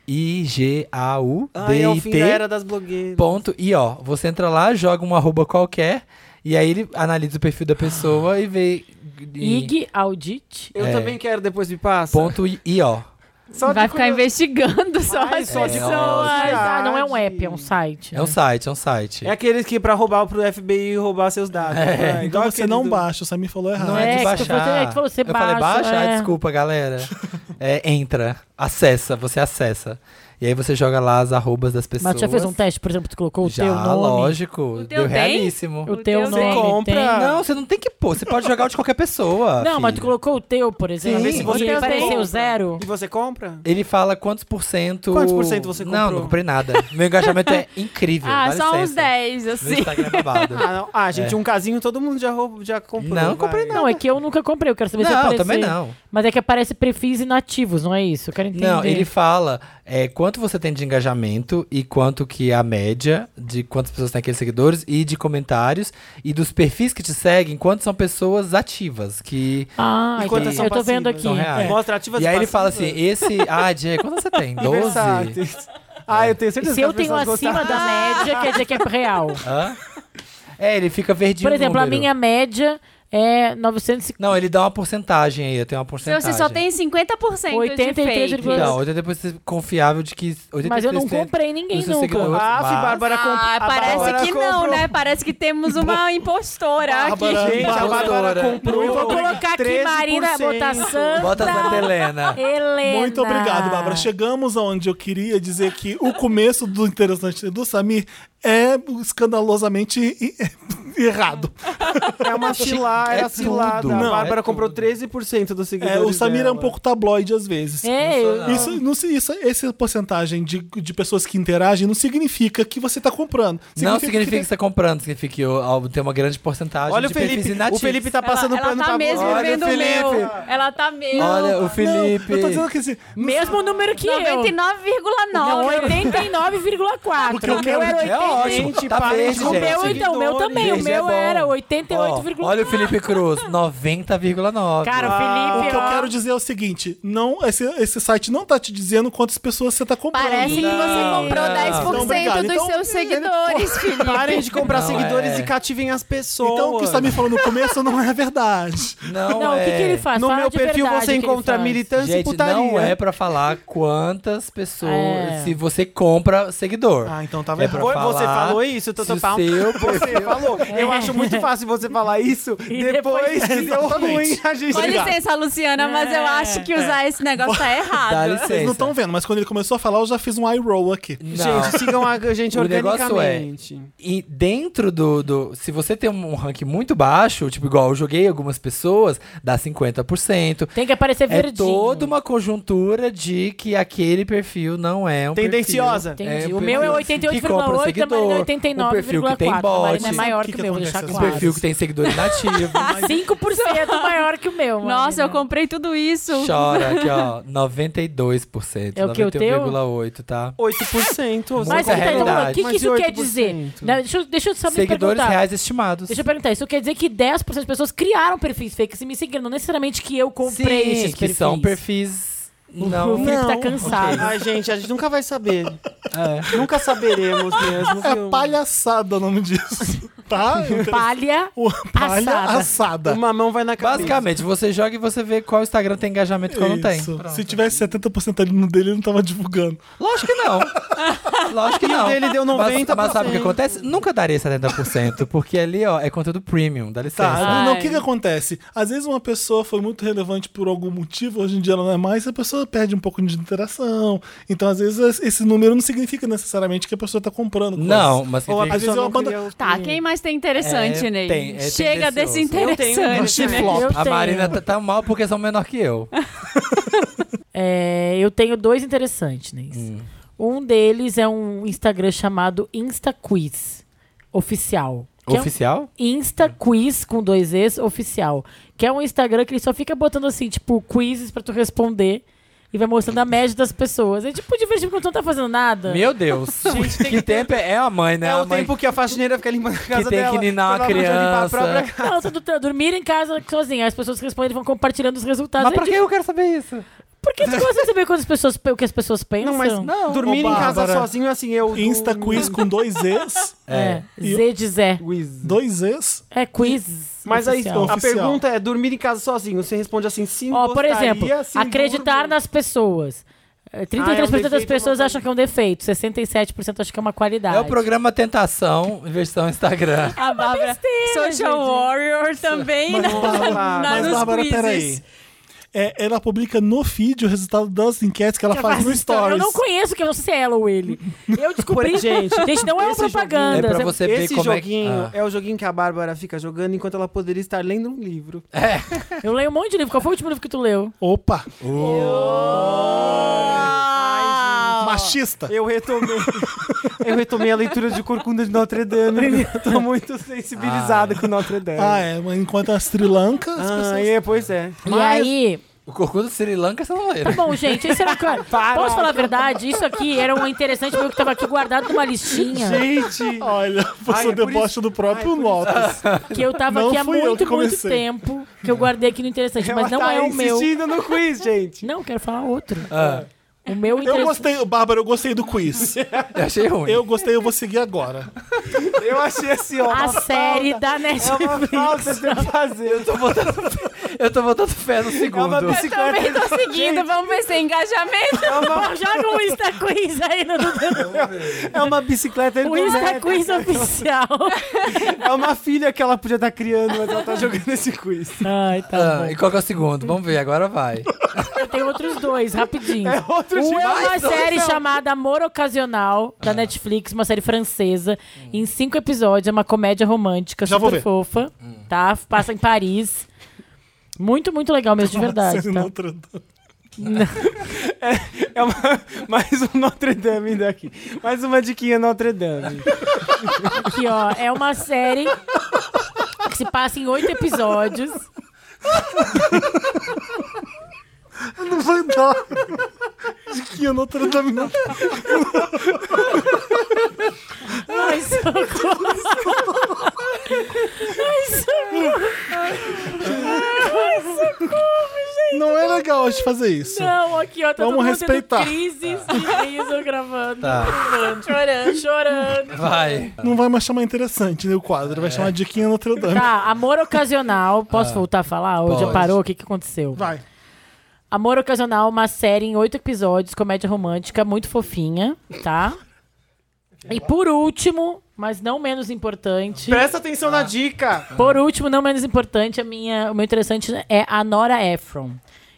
Speaker 2: Ai, é o fim da
Speaker 5: I-G-A-U-D-I-T.
Speaker 2: era das blogueiras.
Speaker 5: Ponto. E ó, você entra lá, joga um arroba qualquer, e aí ele analisa o perfil da pessoa e vê. e-
Speaker 4: Ig Audit.
Speaker 2: Eu
Speaker 5: É.
Speaker 2: também quero depois me passa.
Speaker 5: Ponto I- I, ó.
Speaker 2: Só de
Speaker 3: Vai ficar
Speaker 2: curiosidade.
Speaker 3: investigando É, só
Speaker 2: Ai,
Speaker 3: as
Speaker 2: só de
Speaker 3: pessoas.
Speaker 2: curiosidade.
Speaker 4: Ah, não é um app, é um site.
Speaker 5: É um site, é um site.
Speaker 2: É aqueles que pra roubar pro FBI roubar seus dados. É,
Speaker 1: Então
Speaker 2: igual
Speaker 1: você
Speaker 2: aquele
Speaker 1: não
Speaker 2: do-
Speaker 1: baixa, o Samir falou errado.
Speaker 5: Não é,
Speaker 4: É,
Speaker 5: de
Speaker 4: que
Speaker 5: baixar.
Speaker 4: tu falou- é, que falou, você
Speaker 5: eu falei
Speaker 4: baixa,
Speaker 5: baixa? Ah,
Speaker 4: é.
Speaker 5: desculpa, galera. [LAUGHS] É, entra, acessa, você acessa. E aí você joga lá as arrobas das pessoas.
Speaker 4: Mas tu já fez um teste, por exemplo, tu colocou o
Speaker 5: Já,
Speaker 4: teu nome.
Speaker 5: lógico.
Speaker 3: O teu
Speaker 5: deu
Speaker 3: tem?
Speaker 5: realíssimo.
Speaker 4: O teu
Speaker 3: Você
Speaker 4: nome.
Speaker 2: compra-
Speaker 4: tem-
Speaker 5: Não, você não tem que pôr. Você pode jogar o de qualquer pessoa.
Speaker 4: Não, mas tu
Speaker 5: filho.
Speaker 4: colocou o teu, por exemplo.
Speaker 5: Sim.
Speaker 4: Sim,
Speaker 5: O
Speaker 4: e
Speaker 2: teu
Speaker 4: apareceu
Speaker 2: tem.
Speaker 4: zero.
Speaker 2: E você compra?
Speaker 5: Ele fala quantos por cento.
Speaker 2: Quantos por cento você
Speaker 5: Não,
Speaker 2: comprou?
Speaker 5: não comprei nada. Meu engajamento é [LAUGHS] incrível.
Speaker 3: Ah,
Speaker 5: dá
Speaker 3: só
Speaker 5: licença.
Speaker 3: uns 10,
Speaker 5: Meu
Speaker 3: assim.
Speaker 5: Instagram é
Speaker 4: [LAUGHS]
Speaker 5: babado.
Speaker 2: Ah, não. Ah, gente, um casinho todo mundo já, roubou, já comprou.
Speaker 5: Não, comprei
Speaker 4: Não, é que eu nunca comprei, eu quero saber se
Speaker 5: Não,
Speaker 4: apareceu.
Speaker 5: também não.
Speaker 4: Mas é que aparece perfis inativos, não é isso? Eu quero entender.
Speaker 5: Não, ele fala é, quanto você tem de engajamento e quanto que é a média de quantas pessoas tem aqueles seguidores e de comentários e dos perfis que te seguem, quantas são pessoas ativas que
Speaker 4: Ah,
Speaker 2: E quantas
Speaker 4: entendi.
Speaker 2: são
Speaker 4: eu tô vendo
Speaker 2: passivas?
Speaker 4: aqui.
Speaker 5: são reais.
Speaker 2: É. Mostra ativas
Speaker 5: E aí ele fala assim,
Speaker 2: passivas.
Speaker 5: esse, ah, Diego, quanto você
Speaker 4: [LAUGHS]
Speaker 5: tem? 12?
Speaker 2: Versáteis. Ah, eu tenho certeza
Speaker 4: Se
Speaker 2: que
Speaker 4: eu
Speaker 2: as
Speaker 4: tenho
Speaker 2: pessoas
Speaker 4: acima
Speaker 2: gostaram.
Speaker 4: da média, quer dizer que é real.
Speaker 5: Hã? É, ele fica verdinho
Speaker 4: Por
Speaker 5: o
Speaker 4: exemplo, a
Speaker 5: número.
Speaker 4: minha média é 950.
Speaker 5: Não, ele dá uma porcentagem aí, tem uma
Speaker 3: Então
Speaker 5: porcentagem.
Speaker 3: você só tem 50%
Speaker 4: 83,3.
Speaker 3: de fake.
Speaker 5: Então, 83% confiável de que... 83
Speaker 4: Mas eu não comprei
Speaker 5: dos
Speaker 4: ninguém
Speaker 5: seus seguidores,
Speaker 4: nunca.
Speaker 2: Ah,
Speaker 5: mas-
Speaker 2: fi, Bárbara comprou.
Speaker 3: Ah, parece que não, né? Parece que temos uma impostora
Speaker 1: Bárbara-
Speaker 3: aqui.
Speaker 2: Gente, a Bárbara
Speaker 5: Impostora.
Speaker 2: comprou.
Speaker 4: Vou colocar aqui
Speaker 2: 13%.
Speaker 4: Marina, botar Santa.
Speaker 5: Bota Santa Helena.
Speaker 4: Helena.
Speaker 1: Muito obrigado, Bárbara. Chegamos aonde eu queria dizer que o começo do interessante do Samir é escandalosamente [LAUGHS] errado.
Speaker 2: É uma cilada, é
Speaker 5: é
Speaker 2: a cilada.
Speaker 5: tudo.
Speaker 2: A
Speaker 5: Não,
Speaker 2: Bárbara
Speaker 5: é
Speaker 2: comprou
Speaker 5: tudo.
Speaker 2: 13% dos
Speaker 1: É,
Speaker 2: seguidores
Speaker 1: o Samir é um
Speaker 2: dela.
Speaker 1: pouco tabloide às vezes.
Speaker 4: É,
Speaker 5: Não sou,
Speaker 4: eu-
Speaker 5: não.
Speaker 1: Isso, não, se- isso, essa porcentagem de, de pessoas que interagem não significa que você tá comprando.
Speaker 5: não significa que você tá comprando, significa que eu, eu tenho uma grande porcentagem
Speaker 2: Olha o
Speaker 5: de perfis
Speaker 2: Felipe. O
Speaker 5: inativos.
Speaker 2: Felipe tá passando
Speaker 3: ela,
Speaker 2: pano
Speaker 3: ela tá
Speaker 2: pra
Speaker 3: mesmo
Speaker 2: Olha o
Speaker 3: vendo o meu.
Speaker 2: Felipe.
Speaker 3: Ela tá mesmo.
Speaker 5: Olha, o Felipe.
Speaker 1: Não, eu tô dizendo que assim,
Speaker 4: Mesmo número que eu.
Speaker 3: 99,9.
Speaker 4: 89,4.
Speaker 1: Porque eu
Speaker 4: O meu
Speaker 1: quero-
Speaker 4: era
Speaker 5: É ótimo,
Speaker 2: Gente,
Speaker 5: tá
Speaker 2: parem
Speaker 5: verde,
Speaker 2: de
Speaker 4: O
Speaker 5: gente.
Speaker 4: meu, então, o meu também.
Speaker 5: Gente,
Speaker 4: o meu
Speaker 5: é bom.
Speaker 4: era
Speaker 5: Ó,
Speaker 4: 88,4.
Speaker 5: Olha o Felipe Cruz, 90,9.
Speaker 4: um. Cara, o
Speaker 1: o
Speaker 4: Felipe,
Speaker 1: que eu
Speaker 4: ó,
Speaker 1: quero dizer é o seguinte: não, esse, esse site não tá te dizendo quantas pessoas você tá comprando.
Speaker 3: Parece que você comprou
Speaker 5: não.
Speaker 3: 10%
Speaker 1: Então,
Speaker 3: dos
Speaker 1: obrigado.
Speaker 3: seus seguidores, filho.
Speaker 2: Parem de comprar
Speaker 5: Não,
Speaker 2: seguidores
Speaker 5: é.
Speaker 2: e cativem as pessoas.
Speaker 1: Então o que você tá me falando no começo não é verdade.
Speaker 5: Não,
Speaker 4: Não,
Speaker 5: é...
Speaker 4: o que, que ele faz?
Speaker 2: No
Speaker 4: Fala
Speaker 2: meu
Speaker 4: de
Speaker 2: perfil
Speaker 4: verdade
Speaker 2: você
Speaker 4: o que ele
Speaker 2: encontra
Speaker 4: faz.
Speaker 2: militância e
Speaker 5: Gente,
Speaker 2: Então, putaria.
Speaker 5: não é pra falar quantas pessoas,
Speaker 4: É.
Speaker 5: se você compra seguidor.
Speaker 2: Ah, então tava
Speaker 5: É
Speaker 2: errado.
Speaker 5: pra
Speaker 2: Você
Speaker 5: falar
Speaker 2: falou isso, Toto
Speaker 5: se o
Speaker 2: Pau.
Speaker 5: seu
Speaker 2: Você falou. Eu
Speaker 4: [LAUGHS]
Speaker 2: acho muito fácil você falar isso
Speaker 4: E
Speaker 2: depois,
Speaker 4: depois-
Speaker 2: que deu ruim a gente.
Speaker 3: Com licença, Luciana, mas eu
Speaker 4: É.
Speaker 3: acho que usar esse negócio tá
Speaker 5: Dá
Speaker 3: errado.
Speaker 5: licença.
Speaker 1: Vocês não estão vendo, mas quando ele começou a falar, eu já fiz um eye roll aqui.
Speaker 5: Não.
Speaker 2: Gente, sigam a gente
Speaker 5: O negócio é um
Speaker 2: organicamente.
Speaker 5: E dentro do, do- Se você tem um rank muito baixo, tipo igual eu joguei algumas pessoas, dá 50%.
Speaker 4: Tem que aparecer
Speaker 5: É
Speaker 4: verdinho.
Speaker 5: toda uma conjuntura de que aquele perfil não é um
Speaker 2: Tendenciosa.
Speaker 5: perfil.
Speaker 4: Entendi.
Speaker 5: É um
Speaker 4: o meu é
Speaker 5: perfil que compra
Speaker 4: 88,8, a Marina é
Speaker 5: seguidor, um perfil que tem
Speaker 4: 89,4. A
Speaker 5: bot,
Speaker 4: Marina é maior
Speaker 1: Sabe
Speaker 4: que,
Speaker 1: o que
Speaker 4: o meu, vou
Speaker 1: que
Speaker 4: deixar
Speaker 1: acontece?
Speaker 5: um
Speaker 4: claro.
Speaker 5: perfil que tem seguidor inativo.
Speaker 4: [LAUGHS] 5% é maior que o
Speaker 3: [LAUGHS]
Speaker 4: meu.
Speaker 3: Nossa, eu
Speaker 4: Marina.
Speaker 3: comprei tudo isso.
Speaker 5: Chora aqui, ó. 92%.
Speaker 4: É o que, o teu?
Speaker 5: 91,8, tá?
Speaker 2: 8%. ou
Speaker 4: Mas
Speaker 5: Muita
Speaker 4: então,
Speaker 5: é realidade.
Speaker 4: o que, que isso quer
Speaker 2: 8%.
Speaker 4: dizer? Não, deixa, eu- deixa eu só Tá me
Speaker 5: Seguidores
Speaker 4: perguntar.
Speaker 5: reais estimados.
Speaker 4: Deixa eu perguntar, isso quer dizer que 10% das pessoas criaram perfis fakes e me seguiram, não necessariamente que eu comprei
Speaker 5: Sim,
Speaker 4: esses
Speaker 5: que
Speaker 4: perfis.
Speaker 5: são perfis.
Speaker 4: O
Speaker 5: Não.
Speaker 4: Felipe tá
Speaker 1: Não.
Speaker 4: cansado.
Speaker 2: Ai, gente, a gente nunca vai saber.
Speaker 5: É.
Speaker 2: Nunca saberemos mesmo.
Speaker 1: É
Speaker 2: viu?
Speaker 1: palhaçada o nome disso. Tá?
Speaker 4: Palha.
Speaker 1: O- Palha assada.
Speaker 2: Uma mão vai na cabeça.
Speaker 5: Basicamente, você joga e você vê qual Instagram tem engajamento e qual não tem.
Speaker 1: Isso. Se tivesse 70% ali no dele, ele não tava divulgando.
Speaker 5: Lógico que
Speaker 4: [LAUGHS]
Speaker 5: não. Lógico que não.
Speaker 2: dele deu
Speaker 5: Mas,
Speaker 2: 90%.
Speaker 5: mas sabe o que acontece? Nunca daria 70%, porque ali, ó, é conteúdo premium, dá
Speaker 1: Tá,
Speaker 5: licença.
Speaker 1: não, não, o
Speaker 3: Ai.
Speaker 1: que que acontece? Às vezes uma pessoa foi muito relevante por algum motivo, hoje em dia ela não é mais, a pessoa perde um pouco de interação. Então, às vezes, es- esse número não significa necessariamente que a pessoa tá comprando. coisas.
Speaker 5: Não, mas
Speaker 2: Ou
Speaker 5: significa-
Speaker 2: a
Speaker 1: vezes
Speaker 2: pessoa
Speaker 1: eu
Speaker 2: não
Speaker 1: mando-
Speaker 2: queria os
Speaker 3: Tá,
Speaker 2: primeiros.
Speaker 3: quem mais tem interessante,
Speaker 5: É,
Speaker 3: Ney?
Speaker 5: tem, é
Speaker 3: Chega
Speaker 5: tendencioso.
Speaker 3: desse
Speaker 2: Eu tenho um
Speaker 3: interessante,
Speaker 1: chifre.
Speaker 3: né?
Speaker 1: Flop.
Speaker 4: Eu
Speaker 5: a
Speaker 4: tenho.
Speaker 5: Marina tá, tá mal porque são menor que eu.
Speaker 4: É, eu tenho dois interessantes, Ney.
Speaker 5: Hum.
Speaker 4: Um deles é um Instagram chamado InstaQuiz Oficial. que é um-
Speaker 5: Oficial?
Speaker 4: Insta Quiz com dois Es oficial. Que é um Instagram que ele só fica botando assim, tipo, quizzes pra tu responder e vai mostrando a média das pessoas. É tipo divertido quando tu não tá fazendo nada.
Speaker 5: Meu Deus. que tempo é, é a mãe, né?
Speaker 2: É
Speaker 5: a
Speaker 2: o
Speaker 5: mãe
Speaker 2: tempo que a faxineira fica limpando a casa
Speaker 5: tem que
Speaker 2: dela.
Speaker 5: ninar uma
Speaker 2: ela pode limpar a
Speaker 5: criança.
Speaker 2: própria casa.
Speaker 4: Não, tu, tu, tu dormir em casa sozinha. As pessoas que respondem vão compartilhando os resultados.
Speaker 5: Mas
Speaker 4: É
Speaker 5: pra que
Speaker 4: tipo,
Speaker 5: eu quero saber isso?
Speaker 4: por que tu gosta de saber quantas pessoas, o que as pessoas pensam?
Speaker 2: Não, mas
Speaker 5: Não.
Speaker 2: dormir
Speaker 1: Ô,
Speaker 2: em casa
Speaker 1: Bárbara,
Speaker 2: sozinho assim, eu...
Speaker 1: Insta quiz com dois Zs.
Speaker 4: É,
Speaker 1: E-
Speaker 4: Z de Zé.
Speaker 2: Quiz.
Speaker 1: Dois Zs.
Speaker 4: É quiz.
Speaker 2: Mas aí,
Speaker 4: oficial.
Speaker 2: a
Speaker 1: Oficial.
Speaker 2: pergunta é, dormir em casa sozinho, você responde assim, sim,
Speaker 4: Ó, por
Speaker 2: gostaria, assim,
Speaker 4: exemplo,
Speaker 2: sim,
Speaker 4: acreditar
Speaker 2: durmo.
Speaker 4: nas pessoas. É, 33% das
Speaker 2: defeito,
Speaker 4: pessoas
Speaker 2: uma
Speaker 4: acham que é um defeito, 67% acham que é uma qualidade.
Speaker 5: É o programa Tentação, versão Instagram.
Speaker 4: É
Speaker 3: A Bárbara, Social Warrior também.
Speaker 1: Mas,
Speaker 3: na-
Speaker 1: Bárbara,
Speaker 4: [LAUGHS]
Speaker 2: na-
Speaker 1: mas,
Speaker 3: nos
Speaker 1: Bárbara
Speaker 3: quizzes.
Speaker 1: peraí. É, ela publica no feed o resultado das enquetes que ela faz, no Stories.
Speaker 4: Eu não conheço que eu não sei se é ela ou ele. Eu descobri.
Speaker 2: Por- gente,
Speaker 4: [LAUGHS] gente, não é uma
Speaker 2: esse
Speaker 4: propaganda.
Speaker 5: É pra
Speaker 4: Você-
Speaker 5: você ver
Speaker 2: Esse
Speaker 5: como
Speaker 2: joguinho
Speaker 5: é que...
Speaker 2: é o joguinho que a Bárbara fica jogando enquanto ela poderia estar lendo um livro.
Speaker 4: Eu leio um monte de livro. Qual foi o último livro que tu leu?
Speaker 1: Opa!
Speaker 2: Ai,
Speaker 1: Machista!
Speaker 2: Eu retomei. eu retomei a leitura de Corcunda de Notre Dame. Eu tô muito sensibilizada com Notre Dame.
Speaker 1: Ah, é, mas enquanto a Sri Lanka, as
Speaker 2: Ah,
Speaker 1: pessoas...
Speaker 2: é, pois é.
Speaker 4: E aí.
Speaker 5: O Corcunda do Sri Lanka, é você não lê.
Speaker 4: Tá bom, gente. Esse era um [LAUGHS] cara.
Speaker 2: Para.
Speaker 4: Posso falar a verdade? Isso aqui era um interessante meu que tava aqui guardado numa listinha.
Speaker 2: Gente!
Speaker 1: Olha,
Speaker 2: Ai,
Speaker 1: né? você
Speaker 2: é por
Speaker 1: deboche
Speaker 2: isso-
Speaker 1: do próprio
Speaker 2: Ai, é por
Speaker 1: Lotus.
Speaker 2: [LAUGHS]
Speaker 4: Que eu tava
Speaker 1: Não
Speaker 4: aqui há
Speaker 1: fui eu que
Speaker 4: muito, muito
Speaker 1: comecei.
Speaker 4: tempo. Que eu guardei aqui no interessante.
Speaker 2: ela
Speaker 4: Mas não
Speaker 2: tá
Speaker 4: é o meu.
Speaker 2: insistindo no quiz, gente.
Speaker 4: Não, quero falar outro.
Speaker 5: Ah,
Speaker 4: O meu
Speaker 2: é
Speaker 1: Eu
Speaker 4: interessante.
Speaker 1: gostei, Bárbara, eu gostei do quiz.
Speaker 5: eu achei ruim.
Speaker 1: [LAUGHS] Eu gostei, eu vou seguir agora.
Speaker 2: Eu achei assim, ó.
Speaker 4: A
Speaker 2: uma
Speaker 4: série
Speaker 3: tá
Speaker 1: [LAUGHS]
Speaker 4: da
Speaker 2: É
Speaker 4: Netflix.
Speaker 2: uma falta de fazer. Eu tô botando
Speaker 5: Eu tô botando fé no
Speaker 2: É uma
Speaker 5: segundo.
Speaker 3: Eu também tô seguindo, vamos ver se é engajamento.
Speaker 4: Pô, Joga um Insta Quiz aí no Dudu.
Speaker 2: É uma bicicleta
Speaker 4: O
Speaker 1: é
Speaker 4: Insta
Speaker 2: ergométrica.
Speaker 1: [LAUGHS]
Speaker 4: Quiz oficial.
Speaker 2: É uma filha que ela podia estar criando, mas ela tá jogando esse quiz.
Speaker 4: Ai, tá
Speaker 5: Ah,
Speaker 4: bom.
Speaker 5: e qual que é o segundo? Vamos ver, agora vai.
Speaker 4: Eu tenho outros dois,
Speaker 1: [LAUGHS]
Speaker 4: rapidinho.
Speaker 2: É outro
Speaker 4: um é
Speaker 2: demais,
Speaker 4: uma
Speaker 2: não,
Speaker 4: série
Speaker 2: não.
Speaker 4: chamada Amor Ocasional, da Netflix, uma série francesa, em cinco episódios, é uma comédia romântica
Speaker 1: Já vou
Speaker 4: super
Speaker 1: ver.
Speaker 4: fofa, tá? Passa em Paris. Muito, muito legal mesmo, de
Speaker 1: [LAUGHS]
Speaker 4: verdade,
Speaker 1: Sendo
Speaker 4: tá?
Speaker 1: Notre Dame.
Speaker 2: É uma, mais um Notre Dame ainda aqui. Mais uma diquinha Notre Dame.
Speaker 4: Aqui, ó, é uma série que se passa em oito episódios.
Speaker 1: Não vai dar. Diquinha Notre Dame não.
Speaker 4: Ai, socorro. Ai, socorro.
Speaker 1: Não é legal a gente fazer isso.
Speaker 4: [LAUGHS] Não, aqui, ó, tá
Speaker 1: Vamos
Speaker 4: todo mundo
Speaker 1: respeitar.
Speaker 4: tendo crises de riso gravando.
Speaker 5: Tá.
Speaker 4: gravando, Chorando, chorando.
Speaker 5: Vai.
Speaker 1: Não vai mais chamar interessante né, o quadro.
Speaker 2: É.
Speaker 1: Vai chamar Diquinha Notre Dame.
Speaker 4: Tá, amor ocasional. Posso voltar a falar? Ou já
Speaker 5: pode.
Speaker 4: parou? O que, que aconteceu?
Speaker 1: Vai.
Speaker 4: Amor ocasional, uma série em oito episódios, comédia romântica, muito fofinha, tá? E por último, mas não menos importante.
Speaker 2: Presta atenção na dica.
Speaker 4: Por último, não menos importante, a minha, o meu interessante é a Nora Ephron,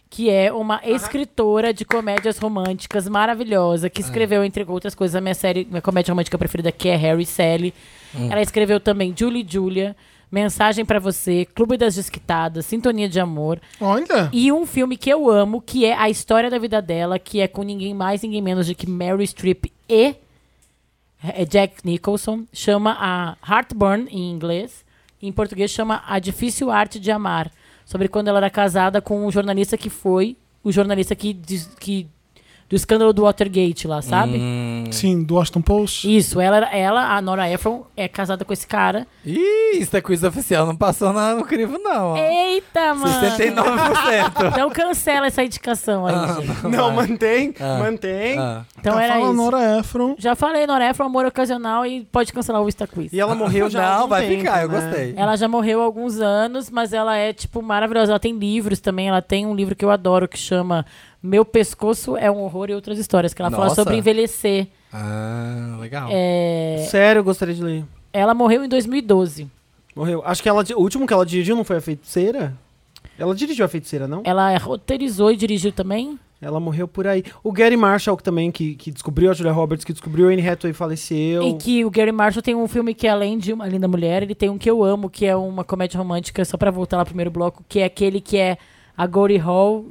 Speaker 4: que é uma escritora de comédias românticas maravilhosa, que escreveu, entre outras coisas, a minha série, minha comédia romântica preferida, que é Harry e Sally. Ela escreveu também Julie e Julia, Mensagem pra Você, Clube das Desquitadas, Sintonia de Amor.
Speaker 1: Olha.
Speaker 4: E um filme que eu amo, que é a história da vida dela, que é com ninguém mais, ninguém menos do que Mary Streep e é, Jack Nicholson. Chama a Heartburn, em inglês. Em português chama A Difícil Arte de Amar. Sobre quando ela era casada com um jornalista que foi... O jornalista que... diz- que do escândalo do Watergate lá, sabe?
Speaker 5: Hum.
Speaker 1: Sim, do Washington Post.
Speaker 4: Isso, ela, era- ela, a Nora Ephron, é casada com esse cara.
Speaker 5: Ih, isso é quiz oficial, não passou na, no crivo, não. ó.
Speaker 4: Eita, É, mano! [LAUGHS]
Speaker 5: 69%.
Speaker 4: Então cancela essa indicação aí, gente.
Speaker 2: Não, mantém,
Speaker 5: Ah.
Speaker 2: mantém.
Speaker 5: Ah.
Speaker 4: Então
Speaker 1: tá
Speaker 4: era
Speaker 1: falando
Speaker 4: isso.
Speaker 1: Nora Ephron.
Speaker 4: Já falei, Nora Ephron, amor ocasional e pode cancelar o Insta Quiz.
Speaker 2: E ela morreu já. há
Speaker 5: não,
Speaker 2: algum
Speaker 5: vai
Speaker 2: tempo,
Speaker 5: ficar, eu
Speaker 2: né?
Speaker 5: gostei.
Speaker 4: Ela já morreu há alguns anos, mas ela é, tipo, maravilhosa. Ela tem livros também. Ela tem um livro que eu adoro que chama Meu Pescoço é um Horror e Outras Histórias, que ela fala
Speaker 5: Nossa.
Speaker 4: sobre envelhecer.
Speaker 5: Ah, legal.
Speaker 4: É,
Speaker 2: Sério, eu gostaria de ler.
Speaker 4: Ela morreu em 2012.
Speaker 2: Morreu. Acho que ela, di- o último que ela dirigiu não foi a feiticeira? Ela dirigiu a feiticeira, não?
Speaker 4: Ela é roteirizou e dirigiu também.
Speaker 2: Ela morreu por aí. O Gary Marshall que também, que, que descobriu a Julia Roberts, que descobriu a Anne Hathaway faleceu.
Speaker 4: E que o Gary Marshall tem um filme que, além de Uma Linda Mulher, ele tem um que eu amo, que é uma comédia romântica, só pra voltar lá pro primeiro bloco, que é aquele que é a Gory Hall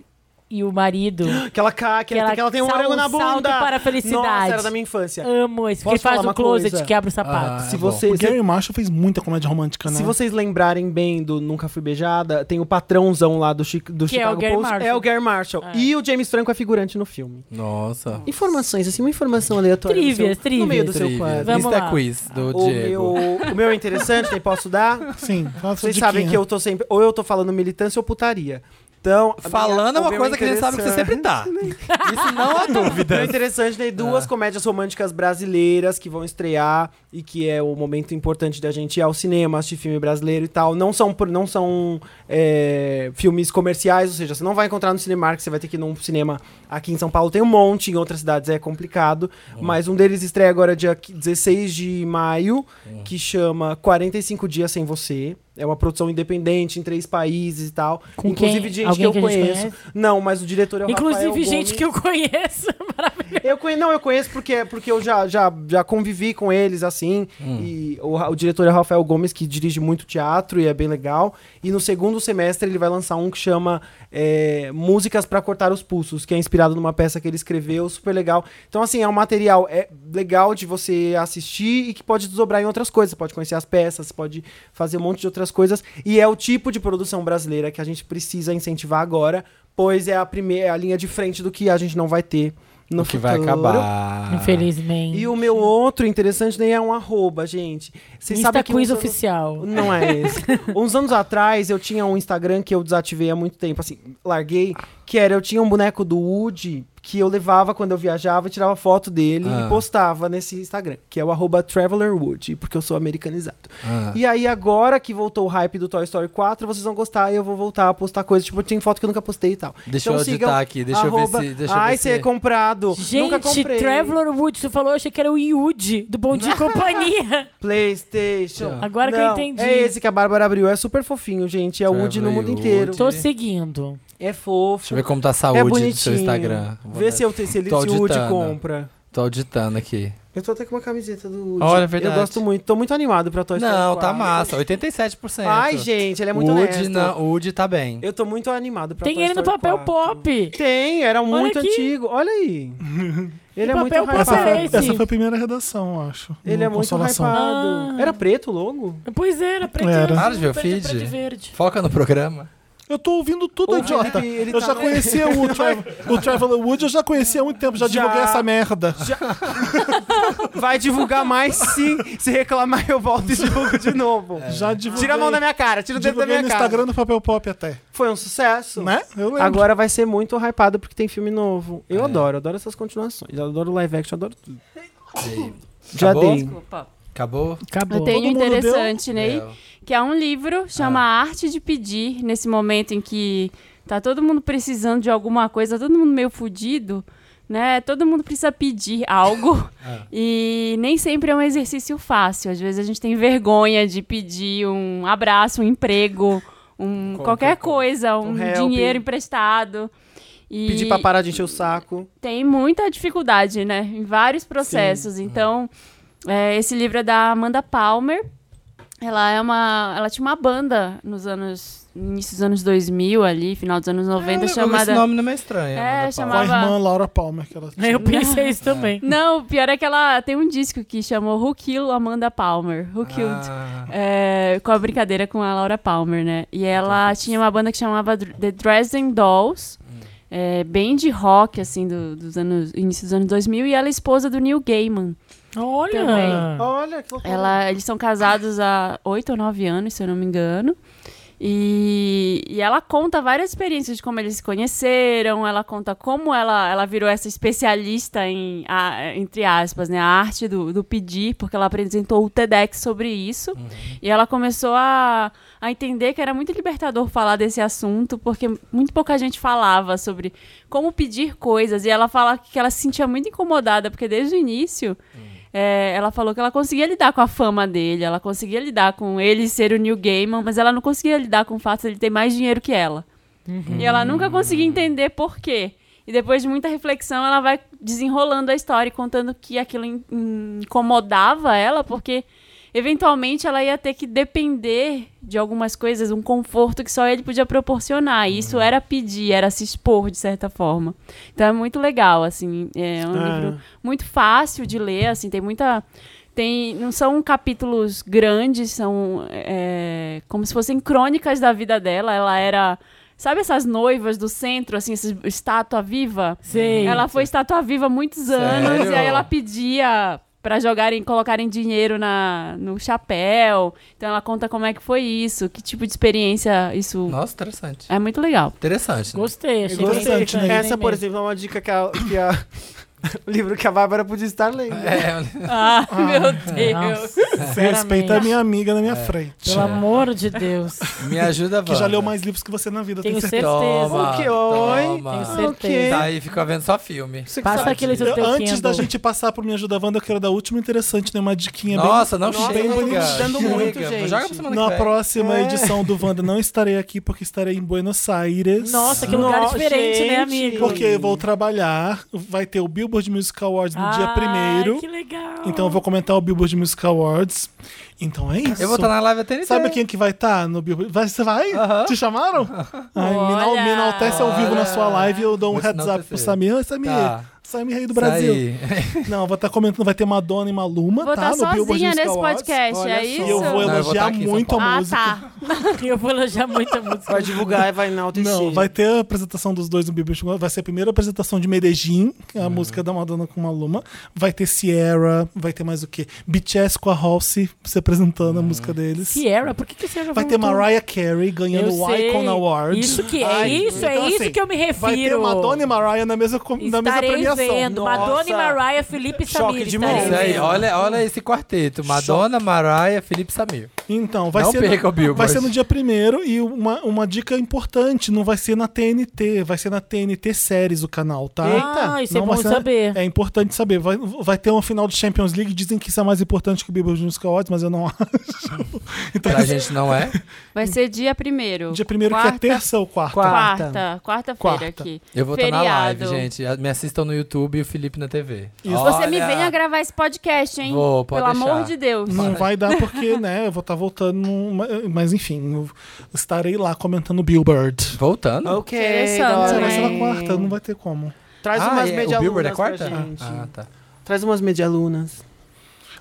Speaker 4: e o marido.
Speaker 2: Que ela cai,
Speaker 4: Que
Speaker 2: que, ela,
Speaker 4: ela
Speaker 2: que ela tem um
Speaker 4: salta-
Speaker 2: órgão na
Speaker 4: salta
Speaker 2: bunda.
Speaker 4: para a felicidade.
Speaker 2: Nossa, era da minha infância.
Speaker 4: Amo esse.
Speaker 2: Posso
Speaker 4: Porque faz
Speaker 2: falar
Speaker 4: um
Speaker 2: uma
Speaker 4: closet
Speaker 2: coisa?
Speaker 4: que abre o sapato.
Speaker 5: Ah,
Speaker 2: se
Speaker 5: é bom.
Speaker 2: você,
Speaker 1: O Gary Marshall fez muita comédia romântica, né?
Speaker 2: se vocês lembrarem bem do Nunca Fui Beijada, tem o patrãozão lá do, Chi- do
Speaker 4: Que é o
Speaker 2: Chicago
Speaker 4: Gary
Speaker 2: Post.
Speaker 4: Marshall.
Speaker 2: É o Gary Marshall. E o James Franco é figurante no filme.
Speaker 5: Nossa.
Speaker 2: Informações, assim, uma informação aleatória. no seu-
Speaker 4: Trivias,
Speaker 2: No
Speaker 4: trivias.
Speaker 2: meio do seu quadro.
Speaker 4: Vamos
Speaker 5: Isso é
Speaker 4: lá.
Speaker 5: quiz do
Speaker 2: Ah, O meu,
Speaker 5: Diego.
Speaker 2: o meu é interessante, [LAUGHS] quem posso dar?
Speaker 1: Sim, fala
Speaker 2: Vocês
Speaker 1: diquinha.
Speaker 2: sabem que eu tô sempre. Ou eu tô falando militância ou putaria. Então. a
Speaker 5: Falando é
Speaker 2: minha- é o
Speaker 5: uma
Speaker 2: meu
Speaker 5: coisa que a gente sabe que você
Speaker 2: interessante-
Speaker 5: sempre tá. Isso não [LAUGHS]
Speaker 2: é
Speaker 5: há
Speaker 2: O meu
Speaker 5: dúvida.
Speaker 2: interessante tem duas comédias românticas brasileiras que vão estrear e que é o momento importante da gente ir ao cinema, assistir filme brasileiro e tal. Não são, por- não são é, filmes comerciais, ou seja, você não vai encontrar no Cinemark, você vai ter que ir num cinema aqui em São Paulo, tem um monte, em outras cidades é complicado. Mas um deles estreia agora dia 16 de maio, que chama 45 Dias Sem Você. É uma produção independente em três países e tal.
Speaker 4: Com
Speaker 2: Inclusive
Speaker 4: quem?
Speaker 2: de gente
Speaker 4: Alguém
Speaker 2: que eu
Speaker 4: que a gente
Speaker 2: conheço.
Speaker 4: conhece?
Speaker 2: Não, mas o diretor é o Rafael
Speaker 4: Inclusive, gente
Speaker 2: Gomes.
Speaker 4: que eu conheço. Maravilhoso.
Speaker 2: [LAUGHS] Eu conhe... Não, eu conheço porque, porque eu já, já, já convivi com eles, assim. E o, Ra- o diretor é o Rafael Gomes, que dirige muito teatro e é bem legal. E no segundo semestre ele vai lançar um que chama é, Músicas pra Cortar os Pulsos, que é inspirado numa peça que ele escreveu, super legal. Então, assim, é um material é legal de você assistir e que pode desdobrar em outras coisas. Você pode conhecer as peças, pode fazer um monte de outras coisas. E é o tipo de produção brasileira que a gente precisa incentivar agora, pois é a primeira é a linha de frente do que a gente não vai ter no
Speaker 5: O que vai
Speaker 2: futuro.
Speaker 5: acabar.
Speaker 4: Infelizmente.
Speaker 2: Ah. E o meu outro interessante nem é um arroba, gente. Vocês sabem
Speaker 4: Insta
Speaker 2: que
Speaker 4: Quiz
Speaker 2: uns anos-
Speaker 4: oficial.
Speaker 2: Não é esse. uns anos atrás eu tinha um Instagram que eu desativei há muito tempo, assim, larguei, que era eu tinha um boneco do Woody que eu levava quando eu viajava, tirava foto dele
Speaker 5: Ah.
Speaker 2: e postava nesse Instagram, que é o arroba travelerwood, porque eu sou americanizado.
Speaker 5: Ah.
Speaker 2: E aí, agora que voltou o hype do Toy Story 4, vocês vão gostar e eu vou voltar a postar coisas. Tipo, tem foto que eu nunca postei e tal. Então
Speaker 5: Deixa eu
Speaker 2: sigam
Speaker 5: editar aqui, deixa eu ver
Speaker 2: arroba-
Speaker 5: se- deixa eu
Speaker 2: Ai,
Speaker 5: ver
Speaker 2: você
Speaker 5: se-
Speaker 2: é comprado. nunca
Speaker 4: Gente,
Speaker 2: comprei.
Speaker 4: Traveler Wood, você falou, eu achei que era o Yude, do Bom
Speaker 2: [LAUGHS]
Speaker 4: Dia e Companhia.
Speaker 2: PlayStation.
Speaker 4: Agora que eu
Speaker 2: Não,
Speaker 4: entendi.
Speaker 2: É esse que a Bárbara abriu. É super fofinho, gente. É o Woody no mundo
Speaker 5: Traveler Wood.
Speaker 2: inteiro.
Speaker 4: Tô seguindo.
Speaker 2: É fofo.
Speaker 5: Deixa eu ver como tá a
Speaker 2: é
Speaker 5: saúde do
Speaker 2: bonitinho.
Speaker 5: seu Instagram. Vou
Speaker 2: Vê
Speaker 5: dar-
Speaker 2: se, eu, se ele
Speaker 5: Tô
Speaker 2: se o Woody
Speaker 5: auditando.
Speaker 2: compra.
Speaker 5: Tô auditando aqui.
Speaker 2: Eu tô até com uma camiseta do Woody.
Speaker 5: Olha, é verdade.
Speaker 2: Eu gosto muito. Tô muito animado pra Toy Story
Speaker 5: Não, tá
Speaker 2: 4.
Speaker 5: massa. 87%.
Speaker 2: Ai, gente, ele é muito
Speaker 5: Woody,
Speaker 2: honesto.
Speaker 5: não, o Woody tá bem.
Speaker 2: Eu tô muito animado pra
Speaker 4: Tem
Speaker 2: Toy
Speaker 4: ele no
Speaker 2: Story
Speaker 4: papel
Speaker 2: 4.
Speaker 4: pop.
Speaker 2: Tem, era muito
Speaker 4: aqui.
Speaker 2: antigo.
Speaker 4: [LAUGHS]
Speaker 2: Olha aí. Ele é
Speaker 4: O
Speaker 2: muito
Speaker 4: papel pop
Speaker 2: hypado.
Speaker 4: é esse.
Speaker 1: Essa foi a primeira redação, eu acho.
Speaker 2: Ele
Speaker 1: no
Speaker 2: é muito
Speaker 1: Consolação.
Speaker 2: hypado.
Speaker 4: Ah.
Speaker 2: Era preto o logo?
Speaker 4: Pois é, era, preto
Speaker 1: Era.
Speaker 4: e azul,
Speaker 5: Para de ver o
Speaker 4: preto e
Speaker 5: feed.
Speaker 4: preto e verde.
Speaker 5: Foca no programa.
Speaker 1: Eu tô ouvindo tudo,
Speaker 2: Ô,
Speaker 1: idiota.
Speaker 2: Felipe, ele
Speaker 1: eu
Speaker 2: tá-
Speaker 1: já conhecia o,
Speaker 2: [LAUGHS]
Speaker 1: Tra o Traveler Wood, eu já conhecia há muito tempo, já,
Speaker 2: Já.
Speaker 1: divulguei essa merda.
Speaker 2: Vai divulgar mais sim. Se reclamar, eu volto e divulgo de novo.
Speaker 1: Já divulguei.
Speaker 2: Tira a mão da minha cara, tira o dedo da
Speaker 1: É. divulguei
Speaker 2: minha
Speaker 1: no
Speaker 2: cara.
Speaker 1: Instagram do Papel Pop até.
Speaker 2: Foi um sucesso.
Speaker 1: Né? Eu lembro.
Speaker 2: Agora vai ser muito hypado porque tem filme novo.
Speaker 1: É.
Speaker 2: Eu adoro, adoro essas continuações. Eu adoro live action, adoro tudo. Já
Speaker 5: Acabou?
Speaker 2: dei.
Speaker 3: Opa.
Speaker 5: Acabou?
Speaker 4: Acabou.
Speaker 3: Eu tenho um
Speaker 1: mundo
Speaker 3: interessante, Ney,
Speaker 5: Deu.
Speaker 3: que é um livro, chama A Arte de Pedir, nesse momento em que tá todo mundo precisando de alguma coisa, todo mundo meio fudido, né? Todo mundo precisa pedir algo. E nem sempre é um exercício fácil. Às vezes a gente tem vergonha de pedir um abraço, um emprego, um
Speaker 5: Qualquer
Speaker 3: qualquer
Speaker 5: coisa.
Speaker 3: coisa, um,
Speaker 2: Um help.
Speaker 3: dinheiro emprestado. E
Speaker 2: Pedir pra parar de encher o saco.
Speaker 3: tem muita dificuldade, né? Em vários processos. Então, é, esse livro é da Amanda Palmer. Ela é uma. Ela tinha uma banda nos anos. Início dos anos 2000 ali, final dos anos 90,
Speaker 5: Ah, Esse
Speaker 3: chamada.
Speaker 5: nome não é estranho.
Speaker 3: É,
Speaker 5: Amanda Paula.
Speaker 1: Com a
Speaker 3: chamava-
Speaker 1: irmã Laura Palmer, que ela
Speaker 4: Eu pensei isso também.
Speaker 3: Não, o pior é que ela tem um disco que chamou Who Killed Amanda Palmer. Who Killed.
Speaker 5: Ah,
Speaker 3: É, com a brincadeira com a Laura Palmer, né? E
Speaker 5: tá,
Speaker 3: ela tinha uma banda que chamava Dr- The Dresden Dolls,
Speaker 5: Hum.
Speaker 3: é, bem de rock, assim, do- dos anos, início dos anos 2000, e ela é esposa do Neil Gaiman.
Speaker 4: Olha.
Speaker 3: Também.
Speaker 2: Olha que loucura.
Speaker 3: Ela, eles são casados há oito ou nove anos, se eu não me engano. E, e ela conta várias experiências de como eles se conheceram, ela conta como ela, ela virou essa especialista em, a- entre aspas, né, a arte do, do pedir, porque ela apresentou o TEDx sobre isso. E ela começou a, a entender que era muito libertador falar desse assunto, porque muito pouca gente falava sobre como pedir coisas. E ela fala que ela se sentia muito incomodada, porque desde o início é, ela falou que ela conseguia lidar com a fama dele, ela conseguia lidar com ele ser o New Gaiman, mas ela não conseguia lidar com o fato de ele ter mais dinheiro que ela. E ela nunca conseguia entender por quê. E depois de muita reflexão, ela vai desenrolando a história e contando que aquilo in- incomodava ela, porque eventualmente ela ia ter que depender de algumas coisas, um conforto que só ele podia proporcionar. E isso era pedir, era se expor de certa forma. Então é muito legal, assim. É um
Speaker 2: Ah.
Speaker 3: livro muito fácil de ler, assim, tem muita. Tem, não são capítulos grandes, são é, como se fossem crônicas da vida dela. Ela era. Sabe essas noivas do centro, assim, essas estátua viva?
Speaker 4: Sei.
Speaker 3: Ela foi estátua viva há muitos anos
Speaker 5: Sério?
Speaker 3: e aí ela pedia pra jogarem, colocarem dinheiro na, no chapéu. Então ela conta como é que foi isso, que tipo de experiência isso.
Speaker 5: Nossa, interessante.
Speaker 3: É muito legal.
Speaker 4: [LAUGHS]
Speaker 5: Interessante. né?
Speaker 4: Gostei, achei bem
Speaker 1: Gostei.
Speaker 4: interessante. né?
Speaker 2: Essa,
Speaker 4: bem
Speaker 2: por
Speaker 4: mesmo.
Speaker 2: exemplo, é uma dica que a. Que a... [LAUGHS] o livro que a Bárbara podia estar lendo.
Speaker 5: [LAUGHS] É,
Speaker 3: Ah, meu Deus.
Speaker 4: Nossa,
Speaker 1: Respeita a
Speaker 4: sinceramente.
Speaker 1: minha amiga na minha
Speaker 2: É.
Speaker 1: frente.
Speaker 5: [LAUGHS]
Speaker 4: Pelo amor de
Speaker 2: [LAUGHS]
Speaker 4: Deus.
Speaker 5: me ajuda, Wanda.
Speaker 1: Que já leu mais livros que você na vida,
Speaker 4: Tenho
Speaker 1: tenho certeza.
Speaker 4: certeza.
Speaker 5: Toma,
Speaker 2: O que? Oi?
Speaker 5: toma.
Speaker 4: Tenho
Speaker 2: Ah, ok.
Speaker 1: então.
Speaker 4: certeza.
Speaker 5: Tá aí, fica vendo só filme.
Speaker 2: Você que
Speaker 4: Passa
Speaker 2: sabe.
Speaker 4: aquele seu
Speaker 1: Eu-
Speaker 4: teu
Speaker 1: antes da
Speaker 4: Kindle.
Speaker 1: gente passar pro Me Ajuda Wanda, eu quero dar a última interessante, né? Uma diquinha bem-
Speaker 5: Nossa, não
Speaker 2: Nossa,
Speaker 5: chega.
Speaker 1: eu tô
Speaker 2: gostando
Speaker 5: Chega.
Speaker 2: muito, gente.
Speaker 5: Joga pra semana
Speaker 1: Na
Speaker 5: que vem.
Speaker 1: próxima
Speaker 2: É.
Speaker 1: edição do Wanda, não estarei aqui porque estarei em Buenos Aires.
Speaker 4: Nossa, que lugar
Speaker 2: Nossa,
Speaker 4: diferente,
Speaker 2: gente.
Speaker 4: né, amigo?
Speaker 1: Porque eu vou trabalhar. Vai ter o Billboard Music Awards no dia
Speaker 4: Ai,
Speaker 1: primeiro.
Speaker 4: que legal.
Speaker 1: Então eu vou comentar o Billboard Music Awards. Então é isso.
Speaker 5: Eu
Speaker 3: tá
Speaker 5: vou estar na live até
Speaker 1: Sabe quem que vai estar no Billboard? Vai, você vai? Te chamaram?
Speaker 3: [LAUGHS]
Speaker 1: Ai, me, enal- me enaltece ao vivo na sua live e eu dou um
Speaker 5: Vou te
Speaker 1: heads up pro
Speaker 5: enaltecer.
Speaker 1: Samir. Oi, Samir.
Speaker 5: Tá.
Speaker 1: Sai me rei do Brasil. Não, vou estar comentando, vai ter Madonna e Maluma,
Speaker 3: Vou
Speaker 1: tá?
Speaker 3: estar
Speaker 1: no Billboard
Speaker 3: sozinha
Speaker 1: Music
Speaker 3: nesse
Speaker 1: Awards.
Speaker 3: podcast,
Speaker 2: Olha
Speaker 3: é
Speaker 2: só.
Speaker 1: E eu
Speaker 3: isso?
Speaker 1: vou
Speaker 5: Não, eu vou
Speaker 1: elogiar
Speaker 5: tá aqui em São
Speaker 1: muito a
Speaker 3: Ah,
Speaker 1: música.
Speaker 3: tá.
Speaker 4: [LAUGHS] Eu vou elogiar muito a música.
Speaker 2: Vai divulgar e vai na auto
Speaker 1: Não, vai ter a apresentação dos dois no Billboard. Music Awards. Vai ser a primeira apresentação de Medellín, que é
Speaker 4: Uhum.
Speaker 1: a música da Madonna com Maluma. Vai ter Sierra, vai ter mais o quê? BTS com a Halsey se apresentando a música deles.
Speaker 4: Uhum. Sierra, por que, que Sierra
Speaker 1: Vai ter
Speaker 4: voltou?
Speaker 1: Mariah Carey ganhando
Speaker 4: Eu
Speaker 1: o
Speaker 4: sei.
Speaker 1: Icon Award.
Speaker 4: Isso que é
Speaker 1: Ai,
Speaker 4: isso, é
Speaker 1: então,
Speaker 4: isso
Speaker 1: assim,
Speaker 4: que eu me refiro.
Speaker 1: Vai ter Madonna e Mariah na mesma, com- na mesma
Speaker 4: Estarei
Speaker 1: premiação.
Speaker 4: vendo.
Speaker 2: Nossa.
Speaker 4: Madonna e Mariah, Felipe e
Speaker 2: Choque
Speaker 4: Samir.
Speaker 2: de
Speaker 4: estarei
Speaker 5: Isso aí,
Speaker 4: vendo.
Speaker 5: olha, olha esse quarteto. Madonna, Mariah, Felipe Samir.
Speaker 1: Então, vai
Speaker 5: Não
Speaker 1: ser
Speaker 5: perca
Speaker 1: no,
Speaker 5: o Billboard.
Speaker 1: vai ser no dia primeiro e uma, uma dica importante, não vai ser na TNT, vai ser na TNT Séries o canal, tá?
Speaker 4: Eita. Ah, isso é
Speaker 1: Não
Speaker 4: bom
Speaker 1: vai ser na-
Speaker 4: saber.
Speaker 1: É importante saber. Vai, vai ter uma final de Champions League, dizem que isso é mais importante que o Billboard Music Awards, mas eu não [LAUGHS] acho. Então,
Speaker 5: Pra gente não é.
Speaker 3: Vai ser dia primeiro.
Speaker 1: dia primeiro que é
Speaker 3: Quarta-
Speaker 1: terça ou quarta?
Speaker 2: Quarta.
Speaker 3: Quarta, quarta-feira
Speaker 1: Quarta.
Speaker 3: aqui.
Speaker 5: Eu vou estar na
Speaker 3: Feriado.
Speaker 5: live, gente. A- Me assistam no YouTube e o Felipe na TV.
Speaker 1: Isso.
Speaker 3: Você me
Speaker 5: Olha,
Speaker 3: venha gravar esse podcast, hein?
Speaker 5: Vou, pode
Speaker 3: Pelo
Speaker 5: deixar.
Speaker 3: amor de Deus.
Speaker 1: Não vai dar porque, [LAUGHS] né, eu vou estar voltando, numa- mas enfim, eu estarei lá comentando o Billboard.
Speaker 5: Voltando?
Speaker 2: Ok.
Speaker 3: Interessante,
Speaker 1: Você
Speaker 4: né?
Speaker 3: Olha,
Speaker 1: vai ser na
Speaker 3: hein?
Speaker 1: quarta, não vai ter como.
Speaker 2: Traz
Speaker 5: Ah,
Speaker 2: umas
Speaker 5: é, o Billboard
Speaker 2: medialunas
Speaker 5: é quarta?
Speaker 2: pra gente.
Speaker 5: Ah, tá.
Speaker 2: Traz umas medialunas.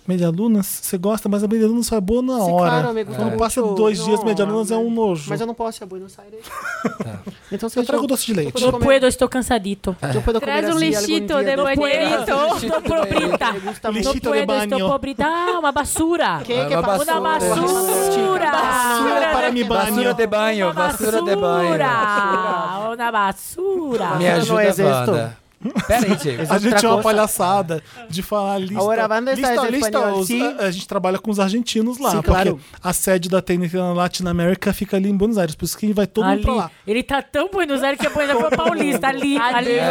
Speaker 1: Medialunas, você gosta, mas a Medialunas só é boa na
Speaker 2: Sim,
Speaker 1: hora.
Speaker 2: claro, amigo,
Speaker 1: É. Quando
Speaker 2: tá
Speaker 1: passa
Speaker 2: muito-
Speaker 1: dois dias,
Speaker 2: Não,
Speaker 1: Medialunas é um
Speaker 2: mas-
Speaker 1: nojo. Tá.
Speaker 2: Mas eu não posso ir a Buenos Aires. Então você
Speaker 1: Eu trago doce de leite.
Speaker 2: Deixa eu
Speaker 4: No
Speaker 2: comer.
Speaker 4: puedo, estou cansadito.
Speaker 3: Traz
Speaker 2: assim,
Speaker 3: um lixito de [LAUGHS] banheirito.
Speaker 4: Estou É, então,
Speaker 2: né?
Speaker 4: pobrita. No
Speaker 1: Lixito de
Speaker 4: puedo, estou
Speaker 1: banho.
Speaker 4: pobrita. Ah, uma basura.
Speaker 2: [LAUGHS]
Speaker 5: É uma
Speaker 4: Uma basura.
Speaker 2: Ah, é
Speaker 1: Basura para me
Speaker 5: Basura
Speaker 1: banho.
Speaker 5: de banho,
Speaker 4: Uma
Speaker 5: é basura de banho.
Speaker 4: basura. Uma basura.
Speaker 5: Me
Speaker 2: Basura no
Speaker 5: ajuda,
Speaker 2: exército.
Speaker 5: Wanda. Pera aí, Diego.
Speaker 1: é A gente é uma
Speaker 2: Outra coisa.
Speaker 1: palhaçada de falar lista.
Speaker 2: Ahora van a
Speaker 1: lista,
Speaker 2: estar en
Speaker 1: lista,
Speaker 2: espanhol,
Speaker 1: os-
Speaker 2: sim.
Speaker 1: a, a gente trabalha com os argentinos lá.
Speaker 2: Sim,
Speaker 1: porque
Speaker 2: claro.
Speaker 1: a sede da TNT na Latinoamérica fica ali em Buenos Aires. Por isso que vai todo mundo
Speaker 4: Ali.
Speaker 1: pra lá.
Speaker 4: Ele tá tão Buenos Aires que é Buenos Aires paulista. [LAUGHS] Ali, ali.
Speaker 5: É,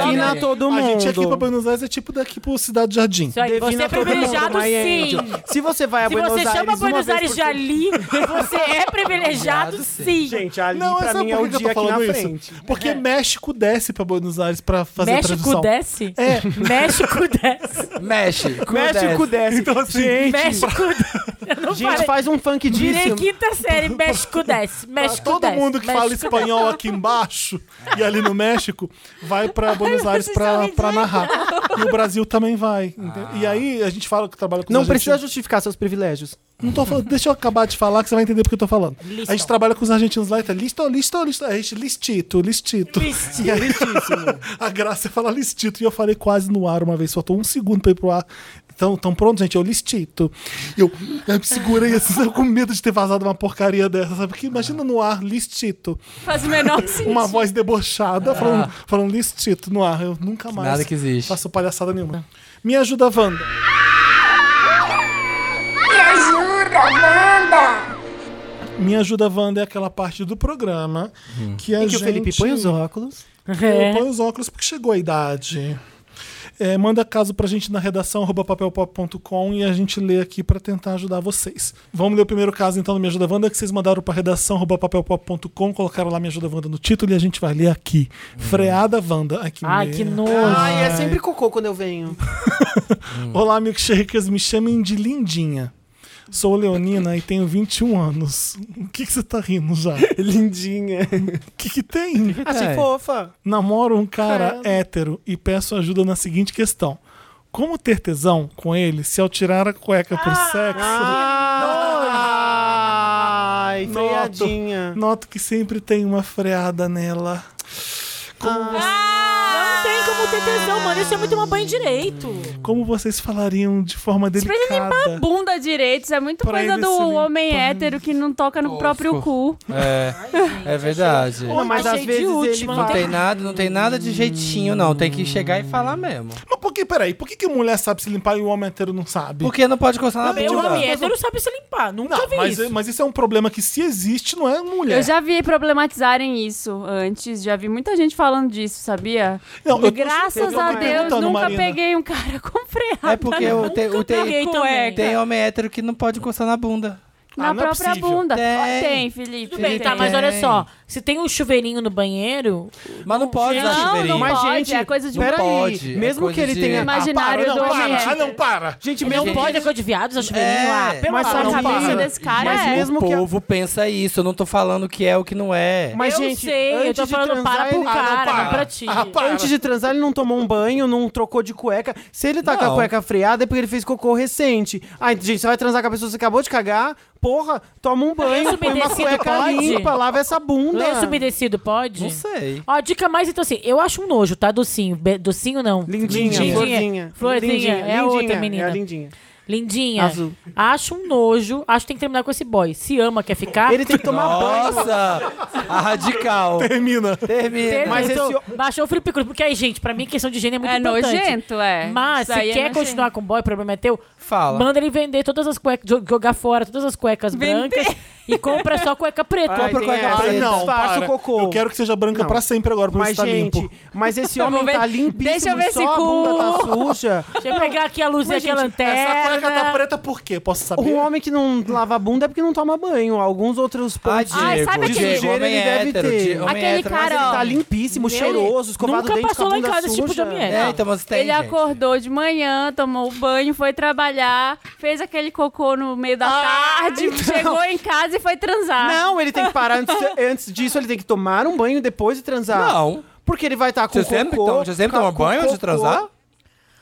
Speaker 4: logo.
Speaker 5: ali.
Speaker 2: Defina todo
Speaker 1: A
Speaker 2: mundo.
Speaker 1: gente aqui pra Buenos Aires é tipo daqui pro Cidade Jardim.
Speaker 4: Isso aí, Você
Speaker 2: Defina
Speaker 4: é
Speaker 2: todo mundo,
Speaker 4: privilegiado, sim.
Speaker 2: Maiente. Se você vai a
Speaker 4: Se
Speaker 2: Buenos
Speaker 4: você
Speaker 2: Aires
Speaker 4: chama
Speaker 2: uma
Speaker 4: Buenos
Speaker 2: vez
Speaker 4: Aires
Speaker 2: por
Speaker 4: de ali, você é privilegiado, sim.
Speaker 2: Gente, ali
Speaker 1: Não,
Speaker 2: pra
Speaker 1: sabe
Speaker 2: mim é
Speaker 1: por
Speaker 2: o
Speaker 1: que
Speaker 2: dia
Speaker 1: eu tô
Speaker 2: aqui na
Speaker 1: falando
Speaker 2: frente. É.
Speaker 1: isso? Porque México desce pra Buenos Aires pra fazer a
Speaker 4: México
Speaker 1: tradução.
Speaker 4: desce?
Speaker 1: É.
Speaker 4: México
Speaker 5: [LAUGHS]
Speaker 4: desce.
Speaker 5: Mexe. com
Speaker 2: México
Speaker 5: dez.
Speaker 2: desce.
Speaker 1: Então, assim,
Speaker 4: México desce. Eu não
Speaker 2: Gente,
Speaker 4: falei.
Speaker 2: faz um funk
Speaker 4: Direi
Speaker 2: disso.
Speaker 4: quinta série, México desce. México
Speaker 1: Todo
Speaker 4: desce.
Speaker 1: mundo que fala
Speaker 4: México
Speaker 1: espanhol aqui embaixo e ali no México vai pra Buenos Aires
Speaker 4: vocês
Speaker 1: pra,
Speaker 4: são
Speaker 1: pra narrar. E o Brasil também vai. entendeu? E aí a gente fala que trabalha com
Speaker 2: Ah. Não
Speaker 1: os
Speaker 2: precisa
Speaker 1: argentinos.
Speaker 2: justificar seus privilégios.
Speaker 1: Não tô falando, deixa eu acabar de falar que você vai entender porque eu tô falando.
Speaker 4: Listo.
Speaker 1: A gente trabalha com os argentinos lá e tá listo, listo, listo. A gente listito, listito.
Speaker 4: Listito.
Speaker 1: E aí- [LAUGHS] a graça é falar listito. E eu falei quase no ar uma vez, faltou um segundo pra ir pro ar. Então, tão pronto, gente? Eu listito. Eu, eu me segurei assim, [LAUGHS] eu com medo de ter vazado uma porcaria dessa, sabe? Porque imagina no ar, listito.
Speaker 3: Faz o menor sentido.
Speaker 1: uma voz
Speaker 2: Ah.
Speaker 1: debochada falando, falando listito no ar. Eu nunca mais
Speaker 5: Nada que existe.
Speaker 1: faço palhaçada nenhuma. Me ajuda, Wanda.
Speaker 8: Me ajuda, Wanda!
Speaker 1: Me ajuda, Wanda é aquela parte do programa que a
Speaker 2: Hum. E que
Speaker 1: gente...
Speaker 2: o Felipe põe os óculos.
Speaker 4: desce.
Speaker 1: Eu
Speaker 4: É.
Speaker 1: ponho os óculos porque chegou a idade. É, manda caso pra gente na redação arroba papelpop.com e a gente lê aqui pra tentar ajudar vocês. Vamos ler o primeiro caso então do Me Ajuda Wanda que vocês mandaram pra redação arroba papelpop.com, colocaram lá Me Ajuda Wanda no título e a gente vai ler aqui. Freada Wanda. Ai, que,
Speaker 4: Ai,
Speaker 1: medo.
Speaker 4: Ah, que nojo.
Speaker 2: Ai, é sempre cocô quando eu venho.
Speaker 1: Olá, milkshakers, me chamem de Lindinha. Sou Leonina e tenho 21 anos. O que que você tá rindo já? O
Speaker 2: [LAUGHS] Lindinha. É.
Speaker 1: que que tem?
Speaker 2: Achei Ah, fofa.
Speaker 1: Namoro um cara hétero e peço ajuda na seguinte questão. Como ter tesão com ele se ao tirar a cueca por
Speaker 3: Ah,
Speaker 1: sexo,
Speaker 2: Ai,
Speaker 1: Noto.
Speaker 2: freadinha.
Speaker 1: noto que sempre tem uma freada nela? Como,
Speaker 4: Não tem como ter tesão, mano. Isso é muito uma banho direito.
Speaker 1: como vocês falariam de forma
Speaker 3: pra ele limpar a
Speaker 1: delicada?
Speaker 3: bunda direito, isso é muito
Speaker 1: Pra
Speaker 3: coisa
Speaker 1: ele
Speaker 3: do
Speaker 1: se limpar.
Speaker 3: homem hétero que não toca no próprio cu.
Speaker 5: É, é verdade.
Speaker 2: Não, mas
Speaker 4: Achei
Speaker 2: às
Speaker 4: de
Speaker 2: vezes ele
Speaker 4: última,
Speaker 5: Não
Speaker 2: vai.
Speaker 5: tem nada, não tem nada de jeitinho, não. Tem que chegar e falar mesmo.
Speaker 1: Mas por que, peraí, por que, que mulher sabe se limpar e o homem hétero não sabe?
Speaker 5: Porque não pode encostar na
Speaker 4: O homem
Speaker 5: bunda.
Speaker 4: hétero sabe se limpar. Nunca
Speaker 1: Não,
Speaker 4: vi
Speaker 1: mas,
Speaker 4: isso.
Speaker 1: mas isso é um problema que se existe, não é mulher.
Speaker 3: Eu já vi problematizarem isso antes, já vi muita gente falando disso, sabia?
Speaker 1: Não, eu tô- eu
Speaker 3: Graças
Speaker 1: tô
Speaker 3: a
Speaker 1: me
Speaker 3: Deus,
Speaker 1: perguntando,
Speaker 3: nunca
Speaker 1: Marina.
Speaker 3: peguei um cara [LAUGHS] com freada.
Speaker 5: É porque o te- o te-
Speaker 4: peguei também.
Speaker 5: tem homem hétero que não pode encostar na bunda.
Speaker 3: Na
Speaker 1: Ah, não é
Speaker 3: própria
Speaker 1: possível.
Speaker 3: bunda.
Speaker 5: Tem.
Speaker 3: Ó, tem Felipe.
Speaker 4: Tudo bem,
Speaker 3: tem.
Speaker 4: tá, mas olha só. Se tem um chuveirinho no banheiro,
Speaker 5: Mas não pode usar
Speaker 3: Não,
Speaker 5: chuveirinho.
Speaker 3: não
Speaker 2: Mas,
Speaker 3: pode,
Speaker 2: gente,
Speaker 3: é coisa de
Speaker 5: não
Speaker 2: peraí,
Speaker 5: pode, é
Speaker 2: mesmo
Speaker 5: coisa
Speaker 2: que ele
Speaker 5: de-
Speaker 2: tenha...
Speaker 3: Imaginário
Speaker 2: ah,
Speaker 3: do
Speaker 2: parou, não,
Speaker 3: homem.
Speaker 2: para.
Speaker 1: Ah, não, para!
Speaker 2: Gente,
Speaker 4: não
Speaker 2: mesmo que...
Speaker 4: pode, é coisa de viado, usar chuveirinho.
Speaker 5: É,
Speaker 4: ah, pelo
Speaker 2: mas
Speaker 4: amor
Speaker 3: Nossa,
Speaker 4: de
Speaker 2: não
Speaker 3: a cabeça
Speaker 2: para.
Speaker 3: desse cara
Speaker 2: Mas
Speaker 3: é.
Speaker 2: mesmo
Speaker 5: o
Speaker 2: que a-
Speaker 5: povo pensa isso, eu não tô falando que é o que não é.
Speaker 2: Mas,
Speaker 4: eu
Speaker 2: gente,
Speaker 4: sei, eu
Speaker 2: antes
Speaker 4: tô
Speaker 2: de
Speaker 4: falando
Speaker 2: transar,
Speaker 4: para pro
Speaker 2: ele- Ah, não,
Speaker 4: cara,
Speaker 1: para.
Speaker 4: não pra ti.
Speaker 1: Ah, para.
Speaker 2: Antes de transar, ele não tomou um banho, não trocou de cueca. Se ele tá com
Speaker 5: Não.
Speaker 2: a cueca freada, é porque ele fez cocô recente. Ai, gente, você vai transar com a pessoa que você acabou de cagar? Porra, toma um banho,
Speaker 4: lenço
Speaker 2: põe uma
Speaker 4: umedecido
Speaker 2: cueca
Speaker 4: pode?
Speaker 2: limpa, lava essa bunda.
Speaker 4: Lenço umedecido pode?
Speaker 5: Não sei.
Speaker 4: Ó, dica mais então assim, eu acho um nojo, tá? Docinho. Be- docinho não.
Speaker 2: Lindinha,
Speaker 4: Lindinha.
Speaker 2: florzinha.
Speaker 4: Florzinha,
Speaker 2: Lindinha,
Speaker 4: é a outra menina.
Speaker 2: É a lindinha.
Speaker 4: Lindinha.
Speaker 2: Azul.
Speaker 4: Acho um nojo. Acho que tem que terminar com esse boy. Se ama, quer ficar.
Speaker 2: Ele tem que tomar banho.
Speaker 5: Nossa! a radical.
Speaker 1: Termina.
Speaker 5: Termina.
Speaker 4: Termina.
Speaker 5: Mas
Speaker 2: Mas esse ho-
Speaker 4: Baixou o Felipe Cruz. Porque aí, gente, pra mim, questão de gênero é muito
Speaker 3: É
Speaker 4: importante.
Speaker 3: nojento, é.
Speaker 4: Mas
Speaker 3: Isso
Speaker 4: se
Speaker 3: aí é
Speaker 4: quer
Speaker 3: nojento.
Speaker 4: continuar com o boy, o problema é teu.
Speaker 5: fala.
Speaker 4: Manda ele vender todas as cuecas, jo- jogar fora todas as cuecas
Speaker 3: Vender.
Speaker 4: brancas e compra só cueca preta.
Speaker 2: Ai,
Speaker 5: Compra
Speaker 2: tem
Speaker 5: cueca
Speaker 2: essa.
Speaker 5: preta.
Speaker 1: não,
Speaker 2: Faça
Speaker 1: para.
Speaker 2: o cocô.
Speaker 1: Eu quero que seja branca
Speaker 2: Não.
Speaker 1: pra sempre agora, pra você
Speaker 2: Mas,
Speaker 1: estar
Speaker 2: gente,
Speaker 1: limpo.
Speaker 4: [LAUGHS]
Speaker 2: mas esse
Speaker 3: Vamos
Speaker 2: homem
Speaker 3: ver-
Speaker 2: tá limpíssimo,
Speaker 3: Deixa eu ver
Speaker 2: só
Speaker 3: esse
Speaker 2: a bunda tá
Speaker 3: cu.
Speaker 2: suja.
Speaker 4: Deixa eu pegar aqui a luz e
Speaker 2: Mas,
Speaker 4: aqui a
Speaker 2: gente,
Speaker 4: lanterna.
Speaker 1: Essa cueca tá preta por quê? Posso saber?
Speaker 2: Um homem que não lava a bunda é porque não toma banho. Alguns outros
Speaker 5: Ah,
Speaker 2: pontos
Speaker 5: Diego,
Speaker 3: Ai, sabe
Speaker 5: Diego,
Speaker 3: aquele-
Speaker 5: homem
Speaker 2: Ele deve
Speaker 5: hétero,
Speaker 2: ter.
Speaker 5: Di- homem
Speaker 3: Aquele
Speaker 5: hétero, mas
Speaker 3: cara,
Speaker 5: ele
Speaker 3: ó.
Speaker 5: tá
Speaker 2: Tá
Speaker 5: ali-
Speaker 2: limpíssimo,
Speaker 4: Ele
Speaker 2: cheiroso, escovado
Speaker 4: nunca
Speaker 2: o dente com
Speaker 4: passou
Speaker 2: a
Speaker 4: lá em
Speaker 2: bunda
Speaker 4: casa esse tipo de
Speaker 2: suja.
Speaker 4: homem.
Speaker 5: É,
Speaker 4: Não.
Speaker 5: então, mas tem,
Speaker 3: ele
Speaker 5: gente.
Speaker 3: acordou de manhã, tomou o banho, foi trabalhar, fez aquele cocô no meio da
Speaker 4: Ah,
Speaker 3: tarde, chegou em casa e foi transar.
Speaker 2: Não, ele tem que parar antes, antes disso, ele tem que tomar um banho depois e transar.
Speaker 5: Não.
Speaker 2: Porque ele vai estar com
Speaker 5: Você sempre,
Speaker 2: cocô.
Speaker 5: toma- você sempre
Speaker 2: com-
Speaker 5: toma
Speaker 2: com
Speaker 5: banho antes de
Speaker 2: cocô.
Speaker 5: transar?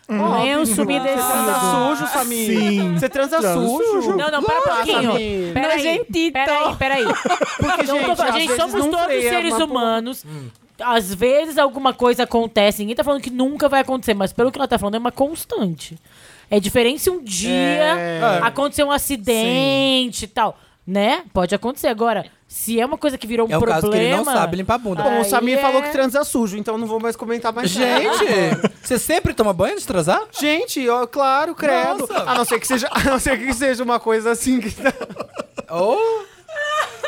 Speaker 4: Lenço
Speaker 2: Hum. Você transa
Speaker 4: umedecido.
Speaker 2: sujo, Samir.
Speaker 1: Sim.
Speaker 2: Você transa sujo.
Speaker 4: Não, não, para um pouquinho.
Speaker 2: Samir.
Speaker 4: Peraí,
Speaker 3: Nojentito.
Speaker 4: peraí, peraí.
Speaker 2: Porque,
Speaker 4: Não tô
Speaker 2: gente,
Speaker 4: falando-
Speaker 2: às
Speaker 4: gente,
Speaker 2: vezes
Speaker 4: somos
Speaker 2: não Hum.
Speaker 4: todos
Speaker 2: freia,
Speaker 4: seres
Speaker 2: mas, pô,
Speaker 4: humanos. Às vezes alguma coisa acontece. Ninguém tá falando que nunca vai acontecer, mas pelo que ela tá falando, é uma constante. É diferente se um dia
Speaker 2: É.
Speaker 4: acontecer um acidente e tal. Né? Pode acontecer. Agora, se é uma coisa que virou um
Speaker 5: É o
Speaker 4: problema.
Speaker 5: caso que ele não sabe limpar a bunda.
Speaker 2: Bom, o Samir
Speaker 4: Aí é-
Speaker 2: falou que transa sujo, então não vou mais comentar mais nada.
Speaker 5: Gente, você sempre toma banho antes de transar?
Speaker 2: Gente, ó, claro, credo.
Speaker 5: Nossa.
Speaker 2: A não ser que seja, [LAUGHS] a não ser que seja uma coisa assim que Oh.
Speaker 5: Ou...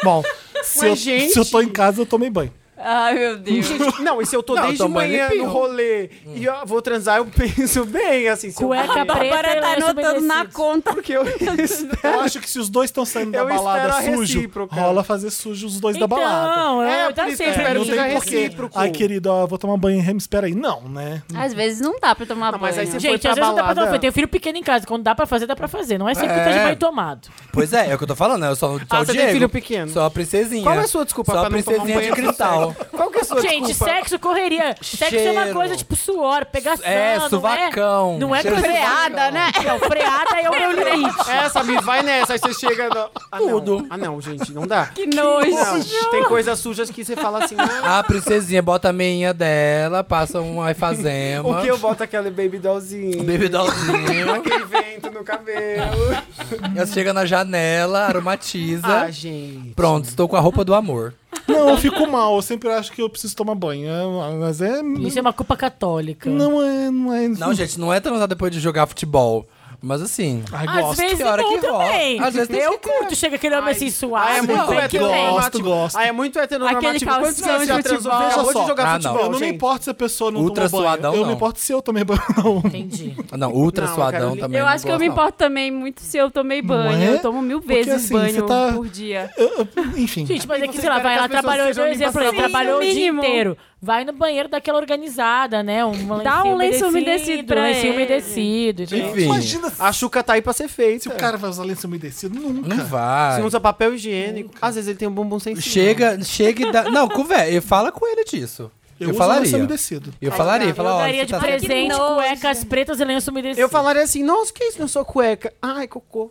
Speaker 1: Bom, se,
Speaker 2: Mas,
Speaker 1: eu,
Speaker 2: gente-
Speaker 1: se eu tô em casa, eu tomei banho.
Speaker 3: Ai, meu Deus.
Speaker 2: Gente, [LAUGHS] Não, e se eu tô
Speaker 5: Não,
Speaker 2: desde
Speaker 5: tomando
Speaker 2: manhã
Speaker 5: limpinho.
Speaker 2: no rolê e eu vou transar, eu penso bem, assim. Se
Speaker 4: Cueca
Speaker 2: eu...
Speaker 3: A Bárbara
Speaker 4: é preta
Speaker 3: tá
Speaker 4: e lenço
Speaker 3: anotando na
Speaker 4: umedecido.
Speaker 3: conta.
Speaker 2: Porque eu [LAUGHS]
Speaker 1: Eu acho que se os dois estão saindo da
Speaker 2: Tá. Eu espero
Speaker 1: balada
Speaker 2: a
Speaker 1: sujo,
Speaker 2: recíproca.
Speaker 1: rola fazer sujo os dois
Speaker 4: Então,
Speaker 1: da balada.
Speaker 4: é,
Speaker 2: É,
Speaker 4: tá
Speaker 2: por isso que eu
Speaker 4: sempre
Speaker 2: espero
Speaker 1: Não
Speaker 4: ali.
Speaker 2: que seja
Speaker 1: tem porquê.
Speaker 2: recíproco.
Speaker 1: Ai, querido, ó, vou tomar banho em Rems, peraí. Não, né?
Speaker 3: Às vezes não dá pra tomar
Speaker 2: Não,
Speaker 3: banho.
Speaker 2: mas aí você foi
Speaker 4: Gente,
Speaker 2: pra
Speaker 4: às vezes não dá pra
Speaker 2: balada.
Speaker 4: tomar. Tem um filho pequeno em casa. Quando dá pra fazer, dá pra fazer. Não é sempre que
Speaker 5: É.
Speaker 4: tá de banho tomado.
Speaker 5: Pois é, é o que eu tô falando, eu sou, sou
Speaker 2: Ah,
Speaker 5: o
Speaker 2: você
Speaker 5: Diego.
Speaker 2: tem filho pequeno.
Speaker 5: Sou a princesinha.
Speaker 2: Qual é a sua desculpa
Speaker 5: Sou
Speaker 2: pra
Speaker 5: a
Speaker 2: não tomar um
Speaker 5: princesinha de
Speaker 2: banho antes do
Speaker 5: cristal.
Speaker 2: sexo? Qual que é a sua
Speaker 4: Gente,
Speaker 2: desculpa?
Speaker 4: sexo, correria. Sexo é uma
Speaker 5: Cheiro.
Speaker 4: coisa tipo suor, pegação.
Speaker 5: É,
Speaker 4: não
Speaker 5: suvacão.
Speaker 4: Não é
Speaker 5: Cheiro de
Speaker 4: coisa.
Speaker 3: Freada, né?
Speaker 4: Não, freada é o meu limite.
Speaker 2: É, Samir, vai nessa, aí você chega... No... Ah, não.
Speaker 5: Tudo.
Speaker 2: Ah, não, gente, não dá.
Speaker 3: Que nojo.
Speaker 2: Não, tem coisas sujas que você fala assim... ah,
Speaker 5: A princesinha bota a meinha dela, passa um efazema.
Speaker 2: O que eu boto aquele baby dollzinho? [LAUGHS]
Speaker 5: Bebidalzinho.
Speaker 2: Aquele vento no cabelo.
Speaker 5: Ela chega na janela, aromatiza.
Speaker 2: Ah, gente.
Speaker 5: Pronto, estou com a roupa do amor.
Speaker 1: Não, eu fico mal. Eu sempre acho que eu preciso tomar banho. É, Mas é...
Speaker 4: Isso é uma culpa católica.
Speaker 1: Não é... Não, é, [LAUGHS]
Speaker 5: Não, gente, não é transar depois de jogar futebol. Mas assim.
Speaker 1: Ai,
Speaker 4: Às
Speaker 1: gosto.
Speaker 4: vezes
Speaker 5: que hora
Speaker 4: é bom
Speaker 5: que rola.
Speaker 4: também.
Speaker 5: Às vezes tem
Speaker 4: eu
Speaker 5: que-
Speaker 4: curto, chega aquele homem assim suave.
Speaker 2: Ah, é muito
Speaker 5: Gosto,
Speaker 2: heteronormativo.
Speaker 1: gosto.
Speaker 2: Ah, é muito heteronormativo.
Speaker 3: Aquele
Speaker 2: Quantos
Speaker 3: calção
Speaker 2: anos você já
Speaker 3: de
Speaker 2: transou?
Speaker 3: futebol.
Speaker 2: Acabou
Speaker 1: Veja
Speaker 2: de
Speaker 1: só.
Speaker 2: jogar
Speaker 5: Ah, não.
Speaker 2: futebol,
Speaker 1: Eu não me
Speaker 2: gente.
Speaker 1: importo se a pessoa não
Speaker 5: Ultra
Speaker 1: tomou banho.
Speaker 5: suadão,
Speaker 1: eu me
Speaker 5: não.
Speaker 1: importo se eu tomei banho ou não.
Speaker 5: Não,
Speaker 4: Entendi.
Speaker 5: ultra
Speaker 2: Não, eu quero
Speaker 5: suadão
Speaker 2: li-
Speaker 5: também.
Speaker 3: Eu
Speaker 5: não
Speaker 3: acho que eu
Speaker 5: gosto,
Speaker 3: me
Speaker 5: não.
Speaker 3: importo também muito se eu tomei banho.
Speaker 1: é?
Speaker 3: Eu tomo mil
Speaker 1: Porque,
Speaker 3: vezes
Speaker 1: assim,
Speaker 3: banho
Speaker 1: você tá-
Speaker 3: por dia.
Speaker 1: Eu- eu- enfim.
Speaker 4: Gente, mas é que,
Speaker 2: você
Speaker 4: sei lá, vai,
Speaker 2: espera que
Speaker 4: ela
Speaker 2: as pessoas
Speaker 4: trabalhou, por
Speaker 2: sejam
Speaker 4: exemplo,
Speaker 2: limpas
Speaker 4: ela
Speaker 2: pra
Speaker 4: trabalhou o
Speaker 3: sempre.
Speaker 4: dia
Speaker 3: Mínimo.
Speaker 4: inteiro. Vai no banheiro daquela organizada, né? Um
Speaker 3: Dá um lenço umedecido é. pra
Speaker 4: um lencinho
Speaker 3: ele.
Speaker 4: umedecido. entendeu?
Speaker 5: Enfim.
Speaker 1: Imagina se
Speaker 2: A Xuca tá aí pra ser feita.
Speaker 1: se o cara vai usar lenço umedecido. Nunca.
Speaker 5: Não vai.
Speaker 2: Se usa papel higiênico. Às vezes ele tem um bumbum sensível.
Speaker 5: Chega, chega e dá. Não, conversa. Fala com ele disso. Eu,
Speaker 1: uso lenço
Speaker 5: falaria.
Speaker 1: umedecido.
Speaker 5: Eu falaria, eu
Speaker 4: Eu
Speaker 5: falaria, olha,
Speaker 4: daria
Speaker 5: você
Speaker 4: de
Speaker 5: tá
Speaker 4: presente
Speaker 3: nojo.
Speaker 4: cuecas pretas e lenço umedecido.
Speaker 2: Eu falaria assim, nossa, o que é isso na sua cueca? Ai, cocô.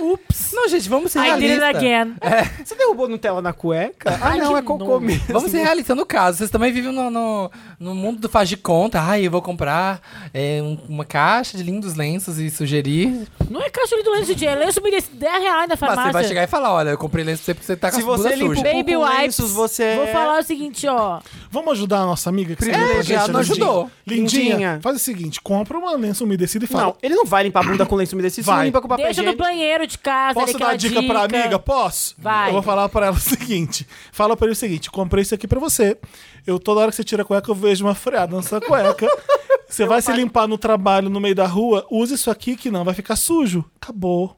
Speaker 5: Ups. Não, gente, vamos ser
Speaker 4: I did it
Speaker 5: realistas.
Speaker 4: again.
Speaker 2: Você derrubou Nutella na cueca? Ah,
Speaker 4: Ai,
Speaker 2: não,
Speaker 4: que
Speaker 2: é cocô
Speaker 4: nojo.
Speaker 2: mesmo.
Speaker 5: Vamos ser realistas no caso. Vocês também vivem no, no, no mundo do faz de conta. Ai, eu vou comprar é, um- uma caixa de lindos lenços e sugerir.
Speaker 4: Não é caixa de lenço de lenço umedecido, 10 reais na
Speaker 5: Mas
Speaker 4: farmácia.
Speaker 5: você vai chegar e falar, olha, eu comprei lenço pra você porque você tá com
Speaker 2: Se
Speaker 5: a bunda
Speaker 2: você limpa o
Speaker 5: suja.
Speaker 2: cu
Speaker 3: Baby
Speaker 2: com
Speaker 3: wipes.
Speaker 2: lenços, você é-
Speaker 4: Vou falar o seguinte, ó.
Speaker 1: Vamos ajudar a nossa amiga que
Speaker 2: Privilegiado,
Speaker 1: saiu do
Speaker 5: não
Speaker 1: podcast, Lindinha.
Speaker 5: ajudou.
Speaker 1: Lindinha,
Speaker 2: Lindinha.
Speaker 1: faz o seguinte, compra uma lenço umedecida e fala.
Speaker 2: Não, ele não vai limpar a bunda com lenço umedecido,
Speaker 1: Vai.
Speaker 2: se limpa com papel
Speaker 4: Deixa no
Speaker 2: higiênico.
Speaker 4: banheiro de casa.
Speaker 1: Posso
Speaker 4: ali
Speaker 1: dar
Speaker 4: aquela
Speaker 1: uma dica, pra amiga? Posso?
Speaker 4: Vai.
Speaker 1: Eu vou falar pra ela o [LAUGHS] seguinte. Fala pra ele o seguinte, comprei isso aqui pra você. Eu, toda hora que você tira a cueca, eu vejo uma freada na sua cueca. Você vai se limpar no trabalho, no meio da rua, use isso aqui que não vai ficar sujo. Acabou.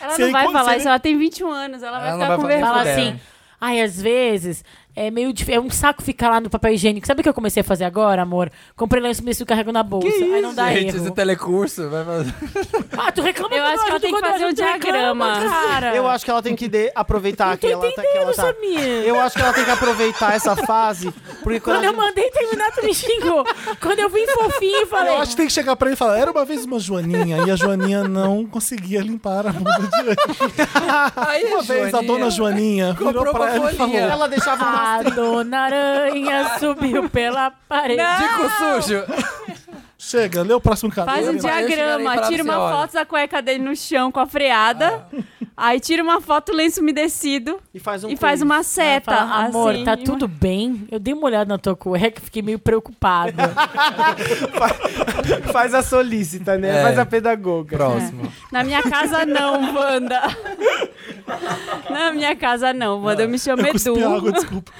Speaker 3: Ela
Speaker 1: Se
Speaker 3: não
Speaker 1: ele-
Speaker 3: vai
Speaker 1: quando- se
Speaker 3: falar
Speaker 1: ele-
Speaker 3: isso, ela tem 21 anos, ela vai
Speaker 5: Ela não vai
Speaker 3: ficar com
Speaker 5: falar
Speaker 3: vergonha.
Speaker 4: Fala
Speaker 5: Fudeu.
Speaker 4: assim. Ai, às vezes é meio dif- é um saco ficar lá no papel higiênico. Sabe o que eu comecei a fazer agora, amor? Comprei lenço umedecido e carrego na bolsa. Aí não dá
Speaker 5: Gente, esse
Speaker 4: erro.
Speaker 5: telecurso vai fazer.
Speaker 2: tá-
Speaker 4: Ah, tu reclama
Speaker 3: Eu
Speaker 4: quando
Speaker 3: acho que ela
Speaker 4: ajudo,
Speaker 3: tem que
Speaker 4: quando
Speaker 3: fazer um
Speaker 4: ajudo, tu
Speaker 3: diagrama.
Speaker 4: reclama, cara.
Speaker 2: Eu acho que ela tem que de- aproveitar
Speaker 4: Não
Speaker 2: que
Speaker 4: tô
Speaker 2: ela tá. Que ela
Speaker 4: entendendo,
Speaker 2: tá.
Speaker 4: Samir.
Speaker 2: Eu acho que ela tem que aproveitar essa fase, porque quando,
Speaker 4: Quando
Speaker 2: a
Speaker 4: eu
Speaker 2: gente-
Speaker 4: mandei terminar, tu me xingou. Quando eu vim fofinho, eu falei.
Speaker 1: Eu acho que tem que chegar pra ele e falar, era uma vez uma Joaninha, e a Joaninha não conseguia limpar a bunda direito.
Speaker 5: Aí
Speaker 1: Uma vez a dona Joaninha virou
Speaker 5: Comprou uma
Speaker 1: pra ela e
Speaker 4: um
Speaker 1: falou,
Speaker 5: folhinha.
Speaker 2: ela deixava uma
Speaker 4: A
Speaker 3: assim,
Speaker 4: dona aranha subiu pela parede.
Speaker 5: Dico sujo.
Speaker 1: chega, lê o próximo caso.
Speaker 3: Faz um
Speaker 5: Eu chegarei e
Speaker 3: diagrama,
Speaker 5: falar
Speaker 3: tira
Speaker 5: pra você,
Speaker 3: uma
Speaker 5: olha.
Speaker 3: foto da cueca dele no chão com a freada.
Speaker 4: Ah.
Speaker 3: Aí tira uma foto lenço umedecido
Speaker 2: e faz um
Speaker 3: e faz
Speaker 2: quiz.
Speaker 3: uma
Speaker 4: Ela
Speaker 3: seta.
Speaker 4: né? fala, Amor,
Speaker 3: assim,
Speaker 4: tá
Speaker 3: uma-
Speaker 4: tudo bem? Eu dei uma olhada na tua cueca, fiquei meio preocupada.
Speaker 2: [LAUGHS] faz a solícita, né?
Speaker 5: É.
Speaker 2: Faz a pedagoga.
Speaker 5: Próximo.
Speaker 3: Na
Speaker 4: [LAUGHS]
Speaker 3: minha casa não, Wanda. Na minha casa não, Wanda. Eu me chamo
Speaker 1: Ah, Eu cuspi água,
Speaker 3: Edu.
Speaker 1: desculpa.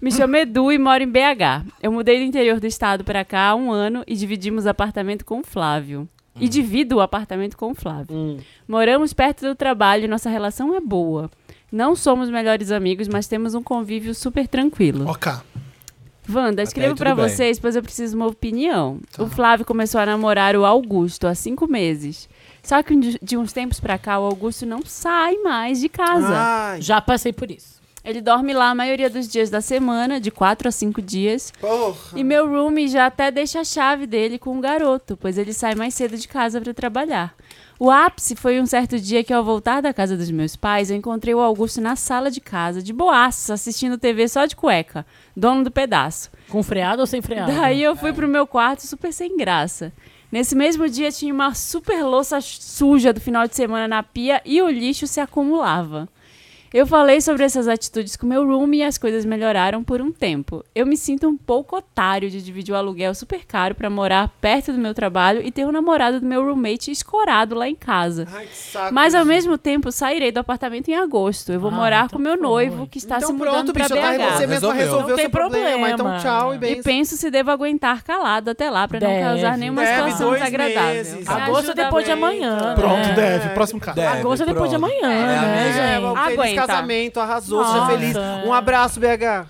Speaker 3: Me chamo Edu e moro em BH. Eu mudei do interior do estado pra cá há um ano e dividimos apartamento com o Flávio.
Speaker 5: Hum.
Speaker 3: E divido o apartamento com o Flávio. Moramos perto do trabalho e nossa relação é boa. Não somos melhores amigos, mas temos um convívio super tranquilo.
Speaker 1: Ok.
Speaker 4: [LAUGHS]
Speaker 3: Wanda, escrevo
Speaker 5: aí
Speaker 3: pra
Speaker 5: tudo bem. Tá.
Speaker 3: vocês, pois eu preciso de uma opinião. O Flávio começou a namorar o Augusto há cinco meses. Só que um de- de uns tempos pra cá, o Augusto não sai mais de
Speaker 5: Ah,
Speaker 3: casa.
Speaker 2: Ai,
Speaker 4: Já passei por isso.
Speaker 3: Ele dorme lá a maioria dos dias da semana, de quatro a cinco dias. E meu roomie já até deixa a chave dele com o garoto, pois ele sai mais cedo de casa pra trabalhar. O ápice foi um certo dia que, ao voltar da casa dos meus pais, eu encontrei o Augusto na sala de casa, de boaça, assistindo TV só de cueca, dono do pedaço.
Speaker 4: Com freado ou sem freado?
Speaker 3: Daí eu fui pro meu quarto super sem graça. Nesse mesmo dia tinha uma super louça suja do final de semana na pia e o lixo se acumulava. Eu falei sobre essas atitudes com meu room e as coisas melhoraram por um tempo. Eu me sinto um pouco otário de dividir o aluguel super caro pra morar perto do meu trabalho e ter um namorado do meu roommate escorado lá em casa.
Speaker 2: ai, que saco.
Speaker 3: Mas ao mesmo tempo sairei do apartamento em agosto. Eu vou
Speaker 4: Ah,
Speaker 3: morar
Speaker 4: então
Speaker 3: com meu
Speaker 4: foi.
Speaker 3: noivo que está se
Speaker 2: então
Speaker 3: mudando
Speaker 2: pronto,
Speaker 3: pra
Speaker 2: bicho, tá,
Speaker 3: BH.
Speaker 2: você mesmo
Speaker 5: Resolveu.
Speaker 2: resolveu
Speaker 4: Não
Speaker 2: seu
Speaker 4: tem
Speaker 2: problema.
Speaker 4: problema.
Speaker 2: Então tchau e
Speaker 3: E
Speaker 2: bem.
Speaker 3: penso se devo aguentar calado até lá pra não
Speaker 4: Deve.
Speaker 3: causar nenhuma
Speaker 2: Deve,
Speaker 3: situação
Speaker 2: dois
Speaker 3: desagradável.
Speaker 2: meses.
Speaker 3: Me
Speaker 2: Agosto
Speaker 4: Agosto é
Speaker 3: ajuda,
Speaker 4: depois de
Speaker 3: Wanda.
Speaker 4: amanhã.
Speaker 1: Pronto,
Speaker 4: né?
Speaker 1: deve. Próximo caso.
Speaker 5: Deve,
Speaker 4: Agosto é depois de
Speaker 5: pronto.
Speaker 4: amanhã,
Speaker 5: É,
Speaker 4: né,
Speaker 5: amiga.
Speaker 2: É,
Speaker 4: gente?
Speaker 2: um
Speaker 3: Aguenta.
Speaker 2: feliz casamento, arrasou, seja
Speaker 4: Nossa.
Speaker 2: feliz. Um abraço, BH.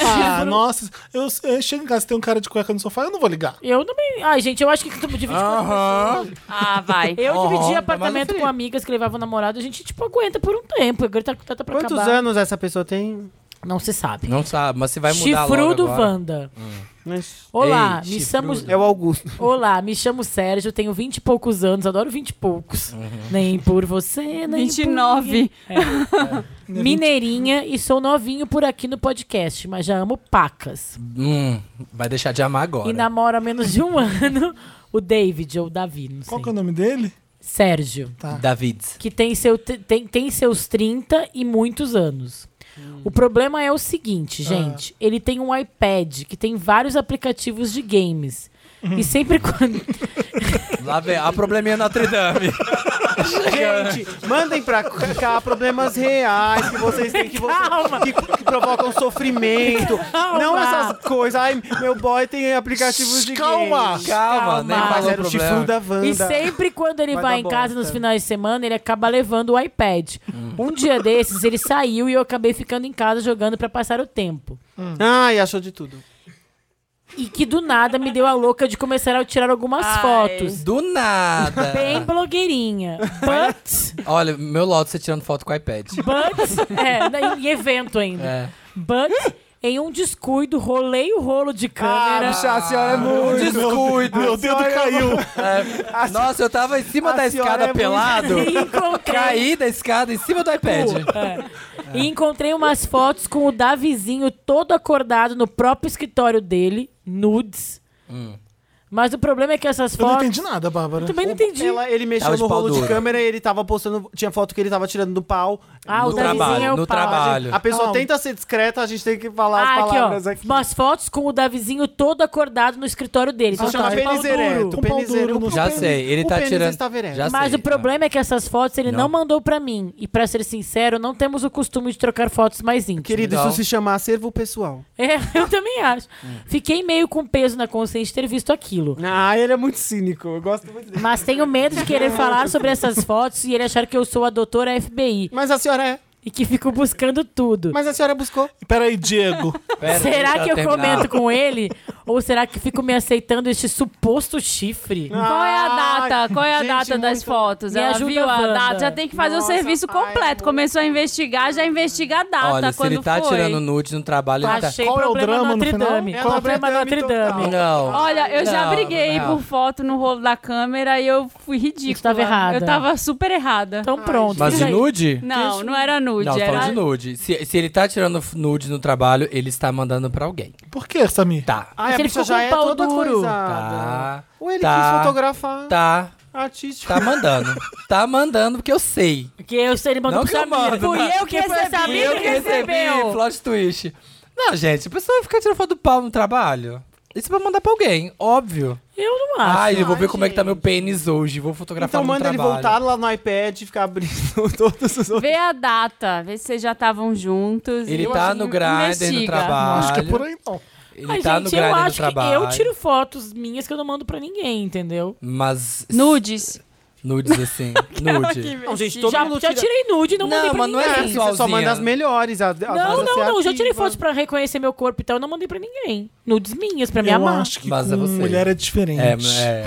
Speaker 1: Ah, nossa. Eu, eu chego em casa e tem um cara de cueca no sofá, eu não vou ligar.
Speaker 4: É, Eu também. Ai, gente, eu acho que tu divide com
Speaker 5: Aham.
Speaker 4: pessoas.
Speaker 3: Ah,
Speaker 4: [LAUGHS]
Speaker 3: vai.
Speaker 4: Eu
Speaker 5: Aham,
Speaker 4: dividi
Speaker 5: tá
Speaker 4: apartamento
Speaker 5: maluco.
Speaker 4: com amigas que levavam namorado, a gente, tipo, aguenta por um tempo. Agora tá, tá pra
Speaker 2: Quantos
Speaker 4: acabar.
Speaker 2: anos essa pessoa tem?
Speaker 4: Não se sabe.
Speaker 5: Não sabe, mas se vai mudar
Speaker 4: Chifrudo
Speaker 5: logo agora.
Speaker 4: Wanda.
Speaker 2: Mas
Speaker 4: Olá,
Speaker 5: Ei,
Speaker 4: me
Speaker 5: chifrudo.
Speaker 4: chamo...
Speaker 2: É o Augusto.
Speaker 4: [LAUGHS] Olá, me chamo Sérgio, tenho 20 e poucos anos, adoro 20 e poucos.
Speaker 5: Uhum.
Speaker 4: Nem por você, nem
Speaker 3: 29.
Speaker 4: por...
Speaker 5: [LAUGHS]
Speaker 4: É. Mineirinha e sou novinho por aqui no podcast, mas já amo pacas.
Speaker 5: Hum, vai deixar de amar agora.
Speaker 4: E namoro há menos de um [LAUGHS] ano o David, ou Davi, não sei.
Speaker 1: Qual que é o nome dele?
Speaker 4: Sérgio.
Speaker 5: Tá. David.
Speaker 4: que tem, seu, tem, tem seus 30 e muitos anos.
Speaker 2: Hum.
Speaker 4: O problema é o
Speaker 2: Ah.
Speaker 4: seguinte, gente. Ele tem um iPad que tem vários aplicativos de games.
Speaker 2: Hum.
Speaker 4: E sempre
Speaker 2: [LAUGHS]
Speaker 4: quando.
Speaker 5: Lá vem a probleminha Notre Dame.
Speaker 2: Gente, mandem pra cá problemas reais que vocês têm que, vocês-
Speaker 4: Calma.
Speaker 2: que, que provocam sofrimento.
Speaker 4: Calma.
Speaker 2: Não essas coisas. Ai, meu boy tem aplicativos de
Speaker 1: Calma.
Speaker 2: games.
Speaker 5: Calma, nem
Speaker 4: [LAUGHS] Calma.
Speaker 2: Mas
Speaker 5: falou o
Speaker 2: era o chifru
Speaker 5: problema.
Speaker 2: da
Speaker 4: E
Speaker 2: Wanda.
Speaker 4: sempre quando ele
Speaker 2: Vai
Speaker 4: vai, em
Speaker 2: dar
Speaker 4: casa
Speaker 2: bosta. Hum.
Speaker 4: nos finais de semana, ele acaba levando o iPad. Um dia desses, ele saiu e eu acabei ficando em casa jogando pra passar o tempo.
Speaker 2: Ai, achou de tudo.
Speaker 4: E que do nada me deu a louca de começar a tirar algumas
Speaker 3: Ai.
Speaker 4: fotos.
Speaker 5: Do nada.
Speaker 4: Bem blogueirinha. But,
Speaker 5: Olha, meu lote você tirando foto com o iPad.
Speaker 4: but, é, em evento ainda.
Speaker 5: É.
Speaker 4: But em um descuido, rolei o rolo
Speaker 5: Ah,
Speaker 4: de câmera.
Speaker 2: bicha, a senhora é muito.
Speaker 4: Ah,
Speaker 5: Descuido.
Speaker 1: Meu dedo
Speaker 2: senhora-
Speaker 1: caiu.
Speaker 5: É. Nossa, eu tava em cima
Speaker 2: a
Speaker 5: da
Speaker 2: senhora é
Speaker 5: escada
Speaker 2: muito-
Speaker 5: pelado.
Speaker 4: e encontrei.
Speaker 5: Caí da escada em cima do iPad.
Speaker 4: É. E encontrei umas fotos com o Davizinho todo acordado no próprio escritório dele, nudes.
Speaker 5: Hum.
Speaker 4: Mas o problema é que essas
Speaker 1: Eu não
Speaker 4: fotos.
Speaker 1: entendi nada, Bárbara.
Speaker 4: Eu também não entendi.
Speaker 2: Ela- ele mexeu
Speaker 5: Tava de
Speaker 2: no
Speaker 5: pau
Speaker 2: rolo de
Speaker 5: duro.
Speaker 2: câmera e ele tava postando. Tinha foto que ele tava tirando do pau.
Speaker 4: Ah, o
Speaker 5: no
Speaker 4: Davizinho
Speaker 5: trabalho,
Speaker 4: é o
Speaker 5: no
Speaker 4: pau.
Speaker 5: trabalho.
Speaker 2: A pessoa
Speaker 1: Não.
Speaker 2: tenta ser discreta, a gente tem que falar
Speaker 4: Ah,
Speaker 2: as
Speaker 4: aqui,
Speaker 2: palavras
Speaker 4: ó.
Speaker 2: aqui.
Speaker 4: Umas fotos com o Davizinho todo acordado no escritório dele. Então,
Speaker 2: Isso chama
Speaker 4: tá de pau
Speaker 2: pênis ereto.
Speaker 4: duro.
Speaker 1: Com pau
Speaker 2: Pênis
Speaker 1: duro
Speaker 2: ereto.
Speaker 1: no-
Speaker 2: O
Speaker 5: Já
Speaker 2: pênis-
Speaker 5: sei, ele
Speaker 2: o
Speaker 5: tá
Speaker 2: pênis
Speaker 5: tirando.
Speaker 2: está verendo.
Speaker 5: Já
Speaker 4: Mas
Speaker 5: sei.
Speaker 4: o problema é que essas fotos ele não,
Speaker 5: Não.
Speaker 4: mandou pra mim. E pra ser sincero, não temos o costume de trocar fotos mais íntimas.
Speaker 2: Querido,
Speaker 5: Legal.
Speaker 2: isso se chama acervo pessoal.
Speaker 4: É, [LAUGHS] eu também acho.
Speaker 5: Hum.
Speaker 4: Fiquei meio com peso na consciência de ter visto aquilo.
Speaker 2: Ah, ele é muito cínico. Eu gosto muito
Speaker 5: [LAUGHS]
Speaker 2: dele.
Speaker 4: Mas tenho medo de querer falar sobre essas fotos e ele achar que eu sou a doutora FBI.
Speaker 2: Mas a senhora é.
Speaker 4: e que fico buscando tudo.
Speaker 2: Mas a senhora buscou.
Speaker 1: Peraí, Diego.
Speaker 5: Pera, deixa
Speaker 4: será que eu
Speaker 5: terminar.
Speaker 4: comento com ele? Ou será que fico me aceitando este suposto chifre?
Speaker 3: Qual é a
Speaker 2: Ai,
Speaker 3: data? Qual é a
Speaker 2: gente,
Speaker 3: data das
Speaker 2: muito-
Speaker 3: fotos?
Speaker 4: Me
Speaker 3: Ela
Speaker 4: ajuda,
Speaker 3: viu a
Speaker 4: Wanda.
Speaker 3: data, já tem que fazer o
Speaker 2: Nossa,
Speaker 3: serviço
Speaker 2: ai,
Speaker 3: completo.
Speaker 2: amor.
Speaker 3: Começou a investigar, já investiga a data
Speaker 5: Olha, se
Speaker 3: Ah, quando
Speaker 5: ele tá
Speaker 3: foi.
Speaker 5: tirando nude no trabalho, ele tá...
Speaker 4: Achei
Speaker 1: Qual é o
Speaker 4: problema
Speaker 1: drama no
Speaker 4: Notre
Speaker 1: final?
Speaker 4: Dame.
Speaker 2: É
Speaker 4: Qual é o
Speaker 2: Notre
Speaker 4: problema
Speaker 2: Dame
Speaker 4: Notre Dame?
Speaker 2: total.
Speaker 5: Não.
Speaker 3: Olha, eu já
Speaker 5: Não,
Speaker 3: briguei
Speaker 5: não. é
Speaker 3: por foto no rolo da câmera e eu fui ridícula.
Speaker 4: Você tava errada.
Speaker 3: Eu tava super errada.
Speaker 4: Então pronto.
Speaker 5: Mas
Speaker 4: fiz
Speaker 5: de
Speaker 4: aí.
Speaker 5: nude?
Speaker 3: não, não era nude.
Speaker 5: Não, tô
Speaker 3: era...
Speaker 5: falando de nude. Se, se ele tá tirando f- nude no trabalho, ele está mandando pra alguém.
Speaker 1: Por que, Samir?
Speaker 5: Tá.
Speaker 2: Ai,
Speaker 4: Mas
Speaker 2: a
Speaker 4: ele
Speaker 2: bicha
Speaker 4: ficou com
Speaker 2: já
Speaker 4: um
Speaker 2: é
Speaker 4: pau
Speaker 2: toda
Speaker 4: duro.
Speaker 2: coisada.
Speaker 5: Tá.
Speaker 2: Ou ele
Speaker 5: Tá.
Speaker 2: quis fotografar
Speaker 5: Tá.
Speaker 2: artístico.
Speaker 5: Tá mandando. tá mandando, porque eu sei.
Speaker 4: Porque eu sei, ele mandou
Speaker 5: Não
Speaker 4: pro
Speaker 5: que eu
Speaker 4: Samir.
Speaker 5: mando,
Speaker 4: Fui
Speaker 5: mas-
Speaker 4: eu que recebi.
Speaker 5: eu que recebi plot twist. Não, gente, a pessoa vai ficar tirando foto do pau no trabalho. Isso vai mandar pra alguém, óbvio.
Speaker 4: Eu não acho.
Speaker 3: Ah,
Speaker 5: Ai, eu vou
Speaker 2: ai,
Speaker 5: ver como é que tá
Speaker 2: gente.
Speaker 5: meu pênis hoje. Vou fotografar
Speaker 2: Então
Speaker 5: no
Speaker 2: manda ele
Speaker 5: um trabalho.
Speaker 2: voltar lá no iPad e ficar abrindo todos os outros.
Speaker 3: Vê a data, vê se vocês já estavam juntos.
Speaker 5: Ele
Speaker 3: Eu
Speaker 5: tá
Speaker 3: acho-
Speaker 5: no grinder no
Speaker 3: investiga.
Speaker 5: trabalho.
Speaker 1: Acho que é por aí não.
Speaker 5: Ele
Speaker 4: Ai,
Speaker 5: tá no
Speaker 4: gente, eu
Speaker 5: grinder no
Speaker 4: acho que
Speaker 5: trabalho.
Speaker 4: eu tiro fotos minhas que eu não mando pra ninguém, entendeu?
Speaker 5: Mas.
Speaker 3: Nudes.
Speaker 5: Nudes [LAUGHS] assim. nude.
Speaker 2: Não, gente, todo
Speaker 4: já,
Speaker 2: mundo
Speaker 4: já
Speaker 2: tira-
Speaker 4: tirei nude e não,
Speaker 5: Não,
Speaker 4: mandei pra
Speaker 5: mas não
Speaker 4: ninguém.
Speaker 5: [LAUGHS] é
Speaker 2: É,
Speaker 5: sensualzinha.
Speaker 2: Você só manda as melhores. a- a-
Speaker 4: Não,
Speaker 2: você
Speaker 4: não, não. Já
Speaker 2: ativa.
Speaker 4: tirei fotos pra reconhecer meu corpo e tal. Eu não mandei pra ninguém. Nudes minhas, pra me
Speaker 1: eu
Speaker 4: amar.
Speaker 1: acho que
Speaker 5: Mas
Speaker 1: com
Speaker 5: é você.
Speaker 1: mulher é diferente.
Speaker 5: É,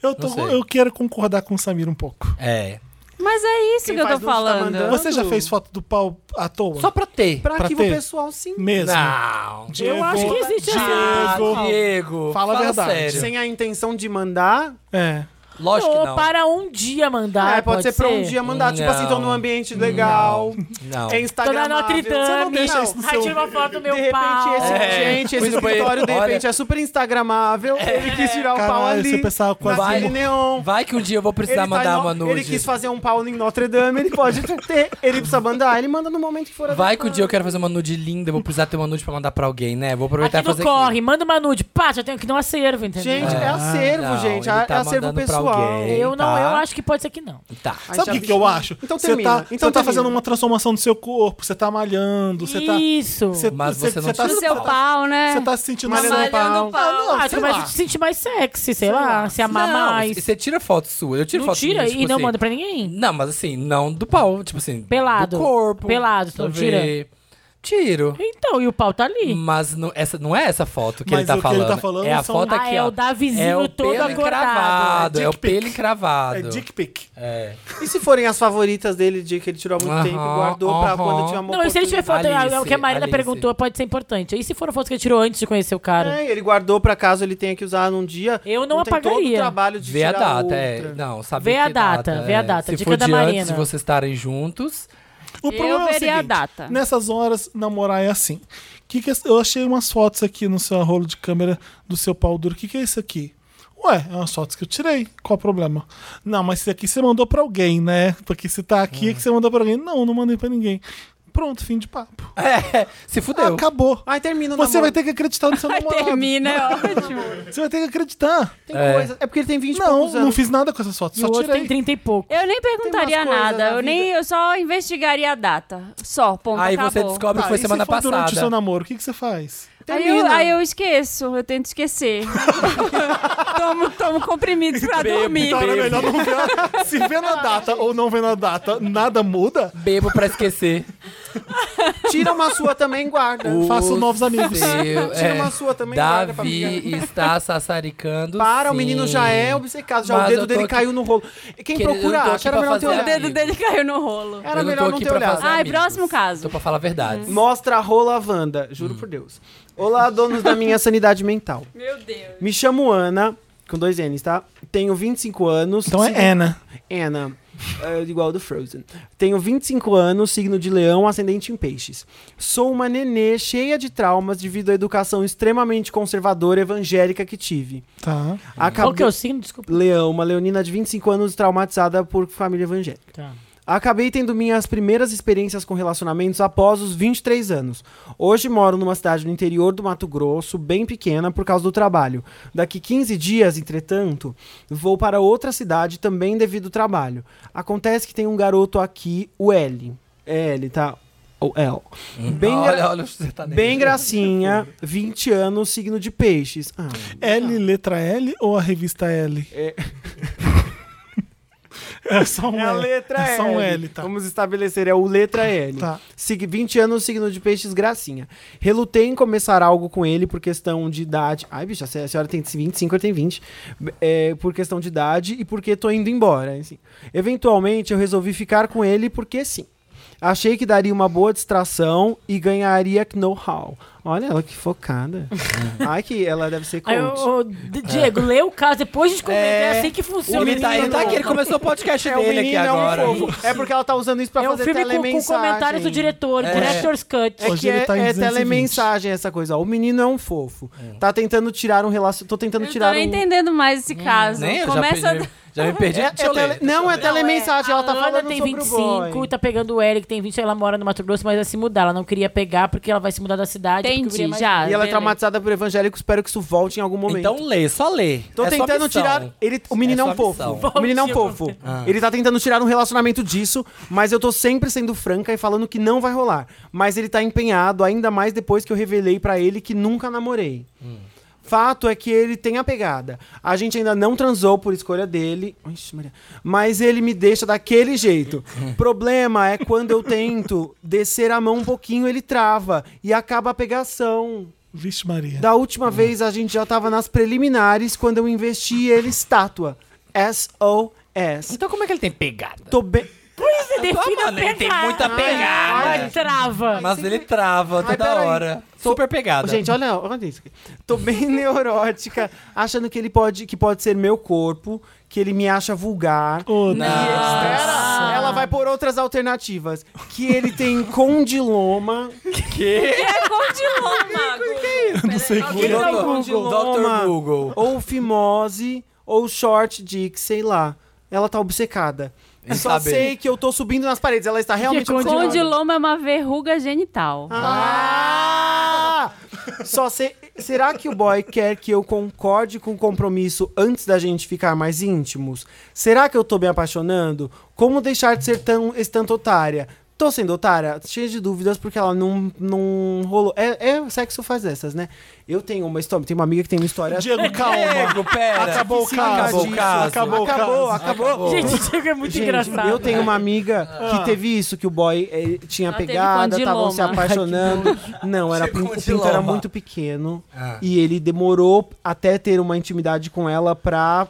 Speaker 1: eu, tô-
Speaker 5: não sei.
Speaker 1: eu quero concordar com o Samir um pouco.
Speaker 5: é, é.
Speaker 3: Mas é isso
Speaker 2: Quem
Speaker 3: que eu
Speaker 2: faz
Speaker 3: tô
Speaker 2: nude tá
Speaker 3: falando.
Speaker 2: mandando.
Speaker 1: Você já fez foto do pau à toa?
Speaker 5: Só pra ter.
Speaker 2: Pra,
Speaker 1: pra
Speaker 2: arquivo
Speaker 1: ter.
Speaker 2: pessoal, sim.
Speaker 1: mesmo.
Speaker 5: Não.
Speaker 1: Diego,
Speaker 4: acho que existe essa
Speaker 1: Diego.
Speaker 5: Ah, Diego.
Speaker 1: Fala a verdade.
Speaker 5: sério.
Speaker 2: Sem a intenção de mandar.
Speaker 1: É.
Speaker 5: Lógico que
Speaker 4: Ou
Speaker 5: não.
Speaker 4: para um dia mandar.
Speaker 2: é, pode, ser pra um dia mandar. Tipo assim,
Speaker 5: Não.
Speaker 2: tô num ambiente legal.
Speaker 5: Não.
Speaker 2: É
Speaker 4: Tô na
Speaker 2: Instagram.
Speaker 4: Notre Dame.
Speaker 1: Você não deixa isso no
Speaker 4: Ai,
Speaker 1: seu-
Speaker 4: tira uma foto do meu
Speaker 2: de repente,
Speaker 4: pau.
Speaker 2: esse,
Speaker 5: É.
Speaker 2: gente, esse
Speaker 5: Fui no banheiro,
Speaker 2: escritório, de
Speaker 5: olha. É,
Speaker 2: repente, é super instagramável. Ele quis tirar o pau
Speaker 1: Caralho,
Speaker 2: ali.
Speaker 1: você pensava quase-
Speaker 2: naquele
Speaker 5: Vai.
Speaker 2: neon.
Speaker 5: Vai que um dia eu vou precisar
Speaker 2: tá
Speaker 5: mandar
Speaker 2: em no-
Speaker 5: uma nude.
Speaker 2: Ele quis fazer um pau em Notre Dame, ele pode
Speaker 5: [LAUGHS]
Speaker 2: ter. Ele precisa mandar, ele manda no momento que for
Speaker 5: Vai que um dia eu quero fazer uma nude linda, eu vou precisar ter uma nude pra mandar pra alguém, né? Vou aproveitar
Speaker 4: Aqui
Speaker 5: e fazer.
Speaker 4: no corre, manda uma nude. Pá, já tenho aqui no acervo, entendeu?
Speaker 2: Gente, é,
Speaker 5: Ah,
Speaker 2: acervo,
Speaker 5: não,
Speaker 2: gente.
Speaker 5: ele
Speaker 2: É
Speaker 5: tá
Speaker 2: acervo
Speaker 5: mandando pra
Speaker 2: pessoal.
Speaker 5: alguém.
Speaker 4: eu não,
Speaker 5: tá.
Speaker 4: eu acho que pode ser que não.
Speaker 5: Tá.
Speaker 2: Ai,
Speaker 1: Sabe o
Speaker 2: já-
Speaker 1: que, que eu acho?
Speaker 2: Então
Speaker 1: Você
Speaker 2: termina,
Speaker 1: tá,
Speaker 2: então
Speaker 1: você tá
Speaker 2: termina.
Speaker 1: fazendo uma transformação do seu corpo, você tá malhando, você tá.
Speaker 4: Isso.
Speaker 1: Você,
Speaker 5: Mas você
Speaker 1: tá,
Speaker 5: não tira
Speaker 3: Do
Speaker 5: o
Speaker 1: você,
Speaker 3: seu
Speaker 1: tá-
Speaker 3: pau, né?
Speaker 1: você tá se sentindo
Speaker 2: Malhando
Speaker 1: seu
Speaker 2: pau.
Speaker 1: Ah, não,
Speaker 4: acho que
Speaker 1: sei
Speaker 4: começa
Speaker 1: lá.
Speaker 4: a se sentir mais sexy, sei, lá, se amar
Speaker 5: não,
Speaker 4: mais.
Speaker 5: Você tira foto sua, eu tiro
Speaker 4: não
Speaker 5: foto
Speaker 4: tira
Speaker 5: minha,
Speaker 4: e
Speaker 5: tipo
Speaker 4: não
Speaker 5: assim.
Speaker 4: manda pra ninguém.
Speaker 5: Não, mas assim, não do pau, tipo assim.
Speaker 4: Pelado.
Speaker 5: Do corpo.
Speaker 4: Pelado, tu não
Speaker 5: talvez. Tiro.
Speaker 4: Então, e o pau tá ali.
Speaker 5: Mas não, essa, não é essa foto que,
Speaker 1: Mas
Speaker 5: ele tá,
Speaker 1: o que ele
Speaker 5: falando.
Speaker 1: tá falando
Speaker 5: É a
Speaker 1: são-
Speaker 5: foto
Speaker 4: Ah,
Speaker 5: aqui,
Speaker 4: é
Speaker 5: ó.
Speaker 4: o Davizinho
Speaker 5: o
Speaker 4: todo
Speaker 5: pelo
Speaker 4: acordado.
Speaker 5: encravado.
Speaker 1: é
Speaker 5: É o
Speaker 1: dick
Speaker 5: pelo
Speaker 1: pic.
Speaker 5: encravado.
Speaker 1: É dick pic.
Speaker 5: É.
Speaker 2: E se forem as favoritas dele, de que ele tirou há muito
Speaker 5: Aham,
Speaker 2: tempo e guardou pra
Speaker 5: aham.
Speaker 2: quando tinha uma
Speaker 4: Não, e se ele tiver
Speaker 2: oportunidade?
Speaker 4: foto, é o
Speaker 5: Alice,
Speaker 4: que a Marina
Speaker 5: Alice.
Speaker 4: perguntou, pode ser importante. E se foram fotos que ele tirou antes de conhecer o cara?
Speaker 2: É, ele guardou pra caso ele tenha que usar num dia.
Speaker 4: Eu não
Speaker 2: tem todo o
Speaker 4: apagaria.
Speaker 2: trabalho de
Speaker 5: Vê a
Speaker 2: tirar
Speaker 5: data,
Speaker 2: outra.
Speaker 5: é. Não, sabe
Speaker 4: Vê a
Speaker 5: que
Speaker 4: data, vê a
Speaker 5: é.
Speaker 4: data.
Speaker 5: Se
Speaker 4: Dica
Speaker 5: for
Speaker 4: da
Speaker 5: de
Speaker 4: Marina.
Speaker 5: antes de vocês estarem juntos, [LAUGHS]
Speaker 1: O problema é o
Speaker 3: veria a
Speaker 1: seguinte,
Speaker 3: data.
Speaker 1: Nessas horas, namorar é assim. Que que é- eu achei umas fotos aqui no seu rolo de câmera do seu pau duro. O que, que é isso aqui? Ué, é umas fotos que eu tirei. Qual o problema? Não, mas isso aqui você mandou pra alguém, né? Porque se tá aqui é que você mandou pra alguém. Não, não mandei pra ninguém. Pronto, fim de papo.
Speaker 5: é, se
Speaker 4: Ah,
Speaker 5: fudeu.
Speaker 1: Acabou.
Speaker 2: Aí termina o
Speaker 1: Você vai
Speaker 2: namoro.
Speaker 1: ter que acreditar
Speaker 4: [LAUGHS]
Speaker 1: no seu
Speaker 3: Aí
Speaker 1: namorado.
Speaker 3: termina, é ótimo.
Speaker 1: Você vai ter que acreditar.
Speaker 2: Tem
Speaker 5: É.
Speaker 2: coisa. É porque ele tem 20 e
Speaker 1: Não,
Speaker 2: poucos
Speaker 1: não
Speaker 2: anos.
Speaker 1: fiz nada Tipo, com essas fotos,
Speaker 4: E
Speaker 1: só
Speaker 4: o outro
Speaker 1: tirei.
Speaker 4: tem 30 e pouco.
Speaker 3: Eu nem perguntaria
Speaker 2: Tem umas coisas
Speaker 3: nada,
Speaker 2: na
Speaker 3: eu nem
Speaker 2: vida.
Speaker 3: eu só investigaria a data. Só, ponto,
Speaker 5: Aí
Speaker 3: acabou.
Speaker 5: você descobre
Speaker 1: Tá,
Speaker 5: que foi
Speaker 1: e se
Speaker 5: semana
Speaker 1: for durante o seu
Speaker 5: passada.
Speaker 1: namoro, o que, que você faz?
Speaker 3: Aí eu, aí eu esqueço, eu tento esquecer. tomo, tomo comprimidos pra
Speaker 5: Bebo,
Speaker 3: dormir.
Speaker 5: então.
Speaker 1: Cara, é melhor não ver. a- Se vê na data ou não vê na data, nada muda.
Speaker 5: Bebo pra
Speaker 1: [LAUGHS]
Speaker 5: esquecer.
Speaker 2: Tira uma sua também e guarda.
Speaker 1: Faço novos amigos.
Speaker 5: Seu,
Speaker 2: Tira
Speaker 5: é,
Speaker 2: uma sua também e guarda pra brigar.
Speaker 5: Davi está sassaricando.
Speaker 2: Para, o
Speaker 5: sim.
Speaker 2: menino já é obcecado, já
Speaker 5: Mas
Speaker 2: o
Speaker 5: eu
Speaker 2: dedo
Speaker 5: tô
Speaker 2: dele
Speaker 5: aqui-
Speaker 2: caiu no rolo. Quem
Speaker 5: Que- eu
Speaker 2: procura,
Speaker 5: tô aqui
Speaker 2: acha, era
Speaker 5: pra
Speaker 2: melhor não
Speaker 5: fazer
Speaker 2: ter
Speaker 3: O
Speaker 2: olhado.
Speaker 3: dedo dele caiu no rolo.
Speaker 5: Eu
Speaker 2: Era
Speaker 5: não
Speaker 2: melhor
Speaker 5: tô
Speaker 2: não
Speaker 5: aqui
Speaker 2: ter
Speaker 5: pra
Speaker 2: olhado.
Speaker 5: fazer
Speaker 3: Ai,
Speaker 5: amigos.
Speaker 3: próximo caso.
Speaker 5: Tô pra falar a verdade.
Speaker 2: Mostra a rola Wanda,
Speaker 5: Hum.
Speaker 2: juro por Deus. Olá, donos da minha sanidade mental.
Speaker 3: Meu Deus.
Speaker 2: Me chamo Ana, com dois N's, tá? Tenho 25 anos.
Speaker 1: Então
Speaker 2: sigo-
Speaker 1: é Ana.
Speaker 2: Ana. é, igual do Frozen. Tenho 25 anos, signo de leão, ascendente em peixes. Sou uma nenê cheia de traumas devido à educação extremamente conservadora evangélica que tive.
Speaker 1: Tá.
Speaker 4: Qual que
Speaker 2: Acabei...
Speaker 4: é o signo? Desculpa.
Speaker 2: Leão, uma leonina de 25 anos traumatizada por família evangélica.
Speaker 4: Tá.
Speaker 2: Acabei tendo minhas primeiras experiências com relacionamentos após os 23 anos. Hoje moro numa cidade no interior do Mato Grosso, bem pequena, por causa do trabalho. Daqui 15 dias, entretanto, vou para outra cidade também devido ao trabalho. Acontece que tem um garoto aqui, o L. É L, tá? O L. Bem, gra-
Speaker 5: Hum. olha, olha o sertanejo.
Speaker 2: bem gracinha, 20 anos, signo de peixes. Ah,
Speaker 1: É. L, letra L ou a revista L?
Speaker 2: É.
Speaker 1: [LAUGHS] É só um
Speaker 2: É a
Speaker 1: L.
Speaker 2: letra
Speaker 1: é só um
Speaker 2: L.
Speaker 1: L, tá.
Speaker 2: Vamos estabelecer, é o letra L.
Speaker 1: Tá.
Speaker 2: Sig- 20 anos, signo de peixes, gracinha. Relutei em começar algo com ele por questão de idade. Ai, bicha, se a senhora tem 25, eu tenho 20. É, por questão de idade e porque tô indo embora. assim. Eventualmente, eu resolvi ficar com ele porque sim. Achei que daria uma boa distração e ganharia know-how. Olha ela
Speaker 1: [LAUGHS]
Speaker 2: que focada. Ai, que ela deve ser coach.
Speaker 4: Aí, ô, ô, D- Diego, lê o caso, depois a gente comenta. É,
Speaker 2: É.
Speaker 4: assim que funciona.
Speaker 5: Ele tá, ele tá aqui, ele começou o podcast
Speaker 2: né? É um
Speaker 5: dele aqui
Speaker 2: menino, é um
Speaker 5: agora.
Speaker 2: fofo. É porque ela tá usando isso pra
Speaker 4: É um
Speaker 2: fazer
Speaker 4: filme com, com
Speaker 2: telemensagem.
Speaker 4: comentários do diretor,
Speaker 5: É.
Speaker 4: director's cut.
Speaker 2: É
Speaker 1: Hoje
Speaker 2: que
Speaker 1: ele
Speaker 2: é,
Speaker 1: tá em
Speaker 2: é
Speaker 1: 220.
Speaker 2: telemensagem essa coisa. ó. O menino é um fofo. Tá tentando tirar um relacionamento. Tô tentando
Speaker 3: Eu não tô
Speaker 2: tirar
Speaker 3: nem
Speaker 2: um.
Speaker 3: entendendo mais esse caso.
Speaker 5: Nem eu
Speaker 3: Começa [LAUGHS]
Speaker 5: já perdi. Já me perdi.
Speaker 2: É- é
Speaker 5: Deixa eu
Speaker 2: tele-
Speaker 5: ler.
Speaker 2: Não, é
Speaker 4: Não, é.
Speaker 2: telemensagem. Ela
Speaker 4: A
Speaker 2: tá
Speaker 4: Lana
Speaker 2: falando
Speaker 4: tem
Speaker 2: sobre o
Speaker 4: 25
Speaker 2: boy.
Speaker 4: e tá pegando o Eric, tem 20, ela mora no Mato Grosso, mas vai se mudar. Ela não queria pegar porque ela vai se mudar da cidade. porque o guri é
Speaker 3: Entendi,
Speaker 4: mais-
Speaker 3: já.
Speaker 2: E ela é
Speaker 3: beleza.
Speaker 2: traumatizada por evangélico. Espero que isso volte em algum momento.
Speaker 5: Então lê, só lê.
Speaker 2: Tô
Speaker 5: É sua
Speaker 2: tentando
Speaker 5: missão.
Speaker 2: tirar. Ele, o menino
Speaker 5: É
Speaker 2: é um
Speaker 5: sua
Speaker 2: fofo.
Speaker 5: missão.
Speaker 2: O menino é um
Speaker 4: Volte,
Speaker 2: fofo.
Speaker 5: Ah.
Speaker 2: Ele tá tentando tirar um relacionamento disso, mas eu tô sempre sendo franca e falando que não vai rolar. Mas ele tá empenhado, ainda mais depois que eu revelei pra ele que nunca namorei.
Speaker 5: Hum.
Speaker 2: Fato é que ele tem a pegada. A gente ainda não transou por escolha dele. Ixi, Maria. Mas ele me deixa daquele
Speaker 5: [LAUGHS]
Speaker 2: jeito. Problema é quando eu tento descer a mão um pouquinho, ele trava e acaba a pegação.
Speaker 1: Vixe Maria.
Speaker 2: Da última vez a gente já tava nas preliminares quando eu investi ele estátua. S.O.S.
Speaker 5: Então como é que ele tem pegada?
Speaker 2: Tô bem.
Speaker 4: Você define a
Speaker 5: Mano, ele tem
Speaker 4: pegada.
Speaker 5: muita pegada.
Speaker 4: Ai, trava.
Speaker 5: Mas ele trava toda
Speaker 2: peraí.
Speaker 5: hora. Super pegada.
Speaker 2: Gente, olha, olha isso. aqui. Tô bem [LAUGHS] neurótica, achando que ele pode, que pode ser meu corpo, que ele me acha vulgar.
Speaker 1: Ô,
Speaker 5: Não.
Speaker 2: E espera, ela vai por outras alternativas. Que ele tem [LAUGHS] condiloma.
Speaker 5: que?
Speaker 3: É condiloma.
Speaker 2: é
Speaker 1: não sei é o que.
Speaker 2: Ele tá
Speaker 5: Dr.
Speaker 2: com condiloma.
Speaker 5: Dr. Google.
Speaker 2: Ou fimose, ou short dick, sei lá. Ela tá obcecada.
Speaker 5: Em
Speaker 2: Só
Speaker 5: saber.
Speaker 2: sei que eu tô subindo nas paredes. Ela está realmente obcecada.
Speaker 3: Condiloma é uma verruga genital.
Speaker 2: Ah! Só se- será que o boy quer que eu concorde com o compromisso antes da gente ficar mais íntimos? Será que eu tô me apaixonando? Como deixar de ser tão esse tanto otária? Tô sendo otária? Cheia de dúvidas porque ela não, não rolou. É, é sexo faz dessas, né? Eu tenho uma história, tenho uma amiga que tem uma história.
Speaker 1: Diego, calma.
Speaker 5: Diego, pera.
Speaker 1: Acabou o
Speaker 2: Sim,
Speaker 1: caso.
Speaker 5: acabou o caso.
Speaker 1: Acabou o
Speaker 2: acabou,
Speaker 1: caso.
Speaker 2: acabou.
Speaker 4: Gente, [LAUGHS] o Diego é muito
Speaker 2: Gente,
Speaker 4: engraçado. Ah.
Speaker 2: Eu tenho uma amiga que teve isso, que o boy eh, tinha
Speaker 3: Ela teve né?
Speaker 2: pegada,
Speaker 3: condiloma.
Speaker 2: estavam se apaixonando. Não, era,
Speaker 5: Tinha
Speaker 2: o pinto
Speaker 5: condiloma.
Speaker 2: era muito pequeno.
Speaker 5: Ah.
Speaker 2: E ele demorou até ter uma intimidade com ela pra.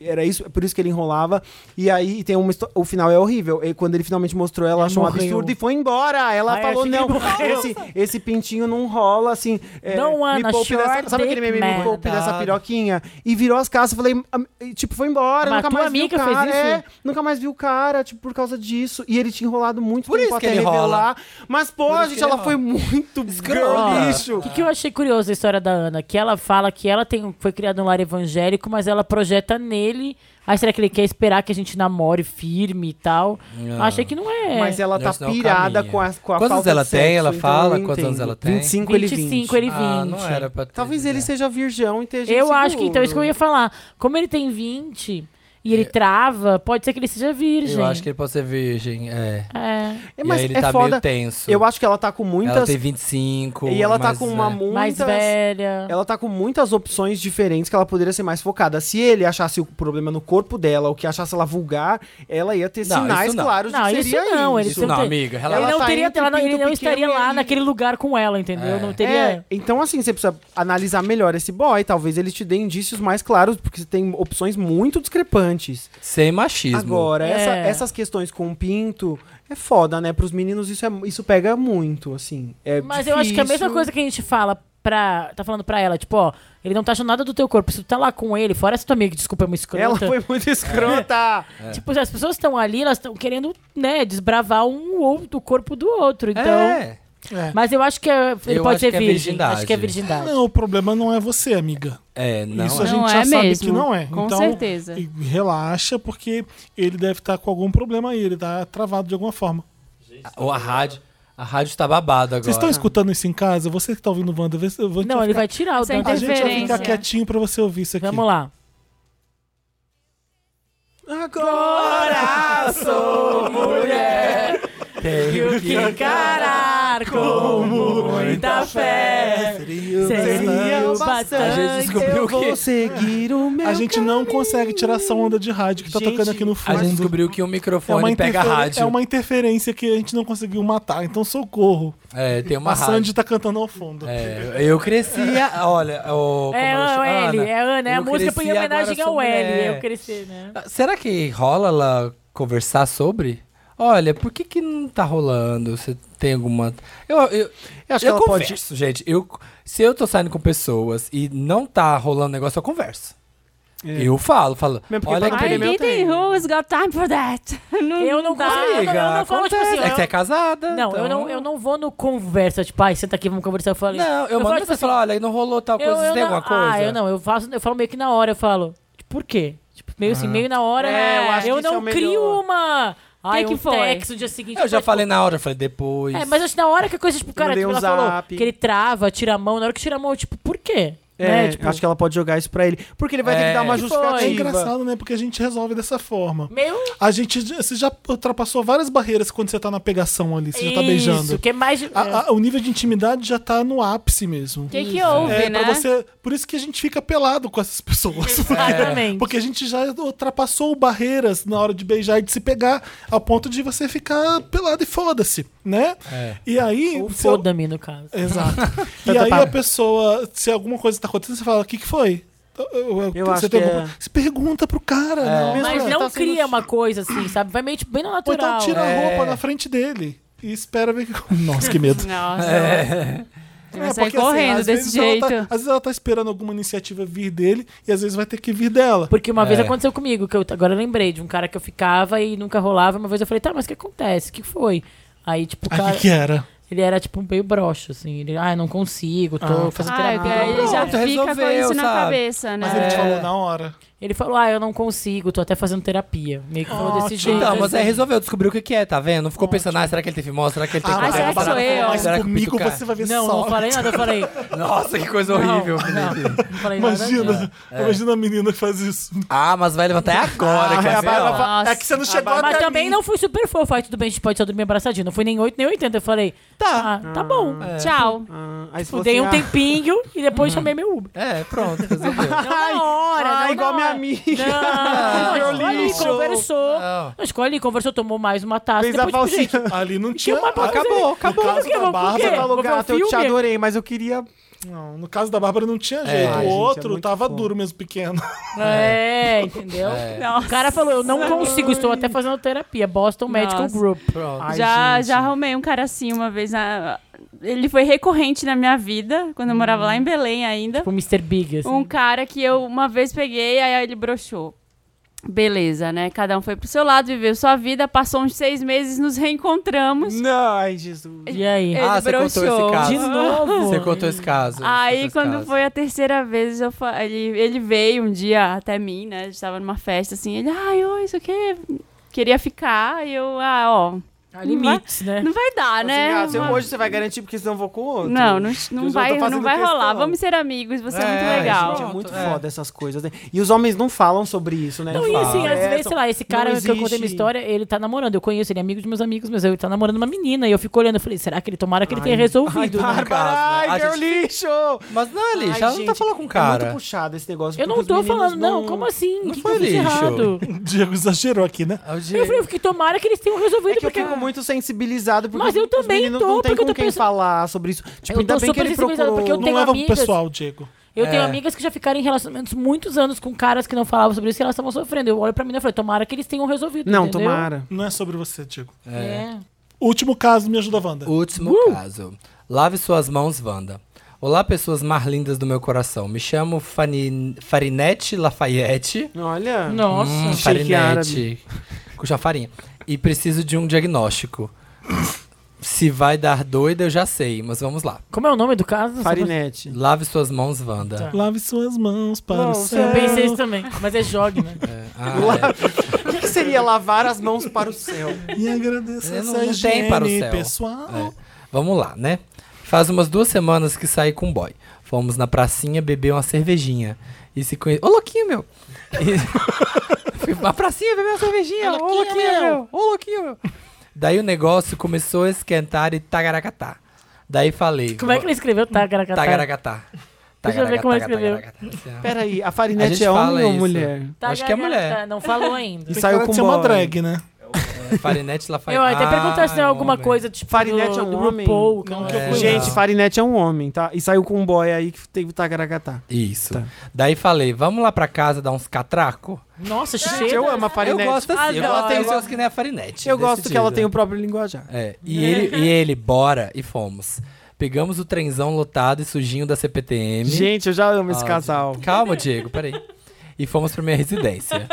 Speaker 2: Era isso, por isso que ele enrolava. E aí tem uma histó- O final é horrível. E quando ele finalmente mostrou, ela
Speaker 4: Ele
Speaker 2: achou
Speaker 4: morreu.
Speaker 2: um absurdo e foi embora. Ela
Speaker 4: Ai,
Speaker 2: falou:
Speaker 4: achei que ele
Speaker 2: não,
Speaker 4: morreu.
Speaker 2: esse, esse pintinho não rola, assim. eh,
Speaker 4: Don't wanna
Speaker 2: me poupe
Speaker 4: short
Speaker 2: dessa, Sabe aquele
Speaker 4: dick
Speaker 2: meme me poupe
Speaker 5: merda.
Speaker 2: dessa piroquinha? E virou as caças, falei, am- e, tipo, foi embora,
Speaker 4: Mas
Speaker 2: nunca
Speaker 4: tua
Speaker 2: mais viu o
Speaker 4: amiga fez
Speaker 2: cara.
Speaker 4: isso?
Speaker 2: É, Nunca mais viu o cara, tipo, por causa disso. E ele tinha enrolado muito
Speaker 5: Por
Speaker 2: tempo
Speaker 5: isso que
Speaker 2: até
Speaker 5: ele
Speaker 2: revelar.
Speaker 5: rola.
Speaker 2: Mas, pô,
Speaker 5: Por isso
Speaker 2: gente,
Speaker 5: que ele
Speaker 2: ela
Speaker 5: rola.
Speaker 2: foi muito
Speaker 5: Escrota.
Speaker 2: girl lixo.
Speaker 4: O que, que eu achei curioso da história da Ana? Que ela fala que ela tem, foi criada num lar evangélico, mas ela projeta nele. Aí será que ele quer esperar que a gente namore firme e tal?
Speaker 5: Ah.
Speaker 4: Achei que não é.
Speaker 2: Mas ela tá
Speaker 5: Esse não é o
Speaker 2: pirada
Speaker 5: caminho.
Speaker 2: com a, com a
Speaker 5: Quantos
Speaker 2: falta
Speaker 5: ela
Speaker 2: de
Speaker 5: tem?
Speaker 2: sexo,
Speaker 5: Ela
Speaker 2: então
Speaker 5: fala
Speaker 2: eu
Speaker 5: quantos
Speaker 2: entendo.
Speaker 5: anos ela tem?
Speaker 2: 25, ele 20.
Speaker 4: 25, ele 20.
Speaker 5: Ah, não era pra ter né?
Speaker 2: Talvez
Speaker 5: esse
Speaker 2: ele
Speaker 5: ideal.
Speaker 2: seja virgão e esteja
Speaker 4: Eu acho que então
Speaker 2: inseguro.
Speaker 4: isso que eu ia falar. Como ele tem 20 e ele trava, pode ser que ele seja virgem.
Speaker 5: É. Eu acho que ele pode ser virgem, é.
Speaker 4: É.
Speaker 2: É,
Speaker 5: E
Speaker 2: mas
Speaker 5: aí ele
Speaker 2: é
Speaker 5: tá
Speaker 2: foda.
Speaker 5: meio tenso.
Speaker 2: Eu acho que ela tá com
Speaker 5: Ela
Speaker 2: muitas...
Speaker 5: tem 25.
Speaker 2: E ela tá
Speaker 5: mas,
Speaker 2: com uma...
Speaker 5: é.
Speaker 2: Muitas...
Speaker 4: Mais velha.
Speaker 2: Ela tá com muitas opções diferentes que ela poderia ser mais focada. Se ele achasse o problema no corpo dela, ou que achasse ela vulgar, ela ia ter
Speaker 5: Não,
Speaker 2: sinais
Speaker 5: isso não.
Speaker 2: claros de
Speaker 4: Não,
Speaker 2: que
Speaker 4: isso
Speaker 2: seria
Speaker 4: não, ele
Speaker 5: Isso
Speaker 4: tem-
Speaker 5: não, amiga.
Speaker 4: Ele
Speaker 5: Ela,
Speaker 2: ela
Speaker 4: não
Speaker 2: tá
Speaker 4: teria,
Speaker 2: entre
Speaker 4: ela não,
Speaker 2: pinto
Speaker 4: ele não
Speaker 2: pequeno
Speaker 4: estaria
Speaker 2: e
Speaker 4: lá
Speaker 2: ali.
Speaker 4: naquele lugar com ela, entendeu?
Speaker 5: É.
Speaker 4: Não
Speaker 2: É,
Speaker 4: teria.
Speaker 2: então assim, você precisa analisar melhor esse boy, talvez ele te dê indícios mais claros, porque você tem opções muito discrepantes.
Speaker 5: sem machismo.
Speaker 2: Agora, essa-
Speaker 4: É.
Speaker 2: essas questões com o pinto é foda, né? Pros meninos isso, é, isso pega muito, assim. É
Speaker 4: Mas eu acho que é a mesma
Speaker 2: difícil.
Speaker 4: coisa que a gente fala pra. Tá falando pra ela, tipo, ó, ele não tá achando nada do teu corpo. Se tu tá lá com ele, fora essa tua amiga, que, desculpa, é uma escrota.
Speaker 2: Ela foi
Speaker 4: [LAUGHS]
Speaker 2: muito escrota!
Speaker 5: É.
Speaker 4: Tipo, as pessoas estão ali, elas estão querendo, né, desbravar um ou do corpo do outro. Então.
Speaker 5: É.
Speaker 4: Mas eu acho que é, ele
Speaker 5: Eu
Speaker 4: pode
Speaker 5: acho
Speaker 4: ser
Speaker 5: que é
Speaker 4: virgem. acho que é
Speaker 5: virgindade.
Speaker 4: virgindade.
Speaker 1: Não, o problema não é você, amiga.
Speaker 5: É, não.
Speaker 1: Isso
Speaker 5: é.
Speaker 1: a gente
Speaker 3: Não
Speaker 1: já
Speaker 3: é
Speaker 1: sabe
Speaker 3: mesmo.
Speaker 1: que não é.
Speaker 3: Com
Speaker 1: então,
Speaker 3: certeza.
Speaker 1: e- relaxa, porque ele deve estar com algum problema aí, ele tá travado de alguma forma.
Speaker 5: Ou a rádio. A rádio tá babada agora.
Speaker 1: Vocês estão escutando isso em casa? Você que tá ouvindo o Wanda, vê se- eu vou
Speaker 4: Não, ele vai tirar o
Speaker 3: Sem
Speaker 1: A
Speaker 4: Dante.
Speaker 1: gente vai ficar
Speaker 3: é Interferência.
Speaker 1: quietinho pra você ouvir isso aqui.
Speaker 4: Vamos lá.
Speaker 2: Agora sou mulher!
Speaker 4: Tenho que encarar com muita fé.
Speaker 2: Seria o
Speaker 5: bastante, a gente descobriu
Speaker 2: eu
Speaker 5: que-
Speaker 2: vou seguir o meu
Speaker 1: A gente não consegue tirar essa onda de rádio que tá
Speaker 2: Gente,
Speaker 1: tocando aqui no
Speaker 5: A
Speaker 1: fundo.
Speaker 5: gente descobriu que o
Speaker 1: é uma,
Speaker 5: microfone pega
Speaker 1: interferen-
Speaker 5: rádio.
Speaker 1: é uma interferência que a gente não conseguiu matar, então socorro.
Speaker 5: É, tem uma
Speaker 1: a Sandy
Speaker 5: rádio.
Speaker 1: tá cantando ao fundo.
Speaker 5: É, eu crescia, olha, o, como
Speaker 4: É,
Speaker 5: ela
Speaker 4: é o
Speaker 5: chama?
Speaker 4: L,
Speaker 5: Ana.
Speaker 4: é Ana, é a
Speaker 5: Eu
Speaker 4: música em
Speaker 5: cresci,
Speaker 4: homenagem
Speaker 5: agora
Speaker 4: ao
Speaker 5: sou
Speaker 4: L.
Speaker 5: mulher.
Speaker 4: Eu cresci, né?
Speaker 5: Será que rola lá conversar sobre? Olha, por que que não tá rolando? Você tem alguma... Eu, eu,
Speaker 2: Eu acho que
Speaker 5: eu
Speaker 2: ela pode-
Speaker 5: converso, gente. Eu, se eu tô saindo com pessoas e não tá rolando negócio, eu converso.
Speaker 4: É.
Speaker 5: Eu falo, falo.
Speaker 2: Mesmo porque
Speaker 5: Olha
Speaker 2: pra
Speaker 5: aqui.
Speaker 2: perder
Speaker 3: Ai,
Speaker 2: meu
Speaker 3: quem tem
Speaker 2: treino.
Speaker 3: who's got time for that? Não
Speaker 4: Eu não
Speaker 3: dá.
Speaker 4: consigo. eu não- eu não falo, tipo assim,
Speaker 5: acontece.
Speaker 4: eu
Speaker 5: É que você é casada.
Speaker 4: Não, eu,
Speaker 5: então-
Speaker 4: não, eu não vou no conversa, tipo, ai, senta aqui, vamos conversar. Eu falo,
Speaker 5: Não, eu,
Speaker 4: eu
Speaker 5: mando
Speaker 4: falo,
Speaker 5: mensagem
Speaker 4: tipo
Speaker 5: e falo, olha, aí não rolou tal coisa, você tem
Speaker 4: não,
Speaker 5: alguma coisa?
Speaker 4: Ah, eu não, eu faço, eu falo meio que na hora, eu falo, tipo, por quê? Tipo, meio assim, meio na hora.
Speaker 2: É, eu acho que isso é
Speaker 4: não
Speaker 2: o melhor.
Speaker 4: crio uma. Ai,
Speaker 3: que
Speaker 4: um
Speaker 3: foi?
Speaker 4: texto no dia seguinte.
Speaker 5: Eu já
Speaker 4: tipo,
Speaker 5: falei na hora, eu falei depois.
Speaker 4: É, mas acho que na hora que a coisa, tipo, cara,
Speaker 2: Mandei
Speaker 4: tipo,
Speaker 2: um
Speaker 4: ela falou
Speaker 2: zap.
Speaker 4: que ele trava, tira a mão. Na hora que tira a mão, eu, tipo, por quê?
Speaker 2: É,
Speaker 4: Né, tipo,
Speaker 2: acho que ela pode jogar isso pra ele. Porque ele vai ter que
Speaker 5: É.
Speaker 2: dar uma
Speaker 5: Que
Speaker 4: foi?
Speaker 1: É
Speaker 2: justificativa.
Speaker 1: engraçado, né? Porque a gente resolve dessa forma.
Speaker 4: meio.
Speaker 1: A gente você já ultrapassou várias barreiras quando você tá na pegação ali, você já tá
Speaker 4: Isso,
Speaker 1: beijando.
Speaker 4: que é mais. de-
Speaker 1: A- a- o nível de intimidade já tá no ápice mesmo.
Speaker 3: O que, que houve,
Speaker 1: É,
Speaker 3: né?
Speaker 1: pra você, por isso que a gente fica pelado com essas pessoas.
Speaker 4: [LAUGHS] Exatamente.
Speaker 1: [LAUGHS] Porque a gente já ultrapassou barreiras na hora de beijar e de se pegar, ao ponto de você ficar pelado e foda-se, né?
Speaker 5: É.
Speaker 1: E aí.
Speaker 4: Ou
Speaker 1: se eu-
Speaker 4: Foda-me, no caso. [LAUGHS]
Speaker 1: Exato. e aí a pessoa, se alguma coisa tá acontecendo, você fala: o que, que foi? Eu- eu- eu-
Speaker 2: Eu
Speaker 1: você
Speaker 2: acho
Speaker 1: tem
Speaker 2: que
Speaker 1: algum-
Speaker 2: é.
Speaker 1: Se pergunta pro cara. né?
Speaker 2: Mesmo
Speaker 4: Mas
Speaker 2: assim,
Speaker 4: não
Speaker 2: tá sendo-
Speaker 4: cria uma coisa assim, sabe? Vai meio, tipo, bem no
Speaker 1: Ou então
Speaker 4: natural.
Speaker 1: tira a
Speaker 5: É.
Speaker 1: roupa na frente dele e espera ver que. [LAUGHS] Nossa, que medo.
Speaker 3: Nossa. Você vai
Speaker 1: É,
Speaker 3: sair
Speaker 1: porque, assim,
Speaker 3: correndo
Speaker 1: às
Speaker 3: desse
Speaker 1: vezes ela
Speaker 3: jeito.
Speaker 1: tá- às vezes ela tá esperando alguma iniciativa vir dele e às vezes vai ter que vir dela.
Speaker 4: Porque uma vez
Speaker 5: É.
Speaker 4: aconteceu comigo, que eu agora eu lembrei de um cara que eu ficava e nunca rolava. Uma vez eu falei, tá, mas o que acontece? O que foi? Aí, tipo, o
Speaker 1: Aí o
Speaker 4: cara,
Speaker 1: que, que era?
Speaker 4: ele era, tipo, meio broxa, assim. Ele, ah, não consigo, tô
Speaker 1: Ah,
Speaker 4: fazendo
Speaker 3: Ah,
Speaker 4: terapia.
Speaker 3: ele já
Speaker 5: Pronto,
Speaker 3: fica com
Speaker 5: resolveu,
Speaker 3: isso na
Speaker 5: sabe?
Speaker 3: cabeça, né?
Speaker 1: Mas ele te
Speaker 5: É.
Speaker 1: falou na hora.
Speaker 4: Ele falou, ah, eu não consigo, tô até fazendo terapia. Meio que falou desse
Speaker 1: Ótimo. Tá,
Speaker 4: jeito.
Speaker 5: Então, mas
Speaker 4: assim.
Speaker 5: aí resolveu, descobriu o que, que é, tá vendo? Não ficou pensando, ah, será que ele tem fimose? Será que ele tem
Speaker 3: Ah,
Speaker 5: coisa
Speaker 3: será que
Speaker 5: errada?
Speaker 3: sou eu?
Speaker 1: Mas
Speaker 5: Será que o
Speaker 1: comigo
Speaker 5: Pituca-
Speaker 1: você vai ver
Speaker 4: Não,
Speaker 1: só.
Speaker 4: não falei nada, eu falei.
Speaker 5: Nossa, que coisa
Speaker 4: não,
Speaker 5: horrível.
Speaker 4: não, não falei nada.
Speaker 1: Imagina, imagina a menina que faz isso.
Speaker 5: Ah, mas vai levantar é agora, que vai ver, ó.
Speaker 1: É que você não chegou
Speaker 4: Mas
Speaker 1: até
Speaker 4: também
Speaker 1: mim.
Speaker 4: não fui super fofa. Aí tudo bem, a gente pode só dormir abraçadinho. Não fui nem 8, nem 80. Eu falei, tá, tá bom.
Speaker 1: é.
Speaker 3: Tchau.
Speaker 2: Ah, aí se
Speaker 1: Então,
Speaker 4: Tipo,
Speaker 2: fosse,
Speaker 4: dei um
Speaker 2: ah,
Speaker 4: tempinho e depois chamei meu Uber.
Speaker 5: É, pronto,
Speaker 4: [LAUGHS]
Speaker 5: resolveu.
Speaker 4: Não na É hora,
Speaker 2: Ah,
Speaker 4: não
Speaker 2: igual
Speaker 4: na
Speaker 2: minha
Speaker 1: [LAUGHS]
Speaker 4: hora.
Speaker 2: amiga.
Speaker 4: Não,
Speaker 2: Eu
Speaker 4: não, ali,
Speaker 2: lixo.
Speaker 4: conversou.
Speaker 5: Não.
Speaker 4: Não, escolhe, conversou, tomou mais uma taça.
Speaker 2: Fez a
Speaker 4: depois, tipo, gente,
Speaker 2: falsinha.
Speaker 1: Ali não
Speaker 4: tinha
Speaker 1: tinha.
Speaker 4: uma pra fazer.
Speaker 1: acabou,
Speaker 4: Por
Speaker 1: acabou. No
Speaker 4: quê?
Speaker 1: caso, da
Speaker 4: Por quê?
Speaker 1: Bárbara,
Speaker 2: Falou,
Speaker 4: Vou ver o
Speaker 2: gato, eu te
Speaker 4: filme.
Speaker 2: adorei, mas eu queria...
Speaker 1: não, no caso da Bárbara não tinha jeito.
Speaker 5: Ai,
Speaker 1: o
Speaker 5: gente,
Speaker 2: é
Speaker 1: outro
Speaker 2: muito
Speaker 1: tava
Speaker 2: fofo.
Speaker 1: duro mesmo, pequeno.
Speaker 4: [LAUGHS]
Speaker 1: [LAUGHS]
Speaker 4: É, entendeu? O cara falou, eu não consigo, estou até fazendo terapia. Boston Medical
Speaker 3: Nossa.
Speaker 4: Group.
Speaker 5: Pronto.
Speaker 2: Ai,
Speaker 3: já,
Speaker 2: gente.
Speaker 3: já arrumei um cara assim uma vez. na- Ele foi recorrente na minha vida, quando eu morava lá em Belém ainda.
Speaker 4: Tipo, Mr. Big, assim.
Speaker 3: Um cara que eu uma vez peguei, aí ele broxou. Beleza, né? Cada um foi pro seu lado, viveu sua vida, passou uns seis meses, nos reencontramos.
Speaker 2: Não, ai, Jesus.
Speaker 4: E aí?
Speaker 3: Ele
Speaker 5: Ah, você contou
Speaker 3: broxou.
Speaker 5: esse caso.
Speaker 4: De novo?
Speaker 5: Você contou esse caso. você contou
Speaker 3: Aí,
Speaker 5: esse
Speaker 3: quando
Speaker 5: caso.
Speaker 3: foi a terceira vez, eu fa- ele, ele veio um dia até mim, né? A gente tava numa festa, assim, ele, ai, oi, isso aqui, é-" queria ficar, e eu, ah, ó,
Speaker 4: Há limites, né?
Speaker 3: não vai dar, né?
Speaker 2: Assim, ah, se eu
Speaker 3: Uma-
Speaker 2: hoje você vai garantir, porque senão eu vou com
Speaker 3: [LAUGHS]
Speaker 2: outro.
Speaker 3: Não, não,
Speaker 2: eu
Speaker 3: não
Speaker 2: tô
Speaker 3: vai,
Speaker 2: fazendo
Speaker 3: não vai rolar.
Speaker 2: questão.
Speaker 3: Vamos ser amigos, você é, muito
Speaker 5: É,
Speaker 3: legal.
Speaker 2: Gente, é muito
Speaker 5: É.
Speaker 2: foda essas coisas, né? E os homens não falam sobre isso, né?
Speaker 4: Não, e assim,
Speaker 2: falam.
Speaker 4: às
Speaker 2: É,
Speaker 4: vezes,
Speaker 2: são-
Speaker 4: sei lá, esse cara
Speaker 2: não
Speaker 4: que eu contei minha
Speaker 2: existe.
Speaker 4: história, ele tá namorando. Eu conheço, ele é amigo de meus amigos, mas ele tá namorando uma menina. E eu fico olhando, eu falei, será que ele tomara que ele tenha
Speaker 2: Ai,
Speaker 4: resolvido? né?
Speaker 2: Bárbara,
Speaker 5: caso, né?
Speaker 2: ai,
Speaker 5: A
Speaker 2: meu
Speaker 5: gente-
Speaker 2: lixo!
Speaker 5: Mas não, Alice,
Speaker 2: Ai,
Speaker 5: ela não tá
Speaker 2: gente,
Speaker 5: falando com o
Speaker 2: É
Speaker 5: cara.
Speaker 2: muito puxado esse negócio.
Speaker 4: eu
Speaker 2: porque
Speaker 4: não
Speaker 2: os
Speaker 4: tô
Speaker 2: meninos
Speaker 4: falando, não, como assim?
Speaker 5: não
Speaker 4: que
Speaker 5: foi
Speaker 4: que eu fiz
Speaker 5: lixo.
Speaker 4: errado?
Speaker 1: O Diego exagerou aqui, né?
Speaker 5: Ah, o
Speaker 4: Eu falei,
Speaker 5: Diego-
Speaker 4: eu fiquei tomara Tipo que eles tenham resolvido,
Speaker 2: É que eu
Speaker 4: porque
Speaker 2: fico muito sensibilizado porque
Speaker 4: Mas eu
Speaker 2: os
Speaker 4: também
Speaker 2: meninos
Speaker 4: tô,
Speaker 2: não tem
Speaker 4: porque eu
Speaker 2: com
Speaker 4: tô
Speaker 2: quem
Speaker 4: pensando-
Speaker 2: falar sobre isso. Tipo,
Speaker 4: tô
Speaker 2: ainda bem que
Speaker 4: super
Speaker 2: ele
Speaker 4: sensibilizada,
Speaker 2: procurou...
Speaker 4: porque eu
Speaker 1: Não
Speaker 4: tenho
Speaker 1: leva pro
Speaker 4: amigas-
Speaker 1: pessoal, Diego.
Speaker 4: eu tenho
Speaker 5: É.
Speaker 4: amigas que já ficaram em relacionamentos muitos anos com caras que não falavam sobre isso e elas estavam sofrendo. Eu olho pra mim e falei, tomara que eles tenham resolvido.
Speaker 2: Não,
Speaker 4: entendeu?
Speaker 2: tomara.
Speaker 1: Não é sobre você, Diego.
Speaker 5: É.
Speaker 4: É.
Speaker 1: Último caso, me ajuda, Wanda.
Speaker 5: Último
Speaker 3: Uh".
Speaker 5: caso. Lave suas mãos, Wanda. Olá, pessoas mais lindas do meu coração. Me chamo Fani... Farinete Lafayette.
Speaker 2: Olha.
Speaker 4: Nossa.
Speaker 5: Hum,
Speaker 2: Achei que era-
Speaker 5: farinete. Cuja farinha. E preciso de um diagnóstico. Se vai dar doida, eu já sei, mas vamos lá.
Speaker 4: Como é o nome do caso?
Speaker 2: Farinete.
Speaker 5: Lave suas mãos,
Speaker 3: Tá.
Speaker 5: Wanda.
Speaker 1: Lave suas mãos para
Speaker 2: Não,
Speaker 1: o
Speaker 2: eu
Speaker 1: céu.
Speaker 4: Eu pensei isso também, mas é jogue, né?
Speaker 5: É, ah, é.
Speaker 2: O que que seria lavar as mãos para o céu?
Speaker 1: E agradeço
Speaker 5: Eu não-
Speaker 1: essa
Speaker 5: não tem
Speaker 1: higiene
Speaker 5: para o céu.
Speaker 1: pessoal.
Speaker 5: É. Vamos lá, né? Faz umas duas semanas que saí com um boy. Fomos na pracinha beber uma cervejinha. E se conhe... Ô, louquinho, meu! E- [LAUGHS] Fui pra pracinha beber uma cervejinha. Ô, louquinho, meu! Ô, louquinho, meu! Daí o negócio começou a esquentar e tagaracatá. Daí falei...
Speaker 4: é Como é que ele escreveu? Tagaracatá.
Speaker 5: Tagaracatá.
Speaker 4: Deixa eu ver como é ela escreveu.
Speaker 2: Peraí, a
Speaker 5: A
Speaker 2: Farinete
Speaker 5: gente
Speaker 2: é
Speaker 5: fala
Speaker 2: homem ou
Speaker 5: isso.
Speaker 2: mulher?
Speaker 5: Acho que é mulher.
Speaker 4: Tagarata, Não falou ainda.
Speaker 2: E
Speaker 1: Tem
Speaker 2: saiu
Speaker 1: cara de
Speaker 2: com
Speaker 1: ser uma
Speaker 2: boy.
Speaker 1: drag, né?
Speaker 5: Farinete Ah, lá
Speaker 4: Eu até perguntar
Speaker 5: é
Speaker 4: se tem alguma coisa, tipo,
Speaker 2: Farinete
Speaker 4: do,
Speaker 2: é um
Speaker 4: do
Speaker 2: homem?
Speaker 4: RuPaul,
Speaker 1: Não
Speaker 4: não
Speaker 1: que eu
Speaker 4: é.
Speaker 1: conheça.
Speaker 2: Gente,
Speaker 5: Não.
Speaker 2: Farinete é um homem, tá? E saiu com um boy aí que teve tagaracatá.
Speaker 5: Isso.
Speaker 2: Tá.
Speaker 5: Daí falei, vamos lá pra casa dar uns catraco?
Speaker 4: Nossa, cheio.
Speaker 2: Gente, eu amo a Farinete.
Speaker 5: Eu gosto assim, eu
Speaker 4: Adoro.
Speaker 5: gosto, eu gosto que nem a Farinete.
Speaker 2: Eu gosto que ela
Speaker 5: decidida.
Speaker 2: tem um o próprio linguajar.
Speaker 5: É, e ele, e ele, bora, e fomos. Pegamos o trenzão lotado e sujinho da CPTM.
Speaker 2: Gente, eu já amo esse
Speaker 5: Ah,
Speaker 2: casal.
Speaker 5: Calma, Diego, peraí. E fomos pra minha residência.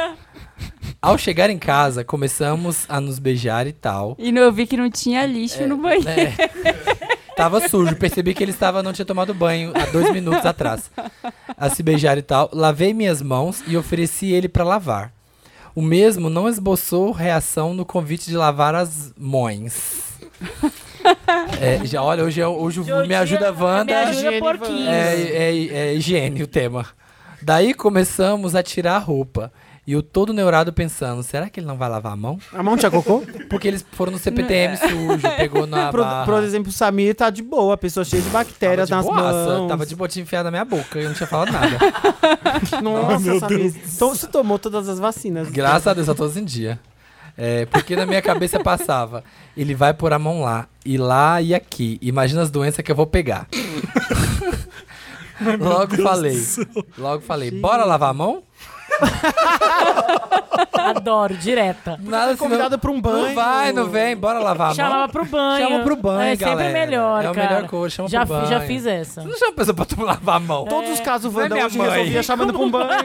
Speaker 5: Ao chegar em casa, começamos a nos beijar e tal.
Speaker 3: E não- eu vi que não tinha lixo no banheiro.
Speaker 4: né?
Speaker 5: É. [LAUGHS] Tava sujo, percebi que ele estava, não tinha tomado banho há dois minutos atrás. A se beijar e tal. Lavei minhas mãos e ofereci ele para lavar. O mesmo não esboçou reação no convite de lavar as mães. [LAUGHS] É, já, olha, hoje, é- hoje o Me Ajuda Wanda.
Speaker 4: Me ajuda
Speaker 2: Higiene,
Speaker 4: porquinho.
Speaker 5: É, é- é higiene o tema. Daí começamos a tirar a roupa. E eu todo neurado pensando, será que ele não vai lavar a mão?
Speaker 2: A mão tinha
Speaker 5: [LAUGHS]
Speaker 2: cocô?
Speaker 5: Porque eles foram no CPTM sujo, pegou na
Speaker 2: Pro-
Speaker 5: barra.
Speaker 2: Por exemplo, o Samir tá de boa, pessoa cheia de bactérias
Speaker 5: tava
Speaker 2: nas
Speaker 5: de boaça,
Speaker 2: mãos.
Speaker 5: Tava de botinha enfiada na minha boca, eu não tinha falado nada. [LAUGHS]
Speaker 2: Nossa, Samir. Então você tomou todas as vacinas.
Speaker 5: Graças a Deus, eu tô em dia. É, porque na minha cabeça passava, ele vai pôr a mão lá, e lá e aqui. Imagina as doenças que eu
Speaker 1: [LAUGHS]
Speaker 5: vou pegar. logo falei, logo falei, bora lavar a mão?
Speaker 4: Adoro, direta.
Speaker 5: Nada assim,
Speaker 2: Convidada pra um banho.
Speaker 5: Não vai, não vem, bora lavar a mão.
Speaker 4: Chamava pro banho.
Speaker 5: Tá Chama pro banho,
Speaker 4: É sempre
Speaker 5: galera.
Speaker 4: melhor,
Speaker 5: É a
Speaker 4: cara.
Speaker 5: melhor coisa, chama
Speaker 4: já,
Speaker 5: pro banho.
Speaker 4: fi- Já fiz essa.
Speaker 5: Você não chama a pessoa pra tu [LAUGHS] lavar a mão.
Speaker 2: Todos os casos,
Speaker 5: Não é
Speaker 2: Wanda
Speaker 5: minha
Speaker 2: hoje
Speaker 5: mãe.
Speaker 2: resolvia chamando pra um banho.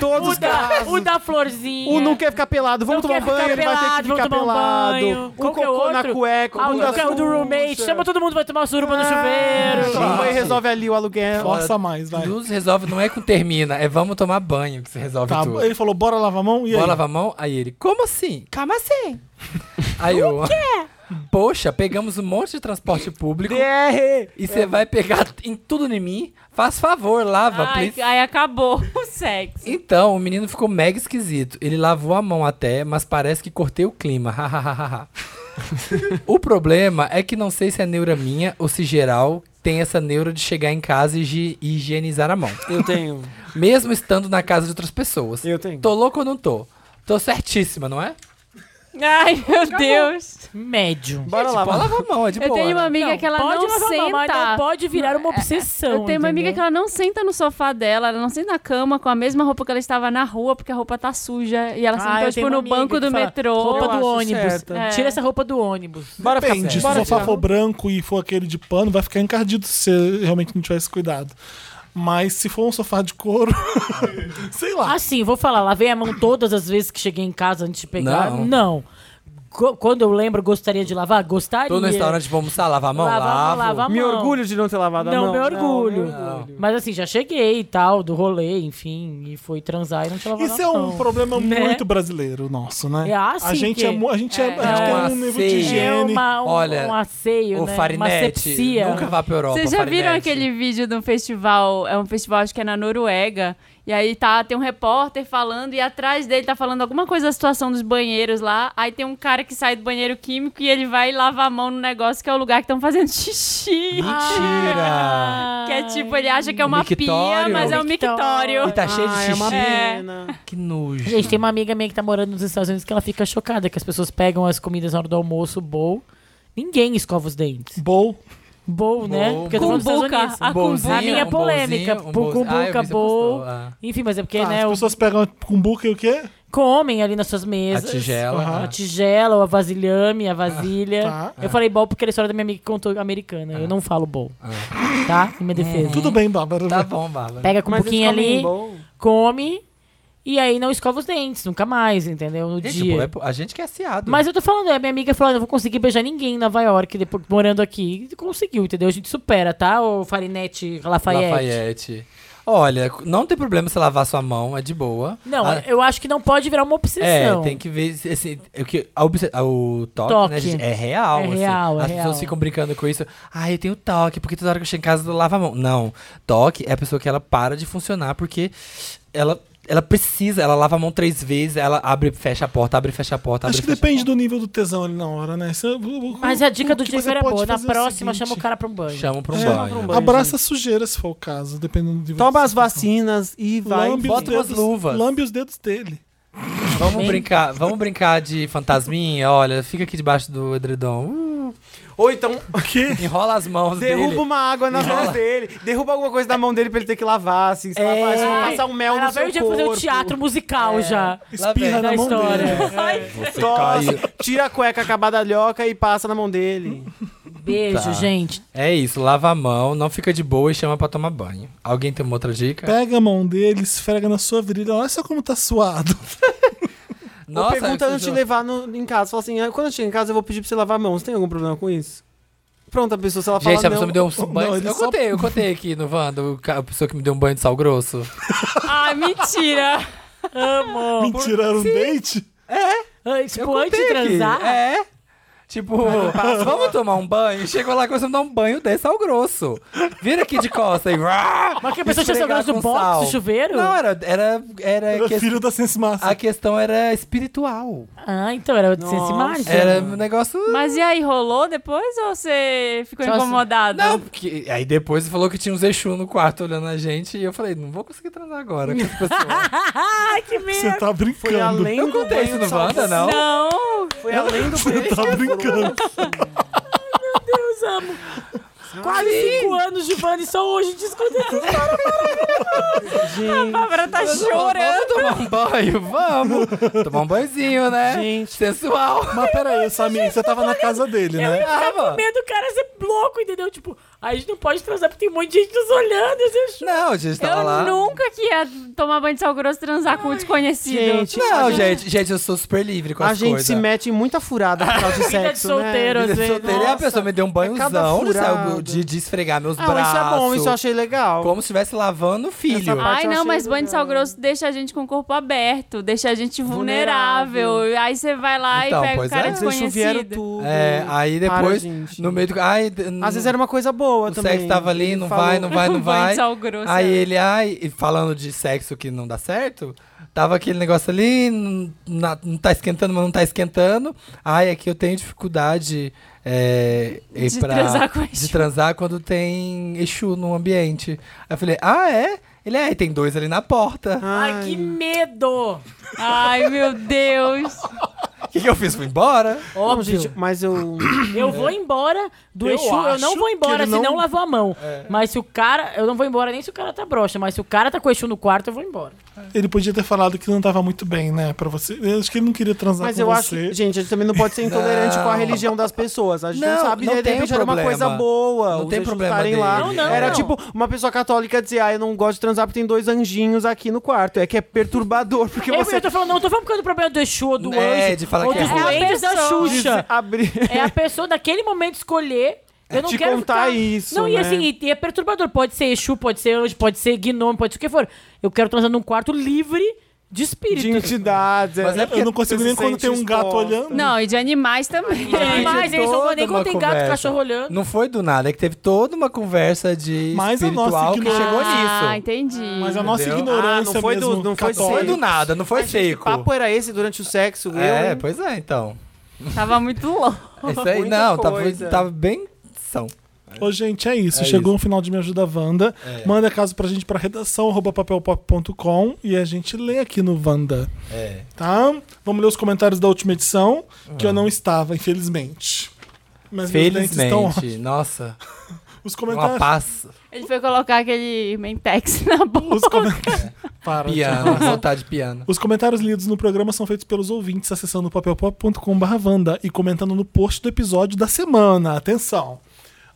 Speaker 2: Todos
Speaker 4: O
Speaker 2: os casos.
Speaker 4: da, o da florzinha.
Speaker 2: Um não quer ficar pelado, vamos
Speaker 4: Não
Speaker 2: tomar
Speaker 4: quer
Speaker 2: banho,
Speaker 4: ficar
Speaker 2: ele vai ter que
Speaker 4: pelado, vamos
Speaker 2: ficar
Speaker 4: tomar um
Speaker 2: pelado.
Speaker 4: banho.
Speaker 2: Um
Speaker 4: Qual que é o
Speaker 2: cocô na
Speaker 4: outro?
Speaker 2: cueca,
Speaker 4: Ah, o do-
Speaker 2: bunda
Speaker 4: o do
Speaker 2: suja.
Speaker 4: roommate. Chama todo mundo, vai tomar
Speaker 2: É.
Speaker 4: suruba no chuveiro.
Speaker 2: Ah,
Speaker 5: Gente.
Speaker 2: aí resolve ali o aluguel.
Speaker 1: Força mais, vai.
Speaker 5: Luz resolve, não é com termina, é vamos tomar banho que você resolve
Speaker 1: Tá,
Speaker 5: tudo.
Speaker 1: ele falou, bora lavar a mão e aí?
Speaker 5: Bora lavar a mão? Aí ele, como assim? Calma assim. [LAUGHS] Aí eu, poxa, pegamos um monte de transporte público
Speaker 2: DR!
Speaker 5: e você vai pegar em tudo em mim? Faz favor, lava,
Speaker 3: Ai,
Speaker 5: please.
Speaker 3: aí acabou [LAUGHS] o sexo.
Speaker 5: Então, o menino ficou mega esquisito. Ele lavou a mão até, mas parece que cortei o clima. Hahaha. o problema é que não sei se é neura minha ou se geral tem essa neura de chegar em casa e gi- e higienizar a mão.
Speaker 2: Eu tenho.
Speaker 5: Mesmo estando na casa de outras pessoas.
Speaker 2: Eu tenho.
Speaker 5: Tô louco ou não tô? Tô certíssima, não é?
Speaker 3: Ai, meu Deus.
Speaker 4: Médio.
Speaker 2: Bora lá,
Speaker 5: Tipo,
Speaker 2: mano.
Speaker 5: lava a mão, é de
Speaker 3: Eu
Speaker 5: boa.
Speaker 3: tenho uma amiga
Speaker 4: Tipo, Não,
Speaker 3: que ela
Speaker 4: pode
Speaker 3: não
Speaker 4: lavar a mão, mas
Speaker 3: senta.
Speaker 4: não pode virar uma obsessão.
Speaker 3: Eu tenho uma amiga que
Speaker 4: entendeu?
Speaker 3: ela não senta no sofá dela, ela não senta na cama com a mesma roupa que ela estava na rua, porque a roupa tá suja. E ela
Speaker 4: Ah,
Speaker 3: sentou,
Speaker 4: eu tenho
Speaker 3: tipo,
Speaker 4: uma
Speaker 3: no
Speaker 4: amiga
Speaker 3: banco
Speaker 4: que
Speaker 3: do
Speaker 4: fala,
Speaker 3: metrô.
Speaker 4: Roupa do
Speaker 2: acho
Speaker 4: ônibus.
Speaker 2: certo.
Speaker 3: É.
Speaker 4: Tira essa roupa do ônibus.
Speaker 2: Bora ficar
Speaker 1: Depende, se
Speaker 2: Bora
Speaker 1: o sofá
Speaker 2: tirar.
Speaker 1: for branco e for aquele de pano, vai ficar encardido se você realmente não tiver esse cuidado. Mas se for um sofá de couro, [LAUGHS] sei lá.
Speaker 4: Assim, vou falar, lavei a mão todas as vezes que cheguei em casa antes de pegar.
Speaker 5: Não.
Speaker 4: Não. Co- Quando eu lembro, gostaria de lavar? Gostaria.
Speaker 5: Tô no restaurante, vou almoçar, lava a mão,
Speaker 4: Lava a mão,
Speaker 5: lavo.
Speaker 4: lava a
Speaker 2: Me
Speaker 4: mão.
Speaker 2: orgulho de não ter lavado a
Speaker 4: Não,
Speaker 2: mão.
Speaker 4: meu orgulho.
Speaker 2: meu orgulho.
Speaker 4: Mas assim, já cheguei e tal, do rolê, enfim, e foi transar e não tinha lavado
Speaker 1: Isso
Speaker 4: a
Speaker 1: é
Speaker 4: mão.
Speaker 1: um problema
Speaker 4: Né?
Speaker 1: muito brasileiro nosso, né?
Speaker 4: É, ah,
Speaker 1: a
Speaker 4: sim,
Speaker 1: gente
Speaker 4: que-
Speaker 1: é, mu- a gente, é, a
Speaker 5: É.
Speaker 1: gente tem
Speaker 5: Uma
Speaker 1: um nível de
Speaker 5: ceia.
Speaker 1: higiene.
Speaker 4: É uma, um,
Speaker 5: Olha,
Speaker 4: um asseio,
Speaker 5: O
Speaker 4: né? uma
Speaker 5: farinete,
Speaker 4: sepsia.
Speaker 5: nunca vá pra Europa,
Speaker 3: Vocês já viram
Speaker 5: Farinete.
Speaker 3: aquele vídeo de um festival? É um festival, acho que é na Noruega. E aí tá, tem um repórter falando e atrás dele tá falando alguma coisa da situação dos banheiros lá. Aí tem um cara que sai do banheiro químico e ele vai lavar a mão no negócio que é o lugar que estão fazendo xixi.
Speaker 5: Mentira!
Speaker 4: Ah.
Speaker 3: Que é tipo, ele acha que é uma pia,
Speaker 5: Mictório.
Speaker 3: mas é um mictório.
Speaker 5: E tá cheio de
Speaker 2: Ah,
Speaker 5: xixi.
Speaker 2: é uma
Speaker 3: É.
Speaker 2: pena.
Speaker 5: Que nojo.
Speaker 4: Gente, tem uma amiga minha que tá morando nos Estados Unidos que ela fica chocada que as pessoas pegam as comidas na hora do almoço, bowl. Ninguém escova os dentes.
Speaker 1: Bowl.
Speaker 4: Bowl, né?
Speaker 5: Bowl,
Speaker 4: Porque eu tô falando dos Estados
Speaker 3: Cumbuca,
Speaker 4: Unidos.
Speaker 3: a
Speaker 5: Bonzinho,
Speaker 4: A minha é
Speaker 5: um
Speaker 4: polêmica.
Speaker 5: bonzinho, um
Speaker 4: Por
Speaker 5: bonzinho. Ah, eu vi,
Speaker 4: cumbuca,
Speaker 5: você
Speaker 4: bowl.
Speaker 5: postou, ah.
Speaker 4: Enfim, mas é porque,
Speaker 1: Ah,
Speaker 4: né,
Speaker 1: as
Speaker 4: o-
Speaker 1: pessoas pegam cumbuca e o quê?
Speaker 4: comem ali nas suas
Speaker 5: A
Speaker 4: mesas.
Speaker 5: tigela. Tá.
Speaker 1: Aham.
Speaker 4: A tigela, ou a vasilhame, a vasilha.
Speaker 1: Ah,
Speaker 4: eu falei bowl porque era a história da minha amiga que contou americana. Eu não falo bowl. Tá? Em minha defesa.
Speaker 1: Tudo bem, Bárbara.
Speaker 5: Tá bom, Bárbara.
Speaker 4: Pega com um
Speaker 2: Mas
Speaker 4: pouquinho
Speaker 2: eles comem
Speaker 4: ali,
Speaker 2: bom.
Speaker 4: come e aí não escova os dentes, nunca mais, entendeu? No
Speaker 5: Gente,
Speaker 4: dia.
Speaker 5: pô, é po- a gente que é aciado.
Speaker 4: Mas eu tô falando, é, minha amiga falou, "Eu não vou conseguir beijar ninguém em Nova York, depois, morando aqui. E conseguiu, entendeu? A gente supera, tá? O Farinete Lafayette.
Speaker 5: Lafayette. Olha, não tem problema você lavar sua mão, é de boa.
Speaker 4: Não,
Speaker 5: Ah,
Speaker 4: eu acho que não pode virar uma
Speaker 5: É,
Speaker 4: obsessão.
Speaker 5: tem que ver se- assim, é que a obse- a- o toque,
Speaker 4: Toque.
Speaker 5: né, gente, é real.
Speaker 4: É
Speaker 5: assim.
Speaker 4: real, é
Speaker 5: As pessoas
Speaker 4: real.
Speaker 5: ficam brincando com isso. Ah, eu tenho toque, porque toda hora que eu chego em casa eu lavo a mão. Não, toque é a pessoa que ela para de funcionar porque ela Ela precisa, ela lava a mão três vezes, ela abre e fecha a porta, abre e fecha a porta, abre
Speaker 1: Acho
Speaker 5: e
Speaker 1: que
Speaker 5: fecha a
Speaker 1: depende
Speaker 5: porta.
Speaker 1: do nível do tesão ali na hora, né? Você- o- o-
Speaker 4: Mas a dica
Speaker 1: o
Speaker 4: do
Speaker 1: que
Speaker 4: Diego
Speaker 1: você
Speaker 4: era
Speaker 1: pode
Speaker 4: boa. Na
Speaker 1: fazer é o
Speaker 4: próxima,
Speaker 1: seguinte,
Speaker 4: chama o cara pra um banho.
Speaker 5: Chamam pra um
Speaker 1: É,
Speaker 5: banho.
Speaker 2: pra um banho.
Speaker 1: Abraça a sujeira, se for o caso, dependendo do nível
Speaker 2: Toma
Speaker 1: da
Speaker 2: as
Speaker 1: situação.
Speaker 2: vacinas e vai.
Speaker 1: Lambe
Speaker 5: bota
Speaker 1: os
Speaker 5: umas
Speaker 1: dedos-
Speaker 5: luvas.
Speaker 1: Lambe os dedos dele.
Speaker 5: Vamos
Speaker 4: Bem-
Speaker 5: brincar, vamos brincar de fantasminha, olha, fica aqui debaixo do edredom. Uh,
Speaker 2: Ou
Speaker 4: [LAUGHS]
Speaker 2: então
Speaker 1: O quê?
Speaker 5: enrola as mãos
Speaker 2: derruba
Speaker 5: dele.
Speaker 2: uma água nas mãos dele, derruba alguma coisa na mão dele pra ele ter que lavar, assim, se
Speaker 4: É.
Speaker 2: lavar, se não passar um mel
Speaker 4: Ela
Speaker 2: no seu
Speaker 4: veio já
Speaker 2: corpo.
Speaker 4: fazer o teatro musical já.
Speaker 1: Espirra
Speaker 5: vem.
Speaker 1: na
Speaker 4: Da
Speaker 1: mão
Speaker 4: história.
Speaker 1: dele.
Speaker 5: Você
Speaker 2: Tosse,
Speaker 5: caiu.
Speaker 2: tira a cueca acabada lhoca e passa na mão dele.
Speaker 4: Beijo,
Speaker 5: Tá.
Speaker 4: gente.
Speaker 5: É isso, lava a mão, não fica de boa e chama pra tomar banho. Alguém tem uma outra dica?
Speaker 1: Pega a mão dele, esfrega na sua virilha. Olha só como tá suado.
Speaker 2: Ou pergunta
Speaker 5: esse
Speaker 2: antes de
Speaker 5: jogo-
Speaker 2: levar no- em casa. Fala assim, "Ah, quando eu chegar em casa eu vou pedir pra você lavar a mão. Você tem algum problema com isso? Pronto, a pessoa, se ela
Speaker 5: Gente,
Speaker 2: fala
Speaker 5: a pessoa
Speaker 2: não...
Speaker 5: me deu um banho.
Speaker 1: não, ele
Speaker 5: eu
Speaker 1: só-
Speaker 5: contei, eu contei aqui no Wanda, o ca- a pessoa que me deu um banho de sal grosso.
Speaker 3: Ai, Ah, mentira.
Speaker 1: Me tiraram o dente.
Speaker 4: Ah,
Speaker 5: Eu
Speaker 4: Tipo, antes
Speaker 5: contei
Speaker 4: de
Speaker 5: aqui.
Speaker 4: transar.
Speaker 5: [LAUGHS] É. Tipo, vamos tomar um banho? Chegou lá, começou a me dar um banho de sal grosso. Vira aqui de costa e...
Speaker 4: Mas que a pessoa tinha
Speaker 5: esfregar
Speaker 4: saudade do
Speaker 5: com
Speaker 4: box,
Speaker 5: sal.
Speaker 4: do chuveiro?
Speaker 5: Não, é- era... Era, era,
Speaker 1: Era
Speaker 5: É que-
Speaker 1: filho da Sense Massa.
Speaker 5: A questão era espiritual.
Speaker 4: Ah, então era de
Speaker 2: Nossa.
Speaker 4: sense imagem.
Speaker 5: Era um negócio...
Speaker 3: Mas e aí, rolou depois ou você ficou
Speaker 4: Só assim-
Speaker 3: incomodada?
Speaker 5: Não, porque aí depois ele falou que tinha uns Exu no quarto olhando a gente e eu falei, não vou conseguir transar agora com as pessoas.
Speaker 4: Ai, que merda.
Speaker 1: Você tá
Speaker 5: um
Speaker 1: brincando.
Speaker 2: Foi além
Speaker 5: Eu
Speaker 2: do
Speaker 5: contei
Speaker 2: banho
Speaker 5: isso
Speaker 2: de tá
Speaker 5: no
Speaker 2: sal-
Speaker 5: Wanda, não?
Speaker 3: Não.
Speaker 2: Foi
Speaker 5: [LAUGHS]
Speaker 2: além do
Speaker 1: Você
Speaker 2: banho.
Speaker 1: tá brincando.
Speaker 4: Deus, amo. Quase cinco anos de Vani, só hoje descobrindo.
Speaker 2: Gente,
Speaker 3: Bárbara tá chorando.
Speaker 5: Vamos tomar um banho, vamos. Tomar um banhozinho, né?
Speaker 2: Gente.
Speaker 5: Sensual. Ah,
Speaker 1: Mas peraí, Samir, você tava na casa dele, né?
Speaker 5: Tava.
Speaker 4: medo do cara ser louco, entendeu? Tipo, a gente não pode transar porque tem um monte de gente nos olhando. Eu sei-
Speaker 5: Não, a gente tava
Speaker 3: Eu
Speaker 5: tá lá.
Speaker 3: nunca que ia tomar banho de sal grosso e transar com um desconhecido.
Speaker 2: gente,
Speaker 5: Não, gente, gente, eu sou super livre com
Speaker 2: a
Speaker 5: as
Speaker 2: gente
Speaker 5: coisas.
Speaker 2: se mete em muita furada por causa de sexo,
Speaker 4: Vida de solteiro, assim.
Speaker 2: né?
Speaker 5: Eu
Speaker 4: às vezes.
Speaker 5: solteiro e a pessoa me deu um banhozão de,
Speaker 2: furada.
Speaker 5: sal- de, de esfregar meus
Speaker 2: é Ah,
Speaker 5: braços.
Speaker 2: isso é bom, isso eu achei legal.
Speaker 5: Como se estivesse lavando o filho.
Speaker 2: Essa parte
Speaker 3: Ai,
Speaker 2: eu
Speaker 3: não,
Speaker 2: achei
Speaker 3: mas banho de sal
Speaker 2: legal.
Speaker 3: grosso deixa a gente com o corpo aberto, deixa a gente vulnerável.
Speaker 2: Vulnerável.
Speaker 3: Aí você vai lá
Speaker 5: Então,
Speaker 3: e pega
Speaker 5: pois
Speaker 3: o cara
Speaker 5: é.
Speaker 2: Às vezes
Speaker 3: desconhecido.
Speaker 2: vieram tudo.
Speaker 5: É, aí
Speaker 2: Para,
Speaker 5: depois,
Speaker 2: gente.
Speaker 5: no meio do. Ai, d-
Speaker 2: Às vezes era uma coisa boa
Speaker 5: o
Speaker 2: também.
Speaker 5: sexo tava ali,
Speaker 2: Ele
Speaker 5: não
Speaker 2: falou-
Speaker 5: vai, não vai,
Speaker 2: [LAUGHS]
Speaker 5: não
Speaker 3: [LAUGHS] Banho de
Speaker 5: vai.
Speaker 3: sal grosso.
Speaker 5: Aí
Speaker 3: é.
Speaker 5: ele, ai, e falando de sexo que não dá certo, tava aquele negócio ali, n- na- não tá esquentando, mas não tá esquentando. Ai, aqui eu tenho dificuldade é, e
Speaker 3: De
Speaker 5: pra-
Speaker 3: transar com
Speaker 5: de
Speaker 3: Exu.
Speaker 5: transar quando tem Exu no ambiente. Aí eu falei, ah, é? Ele, é, e tem dois ali na porta.
Speaker 2: [LAUGHS]
Speaker 4: Ai, que medo.
Speaker 3: Ai, meu Deus.
Speaker 5: [LAUGHS] O que, que eu fiz? Fui embora?
Speaker 2: Não,
Speaker 4: Óbvio.
Speaker 2: gente, mas eu.
Speaker 4: Eu vou embora do
Speaker 1: Eu
Speaker 4: Exu, eu não
Speaker 1: acho
Speaker 4: vou
Speaker 1: que
Speaker 4: embora
Speaker 1: ele
Speaker 4: se não
Speaker 1: não-
Speaker 4: lavou a mão. Mas se o cara, eu não vou embora nem se o cara tá broxa, mas se o cara tá com o Exu no quarto, eu vou embora.
Speaker 1: Ele podia ter falado que não tava muito bem, né? Pra você. Eu acho que ele não queria transar
Speaker 2: Mas
Speaker 1: com
Speaker 2: eu
Speaker 1: você.
Speaker 2: acho. Gente, a gente também não pode ser intolerante
Speaker 5: Não.
Speaker 2: com a religião das pessoas. A gente não,
Speaker 5: Não,
Speaker 2: sabe,
Speaker 5: não
Speaker 2: de
Speaker 5: tem
Speaker 2: repente era uma
Speaker 5: problema.
Speaker 2: coisa boa.
Speaker 5: Não
Speaker 2: os
Speaker 5: tem
Speaker 2: anjos
Speaker 5: problema
Speaker 2: estarem lá.
Speaker 5: dele.
Speaker 4: Não, não,
Speaker 2: era
Speaker 4: não.
Speaker 2: tipo uma pessoa católica dizer, ah, eu não gosto de transar porque tem dois anjinhos aqui no quarto. É que é perturbador, porque
Speaker 4: eu, É
Speaker 2: você.
Speaker 4: eu tô falando, não, eu tô falando porque é do problema do Exu, ou do
Speaker 5: É,
Speaker 4: anjo,
Speaker 5: de falar
Speaker 4: ou
Speaker 5: que é
Speaker 4: dos
Speaker 5: ruim.
Speaker 4: duendes
Speaker 3: É a
Speaker 4: da
Speaker 3: pessoa.
Speaker 4: Xuxa.
Speaker 2: Abrir.
Speaker 4: É a pessoa naquele momento escolher. Eu não
Speaker 2: te
Speaker 4: quero
Speaker 2: contar
Speaker 4: ficar-
Speaker 2: isso,
Speaker 4: Não, e
Speaker 2: né?
Speaker 4: assim, e- e é perturbador. Pode ser Exu, pode ser anjo, pode ser gnome, pode ser o que for. Eu quero transar num quarto livre de espírito.
Speaker 2: De entidades.
Speaker 5: Mas é porque
Speaker 1: Eu não consigo
Speaker 2: você
Speaker 1: nem
Speaker 2: se
Speaker 1: quando
Speaker 2: sente
Speaker 1: tem um gato
Speaker 2: exposta.
Speaker 1: olhando.
Speaker 3: Não, e de animais também.
Speaker 4: Gente, Mas
Speaker 5: Teve
Speaker 4: eles não vão
Speaker 5: toda
Speaker 4: nem quando
Speaker 5: uma
Speaker 4: tem gato,
Speaker 5: conversa.
Speaker 4: cachorro olhando.
Speaker 5: Não foi do nada, é que teve toda uma conversa de
Speaker 1: Mas a nossa
Speaker 5: espiritual que
Speaker 1: ignorância-
Speaker 5: chegou
Speaker 3: Ah,
Speaker 5: nisso.
Speaker 3: entendi.
Speaker 1: Mas a nossa
Speaker 5: Entendeu?
Speaker 1: ignorância
Speaker 2: Ah, não foi do-
Speaker 1: mesmo,
Speaker 2: não foi
Speaker 5: Não foi
Speaker 1: católica.
Speaker 5: do nada, não foi
Speaker 2: Que
Speaker 5: seco.
Speaker 2: papo era esse durante o sexo? Eu,
Speaker 5: É,
Speaker 2: hein?
Speaker 5: pois é, então.
Speaker 3: Tava muito louco.
Speaker 5: É Isso aí,
Speaker 2: Muita
Speaker 5: não, tava,
Speaker 2: coisa.
Speaker 5: tava bem são.
Speaker 1: Ô, gente, é isso.
Speaker 5: É
Speaker 1: Chegou
Speaker 5: isso. É.
Speaker 1: o final de Me Ajuda Wanda. Manda caso pra gente pra redação, arroba papelpop.com e a gente lê aqui no Wanda.
Speaker 5: É.
Speaker 1: Tá? Vamos ler os comentários da última edição, que eu
Speaker 5: Ah.
Speaker 1: não estava, infelizmente. Mas meus dentes estão ótimos.
Speaker 5: Felizmente, nossa,
Speaker 1: [LAUGHS] Os
Speaker 5: uma
Speaker 2: é tá?
Speaker 1: comentários.
Speaker 5: paz.
Speaker 3: Ele foi colocar aquele mentex na boca.
Speaker 1: Os
Speaker 5: [LAUGHS]
Speaker 1: comentários.
Speaker 5: É.
Speaker 1: Para,
Speaker 5: Piano, vontade de piano.
Speaker 1: Os comentários lidos no programa são feitos pelos ouvintes acessando papelpop.com/vanda e comentando no post do episódio da semana. Atenção.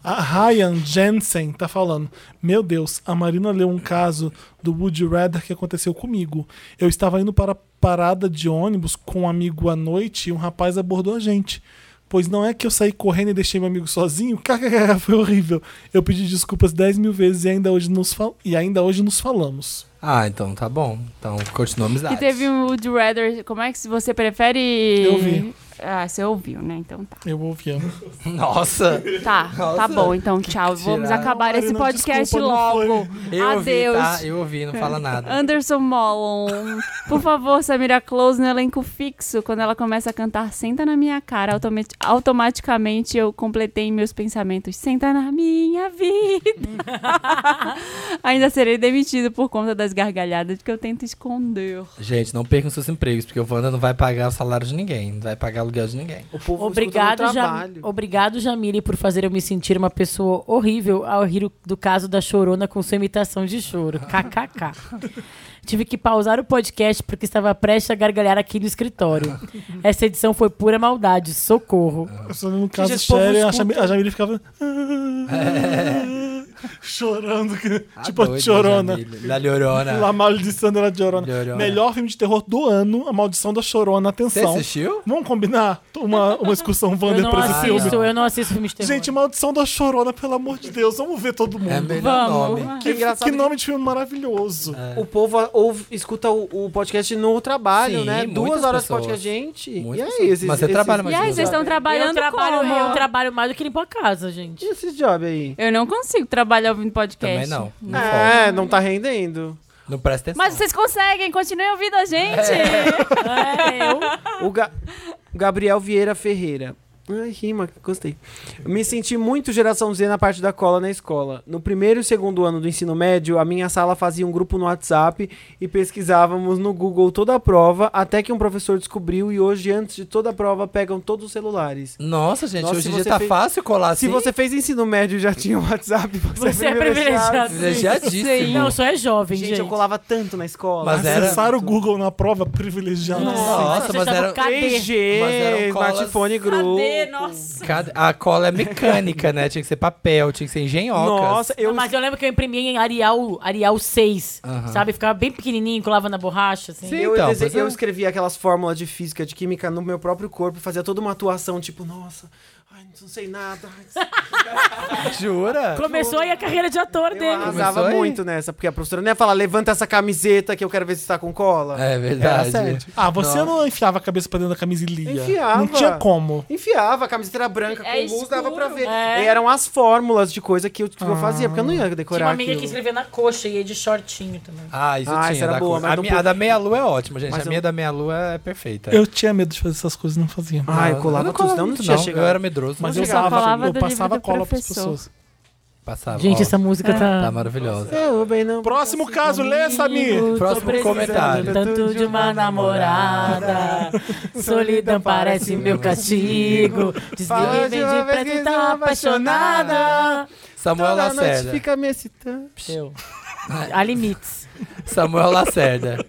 Speaker 1: A Ryan Jensen tá falando: Meu Deus, a Marina leu um caso do Woody Rather que aconteceu comigo. Eu estava indo para a parada de ônibus com um amigo à noite e um rapaz abordou a gente. Pois não é que eu saí correndo e deixei meu amigo sozinho? [LAUGHS] KKK, foi horrível. Eu pedi desculpas 10 mil vezes e ainda hoje nos, fal- e ainda hoje nos falamos.
Speaker 5: Ah, então tá bom. Então continua a amizade.
Speaker 3: um E teve um Would Rather. Como é que se você prefere.
Speaker 1: Eu vi.
Speaker 3: Ah, você ouviu, né?
Speaker 1: [LAUGHS]
Speaker 3: Então tá.
Speaker 1: Eu ouvi.
Speaker 5: [LAUGHS] Nossa!
Speaker 3: Tá, tá
Speaker 5: Nossa,
Speaker 3: bom. Então tchau. Vamos
Speaker 5: tirada.
Speaker 3: acabar esse
Speaker 1: Não,
Speaker 3: podcast
Speaker 1: desculpa, não foi.
Speaker 3: logo.
Speaker 5: Eu
Speaker 3: Adeus. É.
Speaker 5: ouvi, tá? Eu ouvi, não fala nada.
Speaker 3: Anderson Mollon. Por favor, Samira Close no elenco fixo. Quando ela começa a cantar Senta na minha cara, automa- automaticamente eu completei meus pensamentos. Senta na minha vida. Ainda serei demitido por conta das gargalhadas que eu tento esconder.
Speaker 5: Gente, não percam seus empregos, porque o Wanda não vai pagar o salário de ninguém, não vai pagar aluguel de ninguém.
Speaker 2: O povo escuta
Speaker 4: Obrigado,
Speaker 2: no
Speaker 4: Jam...
Speaker 2: trabalho.
Speaker 4: Obrigado, Jamile, por fazer eu me sentir uma pessoa horrível ao rir do caso da chorona com sua imitação de choro.
Speaker 2: [LAUGHS]
Speaker 4: KKK. Tive que pausar o podcast porque estava prestes a gargalhar aqui no
Speaker 2: [LAUGHS]
Speaker 4: escritório. Essa edição foi pura maldade. Socorro.
Speaker 2: É.
Speaker 1: No caso
Speaker 2: esse povo
Speaker 1: sério, a,
Speaker 2: escuta.
Speaker 1: Jami- a Jamile ficava. Chorando. que-
Speaker 5: Tá
Speaker 1: tipo,
Speaker 5: doido,
Speaker 1: a chorona.
Speaker 5: né, Jamile? Da Llorona.
Speaker 1: A maldição da Llorona.
Speaker 5: Llorona.
Speaker 1: Melhor filme de terror do ano, A Maldição da Chorona.
Speaker 5: Você
Speaker 1: Atenção.
Speaker 5: assistiu?
Speaker 1: Vamos combinar uma, uma excursão
Speaker 4: Eu
Speaker 1: Wander
Speaker 4: não
Speaker 1: pra esse filme?
Speaker 4: assisto, eu não assisto filmes de terror.
Speaker 1: Gente, Maldição da Chorona, pelo amor de Deus. Vamos ver todo
Speaker 5: É
Speaker 1: mundo.
Speaker 5: melhor É.
Speaker 3: Vamos.
Speaker 5: nome.
Speaker 1: que,
Speaker 2: engraçado
Speaker 1: que
Speaker 2: que-
Speaker 1: nome de filme maravilhoso.
Speaker 2: O povo a- ouve- escuta o, o podcast no trabalho,
Speaker 5: Sim,
Speaker 2: né?
Speaker 5: muitas
Speaker 2: Duas horas de
Speaker 5: pessoas.
Speaker 2: podcast, gente.
Speaker 5: Muitas
Speaker 2: e aí?
Speaker 5: pessoas.
Speaker 2: Esses,
Speaker 5: Mas você trabalha,
Speaker 3: E
Speaker 5: mas-
Speaker 3: aí, vocês estão trabalhando
Speaker 4: eu trabalho,
Speaker 3: como?
Speaker 4: eu trabalho mais do que limpar a casa, gente.
Speaker 2: E esse job aí?
Speaker 3: Eu não consigo trabalhar ouvindo
Speaker 5: Também
Speaker 3: podcast.
Speaker 5: não. Não, folga.
Speaker 2: É, não tá rendendo.
Speaker 5: não presta atenção.
Speaker 3: Mas vocês conseguem, continuem ouvindo a gente.
Speaker 4: É, eu.
Speaker 2: O Ga- Gabriel Vieira Ferreira. Ai, rima, gostei. Me senti muito geração Z na parte da cola na escola. No primeiro e segundo ano do ensino médio, a minha sala fazia um grupo no WhatsApp e pesquisávamos no Google toda a prova, até que um professor descobriu e hoje, antes de toda a prova, pegam todos os celulares.
Speaker 5: Nossa, gente,
Speaker 2: Nossa,
Speaker 5: hoje
Speaker 2: se
Speaker 5: em dia
Speaker 2: você
Speaker 5: tá
Speaker 2: fez-
Speaker 5: fácil colar assim.
Speaker 2: Se você fez ensino médio e já tinha um WhatsApp, você,
Speaker 4: Você é privilegiado.
Speaker 5: Privilegiadíssimo.
Speaker 4: Não, só é jovem,
Speaker 2: Gente,
Speaker 4: gente.
Speaker 2: eu colava tanto na escola.
Speaker 5: Mas era-
Speaker 1: Acessar o Google na prova privilegiada.
Speaker 5: Nossa,
Speaker 4: Você
Speaker 5: mas
Speaker 4: tava
Speaker 5: era-
Speaker 4: com cadê?
Speaker 2: 3G,
Speaker 5: Mas eram colas-
Speaker 2: smartphone grupo.
Speaker 3: Cadê? É, Nossa.
Speaker 5: Cada- A cola é mecânica, né? Tinha que ser papel, tinha que ser engenhoca.
Speaker 2: Nossa, eu
Speaker 4: Mas eu lembro que eu imprimia em Arial, Arial 6, sabe? Ficava bem pequenininho, colava na borracha, assim.
Speaker 5: Sim.
Speaker 2: eu,
Speaker 5: Então,
Speaker 2: dese-
Speaker 5: pois é.
Speaker 2: eu escrevia aquelas fórmulas de física, de química no meu próprio corpo, fazia toda uma atuação, tipo, nossa, ai, não sei nada. ai,
Speaker 5: Jura?
Speaker 4: Começou aí a carreira de ator
Speaker 2: Eu
Speaker 4: dele.
Speaker 5: [LAUGHS] Começou
Speaker 2: arrasava
Speaker 5: aí?
Speaker 2: muito nessa, porque a professora nem ia falar, levanta essa camiseta que eu quero ver se tá com cola.
Speaker 5: É verdade.
Speaker 2: Era assédio.
Speaker 1: Ah, você não enfiava a cabeça pra dentro da camisa e lia.
Speaker 2: Enfiava.
Speaker 1: Não tinha como.
Speaker 2: Enfiava, a camiseta era branca,
Speaker 3: É
Speaker 2: com luz
Speaker 3: escuro.
Speaker 2: dava pra ver.
Speaker 4: É.
Speaker 2: E eram as fórmulas de coisa que eu, que eu fazia, porque eu não ia decorar
Speaker 4: Tinha uma amiga que
Speaker 2: aquilo.
Speaker 4: escrevia na coxa e ia de shortinho também.
Speaker 5: Ah, isso
Speaker 2: Ah,
Speaker 5: tinha.
Speaker 2: essa era
Speaker 5: da
Speaker 2: boa,
Speaker 5: cor.
Speaker 2: mas
Speaker 5: a,
Speaker 2: não
Speaker 5: minha- a
Speaker 2: pude-
Speaker 5: da meia-lua é ótima, gente.
Speaker 2: Mas
Speaker 5: a
Speaker 2: eu-
Speaker 5: minha da meia-lua é perfeita.
Speaker 1: Eu tinha medo de fazer essas coisas e não fazia.
Speaker 2: Ah, eu
Speaker 5: Não,
Speaker 2: colava
Speaker 5: não
Speaker 2: tudo, senão não
Speaker 5: muito,
Speaker 2: tinha
Speaker 5: não.
Speaker 2: chegado.
Speaker 5: Eu era medroso.
Speaker 1: Mas
Speaker 5: Mas
Speaker 1: eu
Speaker 5: eu
Speaker 3: chegava
Speaker 1: usava,
Speaker 3: falava
Speaker 1: eu
Speaker 3: do livro
Speaker 1: passava
Speaker 3: do
Speaker 1: cola pras
Speaker 3: professor.
Speaker 1: pessoas.
Speaker 5: passava.
Speaker 4: Gente,
Speaker 5: ó,
Speaker 4: essa música tá...
Speaker 5: Tá maravilhosa.
Speaker 2: Eu bem não.
Speaker 1: Próximo caso, lê, Samir.
Speaker 5: Próximo comentário.
Speaker 4: Tanto de uma namorada Solidão parece meu castigo
Speaker 2: Fala
Speaker 4: Desligue
Speaker 2: de
Speaker 4: vem
Speaker 2: uma
Speaker 4: de
Speaker 2: vez
Speaker 4: perto
Speaker 2: que
Speaker 4: e tá
Speaker 2: tá apaixonada.
Speaker 4: apaixonada
Speaker 5: Samuel
Speaker 2: Toda noite
Speaker 5: Lacerda.
Speaker 2: fica me excitando.
Speaker 4: Eu Há limites
Speaker 5: Samuel Lacerda.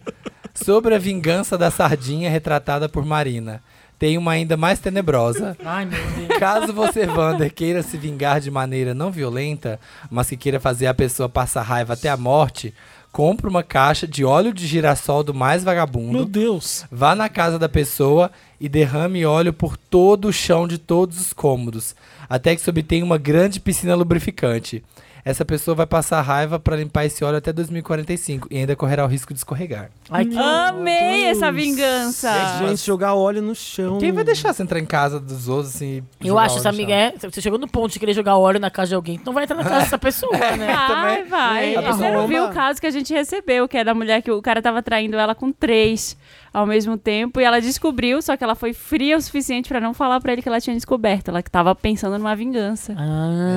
Speaker 5: Sobre a vingança da sardinha retratada por Marina. Tem uma ainda mais tenebrosa.
Speaker 4: Ai meu Deus
Speaker 5: Caso você, Wander, queira se vingar de maneira não violenta, mas que queira fazer a pessoa passar raiva até a morte, compre uma caixa de óleo de girassol do mais
Speaker 1: Meu
Speaker 5: vagabundo,
Speaker 1: Deus.
Speaker 5: vá na casa da pessoa e derrame óleo por todo o chão de todos os cômodos, até que se obtenha uma grande piscina lubrificante. Essa pessoa vai passar raiva para limpar esse óleo até 2045 e ainda correrá o risco de escorregar.
Speaker 4: Ai, que...
Speaker 3: Amei essa vingança.
Speaker 2: Gente, jogar óleo no chão.
Speaker 5: Quem vai deixar você entrar em casa dos outros assim? e
Speaker 4: Eu
Speaker 5: jogar
Speaker 4: acho
Speaker 5: óleo
Speaker 4: essa
Speaker 5: no
Speaker 4: amiga
Speaker 5: chão?
Speaker 4: é, Você chegou no ponto de querer jogar óleo na casa de alguém tu Não vai entrar na casa dessa pessoa,
Speaker 1: É,
Speaker 4: né?
Speaker 3: Vai, vai.
Speaker 2: É,
Speaker 3: Você não
Speaker 2: arromba.
Speaker 3: viu o caso que a gente recebeu, que é da mulher que o cara tava traindo ela com três ao mesmo tempo. E ela descobriu, só que ela foi fria o suficiente pra não falar pra ele que ela tinha descoberto. Ela que tava pensando numa vingança.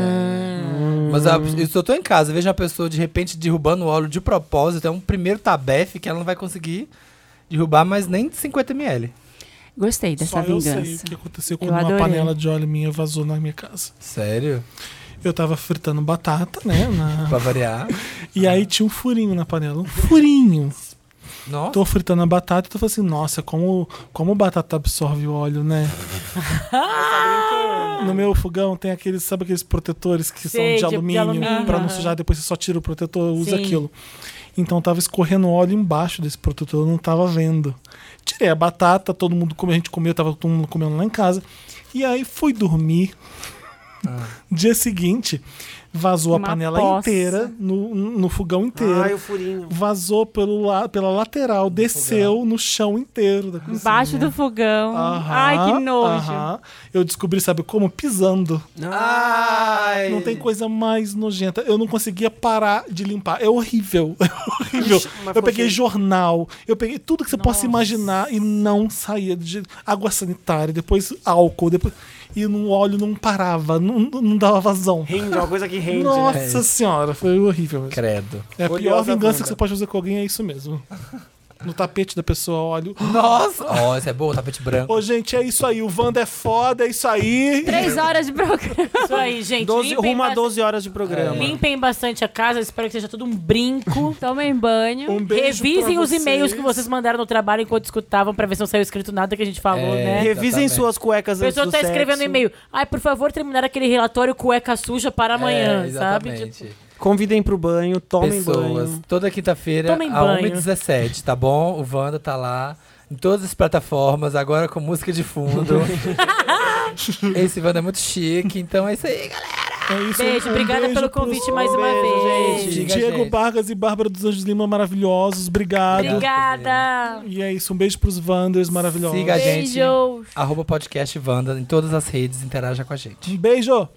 Speaker 4: Ah,
Speaker 5: Mas a, se eu tô em casa, vejo uma pessoa de repente derrubando o óleo de propósito, é um primeiro tabefe que ela não vai conseguir derrubar mais nem 50 ml.
Speaker 3: Gostei dessa
Speaker 1: Só eu sei o
Speaker 3: vingança.
Speaker 1: que é assim, aconteceu quando
Speaker 3: Eu
Speaker 1: uma
Speaker 3: adorei.
Speaker 1: panela de óleo minha vazou na minha casa.
Speaker 5: Sério?
Speaker 1: Eu tava fritando batata, né? na-
Speaker 5: Pra variar. [LAUGHS]
Speaker 1: E aí tinha um furinho na panela. Um furinho.
Speaker 5: Nossa.
Speaker 1: Tô fritando a batata e tô falando assim, nossa, como, como batata absorve o óleo, né? no meu fogão tem aqueles, sabe aqueles protetores que
Speaker 4: Sei,
Speaker 1: são
Speaker 4: de-
Speaker 1: de
Speaker 4: de
Speaker 1: alumínio,
Speaker 4: alumínio,
Speaker 1: pra não
Speaker 4: aham.
Speaker 1: sujar, depois você só tira o protetor, usa
Speaker 4: Sim.
Speaker 1: aquilo. Então tava escorrendo óleo embaixo desse protetor, eu não tava vendo. Tirei a batata, todo mundo comeu, a gente comeu, tava todo mundo comendo lá em casa. E aí fui dormir. Dia seguinte, vazou
Speaker 3: Uma
Speaker 1: a panela
Speaker 3: poça.
Speaker 1: inteira, no, no fogão inteiro.
Speaker 2: Ai, o furinho.
Speaker 1: Vazou pelo la- pela lateral, desceu no chão inteiro da cozinha.
Speaker 3: Embaixo do fogão.
Speaker 1: né? Aham,
Speaker 3: Ai, que nojo.
Speaker 1: aham. Eu descobri, sabe como? Pisando.
Speaker 2: Ah. É.
Speaker 5: Ai.
Speaker 1: Não tem coisa mais nojenta. Eu não conseguia parar de limpar. É horrível. [LAUGHS] É horrível.
Speaker 2: Mas
Speaker 1: Eu peguei
Speaker 2: você-
Speaker 1: jornal, eu peguei tudo que você possa imaginar e não saía de jeito- água sanitária, depois álcool, depois e no óleo não parava, não, não não dava vazão.
Speaker 2: Rende, é uma coisa que rende. né?
Speaker 1: Nossa senhora, foi horrível. Mesmo.
Speaker 5: Credo.
Speaker 1: É a pior
Speaker 2: Oleosa
Speaker 1: vingança
Speaker 2: Wanda.
Speaker 1: que você pode fazer com alguém é isso mesmo. No tapete da pessoa, óleo.
Speaker 5: Nossa! Ó, essa é boa, tapete branco.
Speaker 1: Ô, gente, é isso aí. O Wanda é foda, é isso aí.
Speaker 3: Três horas de programa.
Speaker 4: Isso aí, gente.
Speaker 2: 12,
Speaker 4: limpem
Speaker 2: rumo a
Speaker 4: bas-
Speaker 2: 12 horas de programa.
Speaker 4: Limpem bastante a casa, espero que seja tudo um brinco.
Speaker 3: Tomem banho.
Speaker 1: Um beijo pra
Speaker 4: Revisem os e-mails
Speaker 1: vocês.
Speaker 4: que vocês mandaram no trabalho enquanto escutavam pra ver se não saiu escrito nada que a gente falou,
Speaker 5: É.
Speaker 4: né?
Speaker 2: Revisem
Speaker 5: Exatamente.
Speaker 2: suas cuecas
Speaker 4: A
Speaker 2: antes
Speaker 4: pessoa
Speaker 2: do
Speaker 4: tá escrevendo
Speaker 2: sexo.
Speaker 4: e-mail. Ai, por favor, terminar aquele relatório cueca suja para amanhã,
Speaker 5: É,
Speaker 4: sabe? Tipo,
Speaker 5: exatamente.
Speaker 2: Convidem pro banho, tomem
Speaker 5: Pessoas,
Speaker 2: banho.
Speaker 5: toda quinta-feira,
Speaker 4: Tomem
Speaker 5: a
Speaker 4: banho.
Speaker 5: 1h17, tá bom? O Wanda tá lá. Em todas as plataformas, agora com música de
Speaker 4: [LAUGHS]
Speaker 5: fundo. Esse Wanda é muito chique, então é isso aí, galera.
Speaker 1: É isso.
Speaker 4: Beijo,
Speaker 1: Um
Speaker 4: obrigada
Speaker 1: beijo
Speaker 4: pelo
Speaker 1: pros-
Speaker 4: convite mais uma
Speaker 2: beijo,
Speaker 4: vez.
Speaker 2: gente.
Speaker 5: Diga,
Speaker 1: Diego
Speaker 5: gente.
Speaker 1: Vargas e Bárbara dos Anjos Lima, maravilhosos. Obrigado.
Speaker 4: Obrigada.
Speaker 1: E é isso. Um beijo pros Wanders, maravilhosos.
Speaker 5: Siga a gente.
Speaker 3: Beijos.
Speaker 5: Arroba podcast Wanda em todas as redes, interaja com a gente.
Speaker 1: Um beijo.